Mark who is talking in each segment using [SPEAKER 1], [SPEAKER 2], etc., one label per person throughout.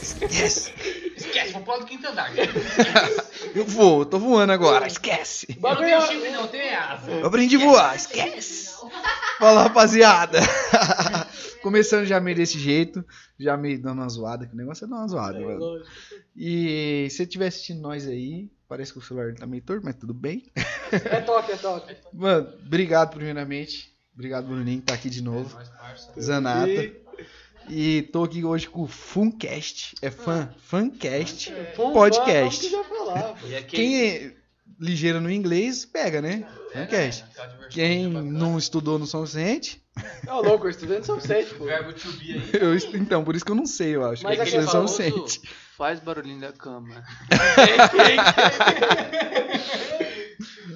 [SPEAKER 1] Esquece. Esquece, vou pular do quinto andar.
[SPEAKER 2] Eu vou, eu tô voando agora, esquece.
[SPEAKER 1] Eu não tenho chifre, não, eu tenho asa.
[SPEAKER 2] Eu aprendi a voar, esquece. Fala, rapaziada. Começando já meio desse jeito, já meio dando uma zoada, que o negócio é dar uma zoada, mano. E se você estiver assistindo nós aí, parece que o celular tá meio torto, mas tudo bem.
[SPEAKER 3] É top, é top.
[SPEAKER 2] Mano, obrigado primeiramente. Obrigado, Bruninho, que tá aqui de novo.
[SPEAKER 1] Nós, parça.
[SPEAKER 2] Zanata. E tô aqui hoje com o Funcast. É fã? Funcast.
[SPEAKER 3] Fum,
[SPEAKER 2] Um Podcast.
[SPEAKER 3] fum, fum, que já falava.
[SPEAKER 1] E aqui,
[SPEAKER 2] Quem é ligeiro no inglês, pega, né? Funcast. Quem não estudou no São Vicente,
[SPEAKER 3] É o louco, eu estudei no São Vicente, pô.
[SPEAKER 1] O verbo to be aí.
[SPEAKER 2] eu, est- então, por isso É que eu não sei, eu acho.
[SPEAKER 3] Mas
[SPEAKER 2] eu
[SPEAKER 3] aquele
[SPEAKER 2] estudei no São
[SPEAKER 3] famoso-
[SPEAKER 2] Vicente.
[SPEAKER 4] Faz barulhinho da cama.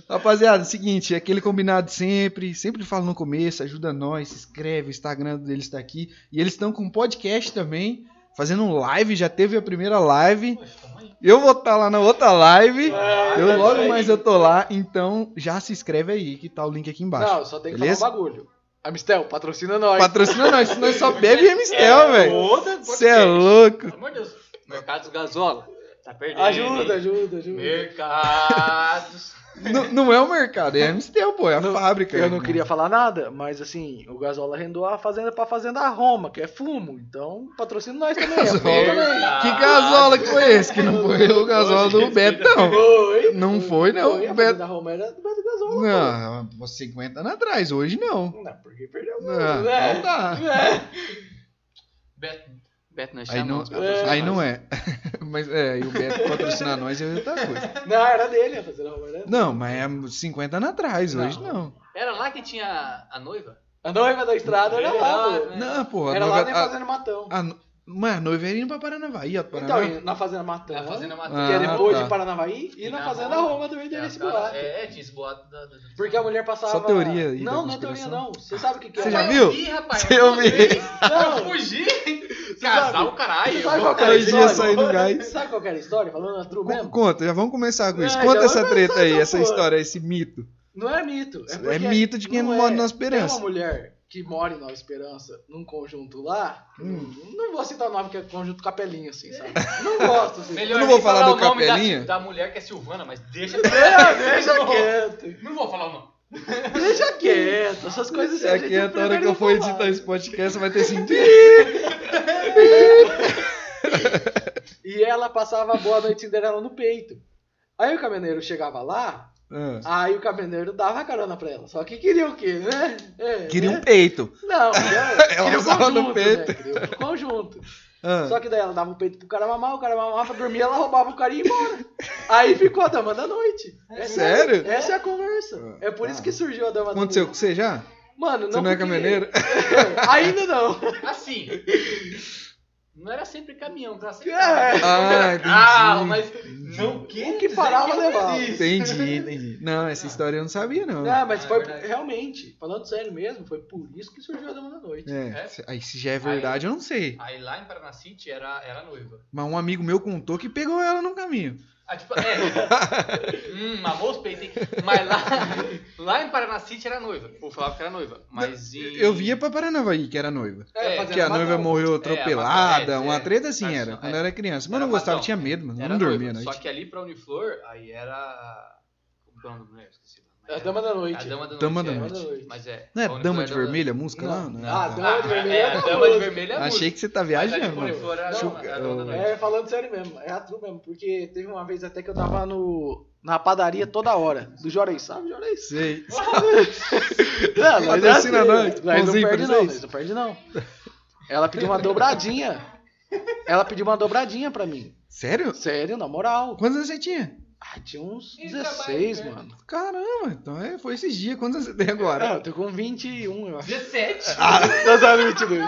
[SPEAKER 2] Rapaziada, seguinte, é aquele combinado sempre, sempre falo no começo, ajuda nós, se inscreve, o Instagram deles tá aqui. E eles estão com um podcast também, fazendo um live, já teve a primeira live.
[SPEAKER 1] Poxa, tamo aí.
[SPEAKER 2] Eu vou estar lá na outra live.
[SPEAKER 3] Ah,
[SPEAKER 2] Eu
[SPEAKER 3] é isso
[SPEAKER 2] logo
[SPEAKER 3] aí.
[SPEAKER 2] mais eu tô lá, então já se inscreve aí, que tá o link aqui embaixo.
[SPEAKER 3] Não, só tem que
[SPEAKER 2] Beleza?
[SPEAKER 3] falar um bagulho. Amistel, patrocina nós.
[SPEAKER 2] Patrocina nós, senão nós só bebe Mistel, É, velho.
[SPEAKER 3] Outra
[SPEAKER 2] Você é louco.
[SPEAKER 1] Pelo amor de Deus.
[SPEAKER 4] Mercados Gasola. Tá perdendo.
[SPEAKER 3] Ajuda,
[SPEAKER 4] hein?
[SPEAKER 3] ajuda, ajuda.
[SPEAKER 1] Mercados.
[SPEAKER 2] N- não é o mercado, é Mistel, pô, é a
[SPEAKER 3] Não,
[SPEAKER 2] fábrica.
[SPEAKER 3] Eu não queria falar nada, mas assim, o Gasola arrendou a fazenda pra fazenda a Roma, que é fumo. Então, patrocina nós também.
[SPEAKER 2] Gasola.
[SPEAKER 3] apoia também.
[SPEAKER 2] Que gasola que foi esse? Que não foi o gasola do Betão.
[SPEAKER 3] Foi.
[SPEAKER 2] Não foi, não.
[SPEAKER 3] Foi, a
[SPEAKER 2] Beto-
[SPEAKER 3] fazenda Roma era do Beto Gasola.
[SPEAKER 2] Não, uns 50 anos atrás, hoje não.
[SPEAKER 3] pô. Não, porque perdeu. né?
[SPEAKER 2] Não,
[SPEAKER 3] É.
[SPEAKER 2] não dá.
[SPEAKER 1] Beto.
[SPEAKER 4] Beto, nós
[SPEAKER 2] Aí não,
[SPEAKER 4] chamamos. patrocina
[SPEAKER 2] aí
[SPEAKER 4] nós.
[SPEAKER 2] não é. Mas é, e o Beto patrocinar nós é outra coisa.
[SPEAKER 3] Não, era dele a fazenda Roma. Era...
[SPEAKER 2] Não, mas é uns 50 anos atrás, hoje
[SPEAKER 3] Não.
[SPEAKER 2] não.
[SPEAKER 4] Era lá que tinha a noiva?
[SPEAKER 3] A noiva da estrada era lá, pô.
[SPEAKER 2] né? Não, Ah, porra.
[SPEAKER 3] Era lá
[SPEAKER 2] noiva-
[SPEAKER 3] nem
[SPEAKER 2] a-
[SPEAKER 3] fazenda Matão.
[SPEAKER 2] a no- Mas a noiva era indo pra Paranavaí, ó.
[SPEAKER 3] Então,
[SPEAKER 2] Paraná.
[SPEAKER 3] e na fazenda Matão.
[SPEAKER 1] Na fazenda Matheus.
[SPEAKER 3] Que é
[SPEAKER 2] Ah,
[SPEAKER 3] depois
[SPEAKER 2] tá.
[SPEAKER 3] de Paranavaí e, na Fazenda Roma também teve esse boato.
[SPEAKER 1] É, é, tinha esse boato da. da- da-
[SPEAKER 3] Porque a mulher passava.
[SPEAKER 2] Só teoria aí da
[SPEAKER 3] Não, não é teoria,
[SPEAKER 2] conspiração.
[SPEAKER 3] não. Você sabe o que, que
[SPEAKER 2] Você
[SPEAKER 3] é?
[SPEAKER 2] já
[SPEAKER 1] Eu
[SPEAKER 2] viu?
[SPEAKER 1] vi, rapaz.
[SPEAKER 2] Você já viu?
[SPEAKER 1] Eu
[SPEAKER 3] Não,
[SPEAKER 1] fugi. Casal, caralho.
[SPEAKER 3] você sabe qual que era a
[SPEAKER 2] Dois dias
[SPEAKER 3] história?
[SPEAKER 2] saindo gás.
[SPEAKER 3] Sabe qual que era a história? Falando a true
[SPEAKER 2] Con-
[SPEAKER 3] mesmo?
[SPEAKER 2] Conta, já vamos começar com
[SPEAKER 3] É,
[SPEAKER 2] isso.
[SPEAKER 3] já
[SPEAKER 2] Conta
[SPEAKER 3] vamos
[SPEAKER 2] essa treta
[SPEAKER 3] começar
[SPEAKER 2] aí,
[SPEAKER 3] essa
[SPEAKER 2] essa
[SPEAKER 3] porra.
[SPEAKER 2] história, esse mito.
[SPEAKER 3] Não é mito.
[SPEAKER 2] É
[SPEAKER 3] porque
[SPEAKER 2] mito de quem não mora em Nova Esperança.
[SPEAKER 3] Tem uma mulher que mora em Nova Esperança, num conjunto lá.
[SPEAKER 2] Hum.
[SPEAKER 3] Não vou citar o nome, que é conjunto Capelinha, assim, sabe? Não gosto, assim.
[SPEAKER 1] Melhor
[SPEAKER 2] Eu não vou
[SPEAKER 1] nem
[SPEAKER 2] falar do
[SPEAKER 1] o nome da-
[SPEAKER 2] Capelinha.
[SPEAKER 1] Da, mulher que é Silvana, mas deixa.
[SPEAKER 3] É, deixa quieto.
[SPEAKER 1] Não vou falar o nome.
[SPEAKER 3] Deixa quieto. Essas coisas assim, a
[SPEAKER 2] Se
[SPEAKER 3] gente
[SPEAKER 2] aqui é a hora
[SPEAKER 3] prefere
[SPEAKER 2] que eu
[SPEAKER 3] não
[SPEAKER 2] for
[SPEAKER 3] falar.
[SPEAKER 2] editar esse podcast, vai ter sentido.
[SPEAKER 3] E ela passava a boa noite Cinderela no peito. Aí o caminhoneiro chegava lá,
[SPEAKER 2] Ah.
[SPEAKER 3] aí o caminhoneiro dava carona pra ela. Só que queria o quê, né? É,
[SPEAKER 2] Queria
[SPEAKER 3] né?
[SPEAKER 2] um peito.
[SPEAKER 3] Não, queria,
[SPEAKER 2] Ela
[SPEAKER 3] queria o
[SPEAKER 2] usava no
[SPEAKER 3] conjunto,
[SPEAKER 2] peito.
[SPEAKER 3] né? Queria o conjunto.
[SPEAKER 2] Ah.
[SPEAKER 3] Só que daí ela dava o peito pro cara mamar, o cara mamava, dormia, ela roubava o cara e ia embora. Aí ficou a dama da noite. Essa é-
[SPEAKER 2] Sério? Ah, tá.
[SPEAKER 3] essa é a conversa. É por isso que surgiu a dama da noite.
[SPEAKER 2] Aconteceu com você já?
[SPEAKER 3] Mano, não
[SPEAKER 2] Você não é
[SPEAKER 3] porque-
[SPEAKER 2] caminhoneiro?
[SPEAKER 3] Ainda não.
[SPEAKER 1] Assim. Não era sempre caminhão, era sempre.
[SPEAKER 3] É.
[SPEAKER 2] Ah, entendi.
[SPEAKER 1] Ah, mas não quer
[SPEAKER 3] que parava,
[SPEAKER 1] dizer
[SPEAKER 3] levava.
[SPEAKER 1] existe.
[SPEAKER 2] Entendi, entendi. Não, essa história eu não sabia, não.
[SPEAKER 3] Não, mas
[SPEAKER 1] Ah, é
[SPEAKER 3] foi
[SPEAKER 1] verdade.
[SPEAKER 3] realmente, falando sério mesmo, foi por isso que surgiu a dama da noite.
[SPEAKER 2] É, se- aí se já é verdade, eu não sei.
[SPEAKER 1] Aí lá em Paranacite era, era noiva.
[SPEAKER 2] Mas um amigo meu contou que pegou ela no caminho.
[SPEAKER 1] Ah, tipo, é. hum, mamou os peitos, hein? Mas lá, lá em Paranacite era noiva. Ou falava que era noiva. Mas em...
[SPEAKER 2] Eu via pra Paranavaí que era noiva.
[SPEAKER 1] É,
[SPEAKER 3] fazendo
[SPEAKER 2] Que a
[SPEAKER 3] Natal.
[SPEAKER 2] noiva morreu atropelada,
[SPEAKER 1] é, é,
[SPEAKER 2] uma treta assim
[SPEAKER 1] tradicional,
[SPEAKER 2] era, quando
[SPEAKER 1] é.
[SPEAKER 2] eu era criança. Mas eu não
[SPEAKER 1] Era
[SPEAKER 2] gostava,
[SPEAKER 1] padrão.
[SPEAKER 2] tinha medo, mano.
[SPEAKER 1] era
[SPEAKER 2] Não dormia à
[SPEAKER 1] noiva. Só
[SPEAKER 2] noite.
[SPEAKER 1] que ali pra Uniflor, aí era. Como que é o nome da mulher? Esqueci.
[SPEAKER 3] É a dama da noite.
[SPEAKER 1] A dama da noite.
[SPEAKER 2] Dama da
[SPEAKER 1] é.
[SPEAKER 3] noite.
[SPEAKER 1] Mas é.
[SPEAKER 2] Não é
[SPEAKER 1] pra Uniflor
[SPEAKER 2] Dama de
[SPEAKER 1] era
[SPEAKER 2] Vermelha a música
[SPEAKER 3] Não.
[SPEAKER 2] lá? tá.
[SPEAKER 3] Ah, Dama de Vermelha
[SPEAKER 1] é,
[SPEAKER 3] é
[SPEAKER 1] a dama
[SPEAKER 3] outra
[SPEAKER 1] de
[SPEAKER 3] música.
[SPEAKER 1] vermelha é a
[SPEAKER 2] Achei
[SPEAKER 1] música.
[SPEAKER 2] que você tá
[SPEAKER 1] Mas a de
[SPEAKER 2] viajando, mano.
[SPEAKER 1] Uniflor era a dama- era a dama da noite.
[SPEAKER 3] É, falando sério mesmo, é a true mesmo, porque teve uma vez até que eu tava no, na padaria toda hora, do Jorei, sabe Jorei?
[SPEAKER 2] Sei.
[SPEAKER 3] Não, mas é
[SPEAKER 2] Patrocina nós,
[SPEAKER 3] mas não
[SPEAKER 2] pãozinho pra
[SPEAKER 3] perde não,
[SPEAKER 2] vocês.
[SPEAKER 3] mas não perde não. Ela pediu uma dobradinha, ela pediu uma dobradinha pra mim,
[SPEAKER 2] Sério?
[SPEAKER 3] sério, na moral.
[SPEAKER 2] Quantos anos você tinha?
[SPEAKER 3] Ah, tinha uns
[SPEAKER 1] Ele
[SPEAKER 3] 16,
[SPEAKER 1] trabalha, né?
[SPEAKER 3] mano.
[SPEAKER 2] Caramba, então é, foi esses dias. Quantos anos você tem agora?
[SPEAKER 3] Ah, eu tô com 21, eu acho.
[SPEAKER 1] 17.
[SPEAKER 2] Ah,
[SPEAKER 3] Nós era 22.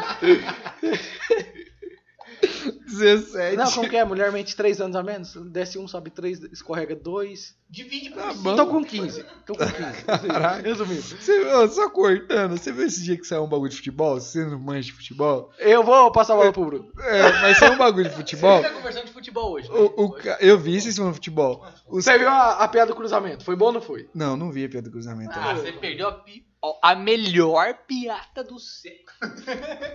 [SPEAKER 2] 17.
[SPEAKER 3] Não, como que é? Mulher mente 3 anos a menos. Desce um, sobe 3, escorrega 2.
[SPEAKER 1] Divide por
[SPEAKER 2] Tá
[SPEAKER 1] cinco.
[SPEAKER 2] bom.
[SPEAKER 3] Tô com 15. Tô com 15.
[SPEAKER 2] Caralho.
[SPEAKER 3] Resumindo.
[SPEAKER 2] Você, ó, só cortando, você viu esse dia que saiu um bagulho de futebol? Você não manja de futebol?
[SPEAKER 3] Eu vou passar a bola pro Bruno.
[SPEAKER 2] É, mas saiu um bagulho de futebol.
[SPEAKER 1] Você tá conversando de futebol hoje. né?
[SPEAKER 2] O, o
[SPEAKER 1] Hoje.
[SPEAKER 2] ca- eu vi esse no futebol. Os-
[SPEAKER 3] Você viu a, a piada do cruzamento? Foi bom ou não foi? Ah.
[SPEAKER 2] Não, não vi a piada do cruzamento.
[SPEAKER 1] Ah, você perdeu a pi.
[SPEAKER 4] ó, a melhor piada do século.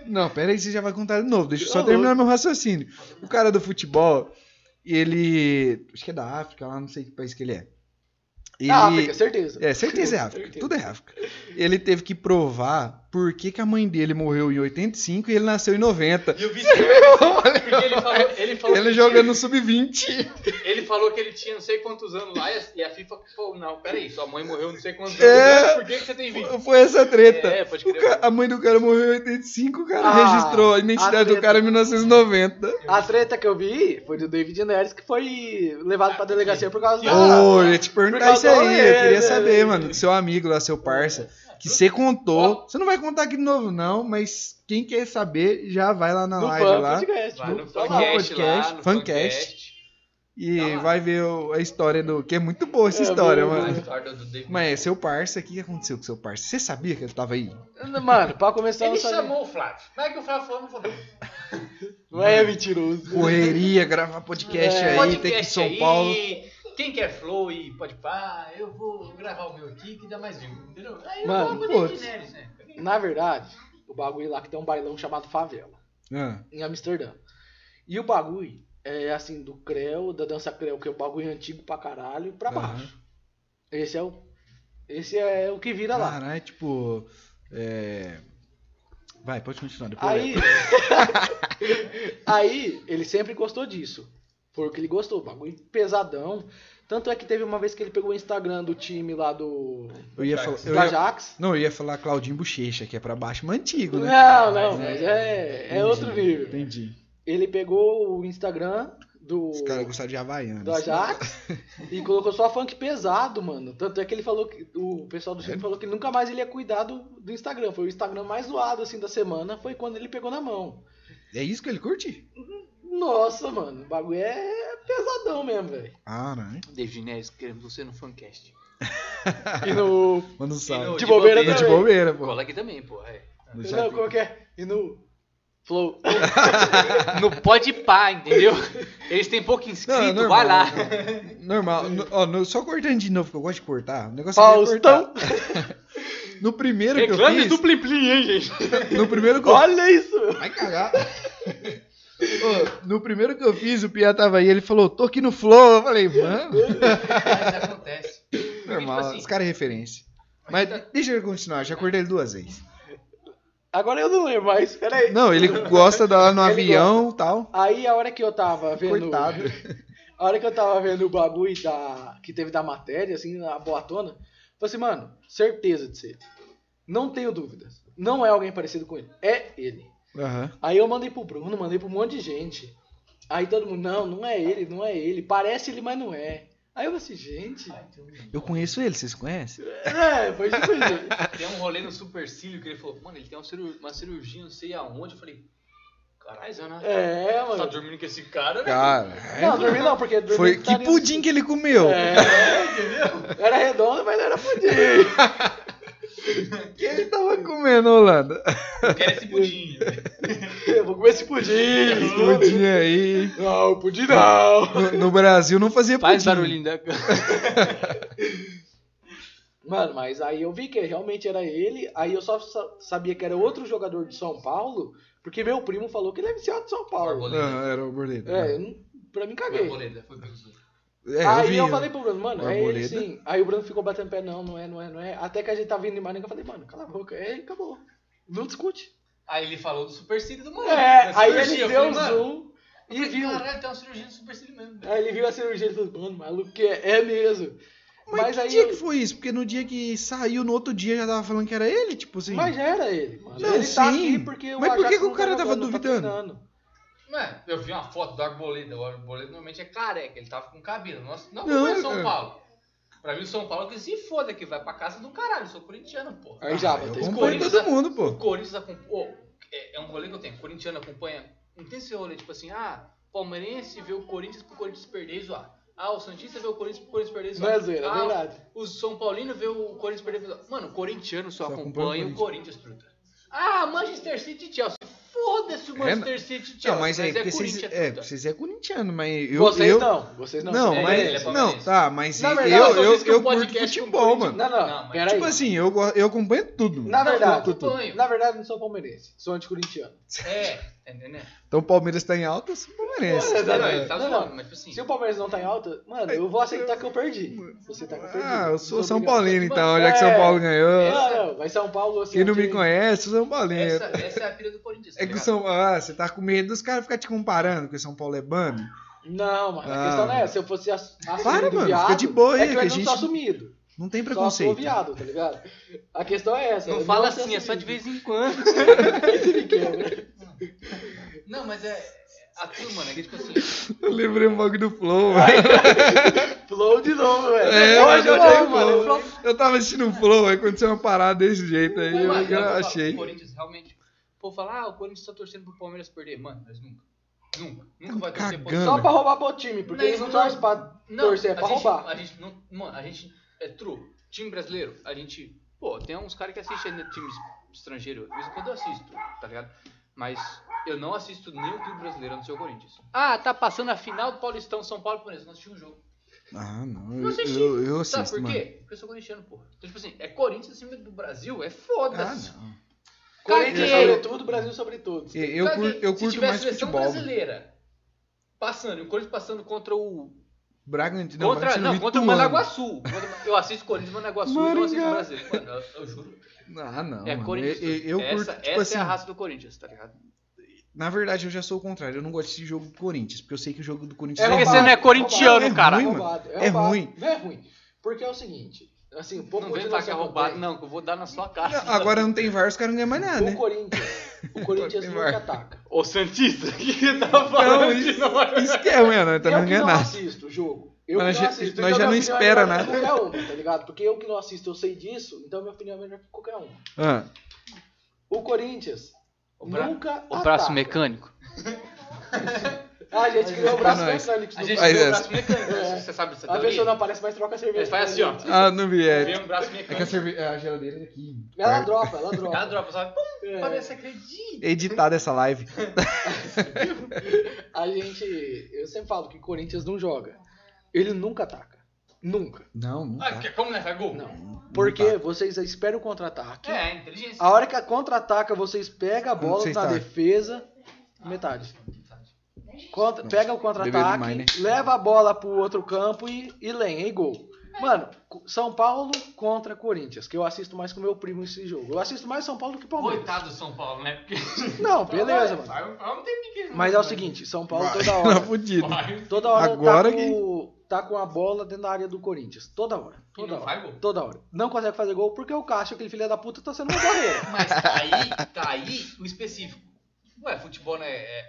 [SPEAKER 2] Não, pera aí, você já vai contar de novo. Deixa eu só
[SPEAKER 3] Ô,
[SPEAKER 2] terminar meu raciocínio. O cara do futebol, ele. Acho que é da África, lá não sei que país que ele é. Ele...
[SPEAKER 3] Na África, Ah, certeza.
[SPEAKER 2] É, certeza é África.
[SPEAKER 3] Certeza.
[SPEAKER 2] Tudo é África. Ele teve que provar por que, que a mãe dele morreu em 85 e ele nasceu em 90.
[SPEAKER 1] E o vice-versa. Porque ele falou, ele falou
[SPEAKER 2] Ele
[SPEAKER 1] que
[SPEAKER 2] joga no sub-20.
[SPEAKER 1] tinha- ele falou que ele tinha não sei quantos anos lá e a, e a FIFA falou, não, peraí, sua mãe morreu não sei quantos
[SPEAKER 2] É.
[SPEAKER 1] anos, por que, que você tem 20?
[SPEAKER 2] Foi essa treta.
[SPEAKER 1] É, pode
[SPEAKER 2] O
[SPEAKER 1] crer.
[SPEAKER 2] ca- A mãe do cara morreu em 85, o cara
[SPEAKER 3] Ah,
[SPEAKER 2] registrou a
[SPEAKER 3] a
[SPEAKER 2] identidade do
[SPEAKER 3] treta.
[SPEAKER 2] cara em 1990.
[SPEAKER 3] A treta que eu vi foi do David Neres, que foi levado pra delegacia por causa da...
[SPEAKER 2] Ô, eu ia te perguntar
[SPEAKER 3] Ah. Por
[SPEAKER 2] isso
[SPEAKER 3] causa
[SPEAKER 2] aí.
[SPEAKER 3] do rolê,
[SPEAKER 2] eu queria
[SPEAKER 3] né,
[SPEAKER 2] saber,
[SPEAKER 3] velho?
[SPEAKER 2] mano, do seu amigo lá, seu parça, que você contou. Você não vai contar aqui de novo, não, mas quem quer saber já vai lá na
[SPEAKER 3] do
[SPEAKER 2] live
[SPEAKER 3] fã
[SPEAKER 2] lá
[SPEAKER 3] podcast.
[SPEAKER 1] Vai no
[SPEAKER 3] Tá lá.
[SPEAKER 1] fancast lá,
[SPEAKER 2] podcast,
[SPEAKER 1] no
[SPEAKER 2] fancast. e
[SPEAKER 1] Tá lá.
[SPEAKER 2] vai ver o- a história do. Que é muito boa essa
[SPEAKER 3] É,
[SPEAKER 2] história,
[SPEAKER 3] boa,
[SPEAKER 1] A
[SPEAKER 2] mano.
[SPEAKER 1] história do David.
[SPEAKER 2] Mas seu parça, o que aconteceu com seu parça? Você sabia que ele tava aí?
[SPEAKER 3] Mano, pra começar... eu
[SPEAKER 1] Ele
[SPEAKER 3] não sabia.
[SPEAKER 1] chamou o Flávio. Mas é que o Flávio falou, não falou.
[SPEAKER 3] Não é mentiroso.
[SPEAKER 2] Correria, gravar podcast
[SPEAKER 3] É,
[SPEAKER 2] aí, tem que ir em São Paulo.
[SPEAKER 1] aí, Quem quer flow e pode pá, eu vou gravar o meu aqui que dá mais view, entendeu? Aí eu
[SPEAKER 3] Mano,
[SPEAKER 1] vou
[SPEAKER 2] putz.
[SPEAKER 1] pro David Neres, né?
[SPEAKER 3] Na verdade, o bagulho lá que tem um bailão chamado Favela,
[SPEAKER 2] Ah,
[SPEAKER 3] em Amsterdã. E o bagulho é assim, do creu, da dança creu, que é o bagulho antigo pra caralho, pra
[SPEAKER 2] Aham.
[SPEAKER 3] baixo. Esse é o esse é o que vira lá.
[SPEAKER 2] Caralho, tipo. É... Vai, pode continuar. Depois eu
[SPEAKER 3] Aí Aí ele sempre gostou disso. Foi o que ele gostou, bagulho pesadão. Tanto é que teve uma vez que ele pegou o Instagram do time lá do,
[SPEAKER 2] Eu ia falar.
[SPEAKER 3] do
[SPEAKER 2] Eu ia...
[SPEAKER 3] Ajax.
[SPEAKER 2] Não, eu ia falar Claudinho Bochecha, que é pra baixo, mas antigo, né?
[SPEAKER 3] Não, não, mas é, é outro
[SPEAKER 2] Entendi,
[SPEAKER 3] nível.
[SPEAKER 2] Entendi.
[SPEAKER 3] Ele pegou o Instagram do
[SPEAKER 2] Os caras gostaram de Havaianas.
[SPEAKER 3] do Ajax e colocou só funk pesado, mano. Tanto é que ele falou que o pessoal do
[SPEAKER 2] É?
[SPEAKER 3] time falou que nunca mais ele ia cuidar do, do Instagram. Foi o Instagram mais zoado assim da semana, foi quando ele pegou na mão.
[SPEAKER 2] É isso que ele curte?
[SPEAKER 3] Nossa, mano, o bagulho é pesadão mesmo, velho.
[SPEAKER 2] Caralho.
[SPEAKER 4] David Neres, queremos você no fancast.
[SPEAKER 3] E no
[SPEAKER 2] Manda um
[SPEAKER 1] E no-
[SPEAKER 2] salve.
[SPEAKER 3] de bobeira
[SPEAKER 2] Tô
[SPEAKER 3] também.
[SPEAKER 2] de bobeira, pô.
[SPEAKER 4] Cola aqui também, pô. é.
[SPEAKER 2] No
[SPEAKER 3] Não,
[SPEAKER 2] chat.
[SPEAKER 3] como que é? E no flow.
[SPEAKER 4] No pode pá, entendeu? Eles têm pouco inscrito,
[SPEAKER 2] Não, é normal,
[SPEAKER 4] vai lá.
[SPEAKER 2] Normal. No- ó, no- só cortando de novo, que eu gosto de cortar. O negócio é meio
[SPEAKER 3] Faustão.
[SPEAKER 2] cortar. No primeiro que eu
[SPEAKER 4] Reclame
[SPEAKER 2] fiz.
[SPEAKER 4] do Plim Plim, hein, gente?
[SPEAKER 2] No primeiro que eu
[SPEAKER 3] Olha isso.
[SPEAKER 2] Vai cagar. Ô, no primeiro que eu fiz, o Pia tava aí, ele falou, tô aqui no flow. Eu falei, mano,
[SPEAKER 1] Mas acontece.
[SPEAKER 2] normal,
[SPEAKER 1] assim-
[SPEAKER 2] os caras é referência. Mas deixa eu continuar, já cortei ele duas vezes.
[SPEAKER 3] Agora eu não lembro mais. Pera aí.
[SPEAKER 2] Não, ele gosta da lá no
[SPEAKER 3] Ele
[SPEAKER 2] avião e tal.
[SPEAKER 3] Aí a hora que eu tava vendo
[SPEAKER 2] Coitado.
[SPEAKER 3] A hora que eu tava vendo o bagulho da, que teve da matéria, assim, na boatona, eu falei assim, mano, certeza de ser. Não tenho dúvidas. Não é alguém parecido com ele. É ele.
[SPEAKER 2] Aham.
[SPEAKER 3] Aí eu mandei pro Bruno, mandei pra um monte de gente. Aí todo mundo, não, não é ele, não é ele. Parece ele, mas não é. Aí eu falei assim, gente.
[SPEAKER 2] Eu conheço ele, vocês conhecem?
[SPEAKER 3] É, foi tipo isso.
[SPEAKER 1] Tem um rolê no supercílio que ele falou, mano, ele tem uma cirurgia, uma cirurgia não sei aonde. Eu falei, caralho, Zana,
[SPEAKER 3] É,
[SPEAKER 1] você tá
[SPEAKER 3] mano.
[SPEAKER 1] dormindo com esse cara, né?
[SPEAKER 2] Cara, é,
[SPEAKER 3] Não, dormi não, porque dormi
[SPEAKER 2] foi que
[SPEAKER 3] estaria-
[SPEAKER 2] pudim que ele comeu.
[SPEAKER 3] tá É, entendeu? Era redondo, mas não era pudim.
[SPEAKER 2] que ele tava comendo, Holanda?
[SPEAKER 1] Eu quero esse pudim.
[SPEAKER 3] Eu vou comer esse pudim.
[SPEAKER 2] Pudim aí.
[SPEAKER 3] Não, pudim não.
[SPEAKER 2] No, no Brasil não fazia pudim.
[SPEAKER 4] Faz barulhinho né? da câmera.
[SPEAKER 3] Mano, mas aí eu vi que realmente era ele, aí eu só sa- sabia que era outro jogador de São Paulo, porque meu primo falou que ele é viciado de São Paulo.
[SPEAKER 1] Arboleda.
[SPEAKER 2] Aham, era o bordeiro.
[SPEAKER 3] É, eu não, pra mim
[SPEAKER 1] Foi
[SPEAKER 3] caguei.
[SPEAKER 1] Arboleda, né? foi Arboleda.
[SPEAKER 2] É,
[SPEAKER 3] aí eu,
[SPEAKER 2] vi,
[SPEAKER 3] falei pro Bruno, mano, é ele
[SPEAKER 2] Arboleda.
[SPEAKER 3] sim. Aí o Bruno ficou batendo pé, não, não é, não é, não é. Até que a gente tava indo em Maringá, eu falei, mano, cala a boca, é ele, acabou. Não discute.
[SPEAKER 1] Aí ele falou do supercílio do mano.
[SPEAKER 3] É,
[SPEAKER 1] da
[SPEAKER 3] aí
[SPEAKER 1] cirurgia.
[SPEAKER 3] ele
[SPEAKER 1] Eu
[SPEAKER 3] deu
[SPEAKER 1] falei,
[SPEAKER 3] um
[SPEAKER 1] mano, é
[SPEAKER 3] zoom
[SPEAKER 1] eu
[SPEAKER 3] e
[SPEAKER 1] falei,
[SPEAKER 3] viu. É.
[SPEAKER 1] Caralho, tem uma cirurgia no supercílio mesmo. né? velho."
[SPEAKER 3] Aí ele viu a cirurgia e falou, mano, maluco que é, é mesmo.
[SPEAKER 2] Mas,
[SPEAKER 3] Mas
[SPEAKER 2] que
[SPEAKER 3] aí
[SPEAKER 2] dia
[SPEAKER 3] eu-
[SPEAKER 2] que foi isso? Porque no dia que saiu, no outro dia já tava falando que era ele, tipo assim.
[SPEAKER 3] Mas já era ele, mano.
[SPEAKER 2] Não,
[SPEAKER 3] ele tá
[SPEAKER 2] sim.
[SPEAKER 3] aqui porque o
[SPEAKER 2] Mas por que
[SPEAKER 3] Ajax
[SPEAKER 2] que o
[SPEAKER 3] não
[SPEAKER 2] cara
[SPEAKER 3] tá
[SPEAKER 2] tava
[SPEAKER 3] jogando, não tá
[SPEAKER 2] duvidando?
[SPEAKER 3] treinando.
[SPEAKER 1] Mano, eu vi uma foto do Arboleda. O Arboleda normalmente é careca, ele tava com cabelo. Nossa, não,
[SPEAKER 2] Não,
[SPEAKER 1] não é São
[SPEAKER 2] cara.
[SPEAKER 1] Paulo. Pra mim, o São Paulo é que se foda, que vai pra casa do caralho. Eu sou corintiano, pô.
[SPEAKER 3] Aí já, vai
[SPEAKER 2] eu
[SPEAKER 3] ter
[SPEAKER 2] acompanho
[SPEAKER 1] escolhido,
[SPEAKER 2] todo
[SPEAKER 1] né?
[SPEAKER 2] mundo,
[SPEAKER 1] O
[SPEAKER 2] pô.
[SPEAKER 1] Corinthians acompanha. é, é um rolê que eu tenho. Corintiano acompanha. Não tem esse rolê, tipo assim, ah, palmeirense vê o Corinthians pro Corinthians perder e zoar. Ah, o Santista vê o Corinthians pro Corinthians perder e
[SPEAKER 3] Não
[SPEAKER 1] zoar.
[SPEAKER 3] é zoeira, é
[SPEAKER 1] ah,
[SPEAKER 3] verdade.
[SPEAKER 1] O São Paulino vê o Corinthians perder e zoar. Mano, o corintiano só,
[SPEAKER 2] Só acompanha
[SPEAKER 1] acompanha
[SPEAKER 2] o
[SPEAKER 1] o Corinthians, truta. Ah, Manchester City e Chelsea. Foda-se o Manchester City, Chelsea,
[SPEAKER 2] Não, mas é, porque vocês,
[SPEAKER 1] Corinthians
[SPEAKER 2] é,
[SPEAKER 1] tudo.
[SPEAKER 2] vocês é corintiano, mas eu...
[SPEAKER 3] vocês
[SPEAKER 2] eu,
[SPEAKER 3] não, vocês não.
[SPEAKER 2] Não,
[SPEAKER 3] vocês-
[SPEAKER 1] ele-
[SPEAKER 2] mas.
[SPEAKER 1] ele é
[SPEAKER 2] não,
[SPEAKER 1] palmeirense.
[SPEAKER 2] tá, mas
[SPEAKER 3] Na
[SPEAKER 2] eu,
[SPEAKER 3] verdade,
[SPEAKER 2] eu,
[SPEAKER 3] só
[SPEAKER 2] eu,
[SPEAKER 1] fiz que um
[SPEAKER 2] curto
[SPEAKER 1] podcast com
[SPEAKER 2] futebol,
[SPEAKER 1] Corinthians.
[SPEAKER 2] é mano.
[SPEAKER 3] Não, não,
[SPEAKER 1] Não, mas-
[SPEAKER 3] peraí.
[SPEAKER 2] tipo assim, eu, go- eu acompanho tudo.
[SPEAKER 3] Na
[SPEAKER 1] Não,
[SPEAKER 3] verdade,
[SPEAKER 1] eu acompanho.
[SPEAKER 3] na verdade, não sou palmeirense, sou anticorintiano.
[SPEAKER 1] É, tá entendendo?
[SPEAKER 2] Então o Palmeiras tá em alta, eu sou palmeirense.
[SPEAKER 3] Olha,
[SPEAKER 1] Não,
[SPEAKER 2] é,
[SPEAKER 1] ele tá
[SPEAKER 3] Não,
[SPEAKER 1] zoando,
[SPEAKER 3] não.
[SPEAKER 1] mas tipo assim.
[SPEAKER 3] Se o Palmeiras não tá em alta, mano, eu vou aceitar que eu perdi. Você tá que eu perdi.
[SPEAKER 2] Ah, eu sou
[SPEAKER 3] Não,
[SPEAKER 2] São
[SPEAKER 3] obrigado.
[SPEAKER 2] Paulino, então, já que São
[SPEAKER 3] É.
[SPEAKER 2] Paulo ganhou.
[SPEAKER 3] Não, não, vai São Paulo assim.
[SPEAKER 2] Quem não me
[SPEAKER 3] aqui-
[SPEAKER 2] conhece, sou São Paulino.
[SPEAKER 1] Essa, essa é a filha do Corinthians. tá
[SPEAKER 2] É que o
[SPEAKER 1] ligado?
[SPEAKER 2] São Ah, você tá com medo dos caras ficar te comparando, que o São Paulo é bando.
[SPEAKER 3] Não, mano, a
[SPEAKER 2] Ah.
[SPEAKER 3] questão não é essa. Se eu fosse ass- assumido
[SPEAKER 2] Para, mano,
[SPEAKER 3] viado,
[SPEAKER 2] fica de boa aí,
[SPEAKER 3] é que eu
[SPEAKER 2] que a
[SPEAKER 3] ainda não sou
[SPEAKER 2] gente-
[SPEAKER 3] assumido.
[SPEAKER 2] Não tem
[SPEAKER 3] Só sou
[SPEAKER 2] preconceito.
[SPEAKER 3] viado, tá ligado? A questão é essa.
[SPEAKER 4] Não
[SPEAKER 3] eu
[SPEAKER 4] fala
[SPEAKER 3] sou
[SPEAKER 4] assim, é só de
[SPEAKER 3] assumido.
[SPEAKER 4] vez em quando.
[SPEAKER 1] Não, mas é. A turma, né? Que tipo assim.
[SPEAKER 2] Eu lembrei um bagulho do Flow, mano.
[SPEAKER 3] Flow de novo, velho.
[SPEAKER 2] É,
[SPEAKER 3] Flow
[SPEAKER 2] mas
[SPEAKER 3] de
[SPEAKER 2] eu
[SPEAKER 3] novo,
[SPEAKER 2] tenho
[SPEAKER 3] mano.
[SPEAKER 2] Flow. Eu tava assistindo o Flow, aí aconteceu uma parada desse jeito aí, eu,
[SPEAKER 1] Mano,
[SPEAKER 2] eu
[SPEAKER 1] vou falar,
[SPEAKER 2] achei.
[SPEAKER 1] O Corinthians realmente. Pô, falar, ah, o Corinthians tá torcendo pro Palmeiras perder. Mano, mas nunca. Nunca. Nunca
[SPEAKER 2] Tamo
[SPEAKER 1] vai torcer pro
[SPEAKER 2] Tá cagando.
[SPEAKER 3] Só pra roubar pro time, porque
[SPEAKER 1] Não,
[SPEAKER 3] eles não
[SPEAKER 1] não.
[SPEAKER 3] torcem pra
[SPEAKER 1] Não,
[SPEAKER 3] torcer, é
[SPEAKER 1] a
[SPEAKER 3] pra
[SPEAKER 1] gente-
[SPEAKER 3] roubar.
[SPEAKER 1] A gente não. Mano, a gente. É true. Time brasileiro, a gente. Pô, tem uns caras que assistem ainda times estrangeiros. De vez em quando eu assisto, tá ligado? Mas eu não assisto nenhum clube brasileiro, a não ser o Corinthians. Ah, tá passando a final do Paulistão, São Paulo e Corinthians. Não assisti um jogo.
[SPEAKER 2] Ah, não,
[SPEAKER 1] Não
[SPEAKER 2] eu,
[SPEAKER 1] assisti.
[SPEAKER 2] eu, eu
[SPEAKER 1] Sabe
[SPEAKER 2] assisto,
[SPEAKER 1] por
[SPEAKER 2] mano.
[SPEAKER 1] quê? Porque eu sou corintiano, porra. Então, tipo assim, é Corinthians acima do Brasil? É foda-se.
[SPEAKER 2] Ah, não.
[SPEAKER 3] Corinthians
[SPEAKER 1] Caguei.
[SPEAKER 3] sobre tudo, Brasil sobre todos.
[SPEAKER 2] Eu, eu,
[SPEAKER 1] Sabe,
[SPEAKER 2] cur- eu
[SPEAKER 1] se
[SPEAKER 2] curto
[SPEAKER 1] tiver
[SPEAKER 2] mais
[SPEAKER 1] a seleção
[SPEAKER 2] futebol.
[SPEAKER 1] brasileira passando, e o Corinthians passando contra o.
[SPEAKER 2] Bragantino, não,
[SPEAKER 1] contra,
[SPEAKER 2] Bragantino
[SPEAKER 1] não, contra o
[SPEAKER 2] Ituano.
[SPEAKER 1] Managuaçu. Contra- Eu assisto o Corinthians e Managuaçu e não assisto o
[SPEAKER 2] Maringá.
[SPEAKER 1] Brasil. Mano, eu, eu juro.
[SPEAKER 2] Ah, não.
[SPEAKER 1] é
[SPEAKER 2] mano.
[SPEAKER 1] Corinthians.
[SPEAKER 2] Eu, eu- eu curto,
[SPEAKER 1] essa
[SPEAKER 2] tipo
[SPEAKER 1] essa
[SPEAKER 2] assim,
[SPEAKER 1] é a raça do Corinthians, tá ligado?
[SPEAKER 2] Na verdade, eu já sou o contrário. Eu não gosto desse jogo do Corinthians, porque eu sei que o jogo do Corinthians
[SPEAKER 3] É
[SPEAKER 2] é,
[SPEAKER 4] Porque
[SPEAKER 3] roubado,
[SPEAKER 1] né,
[SPEAKER 4] você não é
[SPEAKER 3] roubado,
[SPEAKER 4] corintiano,
[SPEAKER 2] roubado.
[SPEAKER 4] cara.
[SPEAKER 2] ruim, mano.
[SPEAKER 3] roubado,
[SPEAKER 2] É
[SPEAKER 3] roubado.
[SPEAKER 2] ruim.
[SPEAKER 3] Não é ruim. Porque é o seguinte, assim, um pouco
[SPEAKER 1] não vem falar que é roubado, não, que eu vou dar na sua cara.
[SPEAKER 2] Não, Agora não tem VAR, os caras não ganham mais nada,
[SPEAKER 3] O
[SPEAKER 2] né?
[SPEAKER 3] Corinthians, o Corinthians
[SPEAKER 2] Tem
[SPEAKER 3] nunca
[SPEAKER 2] VAR.
[SPEAKER 3] ataca.
[SPEAKER 4] Ô Santista, o que você tá
[SPEAKER 2] Não,
[SPEAKER 4] falando de
[SPEAKER 2] isso,
[SPEAKER 4] nós?
[SPEAKER 2] isso que é, mano. Nós
[SPEAKER 3] eu
[SPEAKER 2] também não
[SPEAKER 3] que
[SPEAKER 2] ganha
[SPEAKER 3] não
[SPEAKER 2] nada.
[SPEAKER 3] assisto o jogo. Eu
[SPEAKER 2] Mas
[SPEAKER 3] que não
[SPEAKER 2] já-
[SPEAKER 3] assisto.
[SPEAKER 2] nós já
[SPEAKER 3] minha
[SPEAKER 2] não
[SPEAKER 3] opinião é
[SPEAKER 2] espera
[SPEAKER 3] melhor que
[SPEAKER 2] nada.
[SPEAKER 3] Qualquer um, tá ligado? Porque eu que não assisto, eu sei disso, então minha opinião é melhor que qualquer um.
[SPEAKER 2] Ah,
[SPEAKER 3] O Corinthians
[SPEAKER 1] O bra-
[SPEAKER 3] nunca
[SPEAKER 4] O braço
[SPEAKER 2] tá.
[SPEAKER 3] ataca.
[SPEAKER 4] mecânico?
[SPEAKER 3] Ah, a gente criou o braço
[SPEAKER 2] pra nós.
[SPEAKER 3] mecânico.
[SPEAKER 1] é A gente
[SPEAKER 2] Mas
[SPEAKER 1] tem um
[SPEAKER 2] essa-
[SPEAKER 1] braço mecânico,
[SPEAKER 2] né?
[SPEAKER 3] É.
[SPEAKER 1] você sabe dessa
[SPEAKER 3] A
[SPEAKER 1] teoria?
[SPEAKER 3] pessoa não aparece, mas troca a cerveja.
[SPEAKER 1] Ele faz assim, ó.
[SPEAKER 2] ah, não vi. É,
[SPEAKER 1] Vem um braço
[SPEAKER 2] é que a,
[SPEAKER 1] mecânico.
[SPEAKER 2] cerve... a geladeira é aqui.
[SPEAKER 3] Ela dropa, ela dropa.
[SPEAKER 1] Ela dropa, sabe?
[SPEAKER 3] É.
[SPEAKER 1] Parece acredita.
[SPEAKER 2] Editar essa live.
[SPEAKER 3] A gente. Eu sempre falo que o Corinthians não joga. Ele nunca ataca. Nunca.
[SPEAKER 2] Não, não
[SPEAKER 1] Ah,
[SPEAKER 2] tá.
[SPEAKER 1] que- como não é gol?
[SPEAKER 3] Não. Porque vocês esperam o contra-ataque.
[SPEAKER 1] É, inteligência.
[SPEAKER 3] A hora que a contra-ataca, vocês pegam a bola
[SPEAKER 2] Vocês
[SPEAKER 3] na
[SPEAKER 2] tá.
[SPEAKER 3] defesa. Metade. Contra-
[SPEAKER 2] Nossa,
[SPEAKER 3] pega o
[SPEAKER 2] bebeu
[SPEAKER 3] contra-ataque,
[SPEAKER 2] demais, né?
[SPEAKER 3] leva a bola pro outro campo e, e lenha, e gol. Mano, São Paulo contra Corinthians, que eu assisto mais com meu primo esse jogo. Eu assisto mais São Paulo do que Palmeiras.
[SPEAKER 1] Coitado do São Paulo, né? Porque...
[SPEAKER 3] Não, beleza, mano.
[SPEAKER 1] Vai, vai um tempinho que eles não
[SPEAKER 3] Mas é o
[SPEAKER 1] jogam,
[SPEAKER 3] seguinte, São Paulo
[SPEAKER 2] Vai,
[SPEAKER 3] toda
[SPEAKER 2] tá
[SPEAKER 3] hora,
[SPEAKER 2] fudido.
[SPEAKER 1] Vai.
[SPEAKER 3] toda hora
[SPEAKER 2] Agora
[SPEAKER 3] tá, com, tá com a bola dentro da área do Corinthians. Toda hora.
[SPEAKER 1] E
[SPEAKER 3] Toda
[SPEAKER 1] não
[SPEAKER 3] hora.
[SPEAKER 1] faz gol.
[SPEAKER 3] Toda hora. Não consegue fazer gol porque o Caixa, aquele filho da puta, tá sendo uma barreira.
[SPEAKER 1] Mas tá aí, tá aí o específico. Ué, futebol né, é,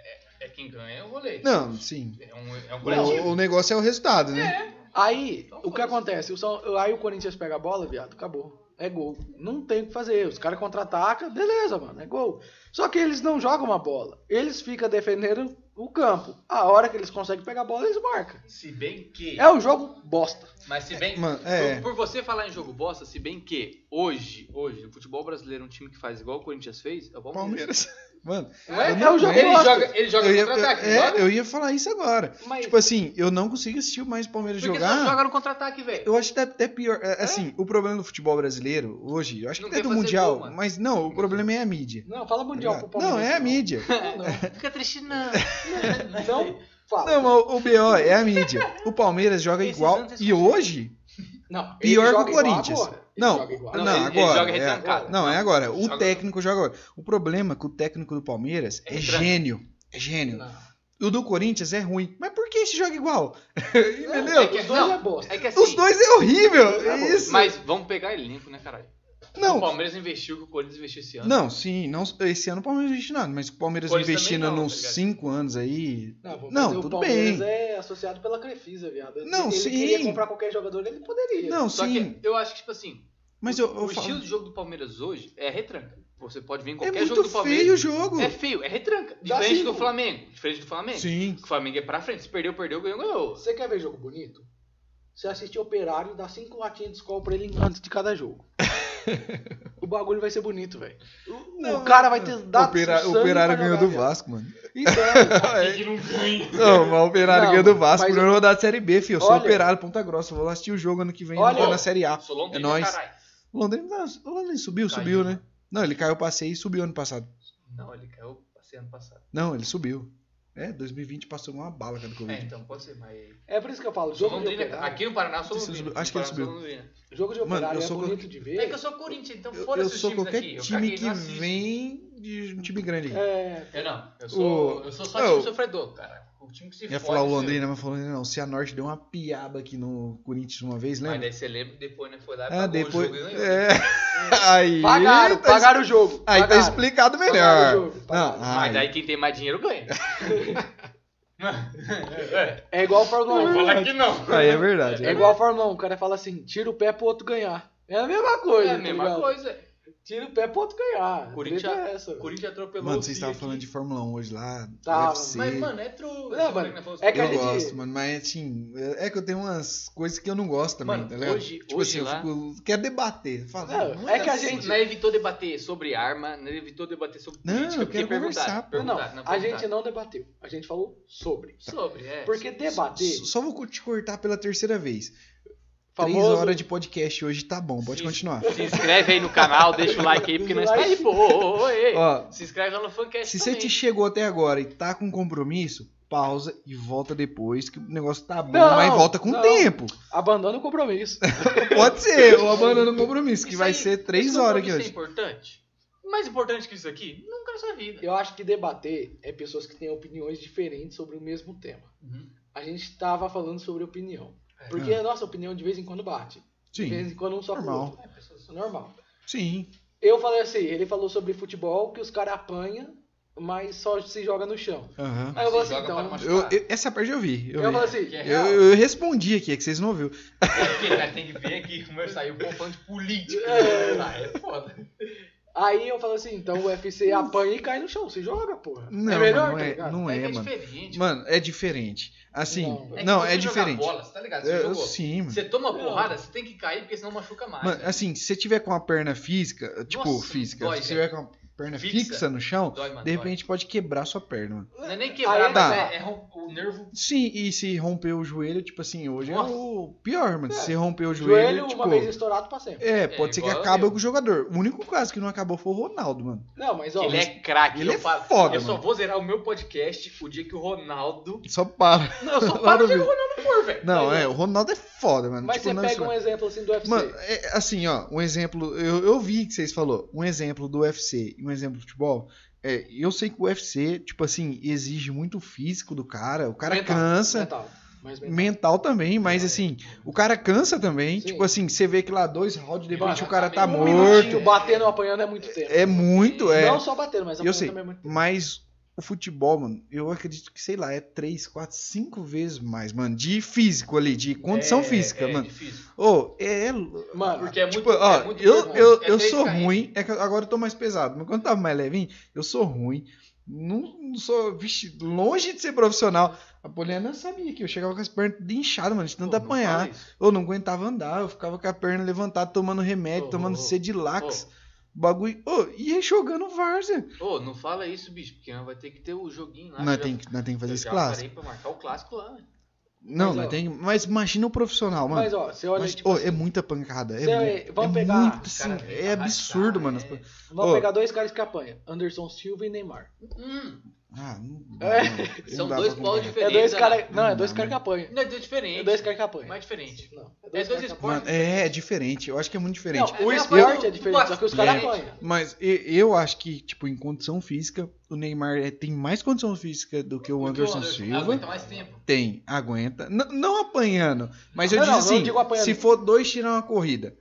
[SPEAKER 1] é, é quem ganha, é o rolê.
[SPEAKER 2] Não, sim.
[SPEAKER 1] É um, é um coletivo.
[SPEAKER 2] O, o negócio é o resultado, né?
[SPEAKER 3] Aí,
[SPEAKER 1] Então
[SPEAKER 3] o que
[SPEAKER 1] foda-se.
[SPEAKER 3] acontece? O São- aí o Corinthians pega a bola, viado, acabou. É gol. Não tem o que fazer. Os caras contra-atacam, beleza, mano, é gol. Só que eles não jogam a bola. Eles ficam defendendo o campo. A hora que eles conseguem pegar a bola, eles marcam.
[SPEAKER 1] Se bem que.
[SPEAKER 3] É um jogo bosta.
[SPEAKER 1] Mas se bem.
[SPEAKER 2] Mano, é.
[SPEAKER 1] Por, por você falar em jogo bosta, se bem que hoje, hoje, o futebol brasileiro, um time que faz igual o Corinthians fez, é o Palmeiras.
[SPEAKER 2] Palmeiras. Mano,
[SPEAKER 3] Ué,
[SPEAKER 2] eu
[SPEAKER 3] é
[SPEAKER 2] não
[SPEAKER 3] um jogo
[SPEAKER 2] aguento.
[SPEAKER 1] Ele
[SPEAKER 3] bosta.
[SPEAKER 1] joga, ele joga
[SPEAKER 2] eu ia,
[SPEAKER 1] contra-ataque,
[SPEAKER 2] eu-
[SPEAKER 1] não
[SPEAKER 2] é,
[SPEAKER 1] joga?
[SPEAKER 2] eu ia falar isso agora.
[SPEAKER 3] Mas
[SPEAKER 2] Tipo assim, eu não consigo assistir mais o Palmeiras
[SPEAKER 1] Porque
[SPEAKER 2] jogar.
[SPEAKER 1] só joga no contra-ataque, velho.
[SPEAKER 2] Eu acho até, até pior. é, Assim, o problema do futebol brasileiro hoje, eu acho
[SPEAKER 1] Não
[SPEAKER 2] que até
[SPEAKER 1] quer
[SPEAKER 2] do
[SPEAKER 1] fazer
[SPEAKER 2] Mundial,
[SPEAKER 1] gol, mano.
[SPEAKER 2] mas não, o problema é a mídia.
[SPEAKER 3] Não, fala mundial pro Palmeiras.
[SPEAKER 2] Não, é a mídia.
[SPEAKER 3] Não, não.
[SPEAKER 4] Não fica triste, não.
[SPEAKER 3] Não fala.
[SPEAKER 2] Não, mas o BO é a mídia. O Palmeiras joga
[SPEAKER 4] Esses
[SPEAKER 2] igual.
[SPEAKER 4] anos
[SPEAKER 2] E hoje?
[SPEAKER 3] Não,
[SPEAKER 2] Pior
[SPEAKER 3] ele
[SPEAKER 2] que o
[SPEAKER 3] joga igual
[SPEAKER 2] Corinthians.
[SPEAKER 3] agora. Ele
[SPEAKER 2] Não,
[SPEAKER 3] joga igual.
[SPEAKER 2] não,
[SPEAKER 1] ele- ele
[SPEAKER 2] agora.
[SPEAKER 1] joga
[SPEAKER 2] é.
[SPEAKER 1] retrancado.
[SPEAKER 2] Não, é agora. O
[SPEAKER 1] Joga-
[SPEAKER 2] técnico joga agora. O problema é que o técnico do Palmeiras
[SPEAKER 1] É
[SPEAKER 2] é,
[SPEAKER 1] retranca.
[SPEAKER 2] gênio. É gênio.
[SPEAKER 3] Não.
[SPEAKER 2] O do Corinthians é ruim. Mas por que esse joga igual? Entendeu?
[SPEAKER 1] é que-
[SPEAKER 3] Os dois
[SPEAKER 1] não.
[SPEAKER 3] é bosta.
[SPEAKER 1] É que assim.
[SPEAKER 2] Os dois é horrível.
[SPEAKER 3] Tá bom.
[SPEAKER 2] É isso.
[SPEAKER 1] Mas vamos pegar elenco, né, caralho? O
[SPEAKER 2] Não.
[SPEAKER 1] Palmeiras investiu o que o Corinthians investiu esse ano.
[SPEAKER 2] Não, sim, não, esse ano o Palmeiras não investiu nada, mas o Palmeiras
[SPEAKER 1] Corinthians
[SPEAKER 2] investindo
[SPEAKER 1] também não,
[SPEAKER 2] nos
[SPEAKER 1] tá ligado?
[SPEAKER 2] 5 anos aí,
[SPEAKER 3] Não, vamos
[SPEAKER 2] Não,
[SPEAKER 3] fazer,
[SPEAKER 2] tudo
[SPEAKER 3] o Palmeiras
[SPEAKER 2] bem.
[SPEAKER 3] é associado pela Crefisa, viado.
[SPEAKER 2] Não,
[SPEAKER 3] ele
[SPEAKER 2] sim.
[SPEAKER 3] queria comprar qualquer jogador, ele poderia.
[SPEAKER 2] Não,
[SPEAKER 1] Só
[SPEAKER 2] sim.
[SPEAKER 1] que eu acho que, tipo assim,
[SPEAKER 2] Mas eu, eu
[SPEAKER 1] o estilo
[SPEAKER 2] falo.
[SPEAKER 1] de jogo do Palmeiras hoje é retranca. Você pode ver em
[SPEAKER 2] É
[SPEAKER 1] qualquer jogo
[SPEAKER 2] muito
[SPEAKER 1] do
[SPEAKER 2] feio o
[SPEAKER 1] Palmeiras.
[SPEAKER 2] jogo.
[SPEAKER 1] É feio, é retranca.
[SPEAKER 3] Dá
[SPEAKER 1] Diferente
[SPEAKER 3] cinco.
[SPEAKER 1] do Flamengo. Diferente do Flamengo.
[SPEAKER 2] Sim.
[SPEAKER 1] O Flamengo é pra frente. Se perdeu, perdeu, ganhou, ganhou.
[SPEAKER 3] Você quer ver jogo bonito? Você assistir Operário, dá cinco latinhas de escola pra ele antes de cada jogo. O bagulho vai ser bonito, velho. O-
[SPEAKER 2] Não,
[SPEAKER 3] O cara vai ter
[SPEAKER 2] O
[SPEAKER 3] dado
[SPEAKER 2] Opera-
[SPEAKER 3] sangue
[SPEAKER 2] o Operário
[SPEAKER 3] pra
[SPEAKER 2] ganhou
[SPEAKER 3] jogar,
[SPEAKER 2] do
[SPEAKER 3] viado.
[SPEAKER 2] Vasco, mano.
[SPEAKER 3] Então,
[SPEAKER 2] É.
[SPEAKER 4] que não ganha.
[SPEAKER 2] Não, mas o Operário
[SPEAKER 3] Não,
[SPEAKER 2] ganhou do Vasco.
[SPEAKER 3] mas-
[SPEAKER 2] Primeiro rodada da Série B, filho. Eu sou
[SPEAKER 3] Olha-
[SPEAKER 2] Operário, Ponta Grossa. Vou lá assistir o jogo ano que vem
[SPEAKER 3] Olha-
[SPEAKER 2] lá na Série A.
[SPEAKER 1] Sou Londrina,
[SPEAKER 2] É nóis.
[SPEAKER 1] caralho.
[SPEAKER 2] O Londrina, não, o Londrina subiu,
[SPEAKER 1] Caiu.
[SPEAKER 2] subiu, né? Não, ele caiu, passei e subiu ano passado.
[SPEAKER 1] Não, ele caiu passei ano passado.
[SPEAKER 2] Não, ele subiu. É, 2020 passou uma bala, cara, do
[SPEAKER 1] É,
[SPEAKER 2] Covid.
[SPEAKER 1] então pode ser, mas.
[SPEAKER 3] é por isso que eu falo,
[SPEAKER 1] Sou
[SPEAKER 3] jogo de
[SPEAKER 1] Londrina,
[SPEAKER 3] operário,
[SPEAKER 1] aqui no Paraná sou
[SPEAKER 2] Não sei se
[SPEAKER 1] Londrina.
[SPEAKER 2] subiu. Acho que ele
[SPEAKER 1] No Paraná,
[SPEAKER 2] subiu.
[SPEAKER 1] sou Londrina.
[SPEAKER 3] jogo de
[SPEAKER 2] Mano,
[SPEAKER 3] operário
[SPEAKER 2] eu
[SPEAKER 3] é
[SPEAKER 2] sou
[SPEAKER 3] bonito de
[SPEAKER 1] É que eu
[SPEAKER 3] ver.
[SPEAKER 1] sou Corinthians, então
[SPEAKER 2] Eu,
[SPEAKER 1] fora
[SPEAKER 2] eu
[SPEAKER 1] esses
[SPEAKER 2] sou
[SPEAKER 1] times
[SPEAKER 2] qualquer
[SPEAKER 1] daqui. Eu
[SPEAKER 2] time
[SPEAKER 1] caguei,
[SPEAKER 2] que
[SPEAKER 1] não assisto.
[SPEAKER 2] vem de um time grande. aqui.
[SPEAKER 3] É,
[SPEAKER 1] Eu não, eu sou,
[SPEAKER 2] O-
[SPEAKER 1] eu sou só time
[SPEAKER 2] eu-
[SPEAKER 1] sofredor, cara. O time que se
[SPEAKER 2] Ia
[SPEAKER 1] fode,
[SPEAKER 2] falar o
[SPEAKER 1] sou eu.
[SPEAKER 2] Londrina, mas falou, não, o Cianorte deu uma piaba aqui no Corinthians uma vez,
[SPEAKER 1] Mas
[SPEAKER 2] lembra?
[SPEAKER 1] daí você lembra que depois, né? Foi lá e
[SPEAKER 2] Ah,
[SPEAKER 1] pagou
[SPEAKER 2] depois.
[SPEAKER 1] o jogo e ganhou.
[SPEAKER 2] É. Aí.
[SPEAKER 3] pagaram,
[SPEAKER 2] tá-
[SPEAKER 3] pagaram o jogo.
[SPEAKER 2] Aí tá
[SPEAKER 3] pagaram.
[SPEAKER 2] explicado
[SPEAKER 3] Pagaram o
[SPEAKER 2] melhor. Ah,
[SPEAKER 3] jogo,
[SPEAKER 2] Não,
[SPEAKER 3] pagaram.
[SPEAKER 1] Mas
[SPEAKER 2] aí.
[SPEAKER 1] daí quem tem mais dinheiro ganha. é,
[SPEAKER 3] É igual a Fórmula 1.
[SPEAKER 4] Fala que não.
[SPEAKER 2] Aí é verdade.
[SPEAKER 3] É igual a Fórmula 1, o cara fala assim, tira o pé pro outro ganhar. É a mesma coisa,
[SPEAKER 1] é a
[SPEAKER 3] tá
[SPEAKER 1] mesma
[SPEAKER 3] ligado?
[SPEAKER 1] coisa.
[SPEAKER 3] Tira o pé pro outro
[SPEAKER 1] Corinthians-
[SPEAKER 3] ganhar. Corinthians é essa.
[SPEAKER 1] O Corinthians atropelou
[SPEAKER 2] Mano,
[SPEAKER 1] o
[SPEAKER 2] vocês
[SPEAKER 1] Tigre
[SPEAKER 2] estavam falando
[SPEAKER 1] aqui.
[SPEAKER 2] de Fórmula 1 hoje lá.
[SPEAKER 3] Tava.
[SPEAKER 2] UFC.
[SPEAKER 1] Mas, mano, é true.
[SPEAKER 3] Não, mano, é que a
[SPEAKER 2] eu
[SPEAKER 3] gente-
[SPEAKER 2] gosto, mano, mas assim, é que eu tenho umas coisas que eu não gosto também,
[SPEAKER 1] Mano,
[SPEAKER 2] tá ligado?
[SPEAKER 1] hoje-
[SPEAKER 2] tipo
[SPEAKER 1] hoje
[SPEAKER 2] assim,
[SPEAKER 1] lá-
[SPEAKER 2] eu fico, quer debater. Fala,
[SPEAKER 3] Não,
[SPEAKER 2] não
[SPEAKER 3] é que a
[SPEAKER 2] assim.
[SPEAKER 3] gente-
[SPEAKER 1] Não evitou debater sobre arma, não evitou debater sobre
[SPEAKER 2] Não,
[SPEAKER 1] política,
[SPEAKER 2] eu
[SPEAKER 1] porque
[SPEAKER 2] quero
[SPEAKER 1] perguntaram,
[SPEAKER 2] conversar, pô.
[SPEAKER 3] Não, não,
[SPEAKER 1] perguntaram,
[SPEAKER 3] a gente
[SPEAKER 1] perguntaram.
[SPEAKER 3] não debateu. A gente falou sobre.
[SPEAKER 1] Sobre, é.
[SPEAKER 3] Porque debater,
[SPEAKER 2] S- Só vou te cortar pela terceira vez. Três
[SPEAKER 3] famoso...
[SPEAKER 2] horas de podcast hoje tá bom, pode
[SPEAKER 1] Sim.
[SPEAKER 2] continuar.
[SPEAKER 4] Se inscreve aí no canal, deixa o like aí, porque nós tá aí, pô. Ei,
[SPEAKER 2] Ó,
[SPEAKER 1] Se inscreve lá no Funcast
[SPEAKER 2] se você
[SPEAKER 1] também.
[SPEAKER 2] te chegou até agora e tá com compromisso, pausa e volta depois, que o negócio tá bom,
[SPEAKER 3] Não,
[SPEAKER 2] mas volta com o
[SPEAKER 3] não.
[SPEAKER 2] tempo.
[SPEAKER 3] Abandona o compromisso.
[SPEAKER 2] Pode ser, eu abandono o compromisso, que
[SPEAKER 1] Isso
[SPEAKER 2] vai
[SPEAKER 1] aí,
[SPEAKER 2] ser três
[SPEAKER 1] Esse
[SPEAKER 2] horas aqui
[SPEAKER 1] compromisso é
[SPEAKER 2] hoje.
[SPEAKER 1] importante? Mais importante que isso aqui? Nunca na sua vida.
[SPEAKER 3] Eu acho que debater é pessoas que têm opiniões diferentes sobre o mesmo tema.
[SPEAKER 1] Uhum.
[SPEAKER 3] A gente tava falando sobre opinião.
[SPEAKER 1] É.
[SPEAKER 3] Porque a nossa opinião de vez em quando bate. De
[SPEAKER 2] Sim,
[SPEAKER 3] vez em quando um só com o
[SPEAKER 2] normal.
[SPEAKER 3] outro.
[SPEAKER 1] É, pessoas-
[SPEAKER 3] Isso é normal.
[SPEAKER 2] sim.
[SPEAKER 3] Eu falei assim, ele falou sobre futebol, que os caras apanham, mas só se joga no chão.
[SPEAKER 2] Aham.
[SPEAKER 3] Aí eu vou assim,
[SPEAKER 1] Joga pra
[SPEAKER 3] então.
[SPEAKER 1] machucar.
[SPEAKER 2] Eu- eu- essa parte eu vi. Eu,
[SPEAKER 3] Eu,
[SPEAKER 2] vi.
[SPEAKER 3] falo assim,
[SPEAKER 1] Que é
[SPEAKER 2] Eu,
[SPEAKER 1] real.
[SPEAKER 2] eu respondi aqui, é que vocês não ouviram.
[SPEAKER 1] É porque nós tem que ver aqui como eu saí um poupando de política.
[SPEAKER 3] É.
[SPEAKER 1] Ah, é foda.
[SPEAKER 3] aí eu falo assim, então o UFC apanha e cai no chão, se joga, porra.
[SPEAKER 2] Não,
[SPEAKER 3] é
[SPEAKER 2] mano,
[SPEAKER 3] melhor,
[SPEAKER 2] não
[SPEAKER 3] tá
[SPEAKER 2] é,
[SPEAKER 3] ligado?
[SPEAKER 2] não é,
[SPEAKER 1] que
[SPEAKER 2] mano.
[SPEAKER 1] diferente.
[SPEAKER 2] Mano, é diferente. Assim,
[SPEAKER 3] Não.
[SPEAKER 2] não,
[SPEAKER 1] que
[SPEAKER 2] é,
[SPEAKER 1] você joga
[SPEAKER 2] diferente.
[SPEAKER 1] Bola, você tá ligado? Você
[SPEAKER 2] Eu- eu
[SPEAKER 1] jogou.
[SPEAKER 2] sim, mano.
[SPEAKER 1] Você toma
[SPEAKER 3] Não.
[SPEAKER 1] porrada, você tem que cair, porque senão machuca mais.
[SPEAKER 2] Mano,
[SPEAKER 1] velho.
[SPEAKER 2] assim, se você tiver com a perna física, tipo,
[SPEAKER 1] Nossa,
[SPEAKER 2] física,
[SPEAKER 1] dói,
[SPEAKER 2] se você
[SPEAKER 1] velho.
[SPEAKER 2] tiver com a perna
[SPEAKER 1] Fixa.
[SPEAKER 2] fixa, no chão,
[SPEAKER 1] Dói, mano.
[SPEAKER 2] de
[SPEAKER 1] dói.
[SPEAKER 2] repente pode quebrar sua perna, mano.
[SPEAKER 1] Não é nem quebrar,
[SPEAKER 3] Aí
[SPEAKER 1] mas
[SPEAKER 2] dá.
[SPEAKER 1] é, é rom- o nervo.
[SPEAKER 2] Sim, e se romper o joelho, tipo assim, hoje
[SPEAKER 1] Nossa.
[SPEAKER 2] é o pior, mano.
[SPEAKER 3] É.
[SPEAKER 2] Se romper o joelho,
[SPEAKER 3] Joelho,
[SPEAKER 2] tipo.
[SPEAKER 3] uma vez estourado pra sempre.
[SPEAKER 2] É, pode ser que
[SPEAKER 1] assim. igual
[SPEAKER 2] acabe
[SPEAKER 1] eu.
[SPEAKER 2] com o jogador. O único caso que não acabou foi o Ronaldo, mano.
[SPEAKER 3] Não, mas
[SPEAKER 1] que
[SPEAKER 3] ó,
[SPEAKER 1] Ele é craque.
[SPEAKER 2] Ele
[SPEAKER 1] eu
[SPEAKER 2] é
[SPEAKER 1] falo.
[SPEAKER 2] foda,
[SPEAKER 1] Eu só
[SPEAKER 2] mano.
[SPEAKER 1] vou zerar o meu podcast o dia que o Ronaldo.
[SPEAKER 2] Só para.
[SPEAKER 1] Não, eu só
[SPEAKER 2] Lá
[SPEAKER 1] paro
[SPEAKER 2] no
[SPEAKER 1] de
[SPEAKER 2] meio.
[SPEAKER 1] Ronaldo for, velho.
[SPEAKER 2] Não,
[SPEAKER 3] Mas,
[SPEAKER 2] é,
[SPEAKER 3] ó.
[SPEAKER 2] o Ronaldo é foda, mano.
[SPEAKER 3] mas
[SPEAKER 2] Tipo,
[SPEAKER 3] você
[SPEAKER 2] não,
[SPEAKER 3] pega
[SPEAKER 2] isso-
[SPEAKER 3] um exemplo assim do UFC.
[SPEAKER 2] Mano, é, assim, ó, um exemplo, eu, eu vi que vocês falou, um exemplo do UFC e um exemplo do futebol. É, eu sei que o UFC, tipo assim, exige muito físico do cara, o cara
[SPEAKER 1] Mental,
[SPEAKER 2] cansa, é mental,
[SPEAKER 3] mental, mas mental.
[SPEAKER 2] também, mas assim, o cara cansa também,
[SPEAKER 3] Sim.
[SPEAKER 2] tipo assim, você vê que lá dois rounds, de repente
[SPEAKER 1] Mano,
[SPEAKER 2] o cara tá
[SPEAKER 1] um
[SPEAKER 3] Um
[SPEAKER 2] morto,
[SPEAKER 3] minutinho batendo ou apanhando é muito tempo.
[SPEAKER 2] é muito, é,
[SPEAKER 3] Não só batendo, mas
[SPEAKER 2] Eu
[SPEAKER 3] apanhando
[SPEAKER 2] sei.
[SPEAKER 3] também é muito tempo.
[SPEAKER 2] mas o futebol, mano, eu acredito que, sei lá, é três, quatro, cinco vezes mais, mano, de físico ali, de condição
[SPEAKER 1] É,
[SPEAKER 2] física,
[SPEAKER 1] é
[SPEAKER 2] mano.
[SPEAKER 1] difícil.
[SPEAKER 2] Ô, é, é
[SPEAKER 3] Mano,
[SPEAKER 1] Porque é muito.
[SPEAKER 2] Tipo, ó,
[SPEAKER 1] é muito
[SPEAKER 2] eu,
[SPEAKER 1] nervoso.
[SPEAKER 2] eu,
[SPEAKER 1] É
[SPEAKER 2] eu
[SPEAKER 1] três
[SPEAKER 2] sou
[SPEAKER 1] KM.
[SPEAKER 2] ruim, é que agora eu tô mais pesado, mas quando eu tava mais levinho, eu sou ruim. Não, não sou, vixe, longe de ser profissional. A Poliana sabia que eu chegava com as pernas de inchada, mano, de
[SPEAKER 1] Pô,
[SPEAKER 2] tanto
[SPEAKER 1] não
[SPEAKER 2] apanhar.
[SPEAKER 1] fala isso.
[SPEAKER 2] Eu não aguentava andar, eu ficava com a perna levantada, tomando remédio,
[SPEAKER 1] Ô,
[SPEAKER 2] tomando
[SPEAKER 1] ô, ô,
[SPEAKER 2] sedilax. Bagulho. Ô, ia jogando várzea.
[SPEAKER 1] Ô, ô, não fala isso, bicho, porque vai ter que ter o joguinho lá.
[SPEAKER 2] Nós
[SPEAKER 1] que
[SPEAKER 2] tem,
[SPEAKER 1] já-
[SPEAKER 2] que- nós tem que fazer
[SPEAKER 1] eu
[SPEAKER 2] esse
[SPEAKER 1] já
[SPEAKER 2] clássico.
[SPEAKER 1] parei pra marcar o clássico lá. né?
[SPEAKER 2] Não,
[SPEAKER 3] Mas,
[SPEAKER 2] nós
[SPEAKER 3] ó.
[SPEAKER 2] tem. Mas imagina o profissional, mano.
[SPEAKER 3] Mas ó, você olha,
[SPEAKER 2] Mas,
[SPEAKER 3] tipo,
[SPEAKER 2] ô,
[SPEAKER 1] assim,
[SPEAKER 2] é muita pancada. É,
[SPEAKER 3] Cê-
[SPEAKER 2] mu-
[SPEAKER 3] vamos
[SPEAKER 2] é
[SPEAKER 3] pegar-
[SPEAKER 2] muito, assim,
[SPEAKER 1] Cara, vem
[SPEAKER 2] é
[SPEAKER 1] pra
[SPEAKER 2] absurdo,
[SPEAKER 1] arrasar,
[SPEAKER 2] mano.
[SPEAKER 1] é.
[SPEAKER 3] vamos
[SPEAKER 2] Ô.
[SPEAKER 3] pegar dois caras que apanham. Anderson Silva e Neymar.
[SPEAKER 1] Hum,
[SPEAKER 2] Ah, não, dá,
[SPEAKER 3] É.
[SPEAKER 2] não. Não
[SPEAKER 1] são
[SPEAKER 2] dá
[SPEAKER 1] dois
[SPEAKER 2] pra comparar.
[SPEAKER 1] polos
[SPEAKER 3] É
[SPEAKER 1] diferentes.
[SPEAKER 3] dois
[SPEAKER 1] né?
[SPEAKER 3] caras... Não, é
[SPEAKER 2] Não
[SPEAKER 3] dois
[SPEAKER 2] dá,
[SPEAKER 3] caras que apanham.
[SPEAKER 1] Não, é dois diferentes.
[SPEAKER 3] É dois caras que apanham.
[SPEAKER 1] Mais diferente.
[SPEAKER 3] Não, é
[SPEAKER 1] É
[SPEAKER 3] dois
[SPEAKER 1] dois
[SPEAKER 3] caras que apanham.
[SPEAKER 1] esportes.
[SPEAKER 2] Mano, é, é diferente. Eu acho que é muito diferente.
[SPEAKER 3] Não, o
[SPEAKER 1] É,
[SPEAKER 3] esporte
[SPEAKER 1] mas
[SPEAKER 3] é diferente, só que os caras
[SPEAKER 1] é.
[SPEAKER 3] apanham.
[SPEAKER 2] Mas e- eu acho que, tipo, em condição física, o Neymar é- tem mais condição física do que o
[SPEAKER 1] Porque
[SPEAKER 2] Anderson
[SPEAKER 1] Anderson então.
[SPEAKER 2] Silva.
[SPEAKER 1] Aguenta mais tempo.
[SPEAKER 2] Tem, aguenta. N- não apanhando. Mas eu
[SPEAKER 3] Não,
[SPEAKER 2] digo
[SPEAKER 3] não, não
[SPEAKER 2] assim,
[SPEAKER 3] digo apanhando.
[SPEAKER 2] se for dois tirar uma corrida.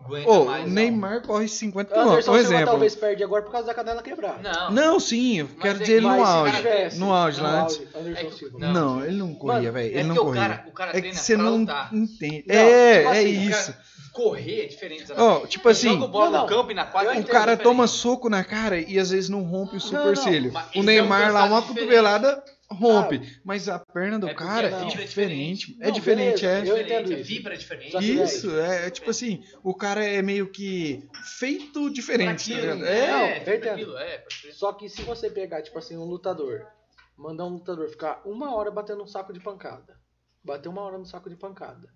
[SPEAKER 1] Aguenta
[SPEAKER 2] Ô,
[SPEAKER 1] mais.
[SPEAKER 2] o
[SPEAKER 1] não.
[SPEAKER 2] Neymar corre 50 km,
[SPEAKER 3] Anderson
[SPEAKER 2] por
[SPEAKER 3] Silva
[SPEAKER 2] um exemplo.
[SPEAKER 3] talvez perde agora por causa da canela quebrada.
[SPEAKER 1] Não.
[SPEAKER 2] Não, sim, eu
[SPEAKER 1] Mas
[SPEAKER 2] quero
[SPEAKER 1] é
[SPEAKER 2] dizer ele no
[SPEAKER 1] que- mas se o
[SPEAKER 2] auge.
[SPEAKER 1] cara
[SPEAKER 3] tivesse-
[SPEAKER 2] No auge,
[SPEAKER 3] no
[SPEAKER 2] lá
[SPEAKER 3] auge,
[SPEAKER 2] antes.
[SPEAKER 3] Anderson
[SPEAKER 1] É que-
[SPEAKER 3] Silva.
[SPEAKER 1] Não.
[SPEAKER 2] Não, ele não corria, velho.
[SPEAKER 1] é
[SPEAKER 2] Ele não
[SPEAKER 1] porque
[SPEAKER 2] corria.
[SPEAKER 1] o cara, o cara
[SPEAKER 2] é que
[SPEAKER 1] treina
[SPEAKER 2] você
[SPEAKER 1] pra
[SPEAKER 2] não
[SPEAKER 1] lutar.
[SPEAKER 2] entende.
[SPEAKER 3] Não,
[SPEAKER 2] é,
[SPEAKER 3] tipo
[SPEAKER 2] é
[SPEAKER 3] assim,
[SPEAKER 1] O cara
[SPEAKER 2] isso.
[SPEAKER 1] correr é diferente. sabe?
[SPEAKER 2] Ó, tipo assim,
[SPEAKER 1] Joga o bola
[SPEAKER 3] Não,
[SPEAKER 1] no
[SPEAKER 3] não.
[SPEAKER 1] campo e na quadra.
[SPEAKER 3] Eu
[SPEAKER 1] é
[SPEAKER 2] O
[SPEAKER 3] entendo,
[SPEAKER 2] cara
[SPEAKER 1] diferente.
[SPEAKER 2] toma soco na cara e às vezes não rompe o
[SPEAKER 3] Não,
[SPEAKER 2] supercílio.
[SPEAKER 1] não, mas
[SPEAKER 2] O
[SPEAKER 1] eles são
[SPEAKER 2] Neymar lá, uma
[SPEAKER 1] cansados diferentes.
[SPEAKER 2] cotovelada, rompe. Mas a perna do
[SPEAKER 4] É porque
[SPEAKER 2] cara
[SPEAKER 4] a
[SPEAKER 2] é
[SPEAKER 4] fibra é
[SPEAKER 2] diferente. É
[SPEAKER 3] Não,
[SPEAKER 2] diferente,
[SPEAKER 3] beleza,
[SPEAKER 2] é.
[SPEAKER 3] Eu entendo
[SPEAKER 4] A
[SPEAKER 3] isso.
[SPEAKER 4] fibra é diferente.
[SPEAKER 3] Já sei.
[SPEAKER 2] Isso, é, é tipo assim, o cara é meio que feito diferente, tá
[SPEAKER 4] Fraquinho,
[SPEAKER 2] ligado?
[SPEAKER 4] né?
[SPEAKER 2] É,
[SPEAKER 3] não, eu entendo.
[SPEAKER 4] aquilo, é, pode crer.
[SPEAKER 3] Só que se você pegar, tipo assim, um lutador, mandar um lutador ficar uma hora batendo um saco de pancada. Bater uma hora no saco de pancada.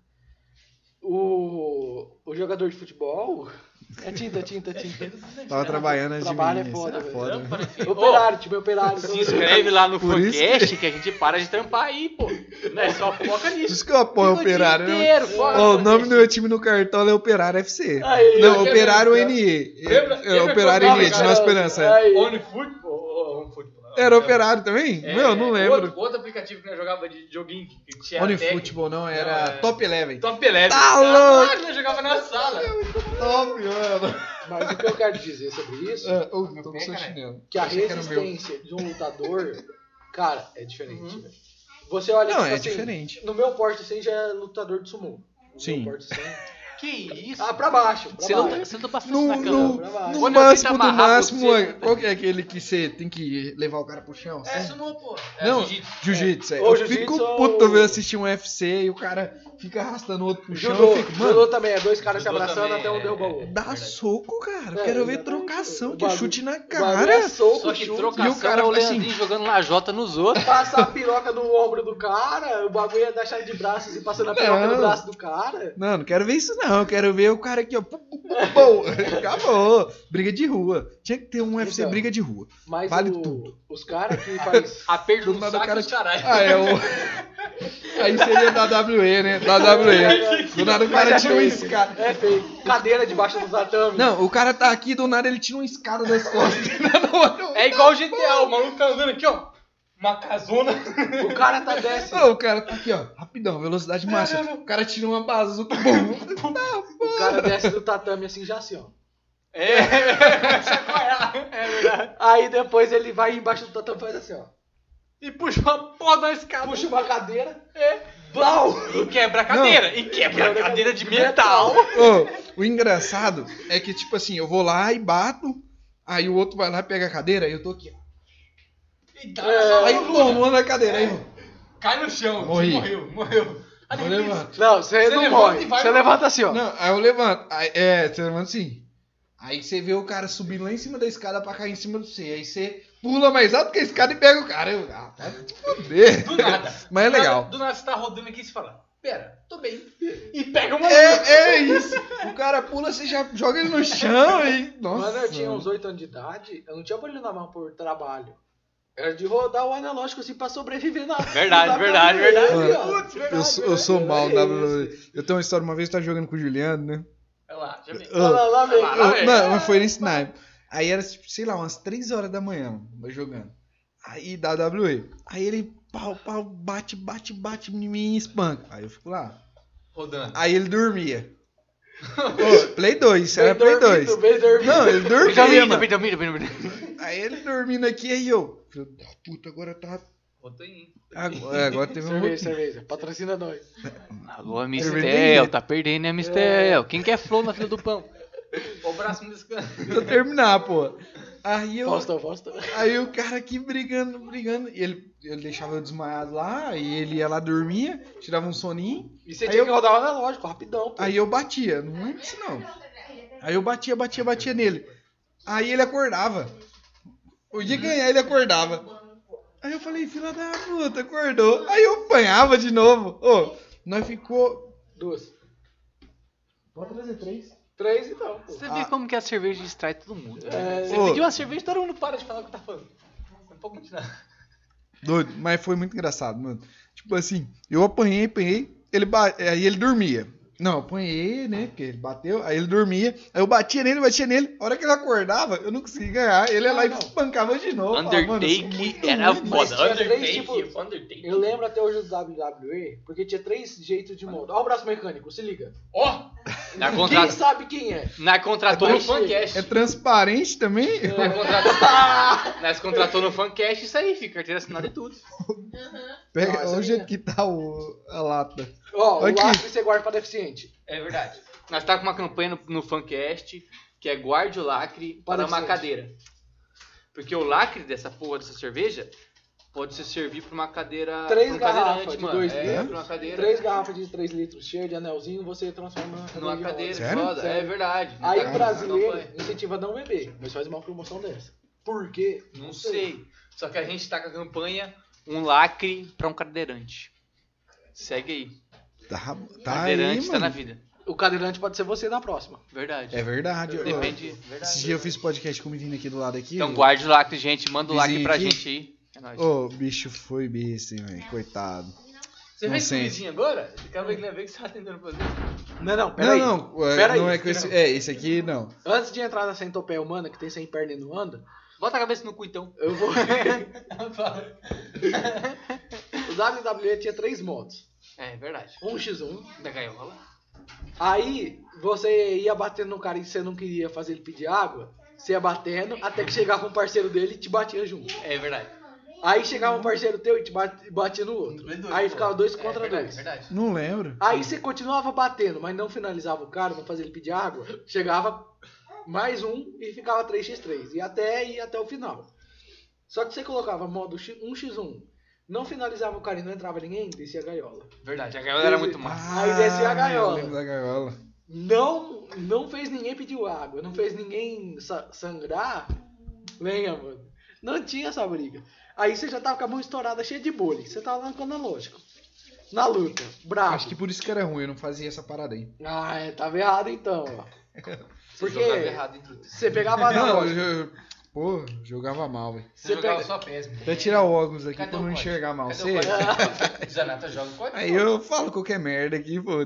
[SPEAKER 3] O, o jogador de futebol. É tinta, tinta, tinta.
[SPEAKER 2] É, tava trabalhando antes de
[SPEAKER 3] Trabalho é
[SPEAKER 2] mim, isso
[SPEAKER 3] foda,
[SPEAKER 2] é
[SPEAKER 3] velho.
[SPEAKER 2] foda. né?
[SPEAKER 3] Operário, time operário.
[SPEAKER 4] Se inscreve lá no
[SPEAKER 2] Por isso
[SPEAKER 4] Funcast que... a gente para de trampar aí, pô. Não é só foca nisso.
[SPEAKER 2] Diz que eu apoio
[SPEAKER 4] Fica o dia
[SPEAKER 2] operário, né?
[SPEAKER 4] inteiro, foca
[SPEAKER 2] Ó, o
[SPEAKER 4] no
[SPEAKER 2] nome do
[SPEAKER 4] Funcast.
[SPEAKER 2] meu time no cartola é Operário FC.
[SPEAKER 3] Aí,
[SPEAKER 2] não,
[SPEAKER 1] eu
[SPEAKER 2] Operário
[SPEAKER 3] quero-
[SPEAKER 2] NE.
[SPEAKER 1] Lembra-
[SPEAKER 2] É,
[SPEAKER 1] lembra
[SPEAKER 2] Operário
[SPEAKER 1] quando-
[SPEAKER 2] NE, de Nova Esperança. é.
[SPEAKER 3] Aí.
[SPEAKER 1] OneFootball? ou- ou OneFootball?
[SPEAKER 2] Era Operário também?
[SPEAKER 1] É,
[SPEAKER 2] não, eu não lembro.
[SPEAKER 1] Outro, outro aplicativo que nós jogava de joguinho. Que tinha
[SPEAKER 2] Only
[SPEAKER 1] tag.
[SPEAKER 2] Futebol não,
[SPEAKER 1] Não,
[SPEAKER 2] era
[SPEAKER 1] é.
[SPEAKER 2] Top Eleven.
[SPEAKER 4] Então,
[SPEAKER 1] Top Eleven.
[SPEAKER 2] Tá
[SPEAKER 1] Ah,
[SPEAKER 2] louco!
[SPEAKER 1] Nós jogava na sala.
[SPEAKER 2] Top, mano.
[SPEAKER 3] é? Mas o que eu quero dizer sobre isso é
[SPEAKER 2] Ah, oh, tô com
[SPEAKER 1] pé,
[SPEAKER 2] seu
[SPEAKER 1] caralho.
[SPEAKER 2] chinelo.
[SPEAKER 3] que a
[SPEAKER 2] Achei que era o meu.
[SPEAKER 3] resistência de um lutador, cara, é diferente, velho. Você olha
[SPEAKER 2] Não,
[SPEAKER 3] tipo
[SPEAKER 2] é
[SPEAKER 3] assim,
[SPEAKER 2] diferente.
[SPEAKER 3] No meu porte assim já é lutador de sumô. No
[SPEAKER 2] Sim.
[SPEAKER 3] Meu porte, assim,
[SPEAKER 4] Que isso?
[SPEAKER 3] ah, pra baixo. Pra
[SPEAKER 4] Você
[SPEAKER 3] baixo.
[SPEAKER 4] não, você não tá bastante
[SPEAKER 2] No,
[SPEAKER 4] na
[SPEAKER 2] no,
[SPEAKER 4] cama.
[SPEAKER 3] pra baixo.
[SPEAKER 2] no
[SPEAKER 4] Quando eu
[SPEAKER 2] máximo
[SPEAKER 4] tento
[SPEAKER 2] do
[SPEAKER 4] amarrar
[SPEAKER 2] máximo,
[SPEAKER 4] você,
[SPEAKER 2] é- qual que é aquele que você tem que levar o cara pro chão?
[SPEAKER 4] É,
[SPEAKER 2] assim?
[SPEAKER 4] sumou, pô. É,
[SPEAKER 2] Não,
[SPEAKER 4] jiu-jitsu.
[SPEAKER 2] jiu-jitsu. é.
[SPEAKER 3] Ou
[SPEAKER 2] Eu fico
[SPEAKER 3] jiu-jitsu
[SPEAKER 2] puto
[SPEAKER 3] ou-
[SPEAKER 2] ver assistir um UFC e o cara fica arrastando o outro pro chão.
[SPEAKER 3] Judô,
[SPEAKER 2] eu fico, mano,
[SPEAKER 3] judô também, é dois caras se
[SPEAKER 4] Judô
[SPEAKER 3] abraçando
[SPEAKER 4] também,
[SPEAKER 3] até um
[SPEAKER 4] é.
[SPEAKER 3] derrubar o outro.
[SPEAKER 2] dá
[SPEAKER 4] Verdade.
[SPEAKER 2] soco, cara.
[SPEAKER 3] É,
[SPEAKER 2] Eu quero ver
[SPEAKER 3] exatamente.
[SPEAKER 2] trocação,
[SPEAKER 3] O
[SPEAKER 2] que
[SPEAKER 3] bagulho-
[SPEAKER 2] chute na
[SPEAKER 3] O bagulho é
[SPEAKER 2] cara.
[SPEAKER 3] soco,
[SPEAKER 4] Só que
[SPEAKER 3] chute,
[SPEAKER 4] trocação
[SPEAKER 2] E o cara
[SPEAKER 4] é o
[SPEAKER 2] fala assim-
[SPEAKER 4] Leandrinho jogando lajota nos outros.
[SPEAKER 3] Passar a piroca no ombro do cara, o bagulho é deixar de braços e passando a piroca
[SPEAKER 2] Não.
[SPEAKER 3] no braço do cara.
[SPEAKER 2] Não, não quero ver isso não. Eu quero ver o cara aqui, ó. pum, pum, pum, pum. Acabou. Briga de rua. Tinha que ter um UFC
[SPEAKER 3] Então.
[SPEAKER 2] briga de rua.
[SPEAKER 3] Mas
[SPEAKER 2] Vale
[SPEAKER 3] o-
[SPEAKER 2] tudo.
[SPEAKER 3] os caras que faz...
[SPEAKER 4] Aperto
[SPEAKER 2] Do
[SPEAKER 4] no
[SPEAKER 2] nada
[SPEAKER 4] saco
[SPEAKER 2] o cara
[SPEAKER 4] dos caralho.
[SPEAKER 2] Ah, é o... Aí seria da WWE, né? Da WWE. Do nada o cara tira uma escada.
[SPEAKER 3] É feio. Cadeira debaixo do tatame.
[SPEAKER 2] Não, o cara tá aqui, do nada ele tira uma escada das costas. Não, não,
[SPEAKER 4] É igual o GTA, o maluco tá andando aqui, ó. Uma casona.
[SPEAKER 3] O cara tá desce.
[SPEAKER 2] não. o cara tá aqui, ó. Rapidão, velocidade máxima. O cara tira uma bazuca. Bum.
[SPEAKER 3] O cara desce do tatame assim, já assim, ó.
[SPEAKER 4] É verdade.
[SPEAKER 3] Aí depois ele vai embaixo do tatame e faz assim, ó.
[SPEAKER 4] E puxa uma porra da escada.
[SPEAKER 3] Puxa uma cadeira.
[SPEAKER 4] E quebra a cadeira. E quebra a cadeira de metal.
[SPEAKER 2] Ô, o engraçado é que, tipo assim, eu vou lá e bato. Aí o outro vai lá, pega a cadeira, aí eu tô aqui, ó.
[SPEAKER 4] E dá
[SPEAKER 3] É.
[SPEAKER 2] Aí
[SPEAKER 4] aí,
[SPEAKER 2] tomou na cadeira, aí, ó.
[SPEAKER 4] Cai no chão.
[SPEAKER 2] Morri.
[SPEAKER 4] Morreu, morreu. Aí
[SPEAKER 2] Eu
[SPEAKER 4] depois-
[SPEAKER 2] levanto.
[SPEAKER 3] Não, você,
[SPEAKER 4] Você
[SPEAKER 3] não
[SPEAKER 4] levanta
[SPEAKER 3] morre.
[SPEAKER 4] e vai-
[SPEAKER 3] Você levanta assim, ó.
[SPEAKER 2] Não, aí eu levanto. Aí, é, você levanta assim. Aí você vê o cara subir lá em cima da escada pra cair em cima do você. Aí você pula mais alto que a escada e pega o cara. Eu, ah, vai te foder.
[SPEAKER 4] Do nada.
[SPEAKER 2] Mas é
[SPEAKER 4] Do nada-
[SPEAKER 2] legal.
[SPEAKER 4] Do nada você tá rodando aqui e você fala, pera, tô bem. E pega uma...
[SPEAKER 2] É, é isso. O cara pula, você já joga ele no chão e. Nossa.
[SPEAKER 3] Quando eu tinha uns 8 anos de idade, eu não tinha bolha na mão por trabalho. Era de rodar o analógico assim pra sobreviver na
[SPEAKER 4] Verdade,
[SPEAKER 3] na
[SPEAKER 4] verdade,
[SPEAKER 3] WWE,
[SPEAKER 4] verdade.
[SPEAKER 3] ó.
[SPEAKER 4] Putz, verdade,
[SPEAKER 2] Eu sou, eu sou
[SPEAKER 3] verdade.
[SPEAKER 2] mal da WWE. Eu tenho uma história, uma vez eu tava jogando com o Juliano, né?
[SPEAKER 4] Olha lá, já vem.
[SPEAKER 3] Olha lá, lá, vem.
[SPEAKER 4] Ah,
[SPEAKER 2] Eu-
[SPEAKER 4] velho.
[SPEAKER 2] mano, mas foi nesse naipe. Aí era, tipo, sei lá, umas 3 horas da manhã, mano, eu jogando. Aí da WWE. Aí ele pau, pau, bate, bate, bate em mim e espanca. Aí eu fico lá.
[SPEAKER 1] Rodando.
[SPEAKER 2] Aí ele dormia. Ô, Play 2, isso era
[SPEAKER 3] Bem
[SPEAKER 2] Play
[SPEAKER 3] dormido,
[SPEAKER 2] 2.
[SPEAKER 3] bem dormido.
[SPEAKER 2] Não, ele dormia,
[SPEAKER 4] Benjamin,
[SPEAKER 2] mano.
[SPEAKER 4] Benjamin, Benjamin.
[SPEAKER 2] Aí ele dormindo aqui, aí eu. Filho da puta, agora tá.
[SPEAKER 1] Rodando em-
[SPEAKER 2] Agora, é, agora teve um.
[SPEAKER 3] Cerveja, cerveja. Patrocina nós. É.
[SPEAKER 4] Alô,
[SPEAKER 2] Perdi.
[SPEAKER 4] Mistel, tá perdendo, né, Mistel? Quem quer flow na fila do pão?
[SPEAKER 1] O braço me descansa.
[SPEAKER 2] Pra terminar, pô. Aí eu.
[SPEAKER 3] Faustão, Faustão.
[SPEAKER 2] Aí o cara aqui brigando, brigando. E ele, ele deixava eu desmaiado lá, e ele ia lá dormia, tirava um soninho.
[SPEAKER 3] E você
[SPEAKER 2] Aí
[SPEAKER 3] tinha
[SPEAKER 2] eu-
[SPEAKER 3] que rodar o analógico, rapidão. Pô.
[SPEAKER 2] Aí eu batia, não é isso não. Aí eu batia, batia, batia nele. Aí ele acordava. O dia que ganhar, ele acordava. Aí eu falei, filha da puta, acordou. Aí eu apanhava de novo. Ô, nós ficou.
[SPEAKER 3] Duas.
[SPEAKER 2] Pode trazer três.
[SPEAKER 3] Três então, pô.
[SPEAKER 4] Você vê como que a cerveja distrai todo mundo. né?
[SPEAKER 3] É,
[SPEAKER 4] Você
[SPEAKER 2] Ô.
[SPEAKER 4] pediu uma cerveja, todo mundo para de falar o que tá falando. Não pode continuar.
[SPEAKER 2] Doido, mas foi muito engraçado, mano. Tipo assim, eu apanhei, apanhei, ele ba- aí ele dormia. Não, eu apanhei, né? Porque ele bateu, aí ele dormia, aí eu batia nele, batia nele. A hora que ele acordava, eu não conseguia ganhar. Ele ia lá e
[SPEAKER 3] Não, não.
[SPEAKER 2] espancava de novo. Falava, "Mano, eu sou muito
[SPEAKER 4] Undertake era
[SPEAKER 2] ruim,
[SPEAKER 4] foda.
[SPEAKER 3] tinha três
[SPEAKER 4] Undertake,
[SPEAKER 2] tipo,
[SPEAKER 3] tipos-
[SPEAKER 4] Undertake.
[SPEAKER 3] Eu lembro até hoje do WWE, porque tinha três jeitos de modo. Olha o braço mecânico, se liga.
[SPEAKER 4] Ó! Na
[SPEAKER 3] Quem
[SPEAKER 4] contratou,
[SPEAKER 3] sabe quem é?
[SPEAKER 4] na contratou
[SPEAKER 3] É
[SPEAKER 4] no
[SPEAKER 3] três
[SPEAKER 2] É
[SPEAKER 4] Fancast.
[SPEAKER 2] transparente também?
[SPEAKER 4] Nós contratou, nós contratou no Fancast isso aí, fica carteira assinada e tudo.
[SPEAKER 2] Pega
[SPEAKER 3] Nossa,
[SPEAKER 2] olha o jeito
[SPEAKER 3] menina.
[SPEAKER 2] que tá o, a lata.
[SPEAKER 3] Ó, o
[SPEAKER 2] Aqui.
[SPEAKER 3] lastro você guarda pra deficiente.
[SPEAKER 4] É verdade. Nós tá com uma campanha no, no Fancast que é guarde o lacre para uma
[SPEAKER 3] Parecente.
[SPEAKER 4] cadeira. Porque o lacre dessa porra dessa cerveja
[SPEAKER 1] Pode se servir pra uma cadeira.
[SPEAKER 3] Três
[SPEAKER 1] pra um
[SPEAKER 3] garrafas
[SPEAKER 1] cadeirante,
[SPEAKER 3] de
[SPEAKER 1] mano.
[SPEAKER 3] dois
[SPEAKER 1] é,
[SPEAKER 2] litros.
[SPEAKER 1] pra uma cadeira.
[SPEAKER 3] Três garrafas de 3 litros cheias de anelzinho, você transforma
[SPEAKER 1] Numa
[SPEAKER 3] em
[SPEAKER 1] cadeira,
[SPEAKER 3] rosa.
[SPEAKER 1] de
[SPEAKER 2] Sério?
[SPEAKER 1] roda. É
[SPEAKER 3] Sério.
[SPEAKER 1] verdade.
[SPEAKER 3] Aí
[SPEAKER 1] Não,
[SPEAKER 3] o brasileiro
[SPEAKER 1] não foi.
[SPEAKER 3] incentiva a não beber, mas faz uma promoção dessa. Por quê?
[SPEAKER 1] Não sei. Só que a gente tá com a campanha Um Lacre pra um Cadeirante. Segue aí.
[SPEAKER 2] Tá, tá aí,
[SPEAKER 1] Cadeirante tá na
[SPEAKER 2] mano.
[SPEAKER 1] vida.
[SPEAKER 3] O cadeirante pode ser você na próxima.
[SPEAKER 1] Verdade.
[SPEAKER 2] É verdade. eu-
[SPEAKER 1] Depende.
[SPEAKER 2] Esse dia eu fiz podcast com o menino aqui do lado aqui.
[SPEAKER 1] Então guarde o lacre, gente. Manda o lacre
[SPEAKER 2] Vizinho
[SPEAKER 1] pra
[SPEAKER 2] aqui.
[SPEAKER 1] gente aí. É nóis.
[SPEAKER 2] Ô, bicho foi besta, hein, velho. Coitado.
[SPEAKER 1] Você fez
[SPEAKER 2] Inocente.
[SPEAKER 1] comidinha agora? Calma aí que não é bem que você tá tentando fazer.
[SPEAKER 3] Não, não,
[SPEAKER 2] Não,
[SPEAKER 3] peraí.
[SPEAKER 2] não. é,
[SPEAKER 3] Peraí,
[SPEAKER 2] não é com esse. É, esse aqui não.
[SPEAKER 3] Antes de entrar na centopeia humana, que tem sem perna e não anda,
[SPEAKER 1] Bota a cabeça no cu então.
[SPEAKER 3] eu vou. o WWE tinha três modos:
[SPEAKER 1] É, é verdade.
[SPEAKER 3] 1x1.
[SPEAKER 1] Da gaiola.
[SPEAKER 3] Aí você ia batendo no cara e você não queria fazer ele pedir água. Você ia batendo até que chegava um parceiro dele e te batia junto.
[SPEAKER 1] É verdade.
[SPEAKER 3] Aí chegava um parceiro teu e te bate- batia no outro. Aí ficava dois contra
[SPEAKER 1] é verdade,
[SPEAKER 3] dois.
[SPEAKER 1] verdade.
[SPEAKER 2] Não lembro.
[SPEAKER 3] Aí você continuava batendo, mas não finalizava o cara, não fazia ele pedir água. Chegava mais um e ficava 3x3. E até ia até o final. Só que você colocava modo X- 1x1. Não finalizava o cara e não entrava ninguém, descia a gaiola.
[SPEAKER 1] Verdade. A gaiola era muito massa.
[SPEAKER 2] Ah,
[SPEAKER 3] Aí desceu a
[SPEAKER 2] eu
[SPEAKER 3] gaiola.
[SPEAKER 2] Lembro da gaiola.
[SPEAKER 3] Não, não fez ninguém pedir água, não fez ninguém sa- sangrar. Venha, mano. Não tinha essa briga. Aí você já tava com a mão estourada, cheia de bolha. Você tava lá no analógico. Na luta, bravo.
[SPEAKER 2] Acho que por isso que era ruim, eu não fazia essa parada aí.
[SPEAKER 3] Ah, é, tava errado então, ó.
[SPEAKER 1] Você
[SPEAKER 3] Porque
[SPEAKER 1] jogava errado em tudo.
[SPEAKER 3] você pegava
[SPEAKER 2] Não,
[SPEAKER 3] analógico.
[SPEAKER 2] eu, eu- pô, jogava mal, velho.
[SPEAKER 1] Você
[SPEAKER 3] Você
[SPEAKER 1] jogava
[SPEAKER 3] pega...
[SPEAKER 1] só péssimo.
[SPEAKER 2] Até tirar o óculos aqui
[SPEAKER 1] Cadê
[SPEAKER 2] pra
[SPEAKER 1] o
[SPEAKER 2] não
[SPEAKER 1] código?
[SPEAKER 2] enxergar mal.
[SPEAKER 1] Cadê
[SPEAKER 2] Você...
[SPEAKER 1] o código? Zanata joga o código.
[SPEAKER 2] Aí eu falo qualquer merda aqui, pô.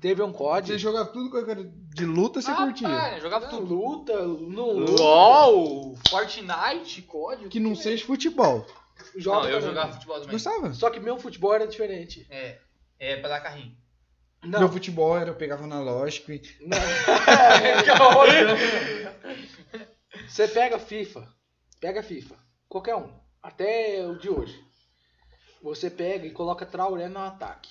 [SPEAKER 3] Teve um
[SPEAKER 2] Você
[SPEAKER 3] código.
[SPEAKER 2] jogava tudo com a cara de luta, você
[SPEAKER 1] Ah,
[SPEAKER 2] curtia.
[SPEAKER 1] para, jogava
[SPEAKER 3] Não,
[SPEAKER 1] tudo.
[SPEAKER 3] luta, não luta.
[SPEAKER 1] LOL, Fortnite, código.
[SPEAKER 2] Que não seja futebol.
[SPEAKER 1] Não,
[SPEAKER 3] Joga
[SPEAKER 1] eu
[SPEAKER 3] também.
[SPEAKER 1] jogava futebol também.
[SPEAKER 2] Gostava?
[SPEAKER 3] Só que meu futebol era diferente.
[SPEAKER 1] É. É pra dar carrinho.
[SPEAKER 3] Não,
[SPEAKER 2] Meu futebol era, eu pegava na lógica e.
[SPEAKER 3] não. Você pega FIFA. Pega FIFA. Qualquer um. Até o de hoje. Você pega e coloca Traoré no ataque.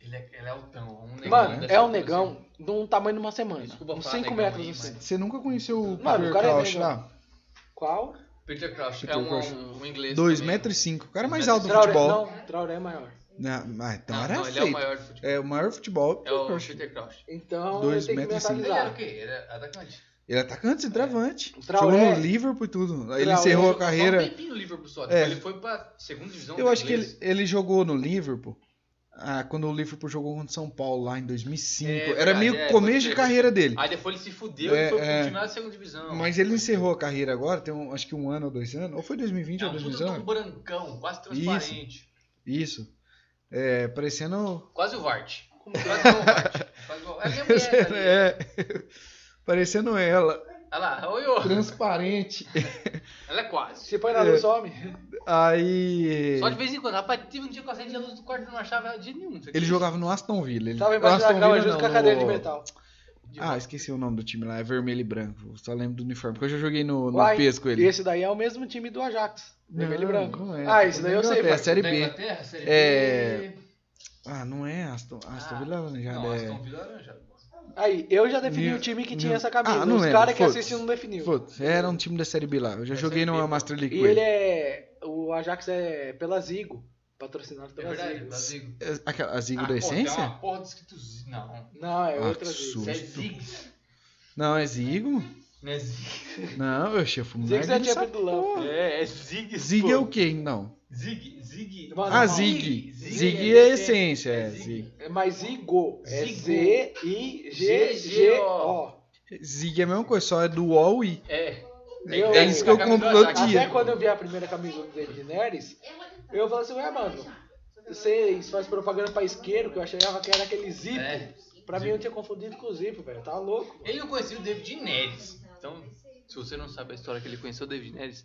[SPEAKER 1] Ele é, ele é altão. Um negão
[SPEAKER 3] Mano,
[SPEAKER 2] né?
[SPEAKER 1] dessa assim.
[SPEAKER 3] é um
[SPEAKER 1] coisa.
[SPEAKER 3] negão de um tamanho de uma semana.
[SPEAKER 1] Desculpa
[SPEAKER 3] uns
[SPEAKER 1] falar
[SPEAKER 3] 5
[SPEAKER 1] negão
[SPEAKER 3] metros
[SPEAKER 1] aí,
[SPEAKER 3] assim.
[SPEAKER 2] Você nunca conheceu o
[SPEAKER 3] Mano,
[SPEAKER 2] Peter
[SPEAKER 3] o cara é
[SPEAKER 2] Crouch
[SPEAKER 3] negão.
[SPEAKER 2] lá?
[SPEAKER 3] Qual?
[SPEAKER 1] Peter Crouch.
[SPEAKER 2] Peter
[SPEAKER 1] é um,
[SPEAKER 2] Crouch.
[SPEAKER 1] um inglês.
[SPEAKER 2] 2,5m. O cara é mais alto do
[SPEAKER 3] Traoré,
[SPEAKER 2] futebol.
[SPEAKER 3] não, Traoré é maior.
[SPEAKER 2] Não, ah, então
[SPEAKER 1] Não,
[SPEAKER 2] era
[SPEAKER 1] não, ele é o
[SPEAKER 2] feito.
[SPEAKER 1] maior do futebol.
[SPEAKER 2] É o maior futebol.
[SPEAKER 1] É o
[SPEAKER 2] Peter Crouch.
[SPEAKER 1] Peter Crouch.
[SPEAKER 3] Então,
[SPEAKER 2] Dois
[SPEAKER 3] tem que
[SPEAKER 2] metros e cinco.
[SPEAKER 1] Ele era o
[SPEAKER 3] mentalizar.
[SPEAKER 1] quê? Ele era atacante.
[SPEAKER 2] Ele é atacante, centroavante. Jogou
[SPEAKER 3] Traoré.
[SPEAKER 2] no Liverpool e tudo. Aí Ele
[SPEAKER 3] Traoré
[SPEAKER 2] encerrou a
[SPEAKER 1] Ele jogou Só um
[SPEAKER 2] carreira.
[SPEAKER 1] tempinho no Liverpool só.
[SPEAKER 2] É.
[SPEAKER 1] Ele foi pra segunda divisão.
[SPEAKER 2] Eu
[SPEAKER 1] do
[SPEAKER 2] acho que
[SPEAKER 1] inglês.
[SPEAKER 2] ele, ele jogou no Liverpool. ah, quando o Liverpool jogou contra o São Paulo lá em 2005.
[SPEAKER 1] É
[SPEAKER 2] Era
[SPEAKER 1] verdade,
[SPEAKER 2] meio
[SPEAKER 1] é, Ah, pode
[SPEAKER 2] começo
[SPEAKER 1] ser.
[SPEAKER 2] de carreira dele.
[SPEAKER 1] Aí depois ele se fudeu
[SPEAKER 2] É,
[SPEAKER 1] e foi pro
[SPEAKER 2] é.
[SPEAKER 1] time lá da segunda divisão.
[SPEAKER 2] Mas ele encerrou a carreira agora, tem um- acho que um ano ou dois anos. Ou foi 2020
[SPEAKER 1] É
[SPEAKER 2] ou
[SPEAKER 1] um puta de
[SPEAKER 2] 2019?
[SPEAKER 1] um brancão, quase transparente.
[SPEAKER 2] Isso. É, parecendo.
[SPEAKER 1] Quase o Vart. Quase igual o Vart. Quase igual- Ela é mulher, tá ligado?
[SPEAKER 2] é. Parecendo ela.
[SPEAKER 1] Olha lá, oi, oi.
[SPEAKER 2] Transparente.
[SPEAKER 1] Ela é quase.
[SPEAKER 3] Se põe na luz,
[SPEAKER 2] É.
[SPEAKER 3] some.
[SPEAKER 2] Aí.
[SPEAKER 1] Só de vez em quando. Rapaz, tive um dia que eu acendi a luz do quarto e não achava ela de jeito nenhum.
[SPEAKER 2] Ele jogava no Aston Villa. Ele...
[SPEAKER 3] Tava embaixo da
[SPEAKER 2] Aston
[SPEAKER 3] cama
[SPEAKER 2] Villa
[SPEAKER 3] junto com a
[SPEAKER 2] não,
[SPEAKER 3] cadeira de
[SPEAKER 2] no-
[SPEAKER 3] metal.
[SPEAKER 2] Ah, esqueci o nome do time lá. É vermelho e branco. Só lembro do uniforme. Porque eu já joguei no, no
[SPEAKER 3] Uai,
[SPEAKER 2] PES com ele.
[SPEAKER 3] Esse daí é o mesmo time do Ajax. Vermelho e
[SPEAKER 2] Não,
[SPEAKER 3] branco.
[SPEAKER 2] não é.
[SPEAKER 3] Ah, esse daí eu sei.
[SPEAKER 2] É
[SPEAKER 3] Fábio.
[SPEAKER 2] Série
[SPEAKER 1] Da
[SPEAKER 2] B.
[SPEAKER 1] Inglaterra, Série
[SPEAKER 2] É,
[SPEAKER 1] B.
[SPEAKER 2] Ah, não é Aston, Aston
[SPEAKER 1] Ah,
[SPEAKER 2] Villa Laranjada.
[SPEAKER 1] Não,
[SPEAKER 2] é...
[SPEAKER 1] Aston Villa Laranjada.
[SPEAKER 3] Aí, eu já defini
[SPEAKER 2] New-
[SPEAKER 3] o time que
[SPEAKER 2] New-
[SPEAKER 3] tinha essa camisa.
[SPEAKER 2] Ah, não
[SPEAKER 3] Os
[SPEAKER 2] lembro,
[SPEAKER 3] caras que
[SPEAKER 2] foda-se.
[SPEAKER 3] assistem não definiu.
[SPEAKER 2] Foda-se, era um time da Série B lá. Eu já
[SPEAKER 1] É,
[SPEAKER 2] joguei
[SPEAKER 1] Série B,
[SPEAKER 2] numa
[SPEAKER 1] pô.
[SPEAKER 2] Master League
[SPEAKER 3] E
[SPEAKER 2] com
[SPEAKER 3] ele é. O Ajax é pela Zigo. Patrocinado
[SPEAKER 1] É
[SPEAKER 3] pela
[SPEAKER 1] verdade,
[SPEAKER 3] Zigo.
[SPEAKER 1] da Zigo.
[SPEAKER 2] É, Aquela, a Zigo
[SPEAKER 1] Ah,
[SPEAKER 2] da
[SPEAKER 1] pô, Tem
[SPEAKER 2] Essência?
[SPEAKER 1] uma porra de escrito Z- Não.
[SPEAKER 3] Não, é
[SPEAKER 2] Ah,
[SPEAKER 3] outra
[SPEAKER 2] que
[SPEAKER 3] Zigo.
[SPEAKER 1] Isso é
[SPEAKER 2] Justo.
[SPEAKER 1] Ziggs.
[SPEAKER 2] Não, é Zigo?
[SPEAKER 1] Não é Ziggs.
[SPEAKER 2] Não, eu achei fumo.
[SPEAKER 3] Zigo é tipo do Lampo.
[SPEAKER 1] É, é Ziggs.
[SPEAKER 2] Zig é
[SPEAKER 1] pô.
[SPEAKER 2] o quê? Não.
[SPEAKER 1] Zig, Zig.
[SPEAKER 3] Mano,
[SPEAKER 2] Ah,
[SPEAKER 3] não.
[SPEAKER 2] Zig.
[SPEAKER 1] Zig
[SPEAKER 2] Zig é essência. É, Zig.
[SPEAKER 3] É mais Zigo. É
[SPEAKER 1] Zigo.
[SPEAKER 3] Z-I-G-G-O.
[SPEAKER 2] Zig é a mesma coisa, só é do UOL e.
[SPEAKER 1] É.
[SPEAKER 3] Eu-
[SPEAKER 2] É isso que eu
[SPEAKER 1] Tá caminhando
[SPEAKER 2] compro todo
[SPEAKER 1] atrás.
[SPEAKER 3] Até
[SPEAKER 2] dia.
[SPEAKER 3] quando eu vi a primeira camisa do David Neres, eu falei assim, ué, mano, vocês fazem propaganda pra isqueiro, que eu achava que era aquele Zipo.
[SPEAKER 1] É.
[SPEAKER 3] Pra mim eu tinha confundido com o Zipo, velho. Tá louco.
[SPEAKER 1] Ele não conhecia o David Neres. Então, se você não sabe a história que ele conheceu o David Neres,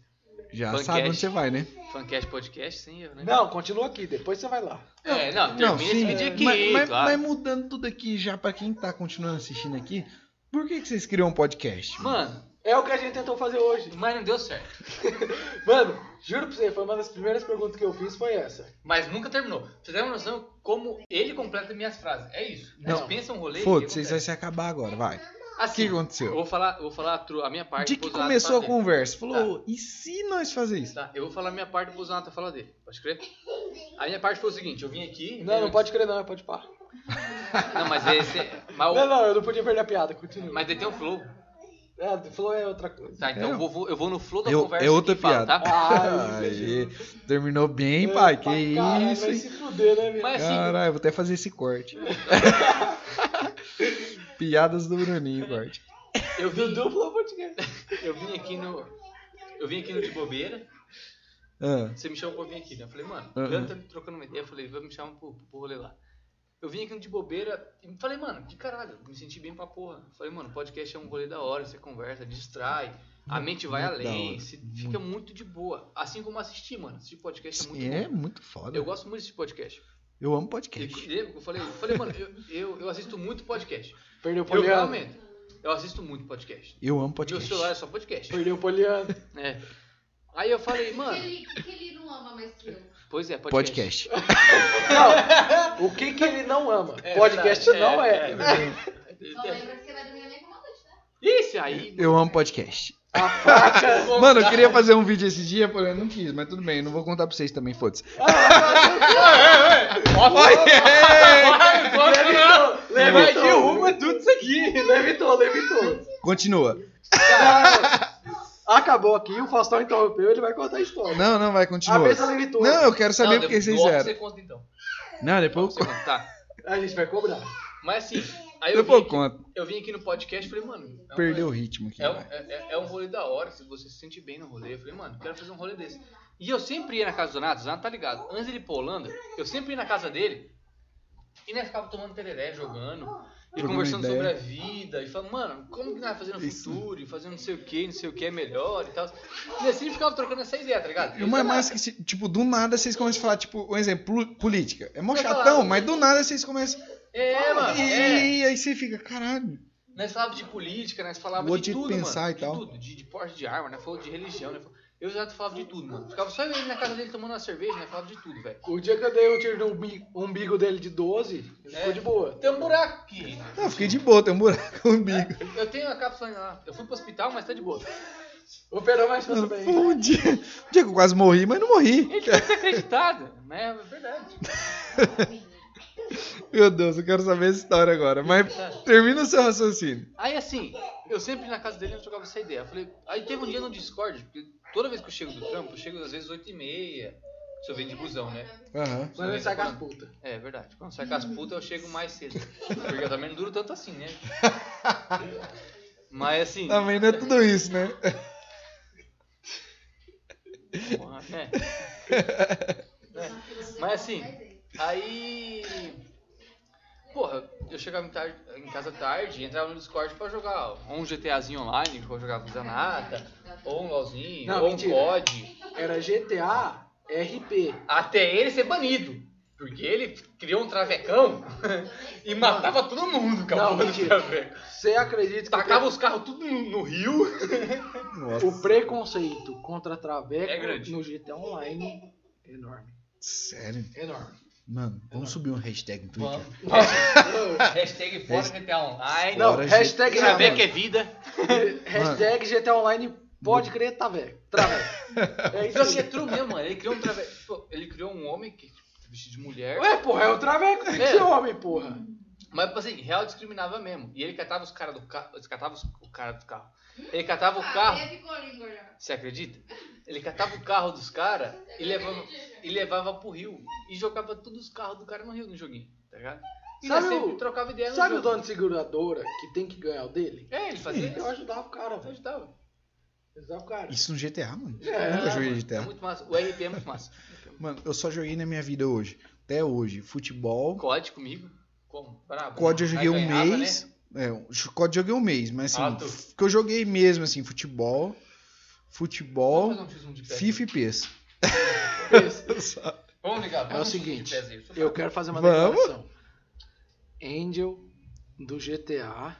[SPEAKER 2] Já
[SPEAKER 1] Pancast.
[SPEAKER 2] sabe onde você vai, né?
[SPEAKER 1] Fancast Podcast, sem eu, né?
[SPEAKER 3] Não, continua aqui, depois você vai lá.
[SPEAKER 1] É, não, é. termina
[SPEAKER 2] Não, sim.
[SPEAKER 1] esse vídeo aqui,
[SPEAKER 2] mas, mas-
[SPEAKER 1] claro.
[SPEAKER 2] mas mudando tudo aqui já pra quem tá continuando assistindo aqui, por que, que vocês criam um podcast?
[SPEAKER 1] Mano,
[SPEAKER 3] É o que a gente tentou fazer hoje.
[SPEAKER 1] mas não deu certo.
[SPEAKER 3] Mano, juro pra você, foi uma das primeiras perguntas que eu fiz, foi essa.
[SPEAKER 1] Mas nunca terminou. Pra Vocês têm uma noção como ele completa minhas frases. É isso. Mas
[SPEAKER 3] Não.
[SPEAKER 1] pensa um rolê.
[SPEAKER 2] Foda-se, vocês
[SPEAKER 1] que
[SPEAKER 2] vão se acabar agora, vai. O que
[SPEAKER 1] Assim, eu
[SPEAKER 2] aconteceu?
[SPEAKER 1] vou falar, eu vou falar a tru- a minha parte.
[SPEAKER 2] De
[SPEAKER 1] depois
[SPEAKER 2] que
[SPEAKER 1] o Zanata
[SPEAKER 2] começou a
[SPEAKER 1] fala dele.
[SPEAKER 2] conversa? Falou, e se nós fazer isso?
[SPEAKER 1] Tá, eu vou falar a minha parte depois o Zanata fala dele. Pode crer? A minha parte foi o seguinte, eu vim aqui...
[SPEAKER 3] Não, não pode crer, não, é pode pá.
[SPEAKER 1] Não, mas esse... Mas, o-
[SPEAKER 3] Não, não, eu não podia perder a piada, continua.
[SPEAKER 1] mas ele tem um flow.
[SPEAKER 3] É, tu falou é outra coisa.
[SPEAKER 1] Tá, então
[SPEAKER 2] É.
[SPEAKER 1] eu, vou- vou- eu vou no flow da
[SPEAKER 2] Eu-
[SPEAKER 1] conversa
[SPEAKER 2] é outra
[SPEAKER 1] que fala,
[SPEAKER 2] piada.
[SPEAKER 1] tá?
[SPEAKER 3] Ah,
[SPEAKER 2] Aê, terminou
[SPEAKER 1] É,
[SPEAKER 2] bem, pai. Que isso,
[SPEAKER 3] Vai
[SPEAKER 2] hein?
[SPEAKER 3] se fuder, né, velho?
[SPEAKER 1] Mas assim,
[SPEAKER 2] Caralho, vou até fazer esse corte. Piadas do Bruninho, corte.
[SPEAKER 1] eu vim,
[SPEAKER 3] Dudu falou português.
[SPEAKER 1] eu vim aqui no... Eu vim aqui no de bobeira,
[SPEAKER 2] Ah,
[SPEAKER 1] você me chamou pra vir aqui, né? Eu falei, mano,
[SPEAKER 2] Uhum.
[SPEAKER 1] o Dan tá me trocando uma ideia, eu falei, vai me chamar pro, pro rolê lá. Eu vim aqui no de bobeira e falei, mano, que caralho, me senti bem pra porra. Falei, mano, podcast é um rolê da hora, você conversa, distrai, a mente vai
[SPEAKER 2] muito da
[SPEAKER 1] além,
[SPEAKER 2] hora,
[SPEAKER 1] você fica muito de boa. Assim como assistir, mano, assistir podcast é muito
[SPEAKER 2] é
[SPEAKER 1] bom.
[SPEAKER 2] muito foda.
[SPEAKER 1] Eu gosto muito desse podcast.
[SPEAKER 2] Eu amo
[SPEAKER 1] E
[SPEAKER 2] podcast.
[SPEAKER 1] lembra que eu falei, eu falei mano, eu, eu, eu assisto muito podcast.
[SPEAKER 3] Perdeu o
[SPEAKER 1] Eu
[SPEAKER 3] Poliano.
[SPEAKER 1] realmente, eu assisto muito podcast.
[SPEAKER 2] Eu amo
[SPEAKER 1] Meu
[SPEAKER 2] "Ah, podcast.
[SPEAKER 1] celular é só podcast.
[SPEAKER 3] Perdeu o Poliano.
[SPEAKER 1] É. Aí eu falei, mano,
[SPEAKER 5] ele, que ele não ama mais que eu.
[SPEAKER 1] pois é, podcast.
[SPEAKER 2] Podcast.
[SPEAKER 3] Não, o que que ele não ama?
[SPEAKER 1] É
[SPEAKER 3] Podcast
[SPEAKER 1] verdade,
[SPEAKER 3] não é.
[SPEAKER 5] Só
[SPEAKER 1] É,
[SPEAKER 5] lembra que você vai dormir na minha cama hoje, tá?
[SPEAKER 1] Isso aí.
[SPEAKER 2] Eu amo podcast.
[SPEAKER 3] A faca.
[SPEAKER 2] Mano, eu queria fazer um vídeo esse dia, porém eu não quis, mas tudo bem, eu não vou contar pra vocês também, foda-se.
[SPEAKER 3] Levitou. Derruba é tudo isso aqui. Levitou, levitou.
[SPEAKER 2] Continua.
[SPEAKER 3] Acabou aqui, o Faustão interrompeu, ele vai contar a história.
[SPEAKER 2] Não, não, vai,
[SPEAKER 3] A
[SPEAKER 2] continua.
[SPEAKER 3] mesa levitou.
[SPEAKER 2] Não, eu quero saber
[SPEAKER 1] Não,
[SPEAKER 2] porque vocês
[SPEAKER 1] no off
[SPEAKER 2] eram.
[SPEAKER 1] Você conta então.
[SPEAKER 2] Não, depois eu
[SPEAKER 1] Você
[SPEAKER 2] conto.
[SPEAKER 1] conta, tá.
[SPEAKER 3] A gente vai cobrar.
[SPEAKER 1] Mas assim, aí eu,
[SPEAKER 2] Depois eu
[SPEAKER 1] vim aqui,
[SPEAKER 2] conto.
[SPEAKER 1] eu vim aqui no podcast e falei, mano. é um
[SPEAKER 2] Perdeu o
[SPEAKER 1] rolê-
[SPEAKER 2] ritmo aqui.
[SPEAKER 1] É um,
[SPEAKER 2] vai.
[SPEAKER 1] é, é- é um rolê da hora, se você se sente bem no rolê. Eu falei, mano, quero fazer um rolê desse. E eu sempre ia na casa do Nato, o Nato tá ligado. Antes dele ir pra Holanda, eu sempre ia na casa dele e nós ficava tomando tereré, jogando. E
[SPEAKER 2] Trocando
[SPEAKER 1] conversando
[SPEAKER 2] ideia.
[SPEAKER 1] sobre a vida, e falando, mano, como que nós vamos fazer no
[SPEAKER 2] Isso.
[SPEAKER 1] futuro, e fazendo não sei o que, não sei o que é melhor e tal. E assim ficava trocando essa ideia, tá ligado?
[SPEAKER 2] E uma mais que, se- tipo, do nada vocês começam a falar, tipo, um exemplo, pol- política. É mó
[SPEAKER 1] Vai
[SPEAKER 2] chatão,
[SPEAKER 1] falar.
[SPEAKER 2] mas do nada vocês começam.
[SPEAKER 1] É, mano, é.
[SPEAKER 2] E aí você fica, caralho.
[SPEAKER 1] Nós falávamos de política, nós falávamos
[SPEAKER 2] Vou
[SPEAKER 1] de
[SPEAKER 2] te
[SPEAKER 1] tudo,
[SPEAKER 2] pensar
[SPEAKER 1] mano.
[SPEAKER 2] e tal.
[SPEAKER 1] De tudo, de, de porte de arma, né? Falou de religião, né? Eu já falava de tudo, mano. Ficava só ele na casa dele tomando uma cerveja, né? Falava de tudo, velho.
[SPEAKER 3] O dia que eu dei um tiro no umbi- umbigo dele de 12, ele ficou de boa.
[SPEAKER 1] Tem um buraco aqui.
[SPEAKER 2] Não, fiquei de boa, tem um buraco no umbigo.
[SPEAKER 1] Eu tenho a cápsula ainda lá. Eu fui pro hospital, mas tá de boa.
[SPEAKER 3] Operou, mas tudo
[SPEAKER 2] Foi
[SPEAKER 3] bem.
[SPEAKER 2] Um dia, um dia que eu quase morri, mas não morri.
[SPEAKER 1] Ele tá desacreditado, né? É verdade.
[SPEAKER 2] Meu Deus, eu quero saber essa história agora. Mas termina o seu raciocínio.
[SPEAKER 1] Aí assim, eu sempre na casa dele eu trocava essa ideia. Eu falei, aí teve um dia no Discord, porque toda vez que eu chego do trampo, eu chego às vezes 8h30. Se eu venho de busão, né?
[SPEAKER 2] Aham.
[SPEAKER 3] Mas ele sai com as putas.
[SPEAKER 1] É verdade. Quando sai com as putas, eu chego mais cedo. Porque eu também não duro tanto assim, né? Mas assim.
[SPEAKER 2] Também não é tudo isso, né?
[SPEAKER 1] porra, né? Mas assim, Aí. Porra, eu chegava em, tarde- em casa tarde, entrava no Discord pra jogar ou um GTAzinho online, que eu jogava com Zanata, ou um LOLzinho,
[SPEAKER 3] Não,
[SPEAKER 1] ou
[SPEAKER 3] mentira.
[SPEAKER 1] um COD.
[SPEAKER 3] Era GTA RP.
[SPEAKER 1] Até ele ser banido. Porque ele criou um travecão e matava todo mundo, cara.
[SPEAKER 3] Não, mentira. Você acredita que
[SPEAKER 1] Tacava os carros tudo no, no rio.
[SPEAKER 2] Nossa.
[SPEAKER 3] o preconceito contra Traveco
[SPEAKER 1] É grande.
[SPEAKER 3] no GTA Online é enorme?
[SPEAKER 2] Sério?
[SPEAKER 3] Enorme.
[SPEAKER 2] Mano, vamos subir um hashtag no Twitter.
[SPEAKER 1] Hashtag fora GTA Online.
[SPEAKER 3] Não,
[SPEAKER 2] Agora,
[SPEAKER 3] hashtag,
[SPEAKER 2] gente,
[SPEAKER 1] Traveco é vida.
[SPEAKER 3] hashtag GTA Online pode crer Traveco. Traveco. É isso
[SPEAKER 1] Pior que é
[SPEAKER 3] aí.
[SPEAKER 1] true mesmo, mano. Ele criou um traveco. Ele criou um homem que vestido de mulher.
[SPEAKER 3] Ué, porra, é o Traveco. Tem que
[SPEAKER 1] É.
[SPEAKER 3] ser homem, porra.
[SPEAKER 1] Mas, tipo assim, real discriminava mesmo. E ele catava os caras do carro. Ele catava os- o cara do carro. Ele catava o
[SPEAKER 5] Ah,
[SPEAKER 1] carro.
[SPEAKER 5] é
[SPEAKER 1] Você acredita? Ele catava o carro dos caras e levava,
[SPEAKER 5] Tá
[SPEAKER 1] e levava pro rio. E jogava todos os carros do cara no rio no joguinho, tá ligado? E nós
[SPEAKER 3] Sabe o-
[SPEAKER 1] sempre trocava ideia no
[SPEAKER 3] Sabe o
[SPEAKER 1] jogo.
[SPEAKER 3] dono de seguradora que tem que ganhar o dele?
[SPEAKER 1] É, ele fazia
[SPEAKER 3] Eu
[SPEAKER 1] isso.
[SPEAKER 3] ajudava o cara,
[SPEAKER 1] Eu
[SPEAKER 3] velho.
[SPEAKER 1] ajudava.
[SPEAKER 3] Eu ajudava o cara.
[SPEAKER 2] Isso no GTA, mano?
[SPEAKER 3] É,
[SPEAKER 2] Eu nunca joguei
[SPEAKER 1] mano, É
[SPEAKER 2] GTA.
[SPEAKER 1] muito massa. O RP é muito massa.
[SPEAKER 2] Mano, eu só joguei na minha vida hoje. Até hoje. Futebol.
[SPEAKER 1] COD comigo. Como? Bravo.
[SPEAKER 2] COD eu joguei
[SPEAKER 1] Aí
[SPEAKER 2] um
[SPEAKER 1] ganhava,
[SPEAKER 2] mês.
[SPEAKER 1] né?
[SPEAKER 2] É, o COD eu joguei um mês, mas assim,
[SPEAKER 1] Ah, tu-
[SPEAKER 2] f- que eu joguei mesmo, assim, futebol, futebol,
[SPEAKER 1] Vamos fazer um X1 de pé.
[SPEAKER 2] FIFA e PES.
[SPEAKER 1] Vamos ligar. vamos fazer um
[SPEAKER 3] É o
[SPEAKER 1] X1 de
[SPEAKER 3] seguinte,
[SPEAKER 1] pés aí, só pra-
[SPEAKER 3] eu quero fazer uma
[SPEAKER 2] Vamos?
[SPEAKER 3] declaração. Angel do GTA,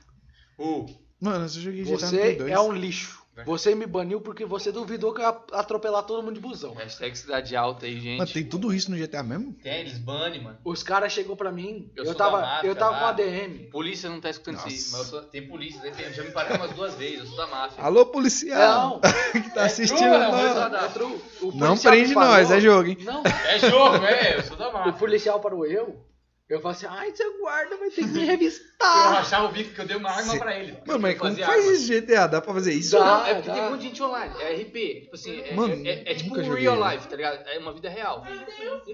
[SPEAKER 1] Uh,
[SPEAKER 4] Uh.
[SPEAKER 2] Mano, eu só joguei GTA no Play
[SPEAKER 3] você
[SPEAKER 2] 2.
[SPEAKER 3] é um lixo. Você me baniu porque você duvidou que eu ia atropelar todo mundo de busão.
[SPEAKER 1] um Hashtag cidade alta aí, gente.
[SPEAKER 2] Mano, tem tudo isso no GTA mesmo?
[SPEAKER 4] Tênis, bunny, mano.
[SPEAKER 3] Os caras chegou pra mim,
[SPEAKER 4] Eu
[SPEAKER 3] eu,
[SPEAKER 4] sou
[SPEAKER 3] tava,
[SPEAKER 4] da máfia,
[SPEAKER 3] eu tava com
[SPEAKER 4] lá.
[SPEAKER 3] a DM.
[SPEAKER 1] Polícia não tá escutando isso aí, mas eu sou...
[SPEAKER 4] Tem polícia, né? Tem- já me pararam umas duas vezes, eu sou da máfia.
[SPEAKER 2] Alô, policial
[SPEAKER 3] Não,
[SPEAKER 2] que tá assistindo.
[SPEAKER 4] true, é
[SPEAKER 2] nós.
[SPEAKER 4] uma-
[SPEAKER 3] é true. O
[SPEAKER 2] Não
[SPEAKER 3] policial
[SPEAKER 2] prende
[SPEAKER 3] parou.
[SPEAKER 2] nós, é jogo, hein?
[SPEAKER 3] Não,
[SPEAKER 4] É jogo, é, eu sou da
[SPEAKER 3] o
[SPEAKER 4] máfia.
[SPEAKER 3] policial parou eu. Eu falei assim, ai, seu guarda vai ter que me
[SPEAKER 4] Eu
[SPEAKER 3] revistar.
[SPEAKER 4] rachava o bico que eu dei uma arma
[SPEAKER 2] Cê-
[SPEAKER 4] pra ele.
[SPEAKER 2] Mano, mas
[SPEAKER 4] Eu
[SPEAKER 2] como
[SPEAKER 4] fazia
[SPEAKER 2] faz
[SPEAKER 4] arma.
[SPEAKER 2] isso GTA? Dá pra fazer isso?
[SPEAKER 3] Dá.
[SPEAKER 1] Não, é porque
[SPEAKER 3] tá.
[SPEAKER 1] tem um monte de gente online, é RP, tipo assim, é,
[SPEAKER 2] Mano,
[SPEAKER 1] é- é- é tipo
[SPEAKER 2] nunca
[SPEAKER 1] um
[SPEAKER 2] joguei.
[SPEAKER 1] real life, tá ligado? É uma vida real.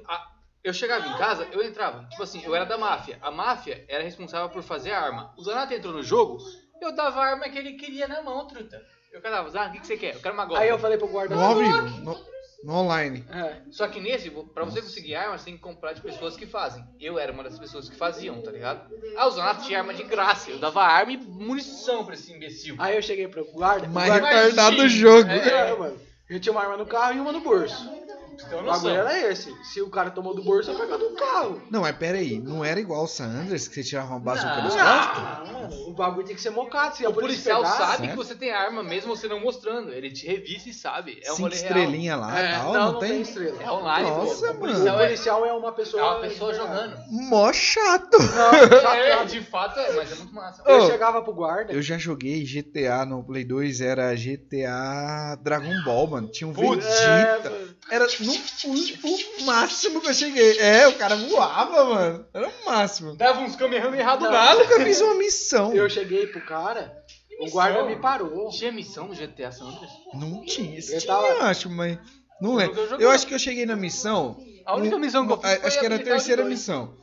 [SPEAKER 1] A- eu chegava em casa, eu entrava, tipo assim, eu era da máfia, a máfia era responsável por fazer a arma. O Zanata entrou no jogo, eu dava a arma que ele queria na mão, truta. Eu falava, Zanata, o que, que você quer? Eu quero uma golpe.
[SPEAKER 3] Aí eu falei pro guarda.
[SPEAKER 2] No ao vivo, no, no online.
[SPEAKER 3] É.
[SPEAKER 1] Só que nesse, vo- pra você conseguir arma, você tem que comprar de pessoas que fazem. Eu era uma das pessoas que faziam, tá ligado? Ah, o Zanata tinha arma de graça, eu dava arma e munição pra esse imbecil.
[SPEAKER 3] Aí eu cheguei pro guarda. o
[SPEAKER 2] Mais
[SPEAKER 3] guarda-
[SPEAKER 2] retardado do
[SPEAKER 4] sim,
[SPEAKER 2] jogo.
[SPEAKER 3] É, mano. Eu tinha uma arma no carro e uma no bolso.
[SPEAKER 4] Então
[SPEAKER 1] tá
[SPEAKER 3] O
[SPEAKER 4] não
[SPEAKER 3] bagulho
[SPEAKER 4] sou.
[SPEAKER 3] era esse. Se o cara tomou do
[SPEAKER 1] é
[SPEAKER 3] bolso, eu pegava do carro.
[SPEAKER 2] Não, mas pera aí. Não é. era igual o San Andreas que você tirava uma bazuca dos caras?
[SPEAKER 3] Ah, mano, o bagulho tem que ser mocado. Se a
[SPEAKER 1] O
[SPEAKER 3] polícia
[SPEAKER 1] policial
[SPEAKER 3] pegar-
[SPEAKER 1] sabe
[SPEAKER 2] certo.
[SPEAKER 1] que você tem arma mesmo você não mostrando. Ele te revisa e sabe. É um
[SPEAKER 2] Cinco
[SPEAKER 1] rolê
[SPEAKER 2] estrelinhas lá e
[SPEAKER 3] É,
[SPEAKER 2] tal.
[SPEAKER 3] não,
[SPEAKER 2] Ah, Não,
[SPEAKER 3] não tem
[SPEAKER 2] tem.
[SPEAKER 3] estrela.
[SPEAKER 1] real. É online,
[SPEAKER 2] Nossa, mano.
[SPEAKER 1] pô. O
[SPEAKER 3] O
[SPEAKER 1] policial é,
[SPEAKER 3] policial é uma
[SPEAKER 1] é
[SPEAKER 3] pessoa.
[SPEAKER 1] uma pessoa jogando.
[SPEAKER 2] Mó chato.
[SPEAKER 3] Não,
[SPEAKER 1] É,
[SPEAKER 3] chateado.
[SPEAKER 1] de fato é, mas é muito massa.
[SPEAKER 3] Eu
[SPEAKER 2] Ô.
[SPEAKER 3] chegava pro guarda. É,
[SPEAKER 2] Eu já joguei GTA no Play 2, era GTA Dragon Ball, mano. Tinha um
[SPEAKER 1] Putz.
[SPEAKER 2] Vegeta.
[SPEAKER 3] mano.
[SPEAKER 2] Era no full máximo que eu cheguei. É, o cara voava, mano. Era o máximo.
[SPEAKER 1] Dava uns Kamehameha errado
[SPEAKER 3] Não.
[SPEAKER 1] nada.
[SPEAKER 2] Nunca fiz uma missão.
[SPEAKER 3] Eu cheguei pro cara, o guarda me parou.
[SPEAKER 1] Tinha missão no GTA San Andreas?
[SPEAKER 2] Não tinha. Isso
[SPEAKER 3] Eu
[SPEAKER 2] tinha,
[SPEAKER 3] tava-
[SPEAKER 2] eu acho, mas. Não lembro.
[SPEAKER 1] Nunca joguei.
[SPEAKER 2] Eu acho que eu cheguei na missão.
[SPEAKER 1] A única
[SPEAKER 2] um-
[SPEAKER 1] missão que eu fiz.
[SPEAKER 2] a- Acho
[SPEAKER 1] foi
[SPEAKER 2] que era a
[SPEAKER 1] habilitar os
[SPEAKER 2] terceira
[SPEAKER 1] dois.
[SPEAKER 2] missão.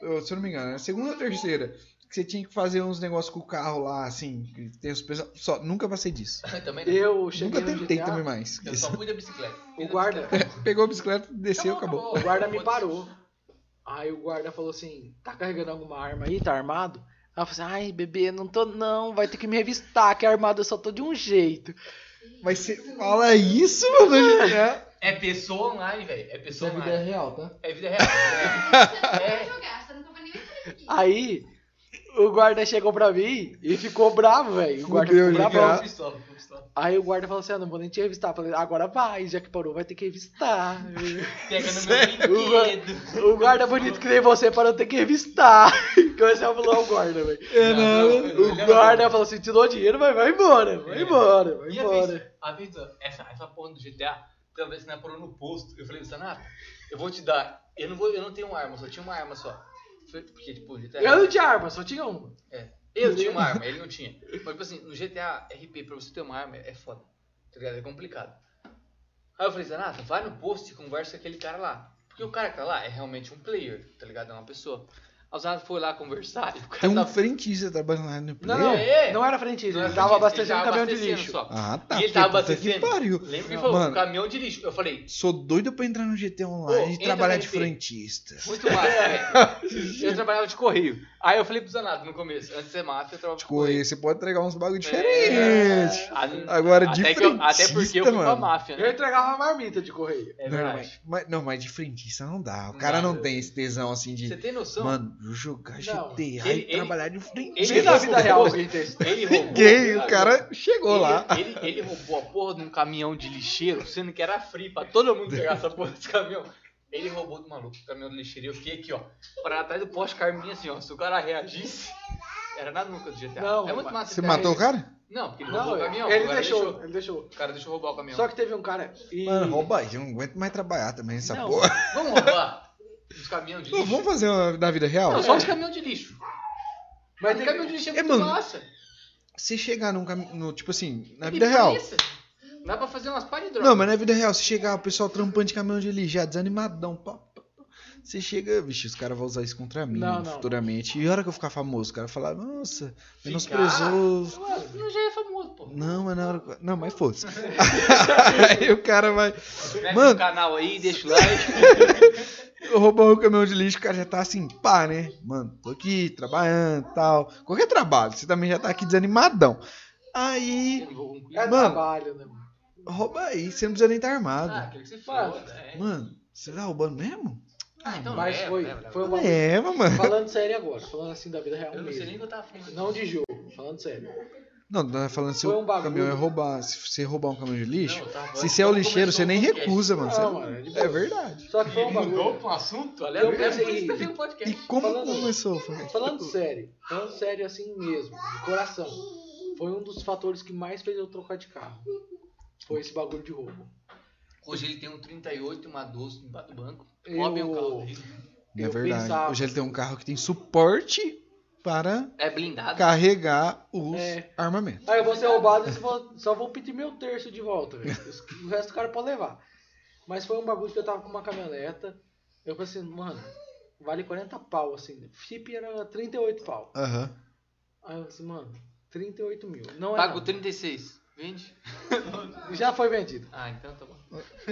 [SPEAKER 2] Eu- se eu não me engano, era a segunda ou terceira. Que você tinha que fazer uns negócios com o carro lá, assim. que Tem os pessoal. Só, nunca passei disso.
[SPEAKER 1] Eu também não.
[SPEAKER 3] Eu
[SPEAKER 2] Nunca
[SPEAKER 3] cheguei no
[SPEAKER 2] tentei
[SPEAKER 3] GTA,
[SPEAKER 2] também mais.
[SPEAKER 1] Eu só fui da bicicleta.
[SPEAKER 3] o guarda,
[SPEAKER 2] Pegou a bicicleta, desceu, acabou.
[SPEAKER 3] o guarda me parou. Aí o guarda falou assim: "Tá carregando alguma arma aí? Tá armado?" Ela falou assim: "Ai, bebê, não tô não, vai ter que me revistar, que armado eu só tô de um jeito."
[SPEAKER 2] Mas você fala isso, mano. no GTA?
[SPEAKER 1] É pessoa online, velho. É pessoa online.
[SPEAKER 2] real, tá?
[SPEAKER 1] É vida real.
[SPEAKER 5] vai
[SPEAKER 1] É.
[SPEAKER 5] jogar, você não vai nem entrar aqui.
[SPEAKER 2] Ah.
[SPEAKER 3] Aí o guarda chegou pra mim e ficou bravo, velho. O guarda
[SPEAKER 2] Fudeu,
[SPEAKER 3] ficou
[SPEAKER 2] já.
[SPEAKER 3] bravo.
[SPEAKER 4] Ficou pistola, ficou pistola.
[SPEAKER 3] Aí o guarda falou assim: "Ah, não vou nem te revistar." Eu falei: "Agora vai, já que parou, vai ter que revistar."
[SPEAKER 4] Pega no meu
[SPEAKER 3] Sério?
[SPEAKER 4] brinquedo.
[SPEAKER 3] o guarda bonito que nem você parou, ter que revistar. Começou a falar o guarda, velho.
[SPEAKER 2] Eu não.
[SPEAKER 3] O guarda falou assim: tirou dinheiro, vai, vai embora, vai
[SPEAKER 4] É.
[SPEAKER 3] embora, vai
[SPEAKER 4] E a
[SPEAKER 3] embora.
[SPEAKER 4] vez, a vez do- essa, essa porra do GTA, talvez você não parou no posto. Eu
[SPEAKER 1] tá
[SPEAKER 4] falei, Sanata, eu vou te dar. Eu não, vou, eu não tenho uma arma, eu só tinha uma arma só. Foi- Porque, tipo, GTA.
[SPEAKER 3] Eu não tinha arma, só tinha uma.
[SPEAKER 1] Eu tinha uma arma, ele não tinha. Mas, tipo assim, no GTA RP, pra você ter uma arma, é foda. Tá ligado? É complicado. Aí eu falei, Zanata, vai no post e conversa com aquele cara lá. Porque o cara que tá lá é realmente um player, tá ligado? É uma pessoa. Aí o Zanata foi lá conversar e o cara
[SPEAKER 2] Tem um
[SPEAKER 1] tava...
[SPEAKER 2] frentista trabalhando lá no
[SPEAKER 3] Não,
[SPEAKER 2] Play.
[SPEAKER 3] não,
[SPEAKER 1] É.
[SPEAKER 3] não era frentista,
[SPEAKER 1] Não,
[SPEAKER 3] ele tava
[SPEAKER 1] ele
[SPEAKER 3] abastecendo caminhão de
[SPEAKER 1] abastecendo
[SPEAKER 3] lixo.
[SPEAKER 1] só.
[SPEAKER 2] Ah, tá.
[SPEAKER 1] E ele
[SPEAKER 2] porque
[SPEAKER 1] tava
[SPEAKER 2] puta que
[SPEAKER 1] abastecendo.
[SPEAKER 2] pariu.
[SPEAKER 1] Lembra que ele
[SPEAKER 2] Não,
[SPEAKER 1] falou,
[SPEAKER 2] mano.
[SPEAKER 1] caminhão de lixo. Eu falei,
[SPEAKER 2] Sou doido pra entrar no GT Online
[SPEAKER 1] Ô,
[SPEAKER 2] e
[SPEAKER 1] entra
[SPEAKER 2] trabalhar
[SPEAKER 1] no
[SPEAKER 2] de
[SPEAKER 1] GT.
[SPEAKER 2] frentista.
[SPEAKER 1] muito massa, velho. Eu trabalhava de correio. Aí eu falei pro Zanata no começo, antes de ser máfia, eu trabalhava de
[SPEAKER 2] De
[SPEAKER 1] correio.
[SPEAKER 2] correr, Tipo, você pode entregar uns bagulho
[SPEAKER 1] É.
[SPEAKER 2] diferentes.
[SPEAKER 1] A-
[SPEAKER 2] Agora, de
[SPEAKER 1] até, que eu- até porque eu fui pra
[SPEAKER 2] mano.
[SPEAKER 1] máfia,
[SPEAKER 3] Eu
[SPEAKER 1] né?
[SPEAKER 3] entregava marmita de correio.
[SPEAKER 1] É
[SPEAKER 2] Não,
[SPEAKER 1] verdade.
[SPEAKER 2] mas, mas- não, mas de frentista não dá. O
[SPEAKER 1] Não
[SPEAKER 2] cara
[SPEAKER 1] dá,
[SPEAKER 2] não
[SPEAKER 1] eu-
[SPEAKER 2] tem esse tesão assim de.
[SPEAKER 1] Você tem noção?
[SPEAKER 2] Mano, jogar
[SPEAKER 3] Não,
[SPEAKER 2] GTA e
[SPEAKER 1] ele- ele-
[SPEAKER 2] trabalhar de frentista.
[SPEAKER 3] Nem na vida real
[SPEAKER 1] roubou-
[SPEAKER 3] alguém tem esse.
[SPEAKER 1] Ele roubou.
[SPEAKER 2] Gay, o cara chegou
[SPEAKER 1] ele, é-
[SPEAKER 2] lá.
[SPEAKER 1] Ele, ele roubou a porra de um caminhão de lixeiro, sendo que era free pra todo mundo pegar essa porra desse caminhão. Ele roubou do maluco o caminhão de lixeiro e eu fiquei aqui, ó, pra atrás do poste Carminha, assim, ó. Se o cara reagisse, era na nuca do GTA.
[SPEAKER 3] Não,
[SPEAKER 1] é muito massa.
[SPEAKER 2] Você
[SPEAKER 1] GTA.
[SPEAKER 2] matou o cara?
[SPEAKER 1] Não, porque ele roubou
[SPEAKER 3] Não,
[SPEAKER 1] o caminhão.
[SPEAKER 3] ele
[SPEAKER 1] o cara
[SPEAKER 3] deixou, ele deixou.
[SPEAKER 1] O cara deixou roubar o caminhão.
[SPEAKER 3] Só que teve um cara e.
[SPEAKER 2] Mano, rouba aí. Eu não aguento mais trabalhar também nessa
[SPEAKER 3] Não.
[SPEAKER 2] porra.
[SPEAKER 1] Vamos roubar os caminhões de
[SPEAKER 2] Não,
[SPEAKER 1] lixo.
[SPEAKER 2] vamos fazer uma da vida real?
[SPEAKER 1] Não, só os caminhões de lixo. o
[SPEAKER 3] Mas teve-
[SPEAKER 1] caminhão de lixo é,
[SPEAKER 2] É,
[SPEAKER 1] muito
[SPEAKER 2] mano,
[SPEAKER 1] massa.
[SPEAKER 2] Se chegar num caminho. no- Tipo assim, na
[SPEAKER 1] E
[SPEAKER 2] vida real.
[SPEAKER 1] preguiça. Dá pra fazer umas pá de droga.
[SPEAKER 2] Não, mas na vida real, se chegar o pessoal trampando de caminhão de lixo, já desanimadão. Pá, pá, pá. Você chega, vixe, os caras vão usar isso contra mim
[SPEAKER 3] Não, não.
[SPEAKER 2] futuramente. E a hora que eu ficar famoso, o cara falar, nossa, menosprezou.
[SPEAKER 1] Não já é famoso, pô.
[SPEAKER 2] Não, mas na hora. que- Não, mas foda-se. Aí o cara vai.
[SPEAKER 1] Pega
[SPEAKER 2] Mano.
[SPEAKER 1] o canal aí, deixa o like.
[SPEAKER 2] roubou o caminhão de lixo, o cara já tá assim, pá, né? Mano, tô aqui trabalhando tal. Qualquer trabalho, você também já tá aqui desanimadão. Aí,
[SPEAKER 1] Eu vou concluir.
[SPEAKER 3] É
[SPEAKER 2] Mano.
[SPEAKER 3] trabalho, né? mano?
[SPEAKER 2] rouba aí, você não precisa nem estar armado.
[SPEAKER 1] Ah, quer que você foda. é.
[SPEAKER 2] Mano, você tá roubando mesmo?
[SPEAKER 1] Ah, então
[SPEAKER 3] Mas
[SPEAKER 1] leva,
[SPEAKER 3] foi,
[SPEAKER 1] leva, leva.
[SPEAKER 3] foi uma.
[SPEAKER 2] Leva, mano.
[SPEAKER 3] Falando sério agora, falando assim da vida real
[SPEAKER 1] Eu não sei nem o
[SPEAKER 3] mesmo.
[SPEAKER 1] que eu tava falando.
[SPEAKER 3] Não de jogo, falando sério.
[SPEAKER 2] Não, tá falando se
[SPEAKER 3] Foi
[SPEAKER 2] o
[SPEAKER 3] um bagulho.
[SPEAKER 2] caminhão é roubar. Se você roubar um caminhão de lixo,
[SPEAKER 1] Não, tá bom.
[SPEAKER 2] se você é o
[SPEAKER 1] Então,
[SPEAKER 2] lixeiro, você nem
[SPEAKER 1] começou o podcast.
[SPEAKER 2] recusa, mano. Você-
[SPEAKER 3] Não, mano, é de boa.
[SPEAKER 2] é verdade.
[SPEAKER 3] Só que foi um
[SPEAKER 1] E mudou
[SPEAKER 3] bagulho.
[SPEAKER 1] pra um assunto
[SPEAKER 3] Não,
[SPEAKER 1] aleatório.
[SPEAKER 3] mas
[SPEAKER 1] Por isso
[SPEAKER 3] e-
[SPEAKER 1] que tem um
[SPEAKER 2] E
[SPEAKER 1] podcast.
[SPEAKER 2] como
[SPEAKER 3] Falando-
[SPEAKER 2] começou, foi?
[SPEAKER 3] Falando sério, falando sério assim mesmo, de coração, foi um dos fatores que mais fez eu trocar de carro. Foi esse bagulho de roubo.
[SPEAKER 1] Hoje ele tem um 38 e uma 12 embaixo do banco.
[SPEAKER 3] Eu-
[SPEAKER 1] Roubem o um carro dele.
[SPEAKER 2] É
[SPEAKER 3] eu
[SPEAKER 2] verdade.
[SPEAKER 3] pensava-
[SPEAKER 2] Hoje ele tem um carro que tem suporte para
[SPEAKER 1] É blindado.
[SPEAKER 2] carregar os
[SPEAKER 3] É.
[SPEAKER 2] armamentos.
[SPEAKER 3] Aí eu vou ser roubado e só vou- só vou pedir meu terço de volta, velho. Isso- O resto o cara pode levar. Mas foi um bagulho que eu tava com uma caminhoneta. Eu pensei, mano, vale 40 pau, assim. Chip era 38 pau.
[SPEAKER 2] Aham.
[SPEAKER 3] Aí eu disse, mano, 38 mil. Não é.
[SPEAKER 1] Pago
[SPEAKER 3] nada.
[SPEAKER 1] 36. Vende?
[SPEAKER 3] Já foi vendido.
[SPEAKER 1] Ah, então tá bom.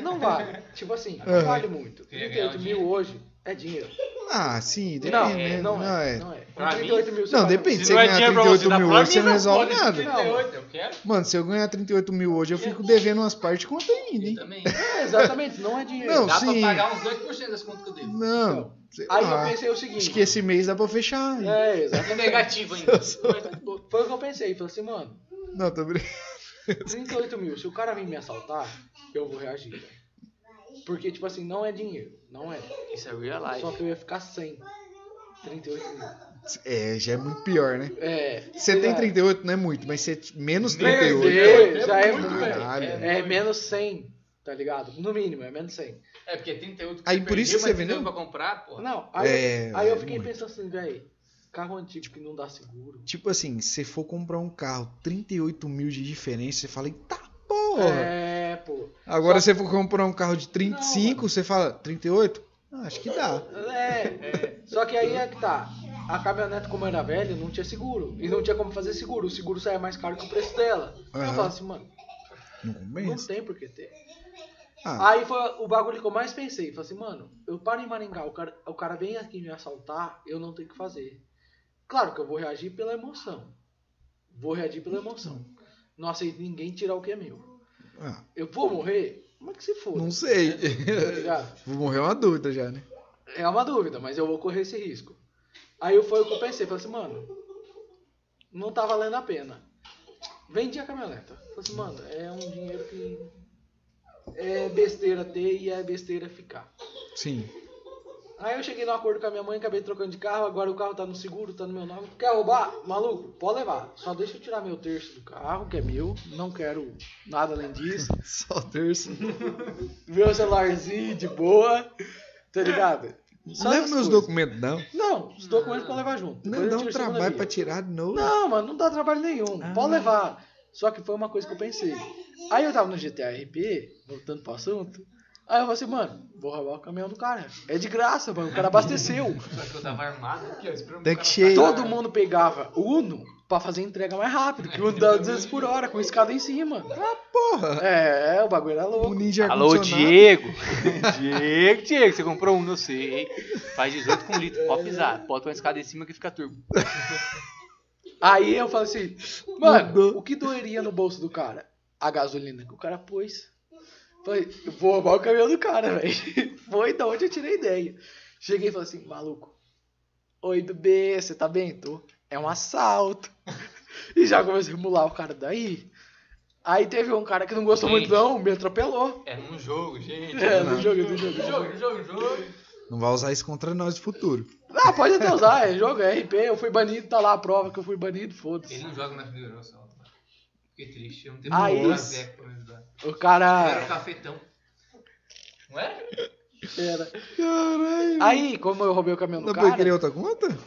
[SPEAKER 3] Não vale. tipo assim,
[SPEAKER 2] Aham.
[SPEAKER 3] não vale muito.
[SPEAKER 1] Queria ganhar
[SPEAKER 3] 38
[SPEAKER 1] um
[SPEAKER 3] mil hoje é dinheiro.
[SPEAKER 2] Ah, sim, depende.
[SPEAKER 3] Não,
[SPEAKER 2] né?
[SPEAKER 3] não é.
[SPEAKER 2] Não,
[SPEAKER 3] Não é. Com
[SPEAKER 1] Pra mim-
[SPEAKER 3] 38 mil você
[SPEAKER 2] Não,
[SPEAKER 3] paga
[SPEAKER 2] depende.
[SPEAKER 3] muito.
[SPEAKER 2] você ganhar
[SPEAKER 1] dinheiro pra
[SPEAKER 2] 38
[SPEAKER 1] dá
[SPEAKER 2] mil
[SPEAKER 1] pra
[SPEAKER 2] hoje,
[SPEAKER 1] mim,
[SPEAKER 2] você não resolve
[SPEAKER 1] pode,
[SPEAKER 2] nada.
[SPEAKER 1] 38, eu quero.
[SPEAKER 3] é.
[SPEAKER 2] Mano, se eu ganhar 38 mil hoje, eu fico devendo umas partes de conta ainda,
[SPEAKER 1] Eu
[SPEAKER 2] hein?
[SPEAKER 1] também.
[SPEAKER 3] É, exatamente, não é dinheiro.
[SPEAKER 2] Não,
[SPEAKER 1] Dá
[SPEAKER 2] sim.
[SPEAKER 1] pra pagar uns 2% das contas que eu devo.
[SPEAKER 2] Não. sei
[SPEAKER 3] Então, Aí
[SPEAKER 2] lá.
[SPEAKER 3] eu pensei o seguinte.
[SPEAKER 2] Acho que esse mês dá pra fechar. hein?
[SPEAKER 3] É,
[SPEAKER 1] É
[SPEAKER 3] exatamente.
[SPEAKER 1] negativo ainda. Mas tá de boa.
[SPEAKER 3] Foi o que eu pensei. Falei assim, mano.
[SPEAKER 2] Não, tô brincando.
[SPEAKER 3] 38 mil, se o cara vir me assaltar, eu vou reagir, velho. Porque, tipo assim, não é dinheiro. Não é.
[SPEAKER 1] Isso é real
[SPEAKER 3] Só
[SPEAKER 1] life.
[SPEAKER 3] que eu ia ficar sem. 38 mil.
[SPEAKER 2] É, já é muito pior, né?
[SPEAKER 3] É.
[SPEAKER 2] Você tem
[SPEAKER 3] já-
[SPEAKER 2] 38, não é muito, mas você menos
[SPEAKER 1] Meu
[SPEAKER 2] 38.
[SPEAKER 3] Deus, já é muito, velho.
[SPEAKER 2] Caralho.
[SPEAKER 3] É menos 100, tá ligado? No mínimo, é menos 100.
[SPEAKER 1] É porque 38
[SPEAKER 2] Aí, por isso que você vendeu?
[SPEAKER 1] vendeu pra comprar, pô.
[SPEAKER 3] Não, aí,
[SPEAKER 2] É,
[SPEAKER 3] aí eu
[SPEAKER 2] é
[SPEAKER 3] fiquei
[SPEAKER 2] muito.
[SPEAKER 3] pensando assim, velho. Carro antigo que não dá seguro.
[SPEAKER 2] Tipo assim, se for comprar um carro 38 mil de diferença, você fala, eita porra.
[SPEAKER 3] É, pô.
[SPEAKER 2] Agora você for comprar um carro de 35,
[SPEAKER 3] Não, mano.
[SPEAKER 2] você fala, 38? Ah, acho que dá.
[SPEAKER 3] É, Só que aí é que tá. A caminhonete, como era velha, não tinha seguro. E não tinha como fazer seguro. O seguro saia mais caro que o preço dela. Aí Eu
[SPEAKER 2] Aham.
[SPEAKER 3] falo assim, mano,
[SPEAKER 2] Não
[SPEAKER 3] não
[SPEAKER 2] compensa.
[SPEAKER 3] tem por que ter.
[SPEAKER 2] Ah,
[SPEAKER 3] Aí foi o bagulho que eu mais pensei. Falei assim, mano, eu paro em Maringá, o cara, o cara vem aqui me assaltar, eu não tenho o que fazer. Claro que eu vou reagir pela emoção. Vou reagir pela emoção. Não aceito ninguém tirar o que é meu.
[SPEAKER 2] ah,
[SPEAKER 3] Eu vou morrer? Como é que se for?
[SPEAKER 2] não sei. Vou morrer uma dúvida já, né?
[SPEAKER 3] É uma dúvida, mas eu vou correr esse risco. Aí foi o que eu pensei. Falei assim, mano, não tá valendo a pena. Vendi a caminhoneta. Falei assim, mano, é um dinheiro que é besteira ter e é besteira ficar.
[SPEAKER 2] Sim.
[SPEAKER 3] Aí eu cheguei num acordo com a minha mãe, acabei trocando de carro, agora o carro tá no seguro, tá no meu nome. Quer roubar? Maluco, pode levar. Só deixa eu tirar meu terço do carro, que é meu. Não quero nada além disso.
[SPEAKER 2] Só terço.
[SPEAKER 3] Meu celularzinho de boa. Tá ligado?
[SPEAKER 2] Não leva meus
[SPEAKER 3] essas coisas.
[SPEAKER 2] documentos, não.
[SPEAKER 3] Não, os documentos pode levar junto.
[SPEAKER 2] Não
[SPEAKER 3] Depois eu
[SPEAKER 2] dá um
[SPEAKER 3] tiro segunda
[SPEAKER 2] trabalho pra
[SPEAKER 3] via.
[SPEAKER 2] tirar de novo.
[SPEAKER 3] Não, mano, não dá trabalho nenhum.
[SPEAKER 2] Ah.
[SPEAKER 3] Pode levar. Só que foi uma coisa que eu pensei. Aí eu tava no GTA RP, voltando pro assunto. Aí eu falei assim, mano, vou roubar o caminhão do cara. É de graça, mano. O cara abasteceu.
[SPEAKER 1] Só que eu tava armado aqui, ó. Esperando
[SPEAKER 2] Tanque
[SPEAKER 1] o cara
[SPEAKER 2] cheio.
[SPEAKER 1] sacar.
[SPEAKER 3] Todo mundo pegava Uno pra fazer entrega mais rápido, que o Uno dá 200 por hora, com escada em cima.
[SPEAKER 2] Porra.
[SPEAKER 3] É, o bagulho era
[SPEAKER 2] O
[SPEAKER 3] louco.
[SPEAKER 2] ninja
[SPEAKER 1] Alô,
[SPEAKER 2] ar-condicionado.
[SPEAKER 1] Diego! Diego, Diego, você comprou um, eu sei. Faz 18 com um litro, pode pisar. Bota uma escada em cima que fica turbo.
[SPEAKER 3] Aí eu falei assim, mano,
[SPEAKER 2] Mudou.
[SPEAKER 3] o que doeria no bolso do cara? A gasolina que o cara pôs. Falei, eu vou roubar o caminhão do cara, velho. Foi da onde eu tirei a ideia. Cheguei e falei assim, maluco, oi do B, você tá bem? Tô. É um assalto. E já comecei a emular o cara daí. Aí teve um cara que não gostou muito,
[SPEAKER 1] Gente.
[SPEAKER 3] não, me atropelou.
[SPEAKER 1] É num jogo, gente.
[SPEAKER 3] É, no jogo, no jogo.
[SPEAKER 1] No jogo, no jogo, no jogo.
[SPEAKER 2] Não vai usar isso contra nós no futuro.
[SPEAKER 3] Ah, pode até usar, é jogo, é RP, eu fui banido, tá lá a prova que eu fui banido,
[SPEAKER 1] Ele
[SPEAKER 3] foda-se.
[SPEAKER 1] não joga mais primeiro só. Fiquei triste, eu não tenho
[SPEAKER 3] Ah,
[SPEAKER 1] nenhum
[SPEAKER 3] isso.
[SPEAKER 1] boneco pra me ajudar.
[SPEAKER 3] O
[SPEAKER 1] Era o
[SPEAKER 3] cara
[SPEAKER 1] cafetão. Não é? era?
[SPEAKER 3] era.
[SPEAKER 2] Caralho.
[SPEAKER 3] Aí, como eu roubei o caminhão do
[SPEAKER 2] Dá pra
[SPEAKER 3] cara,
[SPEAKER 2] eu criar outra conta?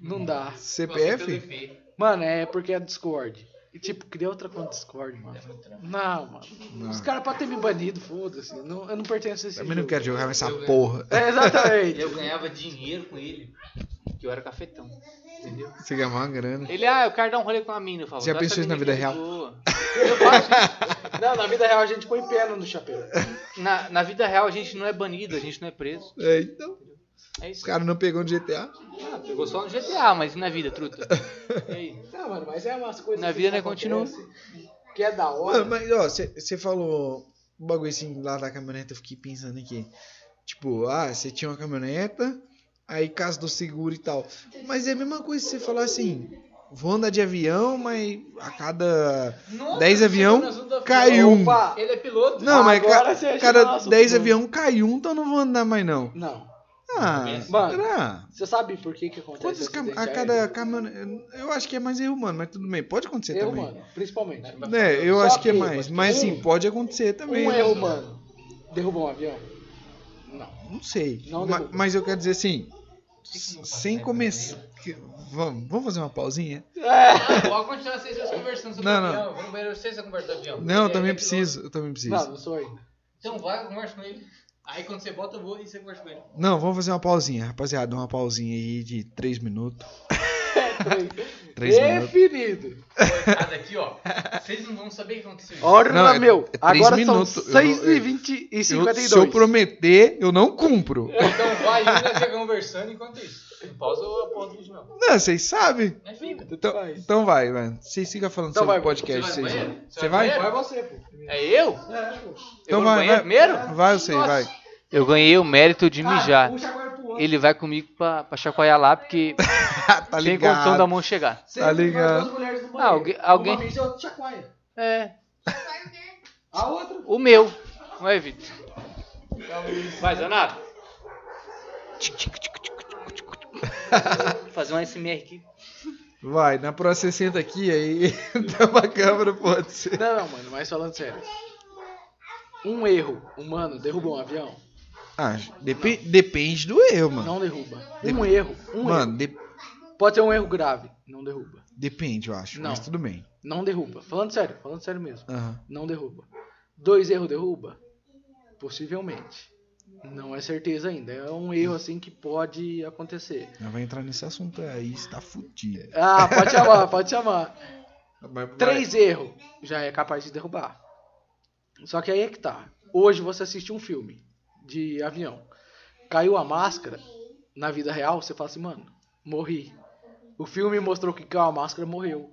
[SPEAKER 3] não dá.
[SPEAKER 2] CPF?
[SPEAKER 3] Mano, é porque é Discord. E tipo, cria outra conta Discord, mano.
[SPEAKER 1] É muito trampo.
[SPEAKER 3] Não, mano.
[SPEAKER 2] Não.
[SPEAKER 3] Os caras podem ter me banido, foda-se. Não, eu não pertenço a esse.
[SPEAKER 2] Também não
[SPEAKER 3] jogo.
[SPEAKER 2] quero jogar nessa
[SPEAKER 1] Eu ganho.
[SPEAKER 2] porra.
[SPEAKER 3] É,
[SPEAKER 1] E eu
[SPEAKER 3] exatamente.
[SPEAKER 1] ganhava dinheiro com ele, que eu era cafetão. Entendeu?
[SPEAKER 2] Você ganha uma grana.
[SPEAKER 1] Ele, ah, eu quero dar um rolê com a mina, eu falo.
[SPEAKER 2] Já
[SPEAKER 1] "Dá
[SPEAKER 2] pensou
[SPEAKER 1] essa
[SPEAKER 2] isso na vida
[SPEAKER 1] mina aqui,
[SPEAKER 2] real?"
[SPEAKER 1] boa.
[SPEAKER 3] Eu faço- Não, na vida real a gente põe pena no chapéu.
[SPEAKER 1] Na, na vida real a gente não é banido, a gente não é preso.
[SPEAKER 2] É, então.
[SPEAKER 1] É
[SPEAKER 2] Os
[SPEAKER 1] isso.
[SPEAKER 2] caras não pegam de GTA.
[SPEAKER 1] Ah, pegou só no GTA, mas e na vida, truta? E aí?
[SPEAKER 3] Não, mano, mas é umas coisas.
[SPEAKER 1] Na
[SPEAKER 3] que
[SPEAKER 1] vida, né,
[SPEAKER 3] acontece,
[SPEAKER 1] continua.
[SPEAKER 3] Que é da hora.
[SPEAKER 2] Mano, mas ó, você falou um bagulho assim lá da caminhonete, eu fiquei pensando aqui. Tipo, ah, você tinha uma caminhoneta, aí casa do seguro e tal. Mas é a mesma coisa que você falar assim, Vou andar de avião, mas a cada
[SPEAKER 4] Nossa, tá
[SPEAKER 2] 10
[SPEAKER 4] nós
[SPEAKER 2] avião
[SPEAKER 4] vamos dar-
[SPEAKER 2] cai um.
[SPEAKER 3] Opa!
[SPEAKER 4] Ele é piloto.
[SPEAKER 2] Não, mas
[SPEAKER 3] Agora
[SPEAKER 2] ca-
[SPEAKER 3] você chegou no
[SPEAKER 2] cada
[SPEAKER 3] assunto.
[SPEAKER 2] 10 avião cai um, então eu não vou andar mais não.
[SPEAKER 3] Não.
[SPEAKER 2] Ah,
[SPEAKER 3] Mano,
[SPEAKER 2] será?
[SPEAKER 3] Você sabe por que que acontece
[SPEAKER 2] Quantos
[SPEAKER 3] isso?
[SPEAKER 2] cam- a cada caminhão. Eu acho que é mais erro, mano, mas tudo bem. Pode acontecer
[SPEAKER 3] Eu,
[SPEAKER 2] também.
[SPEAKER 3] mano, principalmente.
[SPEAKER 2] Né, eu
[SPEAKER 3] Só
[SPEAKER 2] acho que é
[SPEAKER 3] que-
[SPEAKER 2] mais. Mas
[SPEAKER 3] um-
[SPEAKER 2] sim, pode acontecer também. né?
[SPEAKER 3] Um erro, mano. Derrubou um avião? Não.
[SPEAKER 2] Não sei.
[SPEAKER 3] Não
[SPEAKER 2] Ma- mas,
[SPEAKER 3] derruba.
[SPEAKER 2] eu quero dizer assim. s- Sem começar. que- Vamos, vamos fazer uma pausinha?
[SPEAKER 4] Ah, Pode tá continuar vocês dois conversando sobre
[SPEAKER 2] Não, não.
[SPEAKER 4] avião. Eu vou no banheiro vocês conversam sobre avião.
[SPEAKER 2] Não, eu
[SPEAKER 4] Ele é- ele
[SPEAKER 2] também
[SPEAKER 4] é piloto.
[SPEAKER 2] preciso. Eu também
[SPEAKER 3] Não,
[SPEAKER 2] preciso.
[SPEAKER 3] não sou ainda.
[SPEAKER 4] Então vai, conversa com ele. Aí quando você bota, eu vou e você conversa com ele.
[SPEAKER 2] Não, vamos fazer uma pausinha, rapaziada. Uma pausinha aí de 3 minutos. Três minutos.
[SPEAKER 3] Definido.
[SPEAKER 4] Coitado aqui, ó. Vocês não vão saber o que aconteceu.
[SPEAKER 3] Olha,
[SPEAKER 2] Não, é- é
[SPEAKER 3] meu.
[SPEAKER 2] três
[SPEAKER 3] agora
[SPEAKER 2] minutos.
[SPEAKER 3] são
[SPEAKER 2] Eu
[SPEAKER 3] 6
[SPEAKER 2] não-
[SPEAKER 3] e
[SPEAKER 2] eu-
[SPEAKER 3] 20 e É.
[SPEAKER 2] Eu-
[SPEAKER 3] 52.
[SPEAKER 2] se eu prometer, eu não cumpro.
[SPEAKER 4] Então vai, a gente vai ficar conversando enquanto isso. Não pausa ou aponta o vídeo, não.
[SPEAKER 2] Não, vocês sabem.
[SPEAKER 4] É vida.
[SPEAKER 3] Tanto
[SPEAKER 2] Então,
[SPEAKER 3] faz.
[SPEAKER 2] então vai, mano. Vocês ficam falando
[SPEAKER 3] Então
[SPEAKER 2] sobre
[SPEAKER 3] vai,
[SPEAKER 2] o podcast.
[SPEAKER 4] você vai no
[SPEAKER 2] vocês
[SPEAKER 4] banheiro?
[SPEAKER 2] vão.
[SPEAKER 4] Você
[SPEAKER 2] Você
[SPEAKER 4] vai
[SPEAKER 2] vai?
[SPEAKER 4] no
[SPEAKER 3] Vai você, pô. primeiro.
[SPEAKER 4] É eu?
[SPEAKER 3] É, pô.
[SPEAKER 4] Eu
[SPEAKER 2] Então
[SPEAKER 4] vou no
[SPEAKER 2] vai,
[SPEAKER 4] banheiro
[SPEAKER 2] vai.
[SPEAKER 4] primeiro?
[SPEAKER 2] Vai, você vai.
[SPEAKER 1] Eu ganhei o mérito de
[SPEAKER 3] Cara,
[SPEAKER 1] mijar.
[SPEAKER 3] puxa agora pro outro.
[SPEAKER 1] Ele vai comigo pra, pra chacoalhar lá, porque
[SPEAKER 2] tá
[SPEAKER 1] tem condição da
[SPEAKER 2] ligado.
[SPEAKER 1] mão chegar.
[SPEAKER 3] Você
[SPEAKER 2] Tá
[SPEAKER 3] vai
[SPEAKER 2] ligado.
[SPEAKER 3] duas mulheres no
[SPEAKER 1] Ah,
[SPEAKER 3] banheiro.
[SPEAKER 1] alguém- alguém-
[SPEAKER 3] Uma mija, outra chacoalha.
[SPEAKER 1] É,
[SPEAKER 5] Vai o quê?
[SPEAKER 3] A outra.
[SPEAKER 1] o meu. Não é, Vitor? Vai, Zanato. Fazer um SMR aqui.
[SPEAKER 2] Vai, na próxima você senta aqui aí. dá uma câmera, pode ser.
[SPEAKER 3] Não, não, mano, mas falando sério. Um erro humano derruba um avião?
[SPEAKER 2] Ah, depe- depende do erro, mano.
[SPEAKER 3] Não derruba. Um erro. Um
[SPEAKER 2] Mano, de-
[SPEAKER 3] erro. Pode ser um erro grave. Não derruba.
[SPEAKER 2] depende, eu acho.
[SPEAKER 3] Não.
[SPEAKER 2] Mas tudo bem.
[SPEAKER 3] Não derruba. Falando sério, falando sério mesmo.
[SPEAKER 2] Aham.
[SPEAKER 3] Não derruba. Dois erros derruba? Possivelmente. Não é certeza ainda. É um erro assim que pode acontecer.
[SPEAKER 2] Não vai entrar nesse assunto aí, você tá fudido.
[SPEAKER 3] Ah, pode chamar, pode chamar.
[SPEAKER 2] Mas vai-
[SPEAKER 3] Três erros já é capaz de derrubar. Só que aí é que tá. Hoje você assiste um filme de avião. Caiu a máscara, na vida real você fala assim, mano, morri. O filme mostrou que caiu a máscara morreu.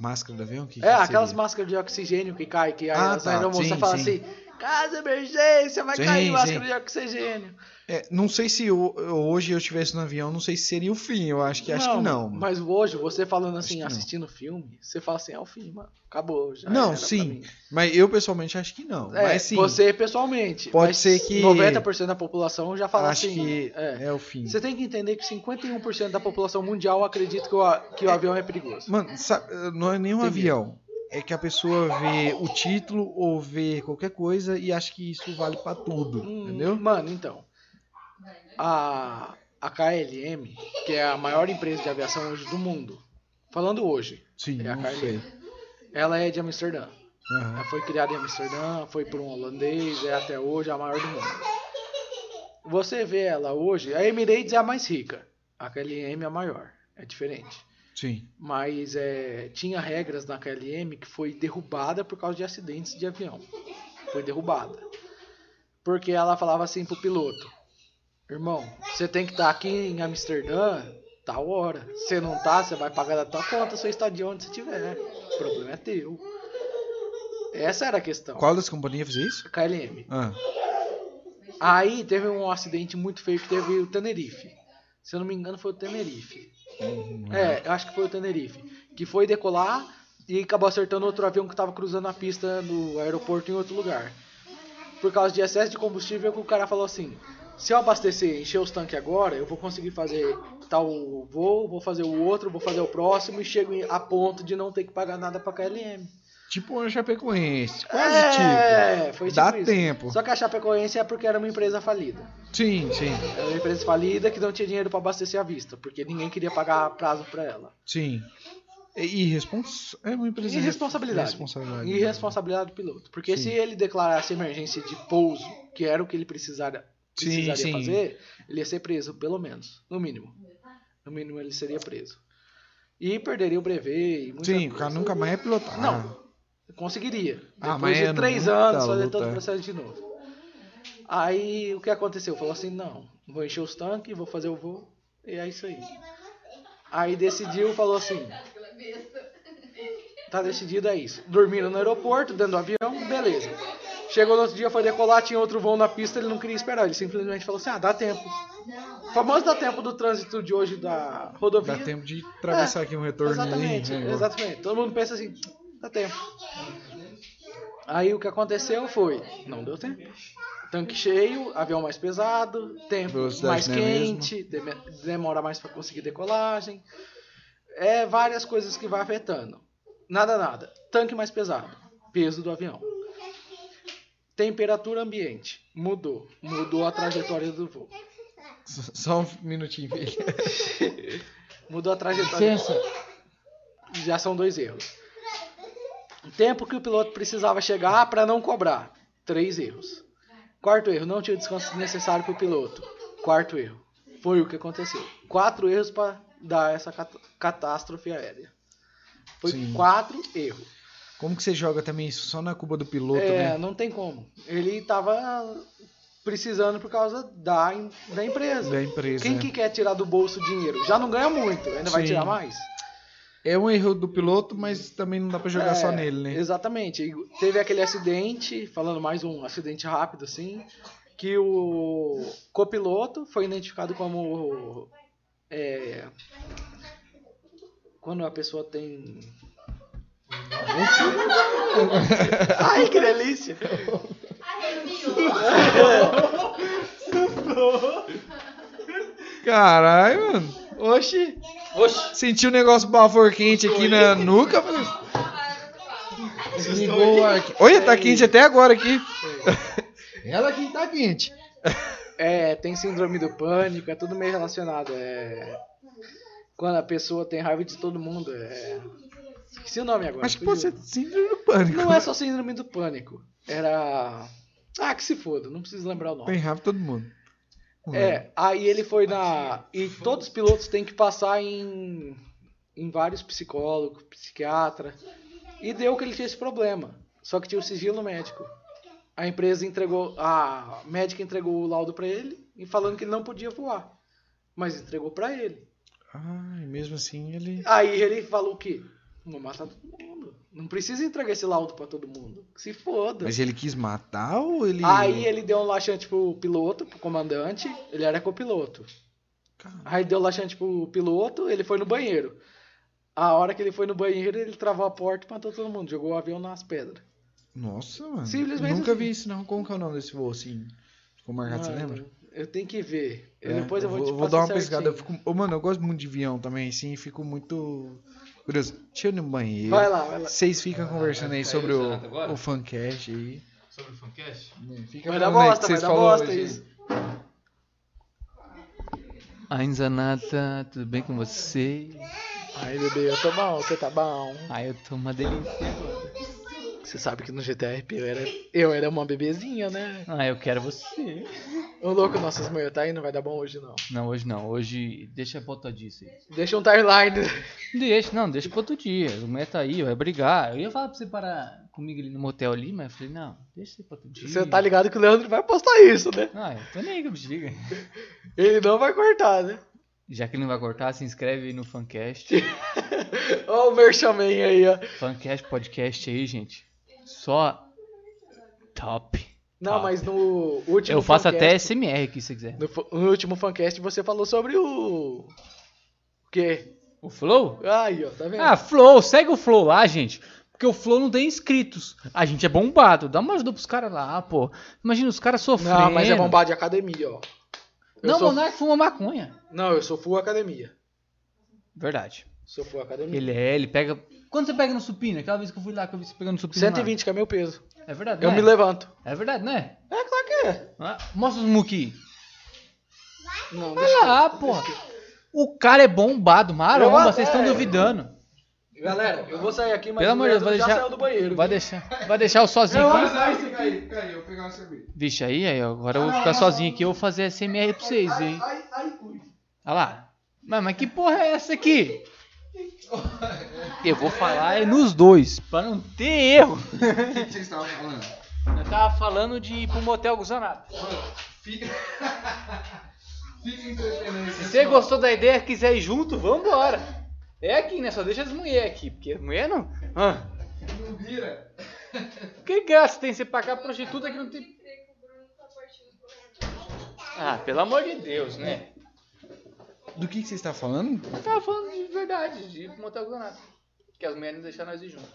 [SPEAKER 2] Máscara do avião? Que
[SPEAKER 3] é, aquelas máscaras de oxigênio que cai, que
[SPEAKER 2] Ah,
[SPEAKER 3] a as
[SPEAKER 2] tá.
[SPEAKER 3] aeromoça
[SPEAKER 2] Sim,
[SPEAKER 3] fala
[SPEAKER 2] sim.
[SPEAKER 3] assim, casa emergência, vai
[SPEAKER 2] Sim,
[SPEAKER 3] cair máscara
[SPEAKER 2] sim.
[SPEAKER 3] de oxigênio.
[SPEAKER 2] É, não sei se ho- hoje eu estivesse no avião, não sei se seria o fim. Eu acho que acho que não. mano.
[SPEAKER 3] Mas hoje, você falando assim,
[SPEAKER 2] que não.
[SPEAKER 3] assistindo filme, você fala assim, é o fim, mano. Acabou, já
[SPEAKER 2] Não,
[SPEAKER 3] era pra
[SPEAKER 2] sim.
[SPEAKER 3] mim.
[SPEAKER 2] Mas eu pessoalmente acho que não.
[SPEAKER 3] É,
[SPEAKER 2] mas sim,
[SPEAKER 3] você pessoalmente.
[SPEAKER 2] Pode
[SPEAKER 3] mas
[SPEAKER 2] ser que-
[SPEAKER 3] 90% da população já fala
[SPEAKER 2] acho
[SPEAKER 3] assim.
[SPEAKER 2] que
[SPEAKER 3] é.
[SPEAKER 2] é. o fim.
[SPEAKER 3] Você tem que entender que 51% da população mundial acredita que o, a- que o avião é perigoso.
[SPEAKER 2] Mano, sabe, não é nem um
[SPEAKER 3] Tem
[SPEAKER 2] avião. É que a pessoa vê o título ou vê qualquer coisa e acha que isso vale pra tudo,
[SPEAKER 3] Hum,
[SPEAKER 2] entendeu?
[SPEAKER 3] Mano, então. A, a KLM, que é a maior empresa de aviação hoje do mundo, falando hoje,
[SPEAKER 2] Sim,
[SPEAKER 3] é a
[SPEAKER 2] não
[SPEAKER 3] KLM.
[SPEAKER 2] sei.
[SPEAKER 3] ela é de Amsterdã. Ela
[SPEAKER 2] Aham.
[SPEAKER 3] foi criada em Amsterdã, foi por um holandês, é até hoje a maior do mundo. Você vê ela hoje, a Emirates é a mais rica, a KLM é a maior, é diferente.
[SPEAKER 2] Sim.
[SPEAKER 3] Mas é, tinha regras na KLM que foi derrubada por causa de acidentes de avião. Foi derrubada. Porque ela falava assim pro piloto: Irmão, você tem que estar aqui em Amsterdã tal hora. Se você não tá, você vai pagar da tua conta seu estadia onde você tiver. O problema é teu. Essa era a questão.
[SPEAKER 2] Qual das companhias fez isso?
[SPEAKER 3] KLM.
[SPEAKER 2] Ah,
[SPEAKER 3] Aí teve um acidente muito feio que teve o Tenerife. Se eu não me engano, foi o Tenerife. É, eu acho que foi o Tenerife. Que foi decolar e acabou acertando outro avião que tava cruzando a pista no aeroporto em outro lugar. Por causa de excesso de combustível, que o cara falou assim: se eu abastecer e encher os tanques agora, eu vou conseguir fazer tal voo, vou fazer o outro, vou fazer o próximo e chego em- a ponto de não ter que pagar nada pra KLM.
[SPEAKER 2] tipo uma Chapecoense, quase tipo.
[SPEAKER 3] é, foi tipo
[SPEAKER 2] Dá
[SPEAKER 3] isso.
[SPEAKER 2] tempo.
[SPEAKER 3] Só que a Chapecoense é porque era uma empresa falida.
[SPEAKER 2] Sim, sim,
[SPEAKER 3] Era uma empresa falida que não tinha dinheiro pra abastecer à vista, porque ninguém queria pagar prazo pra ela.
[SPEAKER 2] sim. E irrespons... É uma empresa né?
[SPEAKER 3] E responsabilidade.
[SPEAKER 2] irresponsabilidade.
[SPEAKER 3] E responsabilidade do piloto. Porque
[SPEAKER 2] Sim.
[SPEAKER 3] se ele declarasse emergência de pouso, que era o que ele precisara,
[SPEAKER 2] Sim,
[SPEAKER 3] precisaria
[SPEAKER 2] sim.
[SPEAKER 3] fazer, ele ia ser preso, pelo menos. No mínimo. No mínimo ele seria preso. E perderia o brevet e muita
[SPEAKER 2] Sim, o
[SPEAKER 3] coisa.
[SPEAKER 2] cara nunca mais é pilotar.
[SPEAKER 3] Não. Conseguiria.
[SPEAKER 2] Ah,
[SPEAKER 3] Depois
[SPEAKER 2] mas é
[SPEAKER 3] de três
[SPEAKER 2] muita
[SPEAKER 3] anos, fazer
[SPEAKER 2] luta. é.
[SPEAKER 3] todo o processo de novo. Aí o que aconteceu? Falou assim: não, vou encher os tanques, vou fazer o voo, e é isso aí. Aí decidiu, falou assim: tá decidido, é isso. Dormiram no aeroporto, dentro do avião, beleza. Chegou no outro dia, foi decolar, tinha outro voo na pista, ele não queria esperar. Ele simplesmente falou assim: ah, dá tempo. O famoso dá tempo do trânsito de hoje da rodovia.
[SPEAKER 2] Dá tempo de atravessar aqui um retorno
[SPEAKER 3] É, Exatamente,
[SPEAKER 2] ali. né?
[SPEAKER 3] exatamente. Todo mundo pensa assim, dá tempo. Aí o que aconteceu foi, não deu tempo. Tanque cheio, avião mais pesado, tempo
[SPEAKER 2] Velocidade
[SPEAKER 3] mais
[SPEAKER 2] não é a
[SPEAKER 3] quente, deme- demora mais para conseguir decolagem. É várias coisas que vai afetando. Nada, nada. Tanque mais pesado, peso do avião. Temperatura ambiente, mudou. Mudou a trajetória do voo.
[SPEAKER 2] S- Só um minutinho, filho.
[SPEAKER 3] Mudou a trajetória.
[SPEAKER 2] Licença.
[SPEAKER 3] Já são dois erros. O tempo que o piloto precisava chegar para não cobrar. Três erros. Quarto erro, não tinha o descanso necessário para o piloto. Quarto erro. Foi o que aconteceu. Quatro erros para dar essa cat- catástrofe aérea. Foi
[SPEAKER 2] Sim.
[SPEAKER 3] quatro erros.
[SPEAKER 2] Como que você joga também isso só na Cuba do piloto,
[SPEAKER 3] é,
[SPEAKER 2] né?
[SPEAKER 3] não tem como. Ele tava precisando por causa da, em- da empresa.
[SPEAKER 2] Da empresa.
[SPEAKER 3] Quem
[SPEAKER 2] né?
[SPEAKER 3] que quer tirar do bolso dinheiro? Já não ganha muito, ainda vai
[SPEAKER 2] Sim.
[SPEAKER 3] tirar mais?
[SPEAKER 2] É um erro do piloto, mas também não dá pra jogar
[SPEAKER 3] É,
[SPEAKER 2] só nele, né?
[SPEAKER 3] Exatamente. E Teve aquele acidente, falando mais um acidente rápido assim, que o copiloto foi identificado como é, quando a pessoa tem Ai, que delícia!
[SPEAKER 2] Caralho, mano.
[SPEAKER 3] Oxi!
[SPEAKER 4] Oxi!
[SPEAKER 2] Senti um negócio bavor quente aqui na nuca. mano. Desligou o ar. aqui. Olha, tá quente até agora aqui. Ela aqui tá quente.
[SPEAKER 3] É, tem síndrome do pânico, é tudo meio relacionado. É... Quando a pessoa tem raiva de todo mundo, é. Esqueci o nome agora.
[SPEAKER 2] Acho que
[SPEAKER 3] fugiu.
[SPEAKER 2] pode ser síndrome do pânico.
[SPEAKER 3] Não é só síndrome do pânico. Era. Ah, que se foda, não preciso lembrar o nome.
[SPEAKER 2] Bem rápido todo mundo. Não lembro.
[SPEAKER 3] É, aí ele foi na. E todos os pilotos têm que passar em. em vários psicólogos, psiquiatra. E deu que ele tinha esse problema. Só que tinha o sigilo médico. A empresa entregou. A médica entregou o laudo pra ele e falando que ele não podia voar. Mas entregou pra ele.
[SPEAKER 2] Ai, mesmo assim ele.
[SPEAKER 3] Aí ele falou que. Vou matar todo mundo. Não precisa entregar esse laudo pra todo mundo. Se foda.
[SPEAKER 2] Mas ele quis matar ou ele.
[SPEAKER 3] Aí ele deu um laxante pro piloto, pro comandante. Ele era copiloto.
[SPEAKER 2] Cara,
[SPEAKER 3] Aí deu um laxante pro piloto, ele foi no banheiro. A hora que ele foi no banheiro, ele travou a porta e matou todo mundo. Jogou o avião nas pedras.
[SPEAKER 2] Nossa, mano.
[SPEAKER 3] Simplesmente
[SPEAKER 2] Nunca
[SPEAKER 3] assim.
[SPEAKER 2] vi isso, não. Como que é o nome desse voo assim? Ficou marcado, você
[SPEAKER 3] Mano,
[SPEAKER 2] lembra?
[SPEAKER 3] Eu tenho que ver. Eu
[SPEAKER 2] É,
[SPEAKER 3] depois eu vou te
[SPEAKER 2] vou
[SPEAKER 3] passar
[SPEAKER 2] dar uma
[SPEAKER 3] certinho.
[SPEAKER 2] pescada. Eu fico, Ô, mano, eu gosto muito de avião também, assim, fico muito curioso. Deixa eu ir no banheiro.
[SPEAKER 3] Vai lá, vai lá.
[SPEAKER 2] Vocês ficam conversando aí
[SPEAKER 4] Ah, vai
[SPEAKER 2] sobre
[SPEAKER 4] sair do Senado
[SPEAKER 2] o,
[SPEAKER 4] agora?
[SPEAKER 2] o fancast aí. Hum,
[SPEAKER 4] Sobre o fancast?
[SPEAKER 2] Fica
[SPEAKER 3] Vai dar
[SPEAKER 2] falando aí
[SPEAKER 3] bosta,
[SPEAKER 2] que
[SPEAKER 3] vai
[SPEAKER 2] vocês
[SPEAKER 3] dar
[SPEAKER 2] falaram
[SPEAKER 3] bosta
[SPEAKER 2] hoje.
[SPEAKER 3] isso.
[SPEAKER 1] Ainzanata, Ah, tudo bem com você?
[SPEAKER 3] Aí, bebê, eu tô bom, você tá bom.
[SPEAKER 1] Ai, eu tô uma delícia.
[SPEAKER 3] Você sabe que no GTRP eu era, eu era uma bebezinha, né?
[SPEAKER 1] Ah, eu quero você.
[SPEAKER 3] Ô louco, nossas mães, tá aí, não vai dar bom hoje não.
[SPEAKER 1] Não, hoje não. Hoje, deixa pra outro dia isso aí.
[SPEAKER 3] Deixa um timeline.
[SPEAKER 1] Deixa, não, deixa pra outro dia. O mulher tá aí, vai brigar. Eu ia falar pra você parar comigo ali no motel ali, mas eu falei, não, deixa isso aí pra outro dia.
[SPEAKER 3] Você tá ligado que o Leandro vai postar isso, né?
[SPEAKER 1] Ah, eu tô nem aí que eu me diga.
[SPEAKER 3] Ele não vai cortar, né?
[SPEAKER 1] Já que não vai cortar, se inscreve aí no Fancast.
[SPEAKER 3] Ó o Merchaman aí, ó.
[SPEAKER 1] Fancast Podcast aí, gente. Só top.
[SPEAKER 3] Não,
[SPEAKER 1] Tá.
[SPEAKER 3] mas no último
[SPEAKER 1] Eu faço
[SPEAKER 3] fancast-
[SPEAKER 1] até SMR aqui, se quiser.
[SPEAKER 3] No, fu- no último fancast você falou sobre o. O quê?
[SPEAKER 1] O Flow?
[SPEAKER 3] Aí, ó, tá vendo?
[SPEAKER 1] Ah, Flow, segue o Flow lá, gente. Porque o Flow não tem inscritos. A gente é bombado. Dá uma ajuda pros caras lá, pô. Imagina os caras sofrendo.
[SPEAKER 3] não, mas é bombado de academia, ó. Eu
[SPEAKER 1] Não, é
[SPEAKER 3] sou...
[SPEAKER 1] Monark fuma maconha.
[SPEAKER 3] Não, eu sou full academia.
[SPEAKER 1] Verdade.
[SPEAKER 3] Sou full academia.
[SPEAKER 1] Ele é, ele pega. Quando você pega no supino? Aquela vez que eu fui lá que eu vi você pegando no supino. lá.
[SPEAKER 3] 120 que é meu peso.
[SPEAKER 1] É verdade,
[SPEAKER 3] Eu
[SPEAKER 1] né?
[SPEAKER 3] me levanto.
[SPEAKER 1] É verdade, né?
[SPEAKER 3] É claro que é.
[SPEAKER 1] Ah, Mostra os muki.
[SPEAKER 3] Não,
[SPEAKER 1] Vai lá, porra. O cara é bombado,
[SPEAKER 3] Eu
[SPEAKER 1] maromba,
[SPEAKER 3] vou-
[SPEAKER 1] vocês estão
[SPEAKER 3] é.
[SPEAKER 1] duvidando.
[SPEAKER 3] Galera, eu vou sair aqui, mas
[SPEAKER 1] Pelo amor de Deus,
[SPEAKER 3] o
[SPEAKER 1] vai
[SPEAKER 3] Leandro já
[SPEAKER 1] deixar.
[SPEAKER 3] saiu do banheiro.
[SPEAKER 1] Vai deixar, vai deixar eu sozinho aqui.
[SPEAKER 2] Ai, caiu, caiu. Eu vou pegar uma cerveja.
[SPEAKER 1] Vixe, aí, aí, ó, agora eu vou ficar sozinho aqui, eu vou fazer SMR pra vocês, hein?
[SPEAKER 2] Ai, ai, ui.
[SPEAKER 1] Olha lá. Mas, mas que porra é essa aqui? Eu vou falar é nos dois, pra não ter erro.
[SPEAKER 2] O que que vocês estavam falando?
[SPEAKER 1] Eu tava falando de ir pro motel Guzanato.
[SPEAKER 2] Fica. Fica entretendo
[SPEAKER 1] Se você gostou da ideia, quiser ir junto, vambora. É aqui, né? Só deixa as mulheres aqui, porque mulher não. Ah.
[SPEAKER 2] Não vira.
[SPEAKER 1] Que graça tem você pagar prostituta que não tem. Ah, pelo amor de Deus, né?
[SPEAKER 2] Do que, que você está falando?
[SPEAKER 1] Eu tava falando de verdade, de montar o granado. Que as mulheres não deixaram nós ir junto.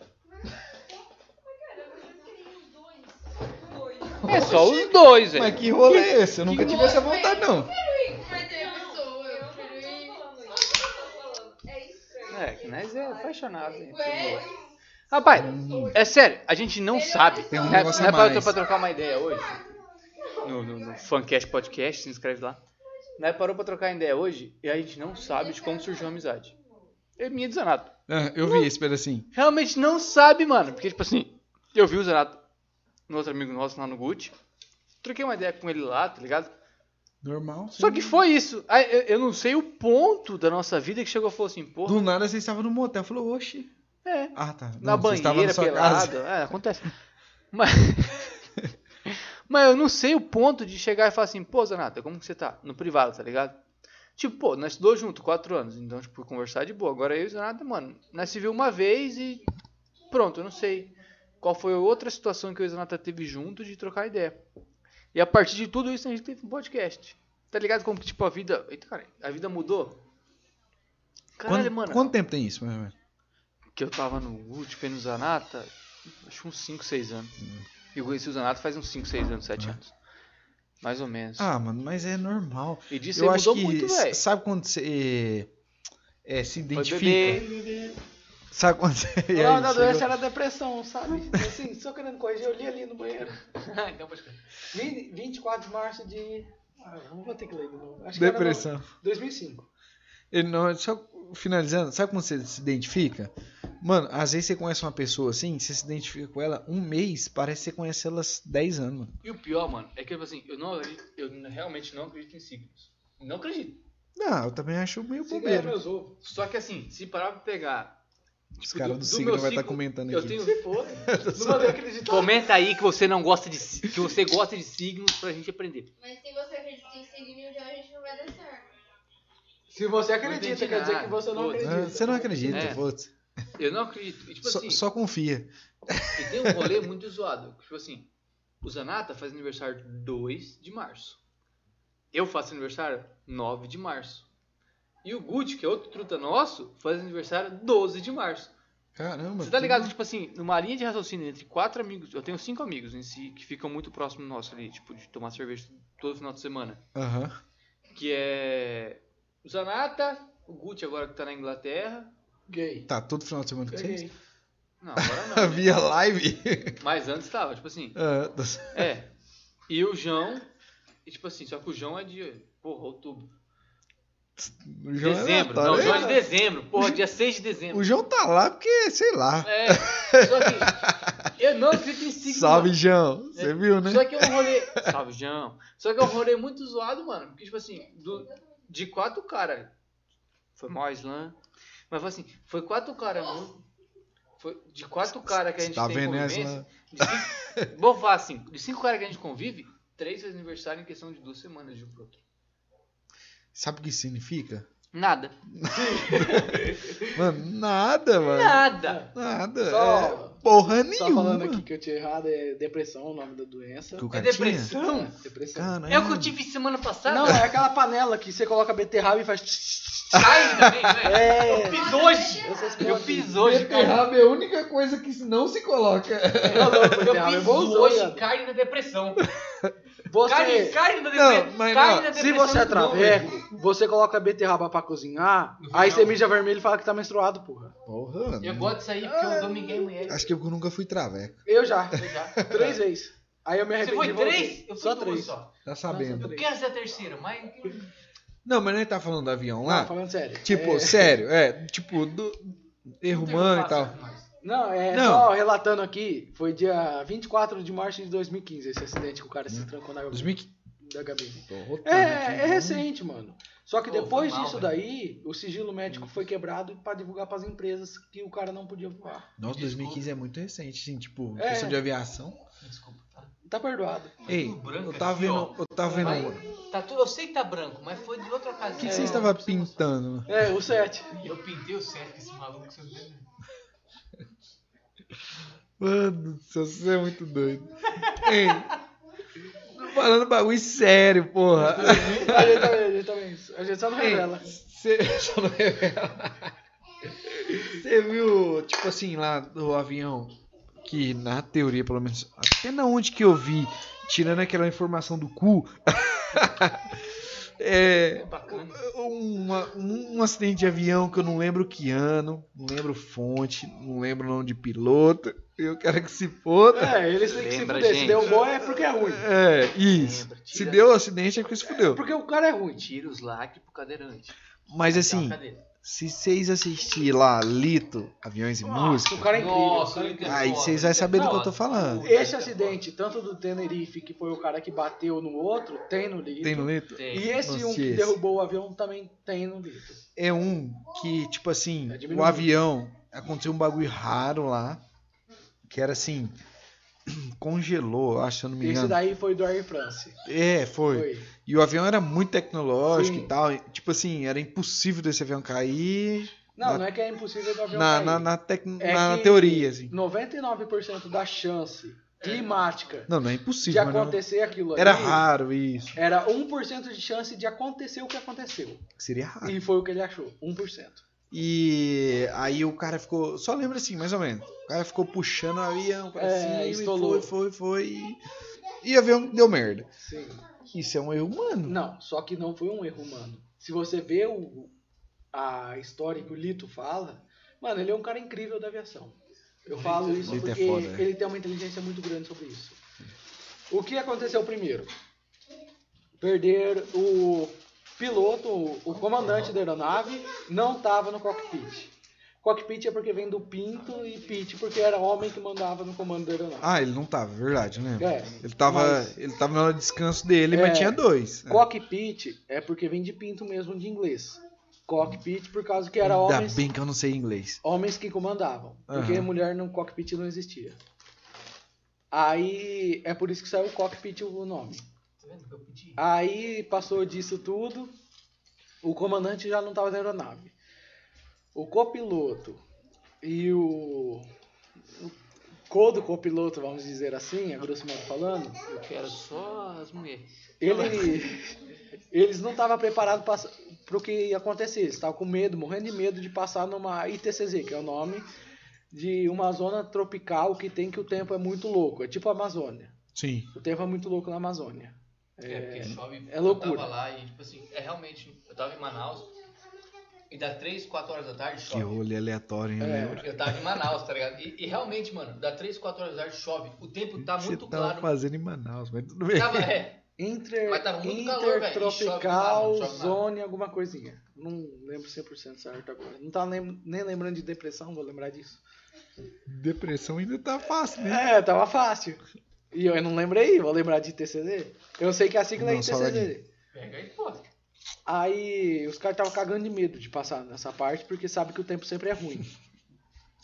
[SPEAKER 1] É só os dois,
[SPEAKER 2] Mas
[SPEAKER 1] velho.
[SPEAKER 2] que rolê é esse? Eu nunca
[SPEAKER 1] que
[SPEAKER 2] tive essa vontade, não.
[SPEAKER 5] Mas tem a pessoa, eu quero ir. É estranho.
[SPEAKER 1] É, que nós é apaixonado, hein?
[SPEAKER 5] Ué,
[SPEAKER 1] Rapaz, é sério, a gente não sabe.
[SPEAKER 2] Tem um
[SPEAKER 1] não é,
[SPEAKER 2] negócio
[SPEAKER 1] não é
[SPEAKER 2] a
[SPEAKER 1] pra,
[SPEAKER 2] mais.
[SPEAKER 1] pra trocar uma ideia hoje? No, no, no Funcast Podcast, se inscreve lá. Não é parou pra trocar ideia hoje e a gente não sabe de como surgiu a amizade. É minha e do Zanato.
[SPEAKER 2] Ah, eu vi esse pedacinho.
[SPEAKER 1] Realmente não sabe, mano. Porque, tipo assim, eu vi o Zanato no outro amigo nosso lá no Gucci. Troquei uma ideia com ele lá, tá ligado?
[SPEAKER 2] Normal. sim.
[SPEAKER 1] Só que foi isso. Aí, Eu eu não sei o ponto da nossa vida que chegou e falou assim, pô,
[SPEAKER 2] Do nada você estava no motel. Falou, oxi.
[SPEAKER 1] é,
[SPEAKER 2] Ah, tá.
[SPEAKER 1] na
[SPEAKER 2] Não, você estava
[SPEAKER 1] banheira,
[SPEAKER 2] sua
[SPEAKER 1] pelado.
[SPEAKER 2] casa.
[SPEAKER 1] É, acontece. Mas... Mas eu não sei o ponto de chegar e falar assim, pô, Zanata, como que você tá? No privado, tá ligado? Tipo, pô, nós estudou junto, quatro anos. Então, tipo, conversar de boa. Agora eu e o Zanata, mano, nós se viu uma vez e pronto, eu não sei qual foi a outra situação que eu e o Zanata teve junto de trocar ideia. E a partir de tudo isso a gente teve um podcast. Tá ligado como que, tipo, a vida... Eita, cara, a vida mudou. Caralho,
[SPEAKER 2] Quanto,
[SPEAKER 1] mano
[SPEAKER 2] quanto tempo tem isso, mais ou menos?
[SPEAKER 1] que eu tava no último e no Zanata, acho que uns 5, 6 anos.
[SPEAKER 2] Hum.
[SPEAKER 1] E eu conheci o Zanata faz uns 5, 6 anos, 7 anos. Mais ou menos.
[SPEAKER 2] Ah, mano, mas é normal.
[SPEAKER 1] e disso
[SPEAKER 2] eu
[SPEAKER 1] aí
[SPEAKER 2] acho
[SPEAKER 1] mudou
[SPEAKER 2] que.
[SPEAKER 1] muito,
[SPEAKER 2] s-
[SPEAKER 1] velho.
[SPEAKER 2] sabe quando você. é, se
[SPEAKER 1] Foi
[SPEAKER 2] identifica?
[SPEAKER 1] bebê.
[SPEAKER 2] Sabe quando você. e aí
[SPEAKER 3] O nome da
[SPEAKER 2] chegou-
[SPEAKER 1] é
[SPEAKER 3] doença era depressão, sabe? Assim, só querendo corrigir, eu li ali no banheiro.
[SPEAKER 4] então pode ficar.
[SPEAKER 3] Vinte- 24 de março de. Ah, não vou ter que ler de novo. Acho que era
[SPEAKER 2] Depressão.
[SPEAKER 3] no- 2005.
[SPEAKER 2] Ele não, só finalizando, sabe quando você se identifica? Mano, às vezes você conhece uma pessoa assim, você se identifica com ela um mês, parece que você conhece ela há 10 anos, mano.
[SPEAKER 1] E o pior, mano, é que tipo assim, eu, não, acredito- eu realmente não acredito em signos. Não acredito.
[SPEAKER 2] Não, Ah, eu também acho meio
[SPEAKER 1] é,
[SPEAKER 3] Siga aí
[SPEAKER 2] bobeiro.
[SPEAKER 3] é meus ovos.
[SPEAKER 1] Só que assim, se parar pra pegar.
[SPEAKER 2] Os caras do,
[SPEAKER 1] do
[SPEAKER 2] signo
[SPEAKER 1] meu
[SPEAKER 2] vai estar
[SPEAKER 1] signo,
[SPEAKER 2] comentando
[SPEAKER 1] Eu
[SPEAKER 2] aqui.
[SPEAKER 1] tenho.
[SPEAKER 3] Não vai acreditar.
[SPEAKER 1] Comenta aí que você não gosta de si- que você gosta de signos pra gente aprender.
[SPEAKER 5] Mas se você acredita em signo, então a gente não vai dar certo.
[SPEAKER 3] Se você
[SPEAKER 1] Não
[SPEAKER 3] acredita,
[SPEAKER 1] entendi
[SPEAKER 3] quer dizer
[SPEAKER 1] nada.
[SPEAKER 3] que você não
[SPEAKER 1] Foda-se.
[SPEAKER 3] acredita.
[SPEAKER 2] Ah, você não acredita,
[SPEAKER 1] É.
[SPEAKER 2] foda-se.
[SPEAKER 1] Eu não acredito. E, tipo
[SPEAKER 2] só,
[SPEAKER 1] assim,
[SPEAKER 2] só confia.
[SPEAKER 1] E tem um rolê muito zoado. Tipo assim, o Zanata faz aniversário 2 de março. Eu faço aniversário 9 de março. E o Gucci, que é outro truta nosso, faz aniversário 12 de março.
[SPEAKER 2] Caramba.
[SPEAKER 1] Você tá
[SPEAKER 2] tudo-
[SPEAKER 1] ligado? que, Tipo assim, numa linha de raciocínio entre quatro amigos, eu tenho cinco amigos em si que ficam muito próximo nosso ali, tipo, de tomar cerveja todo final de semana.
[SPEAKER 2] Aham.
[SPEAKER 1] Que é o Zanata, o Gucci agora que tá na Inglaterra.
[SPEAKER 3] Gay.
[SPEAKER 2] Tá, todo final de semana com vocês?
[SPEAKER 3] Gay.
[SPEAKER 1] Não, agora não. né?
[SPEAKER 2] Via live.
[SPEAKER 1] Mas antes tava, tipo assim,
[SPEAKER 2] Ah, tá-
[SPEAKER 1] É. E o João. E, tipo assim, só que o João é de. Porra, outubro.
[SPEAKER 2] o João é
[SPEAKER 1] dezembro. Não,
[SPEAKER 2] aleatório.
[SPEAKER 1] o João é de dezembro. Porra, dia 6 de dezembro.
[SPEAKER 2] O João tá lá porque, sei lá.
[SPEAKER 1] É. Só que. Eu não acredito em signo.
[SPEAKER 2] Salve,
[SPEAKER 1] mano.
[SPEAKER 2] João. Você viu, né?
[SPEAKER 1] Só que é um rolê. Salve, João. Só que é um rolê muito zoado, mano. Porque, tipo assim, do- de quatro caras. Foi mal a Islã. Mas foi assim, foi quatro caras. mano. Foi de quatro caras que a gente
[SPEAKER 2] Tá
[SPEAKER 1] tem
[SPEAKER 2] vendo, né,
[SPEAKER 1] convivência,
[SPEAKER 2] Islã?
[SPEAKER 1] De cinco, vou falar assim, de cinco caras que a gente convive, três fez aniversário em questão de duas semanas de um pro outro.
[SPEAKER 2] Sabe o que significa?
[SPEAKER 1] Nada.
[SPEAKER 2] Mano, nada, mano.
[SPEAKER 1] Nada.
[SPEAKER 2] Nada.
[SPEAKER 3] Só-
[SPEAKER 2] é porra
[SPEAKER 3] Só
[SPEAKER 2] nenhuma.
[SPEAKER 3] falando aqui que eu tinha errado, é depressão o nome da doença.
[SPEAKER 2] Que o
[SPEAKER 1] É
[SPEAKER 2] cara tinha?
[SPEAKER 1] depressão?
[SPEAKER 3] Depressão.
[SPEAKER 2] Caralho.
[SPEAKER 1] É o que eu tive semana passada?
[SPEAKER 3] Não, é aquela panela que você coloca beterraba e faz.
[SPEAKER 1] Ai, ainda bem, velho.
[SPEAKER 3] É.
[SPEAKER 1] né? Eu fiz hoje.
[SPEAKER 3] Essas
[SPEAKER 1] Eu
[SPEAKER 3] coisas.
[SPEAKER 1] fiz hoje, cara.
[SPEAKER 2] Beterraba é a única coisa que não se coloca.
[SPEAKER 3] Não, não,
[SPEAKER 1] Eu
[SPEAKER 3] beterraba é
[SPEAKER 1] fiz
[SPEAKER 3] bonzão,
[SPEAKER 1] hoje
[SPEAKER 3] viado.
[SPEAKER 1] carne da depressão. Carne,
[SPEAKER 3] Você.
[SPEAKER 1] carne da
[SPEAKER 2] Não,
[SPEAKER 1] depressão.
[SPEAKER 2] mas
[SPEAKER 1] Carne
[SPEAKER 2] não.
[SPEAKER 1] da
[SPEAKER 3] Se
[SPEAKER 1] depressão
[SPEAKER 3] você é
[SPEAKER 1] muito bom,
[SPEAKER 3] traveco,
[SPEAKER 1] velho.
[SPEAKER 3] você coloca beterraba pra cozinhar, aí você mija vermelho e fala que tá menstruado, porra.
[SPEAKER 2] Porra, mano.
[SPEAKER 1] Eu gosto disso aí porque eu dominguei mulher.
[SPEAKER 2] Acho que eu nunca fui traveco.
[SPEAKER 3] Eu já.
[SPEAKER 1] Eu já.
[SPEAKER 3] Três vezes. Aí eu me
[SPEAKER 2] é
[SPEAKER 1] Você
[SPEAKER 3] arrependi. e
[SPEAKER 1] foi
[SPEAKER 3] voltei.
[SPEAKER 1] três? Eu fui
[SPEAKER 3] Só
[SPEAKER 1] duas
[SPEAKER 3] três.
[SPEAKER 1] só.
[SPEAKER 2] Tá sabendo.
[SPEAKER 1] Eu quero ser a terceira, mas.
[SPEAKER 2] Não, mas não tá falando do avião
[SPEAKER 3] Não,
[SPEAKER 2] lá?
[SPEAKER 3] falando sério.
[SPEAKER 2] tipo,
[SPEAKER 3] É-
[SPEAKER 2] sério, é. Tipo, do... erro humano e tal.
[SPEAKER 3] Não, é
[SPEAKER 2] Não.
[SPEAKER 3] só relatando aqui, foi dia 24 de março de 2015 esse acidente que o cara se trancou na gabine.
[SPEAKER 2] 2015.
[SPEAKER 3] Da gabine.
[SPEAKER 2] Tô rotando aqui,
[SPEAKER 3] É, é
[SPEAKER 2] mano.
[SPEAKER 3] recente, mano. Só que
[SPEAKER 1] Pô,
[SPEAKER 3] depois
[SPEAKER 1] foi mal,
[SPEAKER 3] disso
[SPEAKER 1] velho.
[SPEAKER 3] daí, o sigilo médico foi quebrado pra divulgar pras empresas que o cara não podia voar.
[SPEAKER 2] Nossa, 2015 é muito recente, assim, tipo,
[SPEAKER 3] É.
[SPEAKER 2] questão de aviação.
[SPEAKER 1] Desculpa, tá?
[SPEAKER 3] Tá perdoado.
[SPEAKER 2] Ei,
[SPEAKER 4] branco
[SPEAKER 2] eu tava
[SPEAKER 4] aqui,
[SPEAKER 2] vendo. Eu tava vendo.
[SPEAKER 1] Vai.
[SPEAKER 2] O
[SPEAKER 1] Tá tudo, eu sei que tá branco, mas foi de outra ocasião.
[SPEAKER 2] que, que
[SPEAKER 3] É,
[SPEAKER 2] você
[SPEAKER 3] eu
[SPEAKER 2] estava pintando, mano?
[SPEAKER 3] É, o 7.
[SPEAKER 4] Eu pintei o certo esse maluco que vocês viram.
[SPEAKER 2] Mano, você é muito doido. Ei, tô falando bagulho sério, porra.
[SPEAKER 3] A gente também, a gente também. A gente só não revela.
[SPEAKER 2] Você só não revela. Você viu, tipo assim, lá do avião, que na teoria, pelo menos, até na onde que eu vi, tirando aquela informação do cu, é,
[SPEAKER 1] Bacana.
[SPEAKER 2] uma- um, um acidente de avião que eu não lembro que ano, não lembro fonte, não lembro o nome de piloto, eu quero que se foda.
[SPEAKER 3] É, eles têm que se
[SPEAKER 1] Lembra,
[SPEAKER 3] fuder. Se
[SPEAKER 1] gente.
[SPEAKER 3] deu bom é porque é ruim.
[SPEAKER 2] É, isso.
[SPEAKER 1] Lembra,
[SPEAKER 2] Se
[SPEAKER 1] tira-
[SPEAKER 2] deu acidente é porque se fudeu.
[SPEAKER 3] Porque o cara é ruim.
[SPEAKER 1] Tira os lac pro cadeirante.
[SPEAKER 2] Mas
[SPEAKER 1] Tá,
[SPEAKER 2] assim,
[SPEAKER 1] cadê?
[SPEAKER 2] se vocês assistirem lá Lito, Aviões e
[SPEAKER 3] O
[SPEAKER 2] Música,
[SPEAKER 3] cara é incrível.
[SPEAKER 4] Nossa,
[SPEAKER 3] o cara é
[SPEAKER 4] ele
[SPEAKER 3] incrível.
[SPEAKER 2] aí vocês vão saber do que eu tô falando.
[SPEAKER 3] Esse é acidente, tanto do Tenerife, que foi o cara que bateu no outro, tem no livro.
[SPEAKER 2] Tem no Lito?
[SPEAKER 1] Tem.
[SPEAKER 3] E esse
[SPEAKER 2] Nossa,
[SPEAKER 3] um que
[SPEAKER 2] esse.
[SPEAKER 3] derrubou o avião também tem no livro.
[SPEAKER 2] É um que, tipo assim,
[SPEAKER 3] É diminuído.
[SPEAKER 2] o avião, aconteceu um bagulho raro lá, que era assim, congelou, eu acho, se eu não me
[SPEAKER 3] Esse
[SPEAKER 2] engano.
[SPEAKER 3] daí foi do Air France.
[SPEAKER 2] É, foi.
[SPEAKER 3] Foi.
[SPEAKER 2] E o avião era muito tecnológico
[SPEAKER 3] Sim.
[SPEAKER 2] e tal. e, tipo assim, era impossível desse avião cair
[SPEAKER 3] Não,
[SPEAKER 2] Na-
[SPEAKER 3] não é que é impossível do avião
[SPEAKER 2] na,
[SPEAKER 3] cair.
[SPEAKER 2] na, na, tecno-
[SPEAKER 3] É
[SPEAKER 2] na, na
[SPEAKER 3] que
[SPEAKER 2] teoria, assim.
[SPEAKER 3] 99% da chance climática
[SPEAKER 2] Não, não é
[SPEAKER 3] de
[SPEAKER 2] impossível, mas não-
[SPEAKER 3] acontecer aquilo ali
[SPEAKER 2] Era raro isso.
[SPEAKER 3] Era 1% de chance de acontecer o que aconteceu.
[SPEAKER 2] Seria raro.
[SPEAKER 3] E foi o que ele achou, 1%.
[SPEAKER 2] E aí o cara ficou. Só lembra assim, mais ou menos. O cara ficou puxando o avião pra
[SPEAKER 3] É,
[SPEAKER 2] cima e
[SPEAKER 3] estourou.
[SPEAKER 2] foi, foi, foi. e- E o avião deu merda.
[SPEAKER 3] Sim.
[SPEAKER 2] Isso é um erro humano.
[SPEAKER 3] Não, só que não foi um erro humano. Se você vê o, a história que o Lito fala, mano, ele é um cara incrível da aviação. Eu falo isso
[SPEAKER 2] Lito é
[SPEAKER 3] porque
[SPEAKER 2] foda, né?
[SPEAKER 3] ele tem uma inteligência muito grande sobre isso. O que aconteceu primeiro? Perder o piloto, o- o comandante da aeronave, não estava no cockpit. Cockpit é porque vem do pinto e pit porque era homem que mandava no comando da aeronave.
[SPEAKER 2] Ah, ele não tava, verdade, né?
[SPEAKER 3] É,
[SPEAKER 2] ele tava.
[SPEAKER 3] mas-
[SPEAKER 2] Ele tava na hora de descanso dele,
[SPEAKER 3] É.
[SPEAKER 2] mas tinha dois.
[SPEAKER 3] Cockpit é porque vem de pinto mesmo de inglês. Cockpit por causa que era
[SPEAKER 2] Ainda
[SPEAKER 3] homens,
[SPEAKER 2] bem que eu não sei inglês.
[SPEAKER 3] homens que comandavam. Porque
[SPEAKER 2] Aham.
[SPEAKER 3] mulher no cockpit não existia. Aí é por isso que saiu cockpit o nome.
[SPEAKER 4] Tá vendo que eu pedi?
[SPEAKER 3] Aí passou disso tudo, o comandante já não estava na aeronave. O copiloto e o. o co do copiloto, vamos dizer assim, a grosso modo falando,
[SPEAKER 1] Eu quero só as mulheres.
[SPEAKER 3] ele, eles não estavam preparados para o que ia acontecer. Eles estavam com medo, morrendo de medo de passar numa ITCZ, que é o nome de uma zona tropical que tem que o tempo é muito louco. É tipo a Amazônia.
[SPEAKER 2] Sim.
[SPEAKER 3] O tempo é muito louco na Amazônia.
[SPEAKER 4] É, porque chove.
[SPEAKER 3] é loucura.
[SPEAKER 4] Eu tava lá e, tipo assim, é realmente. Eu tava em Manaus e dá 3, 4 horas da tarde
[SPEAKER 2] Que
[SPEAKER 4] chove.
[SPEAKER 2] rolê aleatório, hein,
[SPEAKER 3] É.
[SPEAKER 2] eu lembro.
[SPEAKER 4] Eu tava em Manaus, tá ligado? E, e realmente, mano, dá 3, 4 horas da tarde chove. O tempo tá
[SPEAKER 2] Você
[SPEAKER 4] muito
[SPEAKER 2] tava
[SPEAKER 4] claro.
[SPEAKER 2] fazendo em Manaus, mas tudo bem.
[SPEAKER 4] Tava, é,
[SPEAKER 3] Inter,
[SPEAKER 4] Mas tava muito calor, velho, e
[SPEAKER 3] intertropical,
[SPEAKER 4] chove lá, não chove lá.
[SPEAKER 3] zone, alguma coisinha. Não lembro 100% certo agora. Não tá lem- nem lembrando de depressão, vou lembrar disso.
[SPEAKER 2] Depressão ainda tá fácil, né?
[SPEAKER 3] É, tava fácil. E eu não lembrei, vou lembrar de TCD. Eu sei que a sigla é
[SPEAKER 2] Não, só
[SPEAKER 3] ITCD.
[SPEAKER 4] pega aí, pô.
[SPEAKER 3] Aí os caras estavam cagando de medo de passar nessa parte, porque sabe que o tempo sempre é ruim.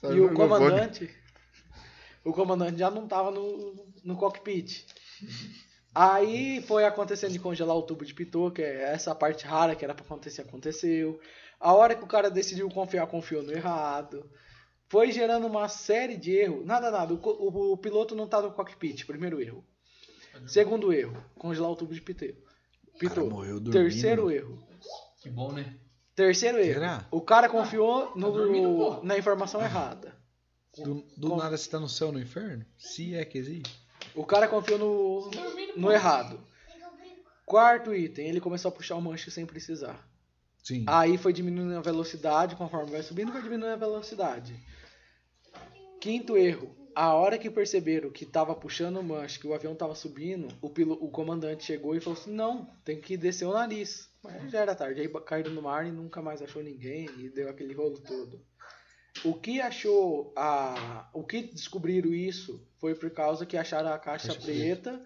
[SPEAKER 2] Sabe,
[SPEAKER 3] e o
[SPEAKER 2] meu
[SPEAKER 3] comandante. O comandante já não tava no, no cockpit. Aí foi acontecendo de congelar o tubo de pitô, que é essa parte rara que era pra acontecer, aconteceu. A hora que o cara decidiu confiar, confiou no errado. Foi gerando uma série de erros. Nada, nada. O, co- o- o piloto não tá no cockpit, primeiro erro. Segundo erro, congelar o tubo de pitô.
[SPEAKER 2] O cara
[SPEAKER 3] pitô.
[SPEAKER 2] morreu dormindo.
[SPEAKER 3] Terceiro erro.
[SPEAKER 4] Que bom, né?
[SPEAKER 3] Terceiro erro.
[SPEAKER 2] Será?
[SPEAKER 3] O cara confiou no-
[SPEAKER 4] dormindo, porra.
[SPEAKER 3] na informação errada.
[SPEAKER 2] Do, do nada você tá no céu, no inferno? Se é que existe.
[SPEAKER 3] O cara confiou no, no errado. Quarto item, ele começou a puxar o manche sem precisar.
[SPEAKER 2] Sim.
[SPEAKER 3] Aí foi diminuindo a velocidade, conforme vai subindo, vai diminuindo a velocidade. Quinto erro, a hora que perceberam que tava puxando o manche, que o avião tava subindo, o, pilo, o comandante chegou e falou assim, não, tem que descer o nariz. Mas já era tarde, aí ba- caíram no mar e nunca mais achou ninguém e deu aquele rolo todo. O que achou, a, o que descobriram isso foi por causa que acharam a caixa preta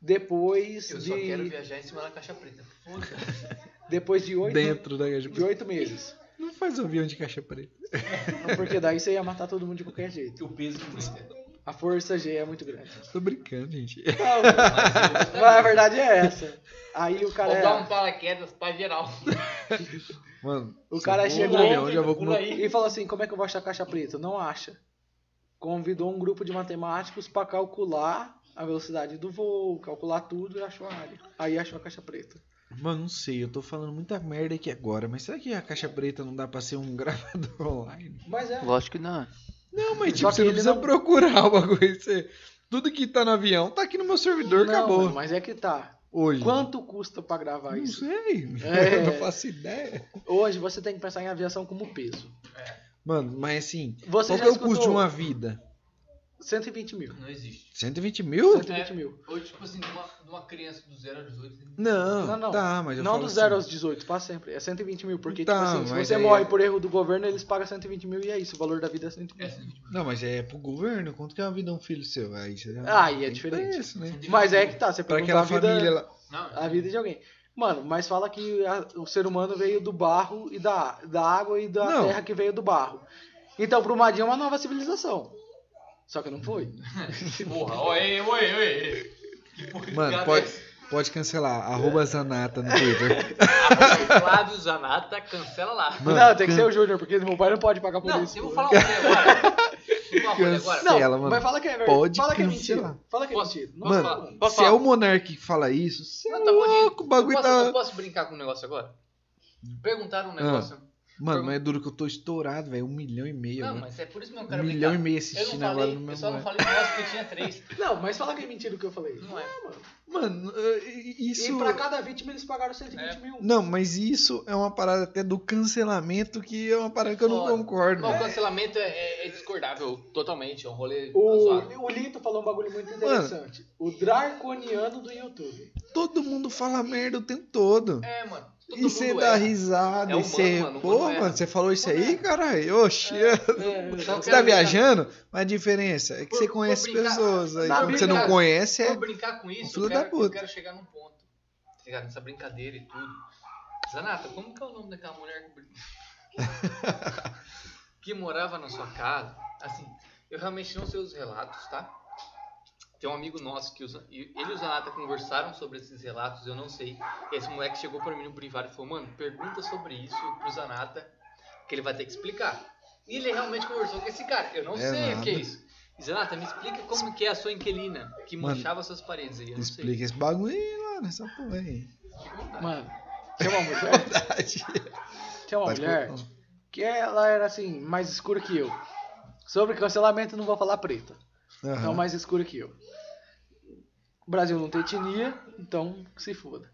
[SPEAKER 3] depois
[SPEAKER 4] Eu
[SPEAKER 3] de,
[SPEAKER 4] só quero viajar em cima da caixa preta. Puta.
[SPEAKER 3] depois de oito,
[SPEAKER 2] Dentro da caixa
[SPEAKER 3] de
[SPEAKER 2] preta.
[SPEAKER 3] oito meses.
[SPEAKER 2] Não faz avião de caixa preta.
[SPEAKER 3] Não, Porque daí você ia matar todo mundo de qualquer jeito.
[SPEAKER 4] O peso que aguenta.
[SPEAKER 3] A força G é muito grande.
[SPEAKER 2] Tô brincando, gente.
[SPEAKER 3] Mas a verdade é essa. Aí o cara, é-
[SPEAKER 4] Vou dar um paraquedas pra geral.
[SPEAKER 2] Mano,
[SPEAKER 3] o cara
[SPEAKER 2] se eu vou
[SPEAKER 3] chegou um
[SPEAKER 2] no avião, eu já vou com
[SPEAKER 4] pula
[SPEAKER 2] meu...
[SPEAKER 4] aí.
[SPEAKER 3] e falou assim: Como é que eu vou achar a caixa preta? Não acha. convidou um grupo de matemáticos para calcular a velocidade do voo, calcular tudo e achou a área. Aí achou a caixa preta.
[SPEAKER 2] Mano, não sei, eu tô falando muita merda aqui agora, mas será que a caixa preta não dá pra ser um gravador online?
[SPEAKER 3] Mas é.
[SPEAKER 4] Lógico que não.
[SPEAKER 2] Não, mas tipo,
[SPEAKER 3] Só que
[SPEAKER 2] você não
[SPEAKER 3] ele
[SPEAKER 2] precisa
[SPEAKER 3] não-
[SPEAKER 2] procurar o bagulho. Você... Tudo que tá no avião tá aqui no meu servidor,
[SPEAKER 3] Não,
[SPEAKER 2] acabou.
[SPEAKER 3] mano, Mas é que tá.
[SPEAKER 2] Hoje.
[SPEAKER 3] Quanto custa pra gravar
[SPEAKER 2] Não
[SPEAKER 3] isso?
[SPEAKER 2] sei.
[SPEAKER 3] É.
[SPEAKER 2] Eu não faço ideia.
[SPEAKER 3] Hoje você tem que pensar em aviação como peso.
[SPEAKER 2] Mano, mas assim,
[SPEAKER 3] Você
[SPEAKER 2] qual
[SPEAKER 3] já
[SPEAKER 2] que é o
[SPEAKER 3] escutou?
[SPEAKER 2] custo de uma vida?
[SPEAKER 3] 120 mil.
[SPEAKER 4] Não existe.
[SPEAKER 2] 120 mil?
[SPEAKER 3] 120 mil.
[SPEAKER 4] Ou tipo assim, de uma, de uma criança do 0 a 18.
[SPEAKER 2] Não,
[SPEAKER 3] Não, não.
[SPEAKER 2] Tá, mas eu
[SPEAKER 3] Não
[SPEAKER 2] falo
[SPEAKER 3] do 0
[SPEAKER 2] assim,
[SPEAKER 3] aos 18, pra sempre. É 120 mil, porque,
[SPEAKER 2] Tá,
[SPEAKER 3] tipo assim, se
[SPEAKER 2] mas
[SPEAKER 3] você
[SPEAKER 2] aí-
[SPEAKER 3] morre por erro do governo, eles pagam 120 mil e é isso. O valor da vida é 120
[SPEAKER 4] É
[SPEAKER 3] mil.
[SPEAKER 4] assim, tipo,
[SPEAKER 2] Não, mas é pro governo. Quanto que é uma vida de um filho seu? Aí você já-
[SPEAKER 3] Ah, aí é
[SPEAKER 2] tem
[SPEAKER 3] diferente.
[SPEAKER 2] preço, né?
[SPEAKER 3] Mas é que tá, você
[SPEAKER 2] Pra
[SPEAKER 3] pergunta
[SPEAKER 2] aquela
[SPEAKER 3] a vida,
[SPEAKER 2] família lá.
[SPEAKER 4] Não,
[SPEAKER 3] a vida de alguém. Mano, mas fala que a- o ser humano veio do barro e da, da água e da
[SPEAKER 2] Não.
[SPEAKER 3] terra que veio do barro. Então, Brumadinho é uma nova civilização. Só que não foi.
[SPEAKER 4] porra, oi, oi, oi. Que porra de
[SPEAKER 2] Mano,
[SPEAKER 4] piada
[SPEAKER 2] pode,
[SPEAKER 4] é essa?
[SPEAKER 2] pode cancelar. Arroba Zanata no Twitter.
[SPEAKER 4] Flávio Zanata, cancela lá.
[SPEAKER 2] Mano,
[SPEAKER 3] não, tem que
[SPEAKER 2] can-
[SPEAKER 3] ser o Júnior, porque meu pai não pode pagar por
[SPEAKER 4] Não,
[SPEAKER 3] isso.
[SPEAKER 4] eu vou falar um trem agora. um Uma coisa agora.
[SPEAKER 3] Não,
[SPEAKER 2] Cancela, mano.
[SPEAKER 3] mas fala que é verdade.
[SPEAKER 2] Pode
[SPEAKER 3] fala que é
[SPEAKER 2] cancelar.
[SPEAKER 3] mentira. Fala que é
[SPEAKER 4] Posso-
[SPEAKER 3] mentira. Não,
[SPEAKER 4] posso
[SPEAKER 2] Mano,
[SPEAKER 4] falar?
[SPEAKER 3] não.
[SPEAKER 4] Posso
[SPEAKER 2] Se é
[SPEAKER 4] falar?
[SPEAKER 2] o Monark que fala isso, você é
[SPEAKER 4] Ah, tá bom, gente.
[SPEAKER 2] louco, o bagulho
[SPEAKER 4] eu posso, eu
[SPEAKER 2] tá.
[SPEAKER 4] posso brincar com um negócio agora? Perguntaram um
[SPEAKER 2] Ah.
[SPEAKER 4] negócio.
[SPEAKER 2] Mano, mas é duro que eu tô estourado, velho. Um milhão e meio.
[SPEAKER 4] não,
[SPEAKER 2] mano.
[SPEAKER 4] mas é por isso mesmo
[SPEAKER 2] Um
[SPEAKER 4] que eu quero
[SPEAKER 2] milhão
[SPEAKER 4] brincar.
[SPEAKER 2] e meio
[SPEAKER 4] Eu não
[SPEAKER 2] assistindo agora
[SPEAKER 4] falei,
[SPEAKER 2] no meu
[SPEAKER 4] eu só não
[SPEAKER 2] lugar.
[SPEAKER 4] falei um negócio porque tinha três.
[SPEAKER 3] Não, mas fala que é mentira o que eu falei.
[SPEAKER 4] Não é.
[SPEAKER 3] mano.
[SPEAKER 2] Mano, eh, isso.
[SPEAKER 3] E pra cada vítima eles pagaram 120
[SPEAKER 4] É.
[SPEAKER 3] mil.
[SPEAKER 2] Não, mas isso é uma parada até do cancelamento que é uma parada que eu não
[SPEAKER 4] Foda.
[SPEAKER 2] concordo.
[SPEAKER 4] Não, o cancelamento é, é- é discordável totalmente. É um
[SPEAKER 3] tá
[SPEAKER 4] rolê zoado.
[SPEAKER 3] O, o Lito falou um bagulho muito interessante. O Draconiano do YouTube.
[SPEAKER 2] Todo mundo fala merda o tempo todo.
[SPEAKER 4] É, mano. Todo
[SPEAKER 2] e você
[SPEAKER 4] mundo
[SPEAKER 2] dá
[SPEAKER 4] erra.
[SPEAKER 2] risada,
[SPEAKER 4] É
[SPEAKER 2] e
[SPEAKER 4] humano,
[SPEAKER 2] você.
[SPEAKER 4] mano, o
[SPEAKER 2] Pô,
[SPEAKER 4] humano erra.
[SPEAKER 2] mano, você falou isso aí, caralho? Oxi,
[SPEAKER 3] É,
[SPEAKER 4] Só
[SPEAKER 2] você
[SPEAKER 4] quero
[SPEAKER 2] tá
[SPEAKER 4] brincar-
[SPEAKER 2] viajando? Mas a diferença é que
[SPEAKER 4] Por-
[SPEAKER 2] você
[SPEAKER 4] por
[SPEAKER 2] conhece
[SPEAKER 4] brincar-
[SPEAKER 2] pessoas. Aí
[SPEAKER 4] Tá
[SPEAKER 2] quando você não
[SPEAKER 4] brincando.
[SPEAKER 2] conhece,
[SPEAKER 4] Pra
[SPEAKER 2] é.
[SPEAKER 4] brincar com isso,
[SPEAKER 2] Filho
[SPEAKER 4] eu
[SPEAKER 2] da
[SPEAKER 4] quero,
[SPEAKER 2] puta.
[SPEAKER 4] eu quero chegar num ponto. Tá ligado? Nessa brincadeira e tudo. Zanata, como que é o nome daquela mulher que brin- que morava na sua casa? Assim, eu realmente não sei os relatos, tá? Tem um amigo nosso que o Zan- e- ele e o Zanata conversaram sobre esses relatos, eu não sei. Esse moleque chegou pra mim no privado e falou, mano, pergunta sobre isso pro Zanata, que ele vai ter que explicar. E ele realmente conversou com esse cara. Eu não
[SPEAKER 2] É
[SPEAKER 4] sei o que
[SPEAKER 2] nada.
[SPEAKER 4] é isso. Zanata, me explica como que é a sua inquilina que
[SPEAKER 2] Mano,
[SPEAKER 4] manchava suas paredes aí. Eu não sei.
[SPEAKER 2] Explica esse bagulho aí, mano. Essa porra aí.
[SPEAKER 3] Mano, tinha uma mulher, tinha uma
[SPEAKER 2] Pode
[SPEAKER 3] mulher
[SPEAKER 2] colocar.
[SPEAKER 3] que ela era assim, mais escura que eu. Sobre cancelamento, não vou falar preta.
[SPEAKER 2] Aham.
[SPEAKER 3] Então, mais escura que eu. O Brasil não tem etnia, então que se foda.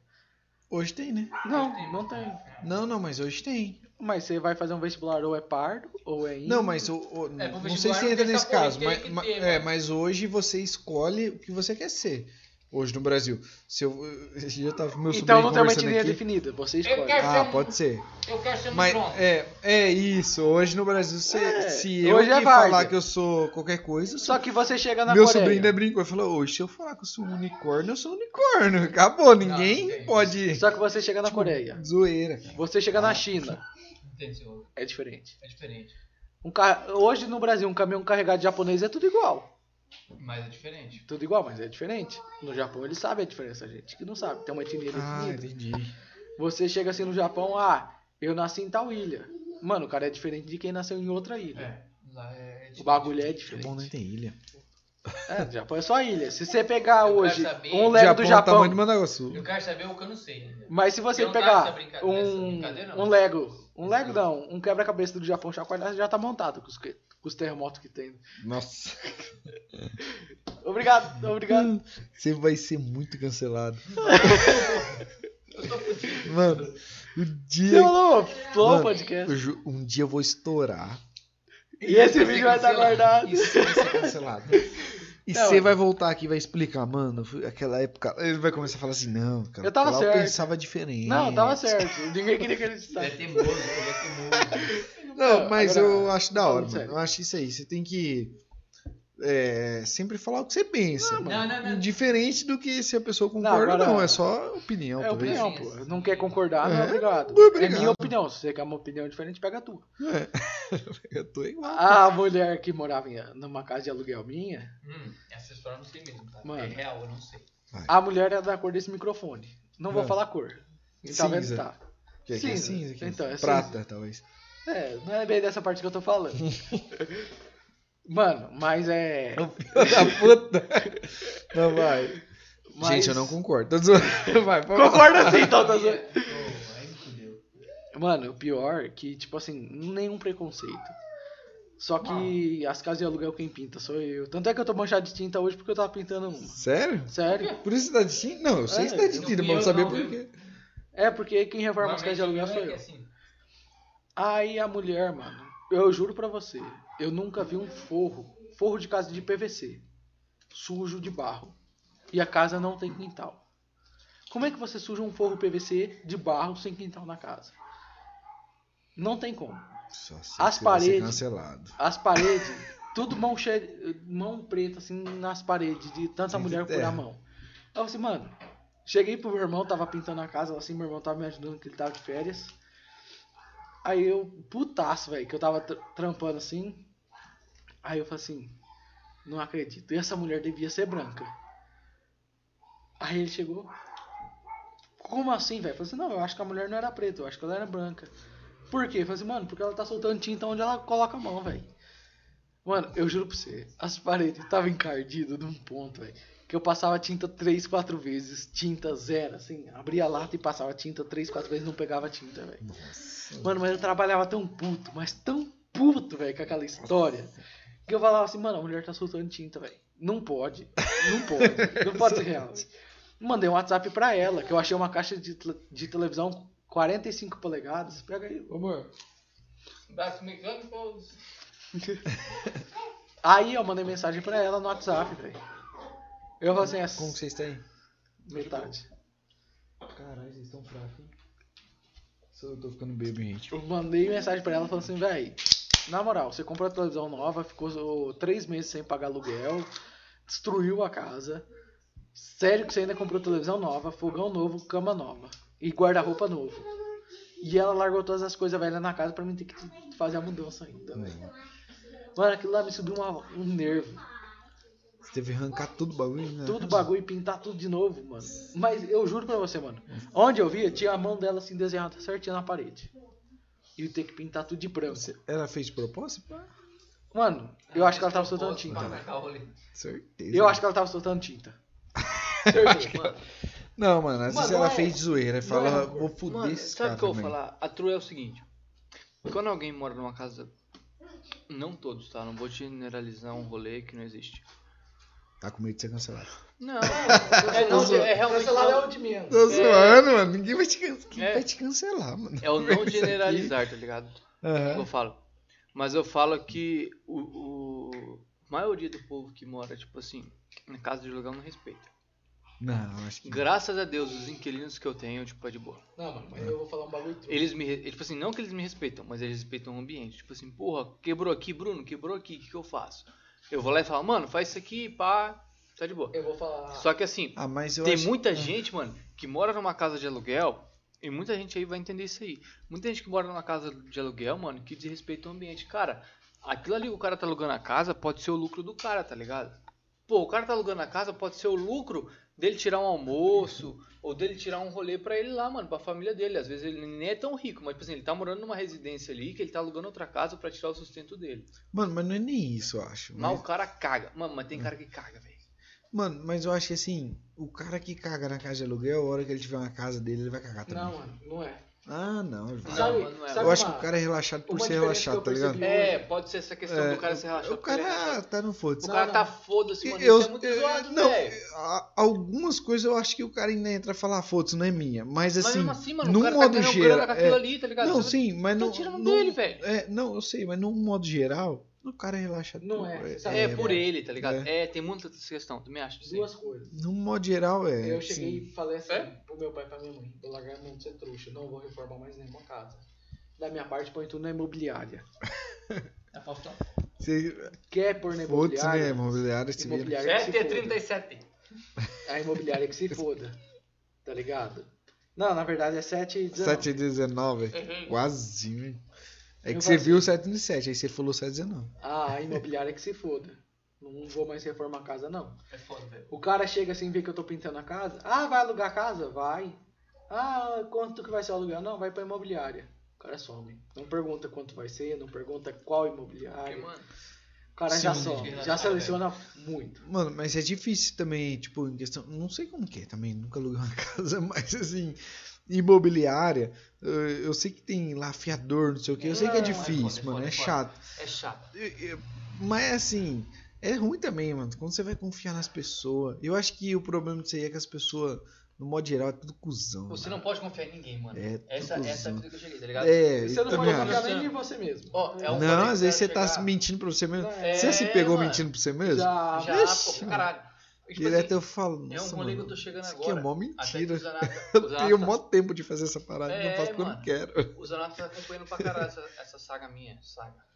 [SPEAKER 2] Hoje tem, né?
[SPEAKER 3] Não, não tem.
[SPEAKER 2] Não, não, mas hoje tem.
[SPEAKER 3] Mas você vai fazer um vestibular ou é pardo, ou é índio.
[SPEAKER 2] Não, mas o, o-
[SPEAKER 4] É, pro
[SPEAKER 2] não sei se
[SPEAKER 4] vestibular
[SPEAKER 2] entra
[SPEAKER 4] tem
[SPEAKER 2] nesse
[SPEAKER 4] essa porra
[SPEAKER 2] caso,
[SPEAKER 4] que
[SPEAKER 2] mas,
[SPEAKER 4] tem né? que
[SPEAKER 2] ma-
[SPEAKER 4] ter,
[SPEAKER 2] é,
[SPEAKER 4] mano.
[SPEAKER 2] mas hoje você escolhe o que você quer ser. Hoje no Brasil. Se eu, esse dia eu tava com meu
[SPEAKER 3] Então
[SPEAKER 2] sobrinho
[SPEAKER 3] não tem uma
[SPEAKER 2] conversando
[SPEAKER 3] etnia
[SPEAKER 2] aqui.
[SPEAKER 3] definida, você
[SPEAKER 4] Eu
[SPEAKER 3] escolhe.
[SPEAKER 4] quero-
[SPEAKER 2] Ah,
[SPEAKER 4] Essa é um-
[SPEAKER 2] pode ser.
[SPEAKER 4] Eu quero ser um
[SPEAKER 2] Mas
[SPEAKER 4] muito
[SPEAKER 2] é, é isso. Hoje no Brasil, se,
[SPEAKER 3] É,
[SPEAKER 2] se eu
[SPEAKER 3] hoje é
[SPEAKER 2] aqui falar
[SPEAKER 3] várzea.
[SPEAKER 2] que eu sou qualquer coisa, eu sou-
[SPEAKER 3] Só que você chega na
[SPEAKER 2] meu
[SPEAKER 3] Coreia.
[SPEAKER 2] sobrinho ainda brincou e falou: hoje se eu falar que eu sou um unicórnio, eu sou um unicórnio. Acabou, ninguém
[SPEAKER 4] tem isso.
[SPEAKER 2] pode.
[SPEAKER 3] Só que você chega na
[SPEAKER 2] Tipo,
[SPEAKER 3] Coreia.
[SPEAKER 2] Zoeira.
[SPEAKER 3] Você chega
[SPEAKER 2] Ah,
[SPEAKER 3] na China.
[SPEAKER 4] Intenso,
[SPEAKER 3] É diferente.
[SPEAKER 4] é diferente.
[SPEAKER 3] Um ca- Hoje no Brasil, um caminhão carregado de japonês é tudo igual.
[SPEAKER 4] Mas é diferente.
[SPEAKER 3] Tudo igual, mas é diferente. No Japão eles sabem a diferença, a gente que não sabe. Tem uma etnia
[SPEAKER 2] Ah,
[SPEAKER 3] definida.
[SPEAKER 2] entendi.
[SPEAKER 3] Você chega assim no Japão, ah, eu nasci em tal ilha. Mano, o cara é diferente de quem nasceu em outra ilha.
[SPEAKER 4] É. Lá é, é
[SPEAKER 3] O bagulho é
[SPEAKER 2] Que bom, não
[SPEAKER 3] diferente.
[SPEAKER 2] tem ilha.
[SPEAKER 3] É, no Japão é só ilha. Se você pegar
[SPEAKER 4] Eu quero
[SPEAKER 3] hoje
[SPEAKER 4] saber-
[SPEAKER 3] um leve
[SPEAKER 2] Japão,
[SPEAKER 3] do
[SPEAKER 2] é
[SPEAKER 3] Japão,
[SPEAKER 2] tamanho de Managaçu.
[SPEAKER 4] Eu quero saber o que eu não sei né? ainda.
[SPEAKER 3] Mas se você
[SPEAKER 4] Eu não tava
[SPEAKER 3] pegar
[SPEAKER 4] nessa brinca- nessa brincadeira,
[SPEAKER 3] um,
[SPEAKER 4] não.
[SPEAKER 3] um Lego, um Lego não, um quebra-cabeça do Japão chacoalhado já tá montado com os, que- com os terremotos que tem.
[SPEAKER 2] Nossa.
[SPEAKER 3] Obrigado, obrigado.
[SPEAKER 2] Você vai ser muito cancelado. Mano, o
[SPEAKER 3] Você
[SPEAKER 2] dia.
[SPEAKER 3] falou, flow
[SPEAKER 2] Mano,
[SPEAKER 3] podcast.
[SPEAKER 2] eu ju- Um dia eu vou estourar
[SPEAKER 3] E esse
[SPEAKER 4] Vai ser
[SPEAKER 3] vídeo vai estar
[SPEAKER 4] cancelado.
[SPEAKER 3] guardado.
[SPEAKER 2] Isso vai ser cancelado. E
[SPEAKER 3] Não,
[SPEAKER 2] você
[SPEAKER 3] é.
[SPEAKER 2] vai voltar aqui e vai explicar, mano, foi aquela época. Ele vai começar a falar assim, não, cara.
[SPEAKER 3] Eu tava
[SPEAKER 2] lá
[SPEAKER 3] certo.
[SPEAKER 2] Eu pensava diferente.
[SPEAKER 3] Não, tava certo. Ninguém queria acreditar.
[SPEAKER 4] Ele é teimoso, ele é teimoso.
[SPEAKER 2] Não, mas
[SPEAKER 3] assim, é, Agora, tá
[SPEAKER 2] eu acho da
[SPEAKER 3] falando
[SPEAKER 2] hora, mano.
[SPEAKER 3] sério.
[SPEAKER 2] Eu acho isso aí. Você tem que é, sempre falar o que você pensa.
[SPEAKER 4] Não, não, não.
[SPEAKER 2] Diferente do que se a pessoa concorda ou
[SPEAKER 3] agora-
[SPEAKER 2] não. É só opinião,
[SPEAKER 3] É
[SPEAKER 2] talvez.
[SPEAKER 3] opinião, pô. Não quer concordar, não
[SPEAKER 2] É,
[SPEAKER 3] é obrigado.
[SPEAKER 2] não é
[SPEAKER 3] É
[SPEAKER 2] obrigado.
[SPEAKER 3] minha opinião. Se você quer uma opinião diferente, pega a tua.
[SPEAKER 2] É. Eu tô igual.
[SPEAKER 3] A mulher que morava em- numa casa de aluguel minha,
[SPEAKER 4] Hum, essa história eu não sei mesmo, tá?
[SPEAKER 3] Mano.
[SPEAKER 4] É real, eu não sei.
[SPEAKER 3] a mulher era da cor desse microfone. Não vou
[SPEAKER 2] Ah.
[SPEAKER 3] falar a cor. E Tá vendo?
[SPEAKER 2] Cinza.
[SPEAKER 3] Tá.
[SPEAKER 2] Que aqui é
[SPEAKER 3] cinza.
[SPEAKER 2] cinza, aqui é
[SPEAKER 3] Então, é
[SPEAKER 2] prata, talvez.
[SPEAKER 3] É, não é bem dessa parte que eu tô falando. Mano, mas é.
[SPEAKER 2] Filho da puta. Não vai.
[SPEAKER 3] mas-
[SPEAKER 2] Gente, eu não concordo. Tô zoando. Vai, pode falar.
[SPEAKER 3] Concorda sim, então, tá zoando.
[SPEAKER 4] Pô, É, aí fudeu.
[SPEAKER 3] Mano, o pior que, tipo assim, nenhum preconceito. Só que as casas de aluguel quem pinta sou eu. Tanto é que eu tô manchado de tinta hoje porque eu tava pintando uma.
[SPEAKER 2] Sério?
[SPEAKER 3] Sério?
[SPEAKER 2] Por isso tá de tinta? Não, eu sei que
[SPEAKER 3] É,
[SPEAKER 2] tá de
[SPEAKER 4] não
[SPEAKER 2] tinta,
[SPEAKER 4] fui
[SPEAKER 2] mas eu não sabia
[SPEAKER 4] eu não,
[SPEAKER 2] por
[SPEAKER 4] viu?
[SPEAKER 2] quê.
[SPEAKER 3] É, porque quem reforma as casas de aluguel sou
[SPEAKER 1] é que
[SPEAKER 3] eu.
[SPEAKER 1] assim,
[SPEAKER 3] Aí a mulher, mano, eu juro pra você, eu nunca vi um forro, forro de casa de PVC, sujo de barro. E a casa não tem quintal. Como é que você suja um forro PVC de barro sem quintal na casa? Não tem como.
[SPEAKER 2] Só sei
[SPEAKER 3] As
[SPEAKER 2] que vai ser
[SPEAKER 3] paredes.
[SPEAKER 2] cancelado.
[SPEAKER 3] As paredes, tudo mão cheia, mão preta assim nas paredes, de tanta
[SPEAKER 2] Tem
[SPEAKER 3] mulher
[SPEAKER 2] que
[SPEAKER 3] por a
[SPEAKER 2] terra.
[SPEAKER 3] mão. Eu falei assim, mano, cheguei pro meu irmão, tava pintando a casa assim, meu irmão tava me ajudando que ele tava de férias. Aí eu, putaço, velho, que eu tava tr- trampando assim. Aí eu falei assim, não acredito, e essa mulher devia ser branca. Aí ele chegou, como assim, velho? Eu Falei assim, não, eu acho que a mulher não era preta, eu acho que ela era branca. Por quê? Eu Falei assim, mano, porque ela tá soltando tinta onde ela coloca a mão, velho. Mano, eu juro pra você, as paredes estavam encardidas num ponto, velho. Que eu passava tinta 3, 4 vezes, tinta zero, assim. Abria a lata e passava tinta 3, 4 vezes, não pegava tinta, velho. Mano, mas eu trabalhava tão puto, mas tão puto, velho, com aquela história. Que eu falava assim, mano, a mulher tá soltando tinta, velho. Não pode. Não pode. Não pode ser real. velho. Mandei um WhatsApp pra ela, que eu achei uma caixa de, tele- de televisão 45 polegadas. Pega aí.
[SPEAKER 2] Ô, amor.
[SPEAKER 1] braço mecânico.
[SPEAKER 3] Aí eu mandei mensagem pra ela no WhatsApp, velho. Eu falei assim, essa
[SPEAKER 2] Como que vocês têm?
[SPEAKER 3] metade.
[SPEAKER 2] Caralho, vocês estão fracos, hein? Só eu tô ficando bêbado, gente.
[SPEAKER 3] Eu mandei mensagem pra ela falando assim, velho, na moral, você comprou a televisão nova, ficou três meses sem pagar aluguel, destruiu a casa. Sério que você ainda comprou televisão nova, fogão novo, cama nova e guarda-roupa novo. E ela largou todas as coisas velhas na casa pra mim ter que fazer a mudança ainda, velho. Mano, aquilo lá me subiu uma- um nervo.
[SPEAKER 2] Você teve que arrancar tudo o bagulho, né?
[SPEAKER 3] tudo bagulho e pintar tudo de novo, mano. Mas eu juro pra você, mano. Onde eu via, tinha a mão dela assim desenhada certinha na parede. E ter que pintar tudo de branco.
[SPEAKER 2] Ela fez de propósito? pá?
[SPEAKER 3] Mano, eu acho que ela tava soltando
[SPEAKER 1] Pra
[SPEAKER 3] tinta.
[SPEAKER 1] marcar o rolê.
[SPEAKER 4] É,
[SPEAKER 2] Certeza.
[SPEAKER 3] Eu acho que ela tava soltando tinta. Certeza, mano.
[SPEAKER 2] Não, mano, às vezes
[SPEAKER 1] Mano,
[SPEAKER 2] ela
[SPEAKER 1] não é-
[SPEAKER 2] fez de zoeira.
[SPEAKER 1] não
[SPEAKER 2] Fala,
[SPEAKER 1] é-
[SPEAKER 2] vou fuder
[SPEAKER 1] Mano,
[SPEAKER 2] esses
[SPEAKER 1] sabe
[SPEAKER 2] caras.
[SPEAKER 1] o que eu vou
[SPEAKER 2] também.
[SPEAKER 1] falar? A true é o seguinte. Quando alguém mora numa casa... Não todos, tá? Não vou generalizar um rolê que não existe.
[SPEAKER 2] Tá com medo de ser cancelado.
[SPEAKER 1] Não, é, não, é realmente...
[SPEAKER 3] Cancelar é
[SPEAKER 1] não-
[SPEAKER 3] o de menos.
[SPEAKER 2] Tô zoando, mano. Ninguém vai te, can- quem
[SPEAKER 1] É.
[SPEAKER 2] vai te cancelar, mano.
[SPEAKER 1] É o não generalizar, tá ligado?
[SPEAKER 2] Aham.
[SPEAKER 1] Eu falo. Mas eu falo que o, o- a maioria do povo que mora, tipo assim, na casa de aluguel não respeita.
[SPEAKER 2] Não, acho que.
[SPEAKER 1] Graças a Deus, os inquilinos que eu tenho, tipo, é de boa.
[SPEAKER 3] Não, mano, mas eu vou falar um bagulho tudo.
[SPEAKER 1] Eles me, re- tipo assim, não que eles me respeitam, mas eles respeitam o ambiente. Tipo assim, porra, quebrou aqui, Bruno, quebrou aqui, o que, que eu faço? Eu vou lá e falo, mano, faz isso aqui, pá, tá de boa.
[SPEAKER 3] Eu vou falar.
[SPEAKER 1] Só que assim,
[SPEAKER 2] Ah, mas eu
[SPEAKER 1] Tem
[SPEAKER 2] acho-
[SPEAKER 1] muita gente, mano, que mora numa casa de aluguel, e muita gente aí vai entender isso aí. Muita gente que mora numa casa de aluguel, mano, que desrespeita o ambiente. Cara, aquilo ali que o cara tá alugando a casa pode ser o lucro do cara, tá ligado? Pô, o cara tá alugando a casa pode ser o lucro dele tirar um almoço, ou dele tirar um rolê pra ele lá, mano, pra família dele. Às vezes ele nem é tão rico, mas, tipo assim, ele tá morando numa residência ali, que ele tá alugando outra casa pra tirar o sustento dele.
[SPEAKER 2] Mano, mas não é nem isso, eu acho.
[SPEAKER 1] Mas
[SPEAKER 2] Mas-
[SPEAKER 1] o cara caga. Mano, mas tem cara que caga, velho.
[SPEAKER 2] Mano, mas eu acho que assim, o cara que caga na casa de aluguel, a hora que ele tiver uma casa dele, ele vai cagar também.
[SPEAKER 3] Não, mano, não é.
[SPEAKER 2] Ah, não, ele vai.
[SPEAKER 1] Sabe-
[SPEAKER 2] eu
[SPEAKER 1] sabe
[SPEAKER 2] acho que o cara é relaxado por
[SPEAKER 3] uma
[SPEAKER 2] ser
[SPEAKER 3] diferença que
[SPEAKER 2] relaxado,
[SPEAKER 3] eu
[SPEAKER 2] tá ligado?
[SPEAKER 3] percebi
[SPEAKER 1] É, pode ser essa questão do cara se relaxar.
[SPEAKER 2] O
[SPEAKER 1] porque ele é relaxado.
[SPEAKER 2] cara tá no foda-se.
[SPEAKER 1] O
[SPEAKER 3] Não,
[SPEAKER 1] cara
[SPEAKER 3] não.
[SPEAKER 1] tá foda-se, mano.
[SPEAKER 2] Eu-
[SPEAKER 1] isso é muito
[SPEAKER 2] eu-
[SPEAKER 1] zoado,
[SPEAKER 2] não,
[SPEAKER 1] velho.
[SPEAKER 2] a- algumas coisas eu acho que o cara ainda entra e fala, "Ah, foda-se, não é minha. Mas
[SPEAKER 1] Mas
[SPEAKER 2] assim,
[SPEAKER 1] mesmo assim, mano,
[SPEAKER 2] num
[SPEAKER 1] o cara
[SPEAKER 2] modo
[SPEAKER 1] tá ganhando
[SPEAKER 2] geral.
[SPEAKER 1] grana com aquilo
[SPEAKER 2] é,
[SPEAKER 1] ali, tá ligado?
[SPEAKER 2] não,
[SPEAKER 1] Você
[SPEAKER 2] sim, mas
[SPEAKER 1] tá
[SPEAKER 2] não.
[SPEAKER 1] tirando
[SPEAKER 2] não-
[SPEAKER 1] dele, velho.
[SPEAKER 2] É, não, eu sei, mas num modo geral, o cara é relaxado.
[SPEAKER 3] Não
[SPEAKER 2] por-
[SPEAKER 3] é, sabe?
[SPEAKER 1] É, por ele, tá ligado?
[SPEAKER 2] É.
[SPEAKER 1] É, tem muita essa questão, também acho. Sim.
[SPEAKER 3] Duas coisas.
[SPEAKER 2] Num modo geral, é.
[SPEAKER 3] eu cheguei
[SPEAKER 2] sim.
[SPEAKER 3] e falei assim
[SPEAKER 1] É?
[SPEAKER 3] pro meu pai e pra minha mãe: vou largar a mão de ser trouxa, não vou reformar mais nenhuma casa. Da minha parte, põe tudo na imobiliária.
[SPEAKER 1] É Faustão.
[SPEAKER 2] Você-
[SPEAKER 3] Quer pôr na
[SPEAKER 2] Foda-se, né?
[SPEAKER 3] imobiliária?
[SPEAKER 2] Imobiliário, se vira.
[SPEAKER 3] Imobiliária que se
[SPEAKER 1] É
[SPEAKER 3] foda.
[SPEAKER 1] 37.
[SPEAKER 3] A imobiliária que se foda. Tá ligado? Não, na verdade é 7 e 19.
[SPEAKER 2] 719,
[SPEAKER 1] Uhum.
[SPEAKER 2] quase. hein? É
[SPEAKER 3] Eu
[SPEAKER 2] que você
[SPEAKER 3] vou-
[SPEAKER 2] viu 707, aí você falou 719.
[SPEAKER 3] Ah, a imobiliária que se foda. Não vou mais reformar a casa, não.
[SPEAKER 1] É foda, velho.
[SPEAKER 3] O cara chega assim, vê que eu tô pintando a casa. Ah, vai alugar a casa? Vai. Ah, quanto que vai ser o aluguel? Não, vai pra imobiliária. O cara some. Não pergunta quanto vai ser, não pergunta qual
[SPEAKER 1] Porque,
[SPEAKER 3] imobiliária.
[SPEAKER 1] mano,
[SPEAKER 3] cara já,
[SPEAKER 2] Sim,
[SPEAKER 3] só,
[SPEAKER 4] de verdade,
[SPEAKER 3] já
[SPEAKER 4] cara,
[SPEAKER 3] seleciona muito.
[SPEAKER 2] Mano, mas é difícil também, tipo, em questão. Não sei como que é também, nunca aluguei uma casa, mas assim, imobiliária, eh, eu sei que tem lafiador, não sei o que, eu sei que é
[SPEAKER 3] Não, é
[SPEAKER 2] difícil,
[SPEAKER 4] foda, é
[SPEAKER 2] mano,
[SPEAKER 4] foda,
[SPEAKER 2] é
[SPEAKER 4] é foda.
[SPEAKER 2] chato.
[SPEAKER 4] É chato.
[SPEAKER 2] Eh, eh, Mas assim, é ruim também, mano, quando você vai confiar nas pessoas. Eu acho que o problema disso aí é que as pessoas, no modo geral, é tudo cuzão.
[SPEAKER 4] Você
[SPEAKER 2] mano.
[SPEAKER 4] não pode confiar em ninguém, mano.
[SPEAKER 2] É, tudo
[SPEAKER 3] Tipo
[SPEAKER 4] Essa, essa é a
[SPEAKER 2] cuzão.
[SPEAKER 4] vida que eu cheguei, tá ligado?
[SPEAKER 2] É,
[SPEAKER 3] Você não
[SPEAKER 2] também
[SPEAKER 3] pode
[SPEAKER 2] acho.
[SPEAKER 3] confiar nem
[SPEAKER 4] acho.
[SPEAKER 3] em você mesmo.
[SPEAKER 4] Ó, é um
[SPEAKER 2] Não,
[SPEAKER 4] rolê
[SPEAKER 2] às
[SPEAKER 4] que
[SPEAKER 2] vezes você
[SPEAKER 4] você
[SPEAKER 2] tá
[SPEAKER 4] chegar-
[SPEAKER 2] mentindo pra você mesmo.
[SPEAKER 3] É,
[SPEAKER 2] você se pegou
[SPEAKER 4] mano.
[SPEAKER 2] mentindo pra você mesmo?
[SPEAKER 3] Já,
[SPEAKER 4] Já,
[SPEAKER 2] Vixe.
[SPEAKER 4] pô, caralho. E, Tipo
[SPEAKER 2] Direto eu
[SPEAKER 4] assim,
[SPEAKER 2] falo,
[SPEAKER 4] é um
[SPEAKER 2] nossa,
[SPEAKER 4] rolê que eu
[SPEAKER 2] mano,
[SPEAKER 4] tô chegando
[SPEAKER 2] isso aqui é
[SPEAKER 4] agora.
[SPEAKER 2] mó
[SPEAKER 4] Até que
[SPEAKER 2] mentira.
[SPEAKER 4] o Zanata, o
[SPEAKER 2] Eu tenho
[SPEAKER 4] Zanata,
[SPEAKER 2] mó tempo de fazer essa parada,
[SPEAKER 4] É,
[SPEAKER 2] não faço porque eu não
[SPEAKER 4] mano.
[SPEAKER 2] quero.
[SPEAKER 4] o Zanata tá acompanhando pra caralho essa, essa saga minha, saga.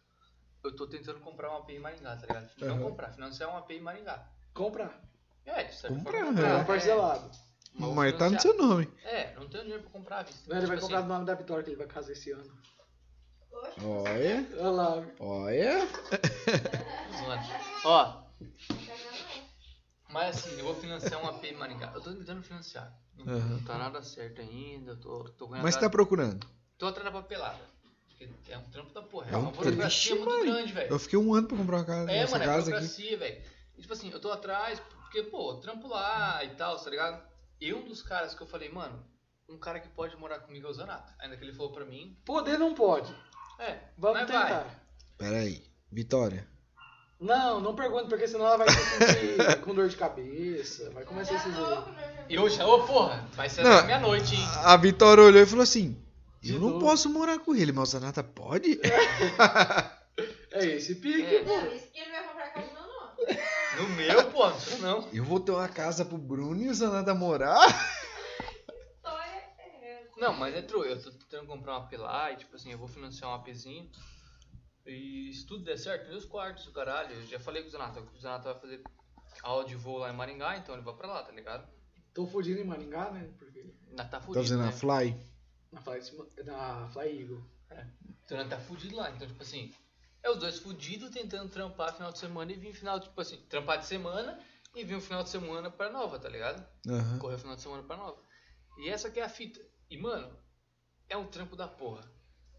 [SPEAKER 4] Eu tô tentando comprar uma API em Maringá, tá ligado? Não
[SPEAKER 2] Aham.
[SPEAKER 4] comprar, financiar uma API em Maringá.
[SPEAKER 3] comprar.
[SPEAKER 4] É, de certa
[SPEAKER 2] Comprar,
[SPEAKER 4] forma,
[SPEAKER 2] É.
[SPEAKER 3] Não, Ah, parcelado.
[SPEAKER 4] vou
[SPEAKER 2] Mas tá no
[SPEAKER 4] financiar.
[SPEAKER 2] seu nome.
[SPEAKER 4] É, não tenho dinheiro pra comprar à vista.
[SPEAKER 3] Não, ele vai
[SPEAKER 4] Tipo
[SPEAKER 3] comprar
[SPEAKER 4] assim,
[SPEAKER 3] do nome da Vitória que ele vai casar esse ano.
[SPEAKER 2] Olha,
[SPEAKER 3] Olha lá.
[SPEAKER 2] olha.
[SPEAKER 4] zoando. Ó, mas assim, eu vou financiar uma API em Maringá. Eu tô tentando financiar. Não,
[SPEAKER 2] Aham.
[SPEAKER 4] não tá nada certo ainda, eu tô, tô ganhando...
[SPEAKER 2] Mas você tá procurando.
[SPEAKER 4] Tô atrás da papelada. Porque é um trampo da porra.
[SPEAKER 2] É
[SPEAKER 4] É uma
[SPEAKER 2] um
[SPEAKER 4] burocracia
[SPEAKER 2] trampo,
[SPEAKER 4] muito
[SPEAKER 2] mãe.
[SPEAKER 4] grande, velho.
[SPEAKER 2] Eu fiquei um ano pra comprar uma casa,
[SPEAKER 4] É,
[SPEAKER 2] essa
[SPEAKER 4] mano, é
[SPEAKER 2] casa aqui.
[SPEAKER 4] burocracia, velho. E, Tipo assim, eu tô atrás porque, pô, trampo lá e tal, tá ligado? E um dos caras que eu falei, mano, um cara que pode morar comigo é o Zanata. Ainda que ele falou pra mim,
[SPEAKER 3] Poder não pode.
[SPEAKER 4] é,
[SPEAKER 3] Vamos
[SPEAKER 4] mas
[SPEAKER 3] tentar.
[SPEAKER 4] vai.
[SPEAKER 2] Pera aí. Vitória,
[SPEAKER 3] Não, não pergunta, porque senão ela vai se sentir com dor de cabeça. Vai começar a
[SPEAKER 5] tá
[SPEAKER 3] se zoar.
[SPEAKER 5] né,
[SPEAKER 4] E eu
[SPEAKER 1] é
[SPEAKER 4] já, ô porra, vai ser
[SPEAKER 2] Não.
[SPEAKER 4] até meia-noite, hein?
[SPEAKER 2] a Vitória olhou e falou assim:
[SPEAKER 3] De
[SPEAKER 2] Eu não
[SPEAKER 3] novo.
[SPEAKER 2] posso morar com ele, mas o Zanata pode?
[SPEAKER 3] É esse pique.
[SPEAKER 4] É,
[SPEAKER 5] Não, isso que ele vai comprar casa não, não.
[SPEAKER 4] no meu, pô, não sei não.
[SPEAKER 2] Eu vou ter uma casa pro Bruno e o Zanata morar?
[SPEAKER 5] Só é- é.
[SPEAKER 4] Não, mas é true, eu tô tentando comprar uma pelá e, tipo assim, eu vou financiar uma pezinha. E se tudo der certo, meus quartos, o caralho. Eu já falei com o Zanata, que o Zanata vai fazer aula de voo lá em Maringá, então ele vai pra lá, tá ligado?
[SPEAKER 3] Tô fugindo em Maringá, né? Porque
[SPEAKER 4] Ainda tá
[SPEAKER 2] Tá
[SPEAKER 4] fudido,
[SPEAKER 2] fazendo
[SPEAKER 4] né?
[SPEAKER 2] a fly?
[SPEAKER 3] na Fly, na Fly Eagle.
[SPEAKER 4] Então ele tá fudido lá, então, tipo assim, é os dois fudidos tentando trampar final de semana e vir final, tipo assim, trampar de semana e vir um final de semana pra nova, tá ligado?
[SPEAKER 2] Aham.
[SPEAKER 4] Correu o final de semana pra nova. E essa que é a fita. E, mano, é um trampo da porra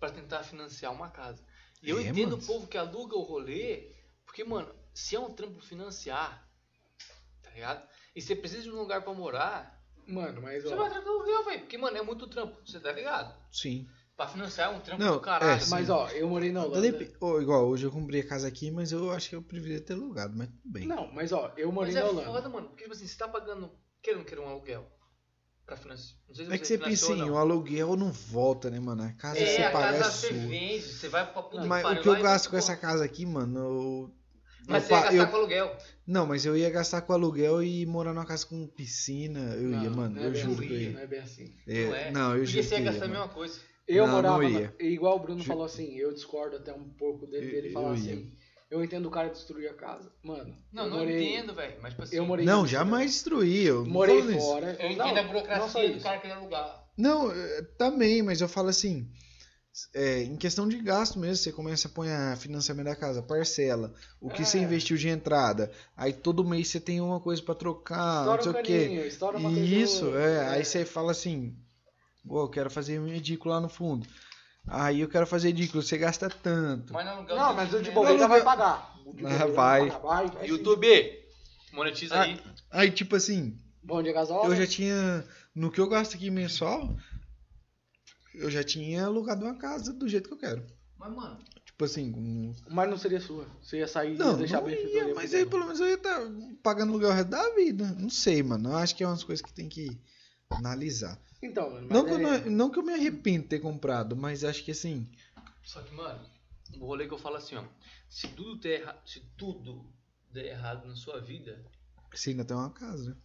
[SPEAKER 4] pra tentar financiar uma casa. E eu
[SPEAKER 2] É,
[SPEAKER 4] entendo
[SPEAKER 2] mano.
[SPEAKER 4] o povo que aluga o rolê, porque, mano, se é um trampo financiar, tá ligado? E você precisa de um lugar pra morar,
[SPEAKER 3] Mano, mas
[SPEAKER 4] você
[SPEAKER 3] ó.
[SPEAKER 4] vai atrás do aluguel, velho. Porque, mano, é muito trampo, você tá ligado?
[SPEAKER 2] Sim.
[SPEAKER 4] Pra financiar é um trampo
[SPEAKER 2] Não,
[SPEAKER 4] do caralho.
[SPEAKER 2] é,
[SPEAKER 3] Mas ó, eu morei na Holanda.
[SPEAKER 2] Dep- Ô, igual, hoje eu comprei a casa aqui, mas eu acho que eu preferia ter alugado, mas tudo bem.
[SPEAKER 3] Não, mas ó, eu morei
[SPEAKER 4] Mas
[SPEAKER 3] na
[SPEAKER 4] é
[SPEAKER 3] Holanda.
[SPEAKER 4] foda, mano. Porque, tipo assim, você tá pagando, querendo querer um aluguel pra financiar. Não sei se
[SPEAKER 2] É que você pensa
[SPEAKER 4] financiou ou
[SPEAKER 2] em
[SPEAKER 4] não.
[SPEAKER 2] o aluguel não volta, né, mano? A casa
[SPEAKER 4] É,
[SPEAKER 2] você
[SPEAKER 4] a
[SPEAKER 2] paga é
[SPEAKER 4] casa
[SPEAKER 2] sua.
[SPEAKER 4] você vende, você vai pra puta
[SPEAKER 2] Mas
[SPEAKER 4] pariu
[SPEAKER 2] o que eu
[SPEAKER 4] lá e
[SPEAKER 2] gasto com
[SPEAKER 4] você-
[SPEAKER 2] essa casa aqui, mano, eu... eu
[SPEAKER 4] Mas você ia
[SPEAKER 2] pa-
[SPEAKER 4] gastar
[SPEAKER 2] eu-
[SPEAKER 4] com aluguel.
[SPEAKER 2] Não, mas eu ia gastar com aluguel e morar numa casa com piscina. Eu ia,
[SPEAKER 3] Não,
[SPEAKER 2] mano,
[SPEAKER 3] não é
[SPEAKER 2] eu
[SPEAKER 3] bem
[SPEAKER 2] juro
[SPEAKER 3] assim,
[SPEAKER 2] que eu ia.
[SPEAKER 3] Não é bem assim.
[SPEAKER 2] É,
[SPEAKER 4] né? não é?
[SPEAKER 2] Não, eu
[SPEAKER 4] Porque
[SPEAKER 2] juro que
[SPEAKER 4] você
[SPEAKER 2] eu
[SPEAKER 4] ia
[SPEAKER 2] ia,
[SPEAKER 4] gastar a
[SPEAKER 2] mano.
[SPEAKER 4] mesma coisa.
[SPEAKER 3] Eu
[SPEAKER 2] Não,
[SPEAKER 3] morava.
[SPEAKER 2] não ia.
[SPEAKER 3] na- Igual o Bruno
[SPEAKER 2] Ju-
[SPEAKER 3] falou assim, eu discordo até um pouco dele,
[SPEAKER 2] Eu-
[SPEAKER 3] dele falar
[SPEAKER 2] eu ia.
[SPEAKER 3] assim. Eu entendo o cara destruir a casa. Mano,
[SPEAKER 4] Não,
[SPEAKER 3] eu
[SPEAKER 4] não
[SPEAKER 3] morei,
[SPEAKER 4] entendo, velho. Mas, tipo assim,
[SPEAKER 3] Eu morei.
[SPEAKER 2] Não, jamais destruí. Eu não
[SPEAKER 3] Morei
[SPEAKER 2] falo nisso.
[SPEAKER 3] fora.
[SPEAKER 4] eu
[SPEAKER 3] não,
[SPEAKER 4] entendo a
[SPEAKER 3] não só
[SPEAKER 4] burocracia do
[SPEAKER 3] isso.
[SPEAKER 4] cara querer alugar.
[SPEAKER 2] Não, eh, também, mas eu falo assim, é, em questão de gasto mesmo, você começa a pôr a financiamento da casa, parcela, o que você
[SPEAKER 3] É.
[SPEAKER 2] investiu de entrada, aí todo mês você tem uma coisa pra trocar,
[SPEAKER 3] Estoura
[SPEAKER 2] Ah, não sei
[SPEAKER 3] um
[SPEAKER 2] o quê.
[SPEAKER 3] caninho, estoura uma
[SPEAKER 2] E Isso,
[SPEAKER 3] coisa-
[SPEAKER 2] é, aí você fala assim, pô, eu quero fazer um ridículo lá no fundo. Aí eu quero fazer ridículo, você gasta tanto.
[SPEAKER 4] Mas não aluguel.
[SPEAKER 3] Não,
[SPEAKER 4] tem
[SPEAKER 3] mas o de
[SPEAKER 4] dinheiro.
[SPEAKER 3] bobeira
[SPEAKER 2] Não,
[SPEAKER 3] vai
[SPEAKER 2] não-
[SPEAKER 3] pagar. O de
[SPEAKER 2] Ah,
[SPEAKER 3] bobeira
[SPEAKER 2] vai.
[SPEAKER 3] pagar, vai, vai sim.
[SPEAKER 4] YouTube, monetiza
[SPEAKER 2] Ah.
[SPEAKER 4] aí.
[SPEAKER 2] Aí tipo assim,
[SPEAKER 3] Bom dia, gasol.
[SPEAKER 2] eu já tinha, no que eu gasto aqui mensual, eu já tinha alugado uma casa do jeito que eu quero.
[SPEAKER 4] Mas, mano,
[SPEAKER 2] Tipo assim, com
[SPEAKER 3] Mas não seria sua. Você ia sair e
[SPEAKER 2] Não,
[SPEAKER 3] ia deixar
[SPEAKER 2] não
[SPEAKER 3] bem feito.
[SPEAKER 2] ia, mas aí pelo menos eu ia estar pagando aluguel o resto da vida. Não sei, mano. Eu acho que é umas coisas que tem que analisar.
[SPEAKER 3] Então, mano, mas
[SPEAKER 2] Não que, eu
[SPEAKER 3] é-
[SPEAKER 2] não, não que eu me arrependo de ter comprado, mas acho que assim.
[SPEAKER 4] só que, mano, o rolê que eu falo assim, ó. Se tudo der, erra- se tudo der errado na sua vida,
[SPEAKER 2] Você ainda tem uma casa, né?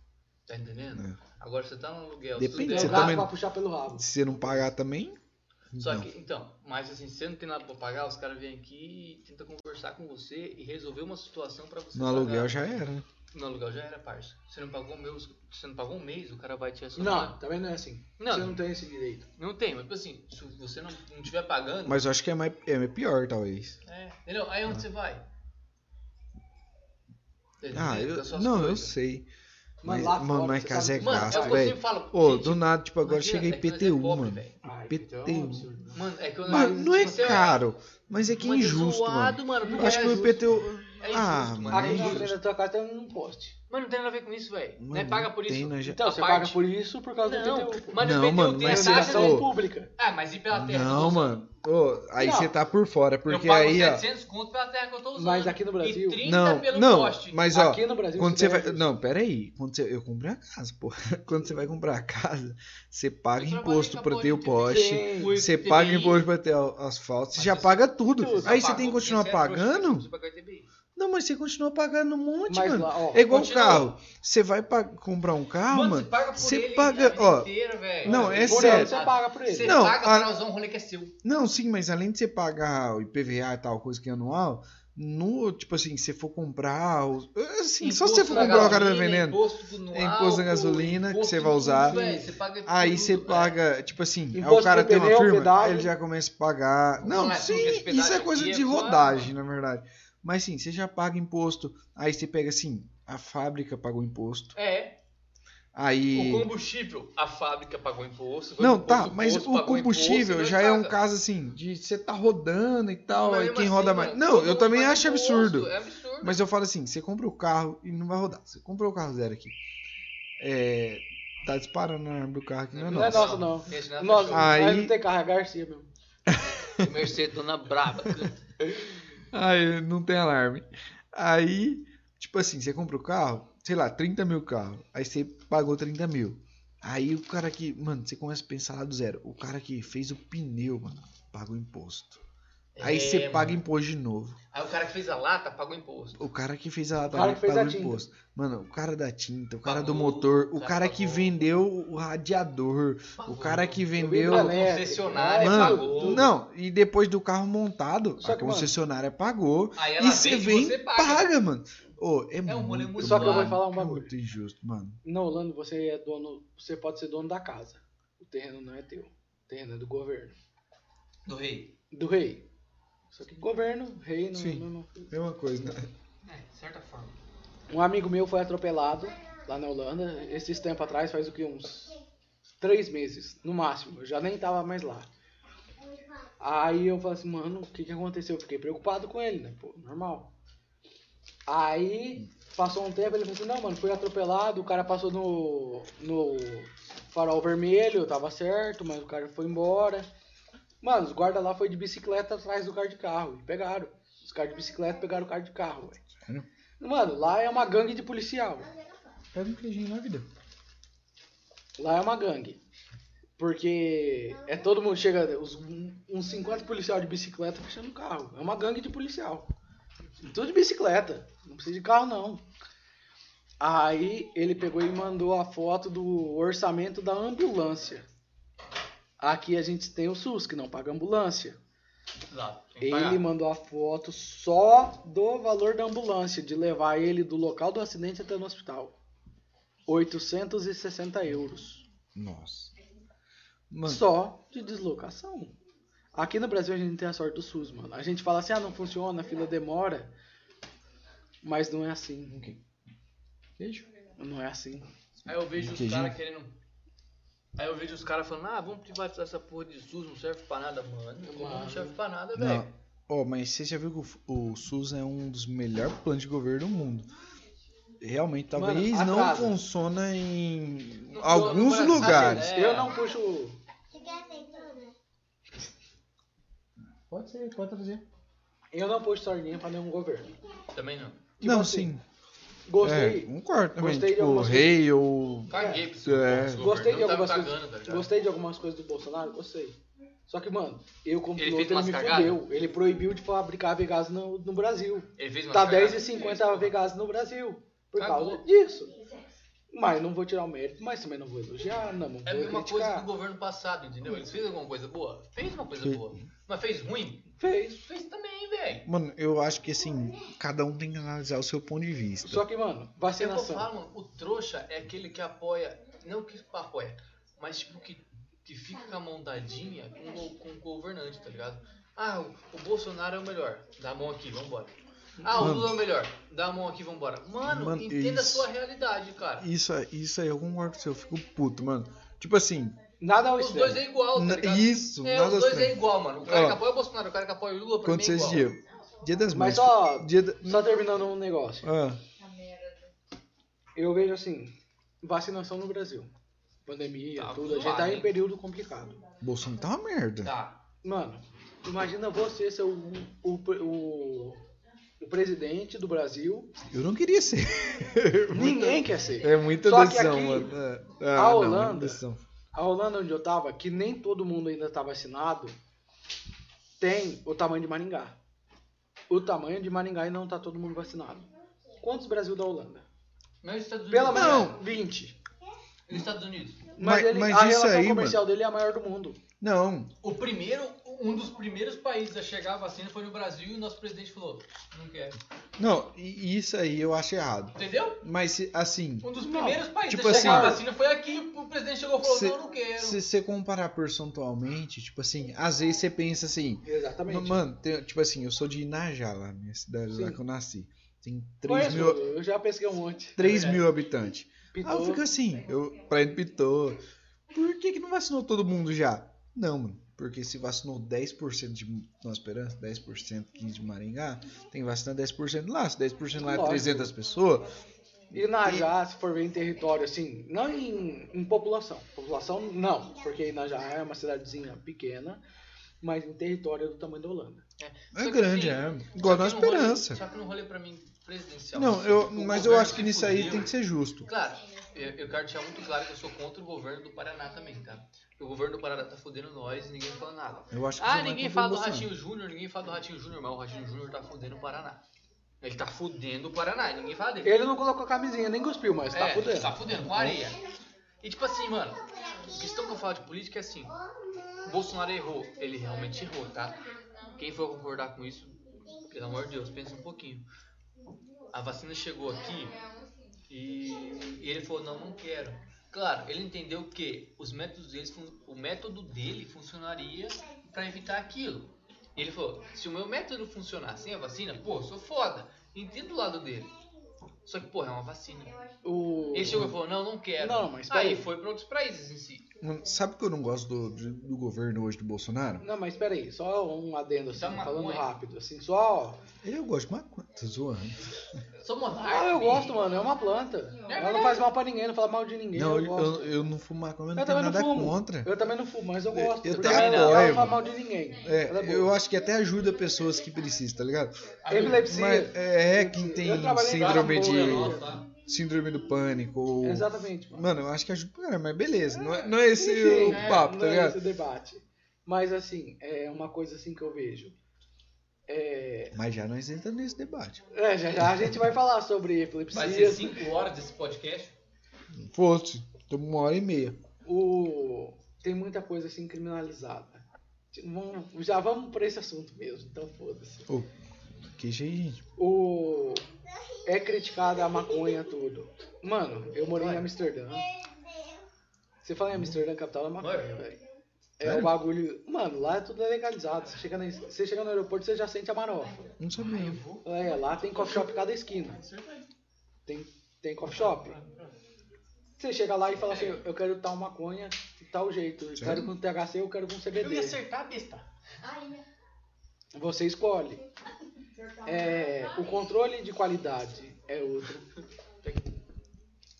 [SPEAKER 4] tá entendendo?
[SPEAKER 2] É.
[SPEAKER 4] Agora você tá no aluguel. se tudo
[SPEAKER 2] Depende,
[SPEAKER 4] der
[SPEAKER 2] você
[SPEAKER 3] é
[SPEAKER 4] errado,
[SPEAKER 3] gato
[SPEAKER 2] também-
[SPEAKER 3] pra puxar pelo rabo.
[SPEAKER 2] Se você não pagar também.
[SPEAKER 4] Só
[SPEAKER 2] não.
[SPEAKER 4] que, então, mas assim, você não tem nada pra pagar, os caras vêm aqui e tentam conversar com você e resolver uma situação pra você
[SPEAKER 2] No
[SPEAKER 4] pagar.
[SPEAKER 2] aluguel já era, né?
[SPEAKER 4] No aluguel já era, parça. Você não pagou um mês, você não pagou um mês, o cara vai te acionar.
[SPEAKER 3] Não, também não é assim.
[SPEAKER 4] Não.
[SPEAKER 3] Você não tem esse direito.
[SPEAKER 4] Não tem, mas tipo assim, se você não, não tiver pagando,
[SPEAKER 2] Mas Ah. eu acho que é, mais, é pior, talvez.
[SPEAKER 4] é, entendeu? Aí onde você vai? Entendeu?
[SPEAKER 2] Ah,
[SPEAKER 4] Com as
[SPEAKER 2] eu,
[SPEAKER 4] suas
[SPEAKER 2] não, eu
[SPEAKER 4] coisas.
[SPEAKER 2] sei.
[SPEAKER 3] Mas
[SPEAKER 2] Mas,
[SPEAKER 3] lá
[SPEAKER 2] mano,
[SPEAKER 3] fora,
[SPEAKER 2] mas
[SPEAKER 3] você
[SPEAKER 2] casa
[SPEAKER 3] sabe
[SPEAKER 2] é
[SPEAKER 3] que-
[SPEAKER 4] Mano, é o
[SPEAKER 2] gasto,
[SPEAKER 4] que eu
[SPEAKER 2] velho.
[SPEAKER 4] sempre falo.
[SPEAKER 2] Ô,
[SPEAKER 4] gente,
[SPEAKER 2] do nada, tipo, agora
[SPEAKER 4] imagina,
[SPEAKER 2] chega
[SPEAKER 4] é que nós é
[SPEAKER 2] IPTU,
[SPEAKER 4] pobre,
[SPEAKER 2] mano.
[SPEAKER 4] velho.
[SPEAKER 3] Ai,
[SPEAKER 2] IPTU.
[SPEAKER 3] então é um absurdo, né?
[SPEAKER 4] Mano, é que eu
[SPEAKER 2] Mano, não é
[SPEAKER 4] você
[SPEAKER 2] caro, mas é que é
[SPEAKER 4] mas
[SPEAKER 2] injusto, mano.
[SPEAKER 4] zoado, mano.
[SPEAKER 2] Eu acho que o IPTU.
[SPEAKER 4] É
[SPEAKER 2] Ah,
[SPEAKER 4] injusto, mano.
[SPEAKER 2] mas-
[SPEAKER 4] É
[SPEAKER 3] Paga
[SPEAKER 4] injusto.
[SPEAKER 3] um trem da tua casa tem um poste.
[SPEAKER 4] Mano, não tem nada a ver com isso, velho.
[SPEAKER 2] Mano,
[SPEAKER 4] Né? Paga por
[SPEAKER 2] não tem,
[SPEAKER 4] isso.
[SPEAKER 2] né, já-
[SPEAKER 3] Então,
[SPEAKER 4] A
[SPEAKER 3] você
[SPEAKER 4] parte-
[SPEAKER 3] paga por isso por causa do
[SPEAKER 4] Não,
[SPEAKER 3] 81.
[SPEAKER 4] mas
[SPEAKER 2] Não,
[SPEAKER 4] não,
[SPEAKER 2] mano,
[SPEAKER 4] mano, tem
[SPEAKER 3] É
[SPEAKER 4] a
[SPEAKER 2] mas tá
[SPEAKER 4] taxa...
[SPEAKER 2] ô.
[SPEAKER 3] cidadão pública.
[SPEAKER 4] Ah, mas e pela terra?
[SPEAKER 2] Não, mano. Ô, aí
[SPEAKER 3] Não.
[SPEAKER 2] você tá por fora,
[SPEAKER 4] Eu
[SPEAKER 2] porque
[SPEAKER 4] pago
[SPEAKER 2] aí, ó.
[SPEAKER 4] 700 conto pela terra que eu tô usando.
[SPEAKER 3] Mas aqui no Brasil-
[SPEAKER 4] E 30
[SPEAKER 2] Não,
[SPEAKER 4] pelo
[SPEAKER 2] não,
[SPEAKER 4] poste.
[SPEAKER 2] mas ó.
[SPEAKER 3] Aqui no Brasil.
[SPEAKER 2] Quando você
[SPEAKER 3] der-
[SPEAKER 2] vai. Não, pera aí. Quando você... Eu comprei a casa, pô. Quando você vai comprar a casa, você paga
[SPEAKER 4] Eu trabalhei
[SPEAKER 2] imposto
[SPEAKER 4] com a
[SPEAKER 2] pra ter o
[SPEAKER 4] Bonita
[SPEAKER 2] poste.
[SPEAKER 3] Sim.
[SPEAKER 4] Fui
[SPEAKER 2] Você
[SPEAKER 4] TBI,
[SPEAKER 2] paga imposto pra ter o asfalto. Você
[SPEAKER 4] Mas
[SPEAKER 2] já
[SPEAKER 4] você-
[SPEAKER 2] paga tudo.
[SPEAKER 3] tudo.
[SPEAKER 2] Aí
[SPEAKER 4] Já
[SPEAKER 2] você tem que
[SPEAKER 4] pagou,
[SPEAKER 2] continuar
[SPEAKER 4] porque você é trouxa,
[SPEAKER 2] pagando?
[SPEAKER 4] você precisa pagar TBI.
[SPEAKER 2] Não, mas você continua pagando um monte,
[SPEAKER 3] Mas
[SPEAKER 2] mano.
[SPEAKER 3] lá, ó.
[SPEAKER 2] É igual
[SPEAKER 4] continua.
[SPEAKER 2] carro. Você vai pa- comprar um carro,
[SPEAKER 4] Mano,
[SPEAKER 2] mano.
[SPEAKER 4] você paga por
[SPEAKER 2] você
[SPEAKER 4] ele
[SPEAKER 2] paga-
[SPEAKER 4] a vida
[SPEAKER 2] ó,
[SPEAKER 4] inteira, velho.
[SPEAKER 2] não, é
[SPEAKER 3] por
[SPEAKER 2] sério.
[SPEAKER 3] ano você paga por
[SPEAKER 4] Você
[SPEAKER 3] ele.
[SPEAKER 2] Não,
[SPEAKER 4] paga
[SPEAKER 2] a-
[SPEAKER 4] pra usar um rolê que é seu.
[SPEAKER 2] Não, sim, mas além de você pagar o IPVA e tal, coisa que é anual, no, tipo assim, se você for comprar. os- Assim, só se você for
[SPEAKER 4] Imposto da
[SPEAKER 2] comprar o cara da
[SPEAKER 4] gasolina,
[SPEAKER 2] veneno.
[SPEAKER 4] Imposto, do
[SPEAKER 2] É imposto da
[SPEAKER 4] álcool,
[SPEAKER 2] gasolina que
[SPEAKER 4] imposto
[SPEAKER 2] você vai
[SPEAKER 4] em
[SPEAKER 2] usar.
[SPEAKER 4] tudo, velho, você paga
[SPEAKER 2] Aí
[SPEAKER 4] tudo,
[SPEAKER 2] você
[SPEAKER 4] velho.
[SPEAKER 2] paga, tipo assim, aí o
[SPEAKER 3] Imposto
[SPEAKER 2] cara
[SPEAKER 3] do
[SPEAKER 2] tem uma
[SPEAKER 3] pneu,
[SPEAKER 2] firma,
[SPEAKER 3] pedágio.
[SPEAKER 2] ele já começa a pagar.
[SPEAKER 4] Vamos
[SPEAKER 2] Não,
[SPEAKER 4] lá,
[SPEAKER 2] sim,
[SPEAKER 4] porque esse pedágio
[SPEAKER 2] isso é coisa
[SPEAKER 4] aqui é
[SPEAKER 2] de
[SPEAKER 4] claro.
[SPEAKER 2] rodagem, na verdade. Mas sim, você já paga imposto, aí você pega assim, a fábrica pagou imposto.
[SPEAKER 4] É,
[SPEAKER 2] Aí
[SPEAKER 4] o combustível, a fábrica pagou imposto. foi
[SPEAKER 2] Não,
[SPEAKER 4] pro
[SPEAKER 2] tá,
[SPEAKER 4] posto,
[SPEAKER 2] mas
[SPEAKER 4] posto
[SPEAKER 2] o
[SPEAKER 4] pagou
[SPEAKER 2] combustível
[SPEAKER 4] imposto,
[SPEAKER 2] já
[SPEAKER 4] não
[SPEAKER 2] é um
[SPEAKER 4] paga.
[SPEAKER 2] caso assim, de você tá rodando e tal,
[SPEAKER 4] Mas
[SPEAKER 2] aí
[SPEAKER 4] mesmo
[SPEAKER 2] quem
[SPEAKER 4] assim,
[SPEAKER 2] roda
[SPEAKER 4] mano,
[SPEAKER 2] mais.
[SPEAKER 4] todo
[SPEAKER 2] Não, eu
[SPEAKER 4] mundo
[SPEAKER 2] também
[SPEAKER 4] paga
[SPEAKER 2] acho
[SPEAKER 4] imposto,
[SPEAKER 2] absurdo.
[SPEAKER 4] É absurdo.
[SPEAKER 2] Mas eu falo assim, você compra o carro e não vai rodar. Você comprou o carro zero aqui. É, tá disparando na arma do carro aqui, não é
[SPEAKER 3] Não é
[SPEAKER 2] nosso.
[SPEAKER 3] nosso, não.
[SPEAKER 4] Esse não é
[SPEAKER 3] Nossa,
[SPEAKER 4] cachorro.
[SPEAKER 2] Aí-
[SPEAKER 3] aí não tem carro, é Garcia mesmo.
[SPEAKER 4] O Mercedes, dona braba. canta.
[SPEAKER 2] Aí não tem alarme. Aí, tipo assim, você compra o carro, sei lá, 30 mil carro. Aí você pagou 30 mil. Aí o cara que, mano, você começa a pensar lá do zero. O cara que fez o pneu, mano, pagou imposto. Aí
[SPEAKER 4] É,
[SPEAKER 2] você
[SPEAKER 4] mano.
[SPEAKER 2] paga imposto de novo.
[SPEAKER 4] Aí o cara que fez a lata pagou imposto.
[SPEAKER 2] O cara que fez a
[SPEAKER 3] cara que fez
[SPEAKER 2] pagou
[SPEAKER 3] a tinta.
[SPEAKER 2] imposto. Mano, o cara da tinta, o cara do
[SPEAKER 4] Pagou,
[SPEAKER 2] motor, o
[SPEAKER 4] já
[SPEAKER 2] cara que
[SPEAKER 4] pagou.
[SPEAKER 2] vendeu o radiador, o
[SPEAKER 4] Pagou.
[SPEAKER 2] cara que
[SPEAKER 3] Eu
[SPEAKER 2] vendeu.
[SPEAKER 3] vi é na net.
[SPEAKER 4] Concessionária
[SPEAKER 2] Mano,
[SPEAKER 4] pagou.
[SPEAKER 2] Não, e depois do carro montado,
[SPEAKER 3] Só
[SPEAKER 2] a
[SPEAKER 3] que, mano,
[SPEAKER 2] concessionária pagou.
[SPEAKER 4] Aí ela
[SPEAKER 2] E você
[SPEAKER 4] vende,
[SPEAKER 2] vem,
[SPEAKER 4] você
[SPEAKER 2] paga.
[SPEAKER 4] paga.
[SPEAKER 2] mano. Ô, é,
[SPEAKER 4] um rolê
[SPEAKER 2] muito.
[SPEAKER 4] muito
[SPEAKER 3] Só que eu vou falar um
[SPEAKER 2] é
[SPEAKER 3] bagulho.
[SPEAKER 2] muito injusto, mano.
[SPEAKER 3] Na Holanda, você é dono. Você pode ser dono da casa. O terreno não é teu. O terreno é do governo.
[SPEAKER 4] Do rei.
[SPEAKER 3] Do rei. Só que governo, rei, não,
[SPEAKER 2] Sim.
[SPEAKER 3] não- não-
[SPEAKER 2] Mesma coisa, né?
[SPEAKER 4] É, de certa forma.
[SPEAKER 3] Um amigo meu foi atropelado lá na Holanda, esses tempos atrás, faz o que? Uns três meses, no máximo. Eu já nem tava mais lá. Aí eu falei assim, mano, o que, que aconteceu? Eu fiquei preocupado com ele, né? Pô, normal. Aí passou um tempo, ele falou assim, não, mano, fui atropelado, o cara passou no, no farol vermelho, eu tava certo, mas o cara foi embora. Mano, os guardas lá foi de bicicleta atrás do cara de carro e pegaram. Os caras de bicicleta pegaram o cara de carro, velho. Mano, lá é uma gangue de policial.
[SPEAKER 2] Pega um queijinho na vida.
[SPEAKER 3] Lá é uma gangue. Porque é todo mundo chega, os- uns 50 policial de bicicleta fechando o carro. É uma gangue de policial. Tudo de bicicleta. Não precisa de carro, não. Aí ele pegou e mandou a foto do orçamento da ambulância. Aqui a gente tem o SUS, que não paga ambulância.
[SPEAKER 4] Exato. Tem que
[SPEAKER 2] Então
[SPEAKER 4] pagar.
[SPEAKER 2] tá.
[SPEAKER 3] Ele mandou a foto só do valor da ambulância, de levar ele do local do acidente até no hospital. 860 euros.
[SPEAKER 2] Nossa. Mano,
[SPEAKER 3] Só de deslocação. Aqui no Brasil a gente tem a sorte do SUS, mano. A gente fala assim, ah, não funciona, a fila demora. Mas não é assim.
[SPEAKER 2] queijo.
[SPEAKER 3] Não é assim.
[SPEAKER 4] Aí eu vejo os
[SPEAKER 2] Queijinho.
[SPEAKER 4] caras querendo. um Aí eu vejo os caras falando, ah, vamos privatizar essa porra de SUS, não serve pra nada, mano. Não
[SPEAKER 3] Mano.
[SPEAKER 4] serve pra nada,
[SPEAKER 2] Não.
[SPEAKER 4] velho.
[SPEAKER 2] Ó, mas você já viu que o, F- o SUS é um dos melhores planos de governo do mundo. Realmente,
[SPEAKER 3] Mano,
[SPEAKER 2] talvez não
[SPEAKER 3] atrasa.
[SPEAKER 2] funciona em
[SPEAKER 4] Não,
[SPEAKER 2] alguns
[SPEAKER 4] não, não,
[SPEAKER 2] lugares.
[SPEAKER 4] assim,
[SPEAKER 3] Gente, eu não puxo.
[SPEAKER 2] Pode ser, pode trazer.
[SPEAKER 3] Eu não puxo sardinha pra nenhum governo.
[SPEAKER 4] Também não.
[SPEAKER 3] E
[SPEAKER 2] não,
[SPEAKER 3] você?
[SPEAKER 2] sim. É,
[SPEAKER 3] Tipo assim, Gostei.
[SPEAKER 2] concordo também.
[SPEAKER 3] Gostei de
[SPEAKER 2] Tipo, o
[SPEAKER 3] algumas
[SPEAKER 2] rei ou.
[SPEAKER 4] Caguei pro
[SPEAKER 2] É.
[SPEAKER 4] seu
[SPEAKER 3] Gostei de algumas
[SPEAKER 4] pagando, tá
[SPEAKER 3] coisas.
[SPEAKER 4] ligado?
[SPEAKER 3] Gostei de algumas coisas do Bolsonaro? Gostei. Só que, mano, eu como
[SPEAKER 4] Ele
[SPEAKER 3] piloto,
[SPEAKER 4] fez umas
[SPEAKER 3] me
[SPEAKER 4] cagadas?
[SPEAKER 3] fudeu. Ele proibiu de fabricar Vegas no, no Brasil.
[SPEAKER 4] Ele fez uma
[SPEAKER 3] Tá
[SPEAKER 4] cagada.
[SPEAKER 3] 10,50 a Vegas no Brasil. Por
[SPEAKER 4] Cagou.
[SPEAKER 3] causa disso. Mas não vou tirar o mérito, mas também não vou elogiar, não, vou
[SPEAKER 4] É a mesma coisa
[SPEAKER 3] criticar.
[SPEAKER 4] do governo passado, entendeu? Eles fez alguma coisa boa? Fez uma coisa
[SPEAKER 2] Fez.
[SPEAKER 4] boa. Mas fez ruim?
[SPEAKER 3] Fez.
[SPEAKER 4] Fez também, velho.
[SPEAKER 2] Mano, eu acho que assim, cada um tem que analisar o seu ponto de vista.
[SPEAKER 3] Só que, mano,
[SPEAKER 4] É o que eu
[SPEAKER 3] vacinação.
[SPEAKER 4] falo, mano. O trouxa é aquele que apoia, não que apoia, mas tipo que, que fica com a mão dadinha com, o- com o governante, tá ligado? Ah, o, o Bolsonaro é o melhor. Dá a mão aqui, vambora. Ah,
[SPEAKER 2] Mano.
[SPEAKER 4] o Lula é o melhor. Dá a mão aqui, vambora. Mano,
[SPEAKER 2] Mano,
[SPEAKER 4] entenda
[SPEAKER 2] isso.
[SPEAKER 4] a sua realidade, cara.
[SPEAKER 2] Isso, aí- isso aí eu concordo com você, eu fico puto, mano. Tipo assim,
[SPEAKER 3] Nada ao
[SPEAKER 4] Os dois
[SPEAKER 3] extremo.
[SPEAKER 4] é igual, tá
[SPEAKER 2] na-
[SPEAKER 4] ligado?
[SPEAKER 2] isso,
[SPEAKER 4] é,
[SPEAKER 2] nada
[SPEAKER 4] os dois
[SPEAKER 2] estranho.
[SPEAKER 4] é igual, mano. O cara
[SPEAKER 2] Ó,
[SPEAKER 4] que apoia o Bolsonaro, o cara que apoia o Lula, pra mim é
[SPEAKER 2] Aconteceu esse
[SPEAKER 4] igual.
[SPEAKER 2] dia. Dia das
[SPEAKER 3] Mas
[SPEAKER 2] mães.
[SPEAKER 3] só,
[SPEAKER 2] Dia da...
[SPEAKER 3] só terminando um negócio.
[SPEAKER 2] Ah,
[SPEAKER 5] Essa merda.
[SPEAKER 3] Eu vejo assim, vacinação no Brasil. Pandemia,
[SPEAKER 4] Tá
[SPEAKER 3] tudo. A gente
[SPEAKER 4] zoado,
[SPEAKER 3] tá em
[SPEAKER 4] hein?
[SPEAKER 3] período complicado.
[SPEAKER 2] Bolsonaro tá uma merda.
[SPEAKER 4] Tá.
[SPEAKER 3] Mano, imagina você ser o, o, o, o presidente do Brasil.
[SPEAKER 2] Eu não queria ser.
[SPEAKER 3] Ninguém quer ser.
[SPEAKER 2] É muita
[SPEAKER 3] Só que
[SPEAKER 2] decisão,
[SPEAKER 3] aqui,
[SPEAKER 2] mano. Ah, ah,
[SPEAKER 3] a
[SPEAKER 2] não,
[SPEAKER 3] Holanda-
[SPEAKER 2] muita decisão.
[SPEAKER 3] A Holanda, onde eu tava, que nem todo mundo ainda tá vacinado, tem o tamanho de Maringá. O tamanho de Maringá e não tá todo mundo vacinado. Quantos Brasil da Holanda?
[SPEAKER 4] Não é os Estados Unidos.
[SPEAKER 3] Pelo menos
[SPEAKER 2] Não.
[SPEAKER 3] 20.
[SPEAKER 4] É Os Estados Unidos.
[SPEAKER 3] Mas,
[SPEAKER 2] Mas-
[SPEAKER 3] ele,
[SPEAKER 2] mas
[SPEAKER 3] a
[SPEAKER 2] isso
[SPEAKER 3] relação
[SPEAKER 2] aí,
[SPEAKER 3] comercial dele é a maior do mundo.
[SPEAKER 2] Não,
[SPEAKER 4] O primeiro, um dos primeiros países a chegar a vacina foi no Brasil e o nosso presidente falou, não quer.
[SPEAKER 2] não, e isso aí eu acho errado.
[SPEAKER 4] Entendeu?
[SPEAKER 2] Mas se- assim,
[SPEAKER 4] Um dos primeiros países
[SPEAKER 2] Tipo
[SPEAKER 4] a chegar
[SPEAKER 2] assim,
[SPEAKER 4] a vacina foi aqui e o presidente chegou e falou,
[SPEAKER 2] se-
[SPEAKER 4] não, não quero.
[SPEAKER 2] se você comparar percentualmente, tipo assim, às vezes você pensa assim,
[SPEAKER 3] Exatamente.
[SPEAKER 2] mano, tem- tipo assim, eu sou de Inajá, lá, minha cidade lá
[SPEAKER 3] Sim.
[SPEAKER 2] que eu nasci. Tem
[SPEAKER 3] Conheço,
[SPEAKER 2] 3 mil,
[SPEAKER 3] Eu já pesquei um monte.
[SPEAKER 4] É
[SPEAKER 2] 3 mil habitantes. Aí eu
[SPEAKER 3] Pitou.
[SPEAKER 2] fico assim, eu, pra ele pitou. Por que, que não vacinou todo mundo já? Não, mano. Porque se vacinou 10% de Nossa Esperança, 10%, 15% de Maringá, tem que vacinar 10% lá. Se 10% lá é
[SPEAKER 3] Lógico.
[SPEAKER 2] 300 pessoas,
[SPEAKER 3] E Inajá, se for ver em território, assim, não em, em população. População, não, porque Inajá é uma cidadezinha pequena, mas em território é do tamanho da Holanda.
[SPEAKER 2] é
[SPEAKER 4] Só que
[SPEAKER 2] grande,
[SPEAKER 4] assim,
[SPEAKER 2] é. Igual a
[SPEAKER 4] Só
[SPEAKER 2] Nossa
[SPEAKER 4] que no rolê-
[SPEAKER 2] Esperança.
[SPEAKER 4] Só que no rolê pra mim presidencial. assim, tipo,
[SPEAKER 2] Não, eu,
[SPEAKER 4] o
[SPEAKER 2] mas eu
[SPEAKER 4] governo
[SPEAKER 2] acho que
[SPEAKER 4] se
[SPEAKER 2] nisso aí
[SPEAKER 4] fudeu.
[SPEAKER 2] tem que ser justo.
[SPEAKER 4] Claro, eu, eu quero deixar muito claro que eu sou contra o governo do Paraná também, tá? Porque O governo do Paraná tá fodendo nós e ninguém fala nada.
[SPEAKER 2] Eu acho que você
[SPEAKER 4] Ah,
[SPEAKER 2] vai
[SPEAKER 4] ninguém
[SPEAKER 2] contra o
[SPEAKER 4] fala do
[SPEAKER 2] Bolsonaro.
[SPEAKER 4] Ratinho Júnior, ninguém fala do Ratinho Júnior, mas o Ratinho Júnior tá fudendo o Paraná. Ele tá fudendo o Paraná, e ninguém fala dele.
[SPEAKER 3] Ele não colocou camisinha, nem cuspiu, mas tá
[SPEAKER 4] é,
[SPEAKER 3] fudendo.
[SPEAKER 4] Tá fudendo com areia. E tipo assim, mano, a questão que eu falo de política é assim: Bolsonaro errou. Ele realmente errou, tá? Quem for concordar com isso, pelo amor de Deus, pensa um pouquinho. A vacina chegou aqui
[SPEAKER 5] é um
[SPEAKER 4] e ele falou: não, não quero. Claro, ele entendeu que os métodos deles, fun- o método dele funcionaria pra evitar aquilo. E ele falou: se o meu método funcionar sem a vacina, pô, sou foda. Entendo o lado dele. Só que, porra, é uma vacina.
[SPEAKER 3] O...
[SPEAKER 4] Ele chegou e falou, não, não quero.
[SPEAKER 3] Não, mas
[SPEAKER 4] Tá Aí
[SPEAKER 3] peraí.
[SPEAKER 4] foi para outros países em si.
[SPEAKER 2] Mano, Sabe que eu não gosto do, de- do governo hoje do Bolsonaro?
[SPEAKER 3] Não, mas espera aí, só um adendo, assim,
[SPEAKER 4] Dá é uma
[SPEAKER 3] falando
[SPEAKER 4] coisa.
[SPEAKER 3] rápido, assim, só...
[SPEAKER 2] Eu gosto de maconha. Tô zoando.
[SPEAKER 4] Sou monarca.
[SPEAKER 3] Ah, eu
[SPEAKER 4] bicho.
[SPEAKER 3] gosto, mano, é uma planta. Ela não faz mal pra ninguém, não fala mal de ninguém,
[SPEAKER 2] Não,
[SPEAKER 3] eu
[SPEAKER 2] eu,
[SPEAKER 3] gosto.
[SPEAKER 2] eu, eu não fumo maconha, eu não
[SPEAKER 3] Eu
[SPEAKER 2] tenho
[SPEAKER 3] também não
[SPEAKER 2] nada
[SPEAKER 3] fumo.
[SPEAKER 2] contra.
[SPEAKER 3] Eu também não fumo, mas eu
[SPEAKER 2] Eu-
[SPEAKER 3] gosto.
[SPEAKER 2] eu
[SPEAKER 3] porque
[SPEAKER 2] até
[SPEAKER 3] ela- Ela
[SPEAKER 2] apoio,
[SPEAKER 3] não fala
[SPEAKER 2] mano.
[SPEAKER 3] mal de ninguém. Ela
[SPEAKER 2] É,
[SPEAKER 3] boa.
[SPEAKER 2] eu acho que até ajuda pessoas que precisam, tá ligado?
[SPEAKER 3] Epilepsia.
[SPEAKER 2] Mas é, quem tem
[SPEAKER 3] Eu trabalhei em é
[SPEAKER 2] síndrome
[SPEAKER 3] Barra Boa,
[SPEAKER 2] de.
[SPEAKER 3] nossa.
[SPEAKER 2] Síndrome do pânico. Ou...
[SPEAKER 3] Exatamente, mano.
[SPEAKER 2] Mano, eu acho que ajuda pra caramba, mas beleza. Não é, não é esse
[SPEAKER 3] Enfim,
[SPEAKER 2] o papo,
[SPEAKER 3] não
[SPEAKER 2] tá
[SPEAKER 3] é
[SPEAKER 2] ligado?
[SPEAKER 3] esse o debate. Mas assim, é uma coisa assim que eu vejo. É,
[SPEAKER 2] Mas já nós entramos nesse debate.
[SPEAKER 3] é, já, já a gente vai falar sobre
[SPEAKER 4] Vai ser
[SPEAKER 3] epilepsia.
[SPEAKER 4] 5 horas esse podcast.
[SPEAKER 2] Fosse, toma uma hora e meia.
[SPEAKER 3] O, tem muita coisa assim criminalizada. Tipo, Vamos- Já vamos pra esse assunto mesmo, então foda-se.
[SPEAKER 2] Que gente.
[SPEAKER 3] O, é criticada a maconha tudo. Mano, eu morei em Amsterdã. Você fala em Amsterdã, capital da maconha,
[SPEAKER 4] Olha.
[SPEAKER 3] velho. É
[SPEAKER 2] Sério?
[SPEAKER 3] o bagulho. Mano, lá tudo é legalizado. Você chega, na- você chega no aeroporto, você já sente a marofa.
[SPEAKER 2] Não sabia.
[SPEAKER 3] É, lá tem coffee shop cada esquina. Tem, tem coffee shop. Você chega lá e fala assim, eu quero tal maconha de tal jeito. Eu
[SPEAKER 2] Sério?
[SPEAKER 3] quero com THC, eu quero com
[SPEAKER 4] Eu ia
[SPEAKER 3] CBD.
[SPEAKER 4] acertar a besta.
[SPEAKER 3] Você escolhe. É, o controle de qualidade é outro.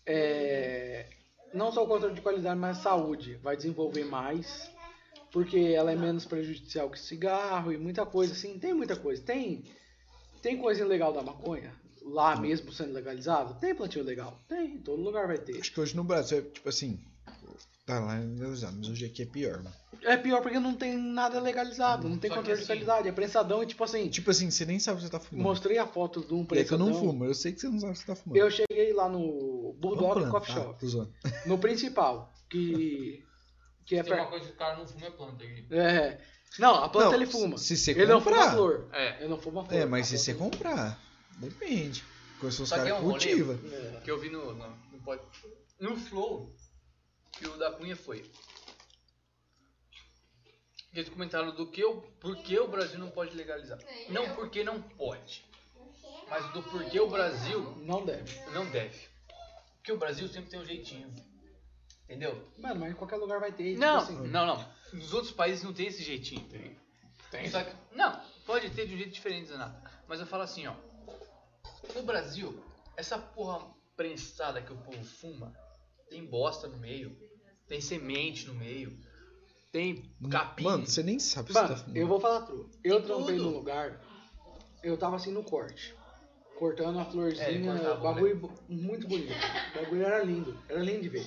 [SPEAKER 3] É, não só o controle de qualidade, mas a saúde. Vai desenvolver mais. Porque ela é menos prejudicial que cigarro e muita coisa, assim. Tem muita coisa. Tem, tem coisinha legal da maconha. Lá mesmo sendo legalizado. Tem plantio legal. Tem. Todo lugar vai ter.
[SPEAKER 2] Acho que hoje no Brasil é tipo assim. Tá lá legalizado, mas hoje aqui é pior, mano.
[SPEAKER 3] É pior porque não tem nada legalizado. Não tem
[SPEAKER 4] Só que
[SPEAKER 3] controle de
[SPEAKER 4] assim-
[SPEAKER 3] qualidade. É prensadão e tipo assim...
[SPEAKER 2] Tipo assim, você nem sabe o que você tá fumando.
[SPEAKER 3] Mostrei a foto de um
[SPEAKER 2] é que eu
[SPEAKER 3] prensadão.
[SPEAKER 2] não fumo, eu sei que você não sabe o que você tá fumando. tá?
[SPEAKER 3] Eu cheguei lá no Bulldog Coffee Shop, no principal, que que é
[SPEAKER 4] Tem uma
[SPEAKER 3] perto.
[SPEAKER 4] coisa que o cara não fuma é planta aqui.
[SPEAKER 3] É. Não, a planta
[SPEAKER 2] Não,
[SPEAKER 3] ele fuma.
[SPEAKER 2] se você
[SPEAKER 3] ele não fuma
[SPEAKER 2] comprar.
[SPEAKER 3] a flor.
[SPEAKER 4] É.
[SPEAKER 3] Ele não fuma a flor.
[SPEAKER 2] É, mas
[SPEAKER 3] A
[SPEAKER 2] se você
[SPEAKER 3] planta-
[SPEAKER 2] comprar, depende. Quais são os
[SPEAKER 4] Só que
[SPEAKER 2] caras
[SPEAKER 4] é
[SPEAKER 2] que
[SPEAKER 4] um rolê.
[SPEAKER 2] cultivam.
[SPEAKER 3] É.
[SPEAKER 4] Que eu vi no. No, no, pod- no Flow, que o da Cunha foi. Eles comentaram do que o, por que o Brasil não pode legalizar. Não porque não pode, mas do porquê o Brasil
[SPEAKER 3] Não deve.
[SPEAKER 4] Não deve. Porque o Brasil sempre tem um jeitinho. Entendeu?
[SPEAKER 3] Mano, mas em qualquer lugar vai ter. tipo
[SPEAKER 4] Não,
[SPEAKER 3] assim.
[SPEAKER 4] não, não. Nos outros países não tem esse jeitinho, tá ligado?
[SPEAKER 3] Tem.
[SPEAKER 4] Só que, não, pode ter de um jeito diferente, Zanata. Mas eu falo assim, ó. No Brasil, essa porra prensada que o povo fuma, tem bosta no meio, tem semente no meio, tem capim.
[SPEAKER 2] Mano, você nem sabe o que você
[SPEAKER 3] Mano,
[SPEAKER 2] tá fumando.
[SPEAKER 3] eu vou falar true. Eu
[SPEAKER 4] Tem
[SPEAKER 3] trampei
[SPEAKER 4] tudo.
[SPEAKER 3] num lugar, eu tava assim no corte. Cortando a
[SPEAKER 4] É, ele
[SPEAKER 3] florzinha,
[SPEAKER 4] cortava,
[SPEAKER 3] bagulho bo- muito bonito. O bagulho era lindo, era lindo de ver.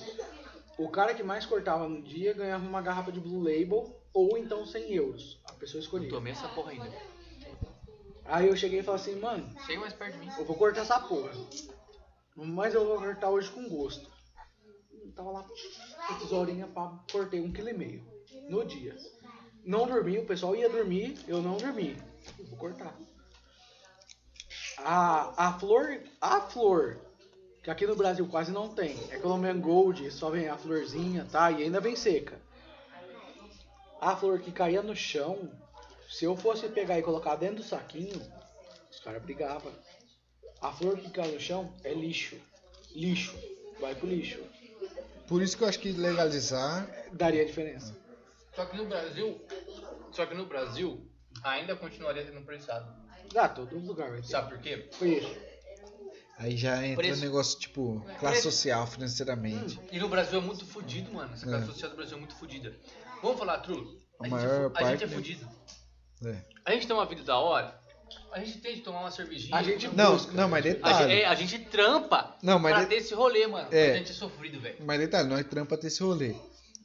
[SPEAKER 3] O cara que mais cortava no dia ganhava uma garrafa de Blue Label ou então 100 euros. A pessoa
[SPEAKER 4] Não
[SPEAKER 3] escolhia.
[SPEAKER 4] tomei essa porra ainda.
[SPEAKER 3] Aí eu cheguei e falei assim, mano,
[SPEAKER 4] Chega mais perto de mim.
[SPEAKER 3] eu vou cortar essa porra. Mas eu vou cortar hoje com gosto. Tava lá, com a tesourinha, pá, cortei um quilo e meio. No dia. Não dormi, o pessoal ia dormir, eu não dormi. Eu vou cortar. A, a flor, a flor, que aqui no Brasil quase não tem, é Colombian Gold, só vem a florzinha, tá? E ainda vem seca. A flor que caía no chão, se eu fosse pegar e colocar dentro do saquinho, os caras brigavam. A flor que cai no chão é lixo. Lixo. Vai pro lixo.
[SPEAKER 2] Por isso que eu acho que legalizar.
[SPEAKER 3] Daria diferença.
[SPEAKER 4] Só que no Brasil, só que no Brasil, ainda continuaria tendo prensado.
[SPEAKER 3] Ah, todo lugar vai ter.
[SPEAKER 4] Sabe por quê?
[SPEAKER 3] Foi isso.
[SPEAKER 2] Aí já entra
[SPEAKER 4] Preço.
[SPEAKER 2] um negócio tipo classe social, financeiramente.
[SPEAKER 4] E no Brasil é muito fudido, mano. Essa classe
[SPEAKER 2] É.
[SPEAKER 4] social do Brasil é muito fudida. Vamos falar, Tru?
[SPEAKER 2] A
[SPEAKER 4] gente
[SPEAKER 2] maior
[SPEAKER 4] é, fu- a gente
[SPEAKER 2] parte,
[SPEAKER 4] é
[SPEAKER 2] né?
[SPEAKER 4] fudido.
[SPEAKER 2] É.
[SPEAKER 4] A gente tem uma vida da hora. A gente tem de tomar uma cervejinha.
[SPEAKER 3] A gente
[SPEAKER 2] Não,
[SPEAKER 3] busca.
[SPEAKER 2] não, mas
[SPEAKER 4] A gente,
[SPEAKER 2] detalhe.
[SPEAKER 4] é, a gente trampa
[SPEAKER 2] Não,
[SPEAKER 4] pra
[SPEAKER 2] mas, de-
[SPEAKER 4] ter esse rolê, mano.
[SPEAKER 2] É.
[SPEAKER 4] A gente é sofrido, velho.
[SPEAKER 2] mas detalhe, nós trampa ter esse rolê.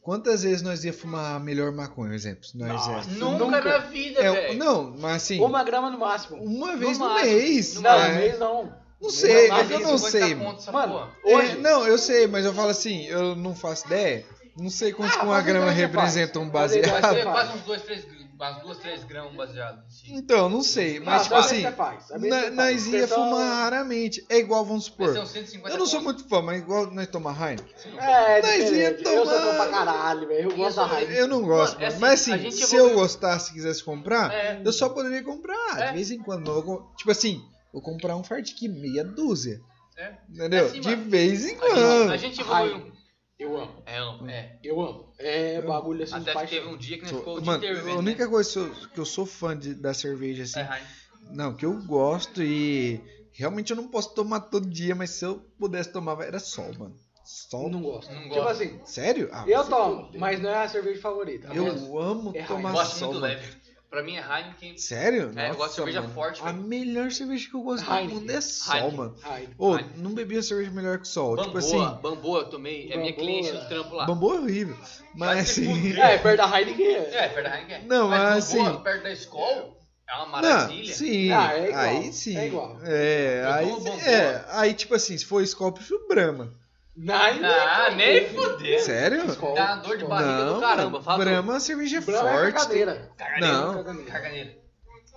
[SPEAKER 2] Quantas vezes nós ia fumar a melhor maconha, exemplo? Nós é-
[SPEAKER 3] Nossa,
[SPEAKER 4] Nunca,
[SPEAKER 3] nunca.
[SPEAKER 4] na vida,
[SPEAKER 2] é,
[SPEAKER 4] velho.
[SPEAKER 2] Não, mas assim, uma,
[SPEAKER 3] Uma grama no máximo.
[SPEAKER 2] vez
[SPEAKER 4] no
[SPEAKER 2] no,
[SPEAKER 4] máximo,
[SPEAKER 2] mês.
[SPEAKER 4] no
[SPEAKER 3] Não,
[SPEAKER 2] né?
[SPEAKER 3] um mês não.
[SPEAKER 2] Não
[SPEAKER 3] Um
[SPEAKER 2] sei,
[SPEAKER 3] mês
[SPEAKER 2] mas
[SPEAKER 3] não.
[SPEAKER 2] eu não sei, mano.
[SPEAKER 4] mano.
[SPEAKER 3] Mano,
[SPEAKER 2] Hoje,
[SPEAKER 4] É.
[SPEAKER 3] hoje.
[SPEAKER 2] não, eu sei, mas eu falo assim, eu não faço ideia. Não sei quanto
[SPEAKER 3] Ah,
[SPEAKER 2] que uma
[SPEAKER 3] mas
[SPEAKER 2] grama
[SPEAKER 3] então você
[SPEAKER 2] representa
[SPEAKER 3] faz.
[SPEAKER 2] um
[SPEAKER 3] Mas então
[SPEAKER 2] baseado.
[SPEAKER 3] você-
[SPEAKER 4] quase uns dois, três, gr- umas duas, três gramas baseado. assim. em si.
[SPEAKER 2] Então, não sei, mas
[SPEAKER 3] Ah,
[SPEAKER 2] tipo
[SPEAKER 3] às
[SPEAKER 2] assim,
[SPEAKER 3] vezes você faz, às vezes
[SPEAKER 2] na-
[SPEAKER 3] você faz.
[SPEAKER 2] nós ia
[SPEAKER 3] Pessoal-
[SPEAKER 2] fumar raramente. É igual, vamos
[SPEAKER 4] Vai
[SPEAKER 2] supor.
[SPEAKER 4] ser uns 150
[SPEAKER 2] Eu não sou
[SPEAKER 4] conto.
[SPEAKER 2] muito fã, mas igual nós tomar Heineken.
[SPEAKER 3] É,
[SPEAKER 2] Nós ia
[SPEAKER 3] diferente. Eu sou
[SPEAKER 2] tomar-
[SPEAKER 3] bom pra caralho, velho. Eu gosto da raiva.
[SPEAKER 2] Eu não gosto,
[SPEAKER 4] Mano, é assim,
[SPEAKER 2] mas
[SPEAKER 4] a
[SPEAKER 2] assim,
[SPEAKER 4] gente
[SPEAKER 2] se
[SPEAKER 4] evolui-
[SPEAKER 2] eu gostasse e quisesse comprar,
[SPEAKER 4] É.
[SPEAKER 2] eu só poderia comprar
[SPEAKER 4] É.
[SPEAKER 2] de vez em quando. mas eu vou- tipo assim, vou comprar um fartic meia dúzia.
[SPEAKER 4] É.
[SPEAKER 2] Entendeu?
[SPEAKER 4] É assim,
[SPEAKER 2] de
[SPEAKER 4] mano.
[SPEAKER 2] vez em
[SPEAKER 4] A gente, a
[SPEAKER 2] quando.
[SPEAKER 4] gente evoluiu.
[SPEAKER 3] Eu amo.
[SPEAKER 4] É, não, é.
[SPEAKER 3] Eu amo. É bagulho assim de
[SPEAKER 4] Até que teve
[SPEAKER 3] paixão.
[SPEAKER 4] um dia que nós
[SPEAKER 2] Sou-
[SPEAKER 4] ficou o dia
[SPEAKER 2] Mano,
[SPEAKER 4] inteiro
[SPEAKER 2] a
[SPEAKER 4] vendo,
[SPEAKER 2] única
[SPEAKER 4] né?
[SPEAKER 2] coisa que eu- que eu sou fã de- da cerveja, assim,
[SPEAKER 4] É, Ryan.
[SPEAKER 2] Não, que eu gosto e realmente eu não posso tomar todo dia, mas se eu pudesse tomar, era sol, mano. Sol.
[SPEAKER 3] Não gosto.
[SPEAKER 4] Não
[SPEAKER 3] Tipo
[SPEAKER 4] gosto.
[SPEAKER 3] assim,
[SPEAKER 2] Sério? Ah,
[SPEAKER 3] eu
[SPEAKER 2] você-
[SPEAKER 3] tomo, mas não é a cerveja favorita.
[SPEAKER 2] Eu
[SPEAKER 3] Mas-
[SPEAKER 2] amo
[SPEAKER 3] É
[SPEAKER 2] tomar
[SPEAKER 4] Eu
[SPEAKER 3] Mas
[SPEAKER 4] gosto
[SPEAKER 2] sol.
[SPEAKER 4] muito
[SPEAKER 2] mano.
[SPEAKER 4] leve. Pra mim é Heineken.
[SPEAKER 2] Sério?
[SPEAKER 4] É, eu gosto de cerveja forte,
[SPEAKER 2] A
[SPEAKER 4] velho.
[SPEAKER 2] melhor cerveja que eu gosto do
[SPEAKER 3] Heineken.
[SPEAKER 2] mundo é sol,
[SPEAKER 4] Heineken.
[SPEAKER 2] mano.
[SPEAKER 3] Ai,
[SPEAKER 2] Ô,
[SPEAKER 4] Heineken.
[SPEAKER 2] não bebia cerveja melhor que sol.
[SPEAKER 4] Bamboa,
[SPEAKER 2] tipo assim,
[SPEAKER 4] Bamboa eu tomei. É minha
[SPEAKER 3] Bamboa.
[SPEAKER 4] cliente do trampo lá.
[SPEAKER 2] bambu é horrível.
[SPEAKER 4] Vai
[SPEAKER 2] Mas
[SPEAKER 4] se
[SPEAKER 2] assim.
[SPEAKER 4] fuder.
[SPEAKER 3] É, perto da Heineken.
[SPEAKER 4] É, perto da Heineken.
[SPEAKER 2] Não, mas
[SPEAKER 4] Bamboa,
[SPEAKER 2] assim-
[SPEAKER 4] perto da escola é uma
[SPEAKER 2] Não,
[SPEAKER 4] maravilha.
[SPEAKER 2] sim.
[SPEAKER 3] Ah, é igual,
[SPEAKER 2] aí sim.
[SPEAKER 3] é igual.
[SPEAKER 2] É,
[SPEAKER 4] Eu
[SPEAKER 2] aí,
[SPEAKER 4] tomo Bamboa.
[SPEAKER 2] é, aí tipo assim, se for Skol, eu prefiro Brahma.
[SPEAKER 3] Nine,
[SPEAKER 4] Ah, nem fudeu.
[SPEAKER 2] Sério?
[SPEAKER 3] Skol.
[SPEAKER 4] Dá uma dor de é barriga
[SPEAKER 2] Não,
[SPEAKER 4] do caramba.
[SPEAKER 2] mano,
[SPEAKER 4] Fala tu.
[SPEAKER 2] Brahma é uma cerveja
[SPEAKER 3] Brahma é
[SPEAKER 2] forte.
[SPEAKER 3] cagadeira.
[SPEAKER 4] Caganeira.
[SPEAKER 2] Não.
[SPEAKER 3] Caganeira.
[SPEAKER 4] Caganeira.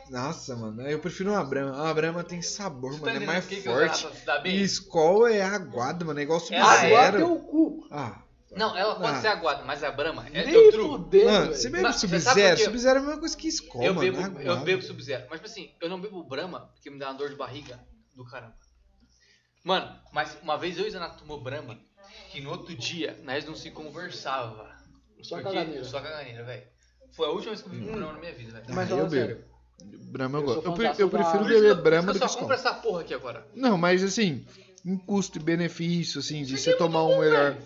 [SPEAKER 2] Nossa, mano. Eu prefiro uma Brahma. Uma Brahma tem sabor,
[SPEAKER 4] Você tá
[SPEAKER 2] mano. É
[SPEAKER 4] entendendo
[SPEAKER 2] mais
[SPEAKER 4] por que que
[SPEAKER 2] forte.
[SPEAKER 4] ela dá bem?
[SPEAKER 2] E Skol é aguado, mano. É igual
[SPEAKER 4] É
[SPEAKER 3] Agora
[SPEAKER 2] Sub-Zero.
[SPEAKER 3] teu cu.
[SPEAKER 2] Ah,
[SPEAKER 4] Não, ela pode
[SPEAKER 2] Ah.
[SPEAKER 4] ser aguada, mas a Brahma é
[SPEAKER 3] Nem
[SPEAKER 4] teu truco.
[SPEAKER 3] fudendo,
[SPEAKER 2] mano,
[SPEAKER 3] velho.
[SPEAKER 2] você bebe
[SPEAKER 4] Mas você sabe
[SPEAKER 2] Sub-Zero?
[SPEAKER 4] por quê?
[SPEAKER 2] Sub-Zero é a mesma coisa que Skol,
[SPEAKER 4] Eu
[SPEAKER 2] mano. é
[SPEAKER 4] bebo,
[SPEAKER 2] aguado.
[SPEAKER 4] eu bebo Sub-Zero. Mas, tipo assim, eu não bebo Brahma porque me dá uma dor de barriga do caramba. Mano, mas uma vez eu e o Zanato tomou Brahma, que no outro dia nós não se conversava.
[SPEAKER 3] Só
[SPEAKER 4] Porque-
[SPEAKER 3] caganeira.
[SPEAKER 4] Só caganeira, velho. Foi a última vez que eu bebi
[SPEAKER 2] Hum.
[SPEAKER 4] Brahma na minha vida, velho.
[SPEAKER 3] Mas
[SPEAKER 2] Ah, eu
[SPEAKER 3] fala
[SPEAKER 2] bebo.
[SPEAKER 3] sério.
[SPEAKER 2] Brahma eu
[SPEAKER 3] Eu sou
[SPEAKER 4] um
[SPEAKER 2] gosto. Eu, pre-
[SPEAKER 3] fantástico
[SPEAKER 2] eu prefiro
[SPEAKER 3] da-
[SPEAKER 4] Por isso
[SPEAKER 2] beber
[SPEAKER 4] eu-
[SPEAKER 2] Brahma
[SPEAKER 4] eu
[SPEAKER 2] do que
[SPEAKER 4] só um compro
[SPEAKER 2] Skol.
[SPEAKER 4] essa porra aqui agora.
[SPEAKER 2] Não, mas assim, em custo e benefício, assim, de você tomar um melhor.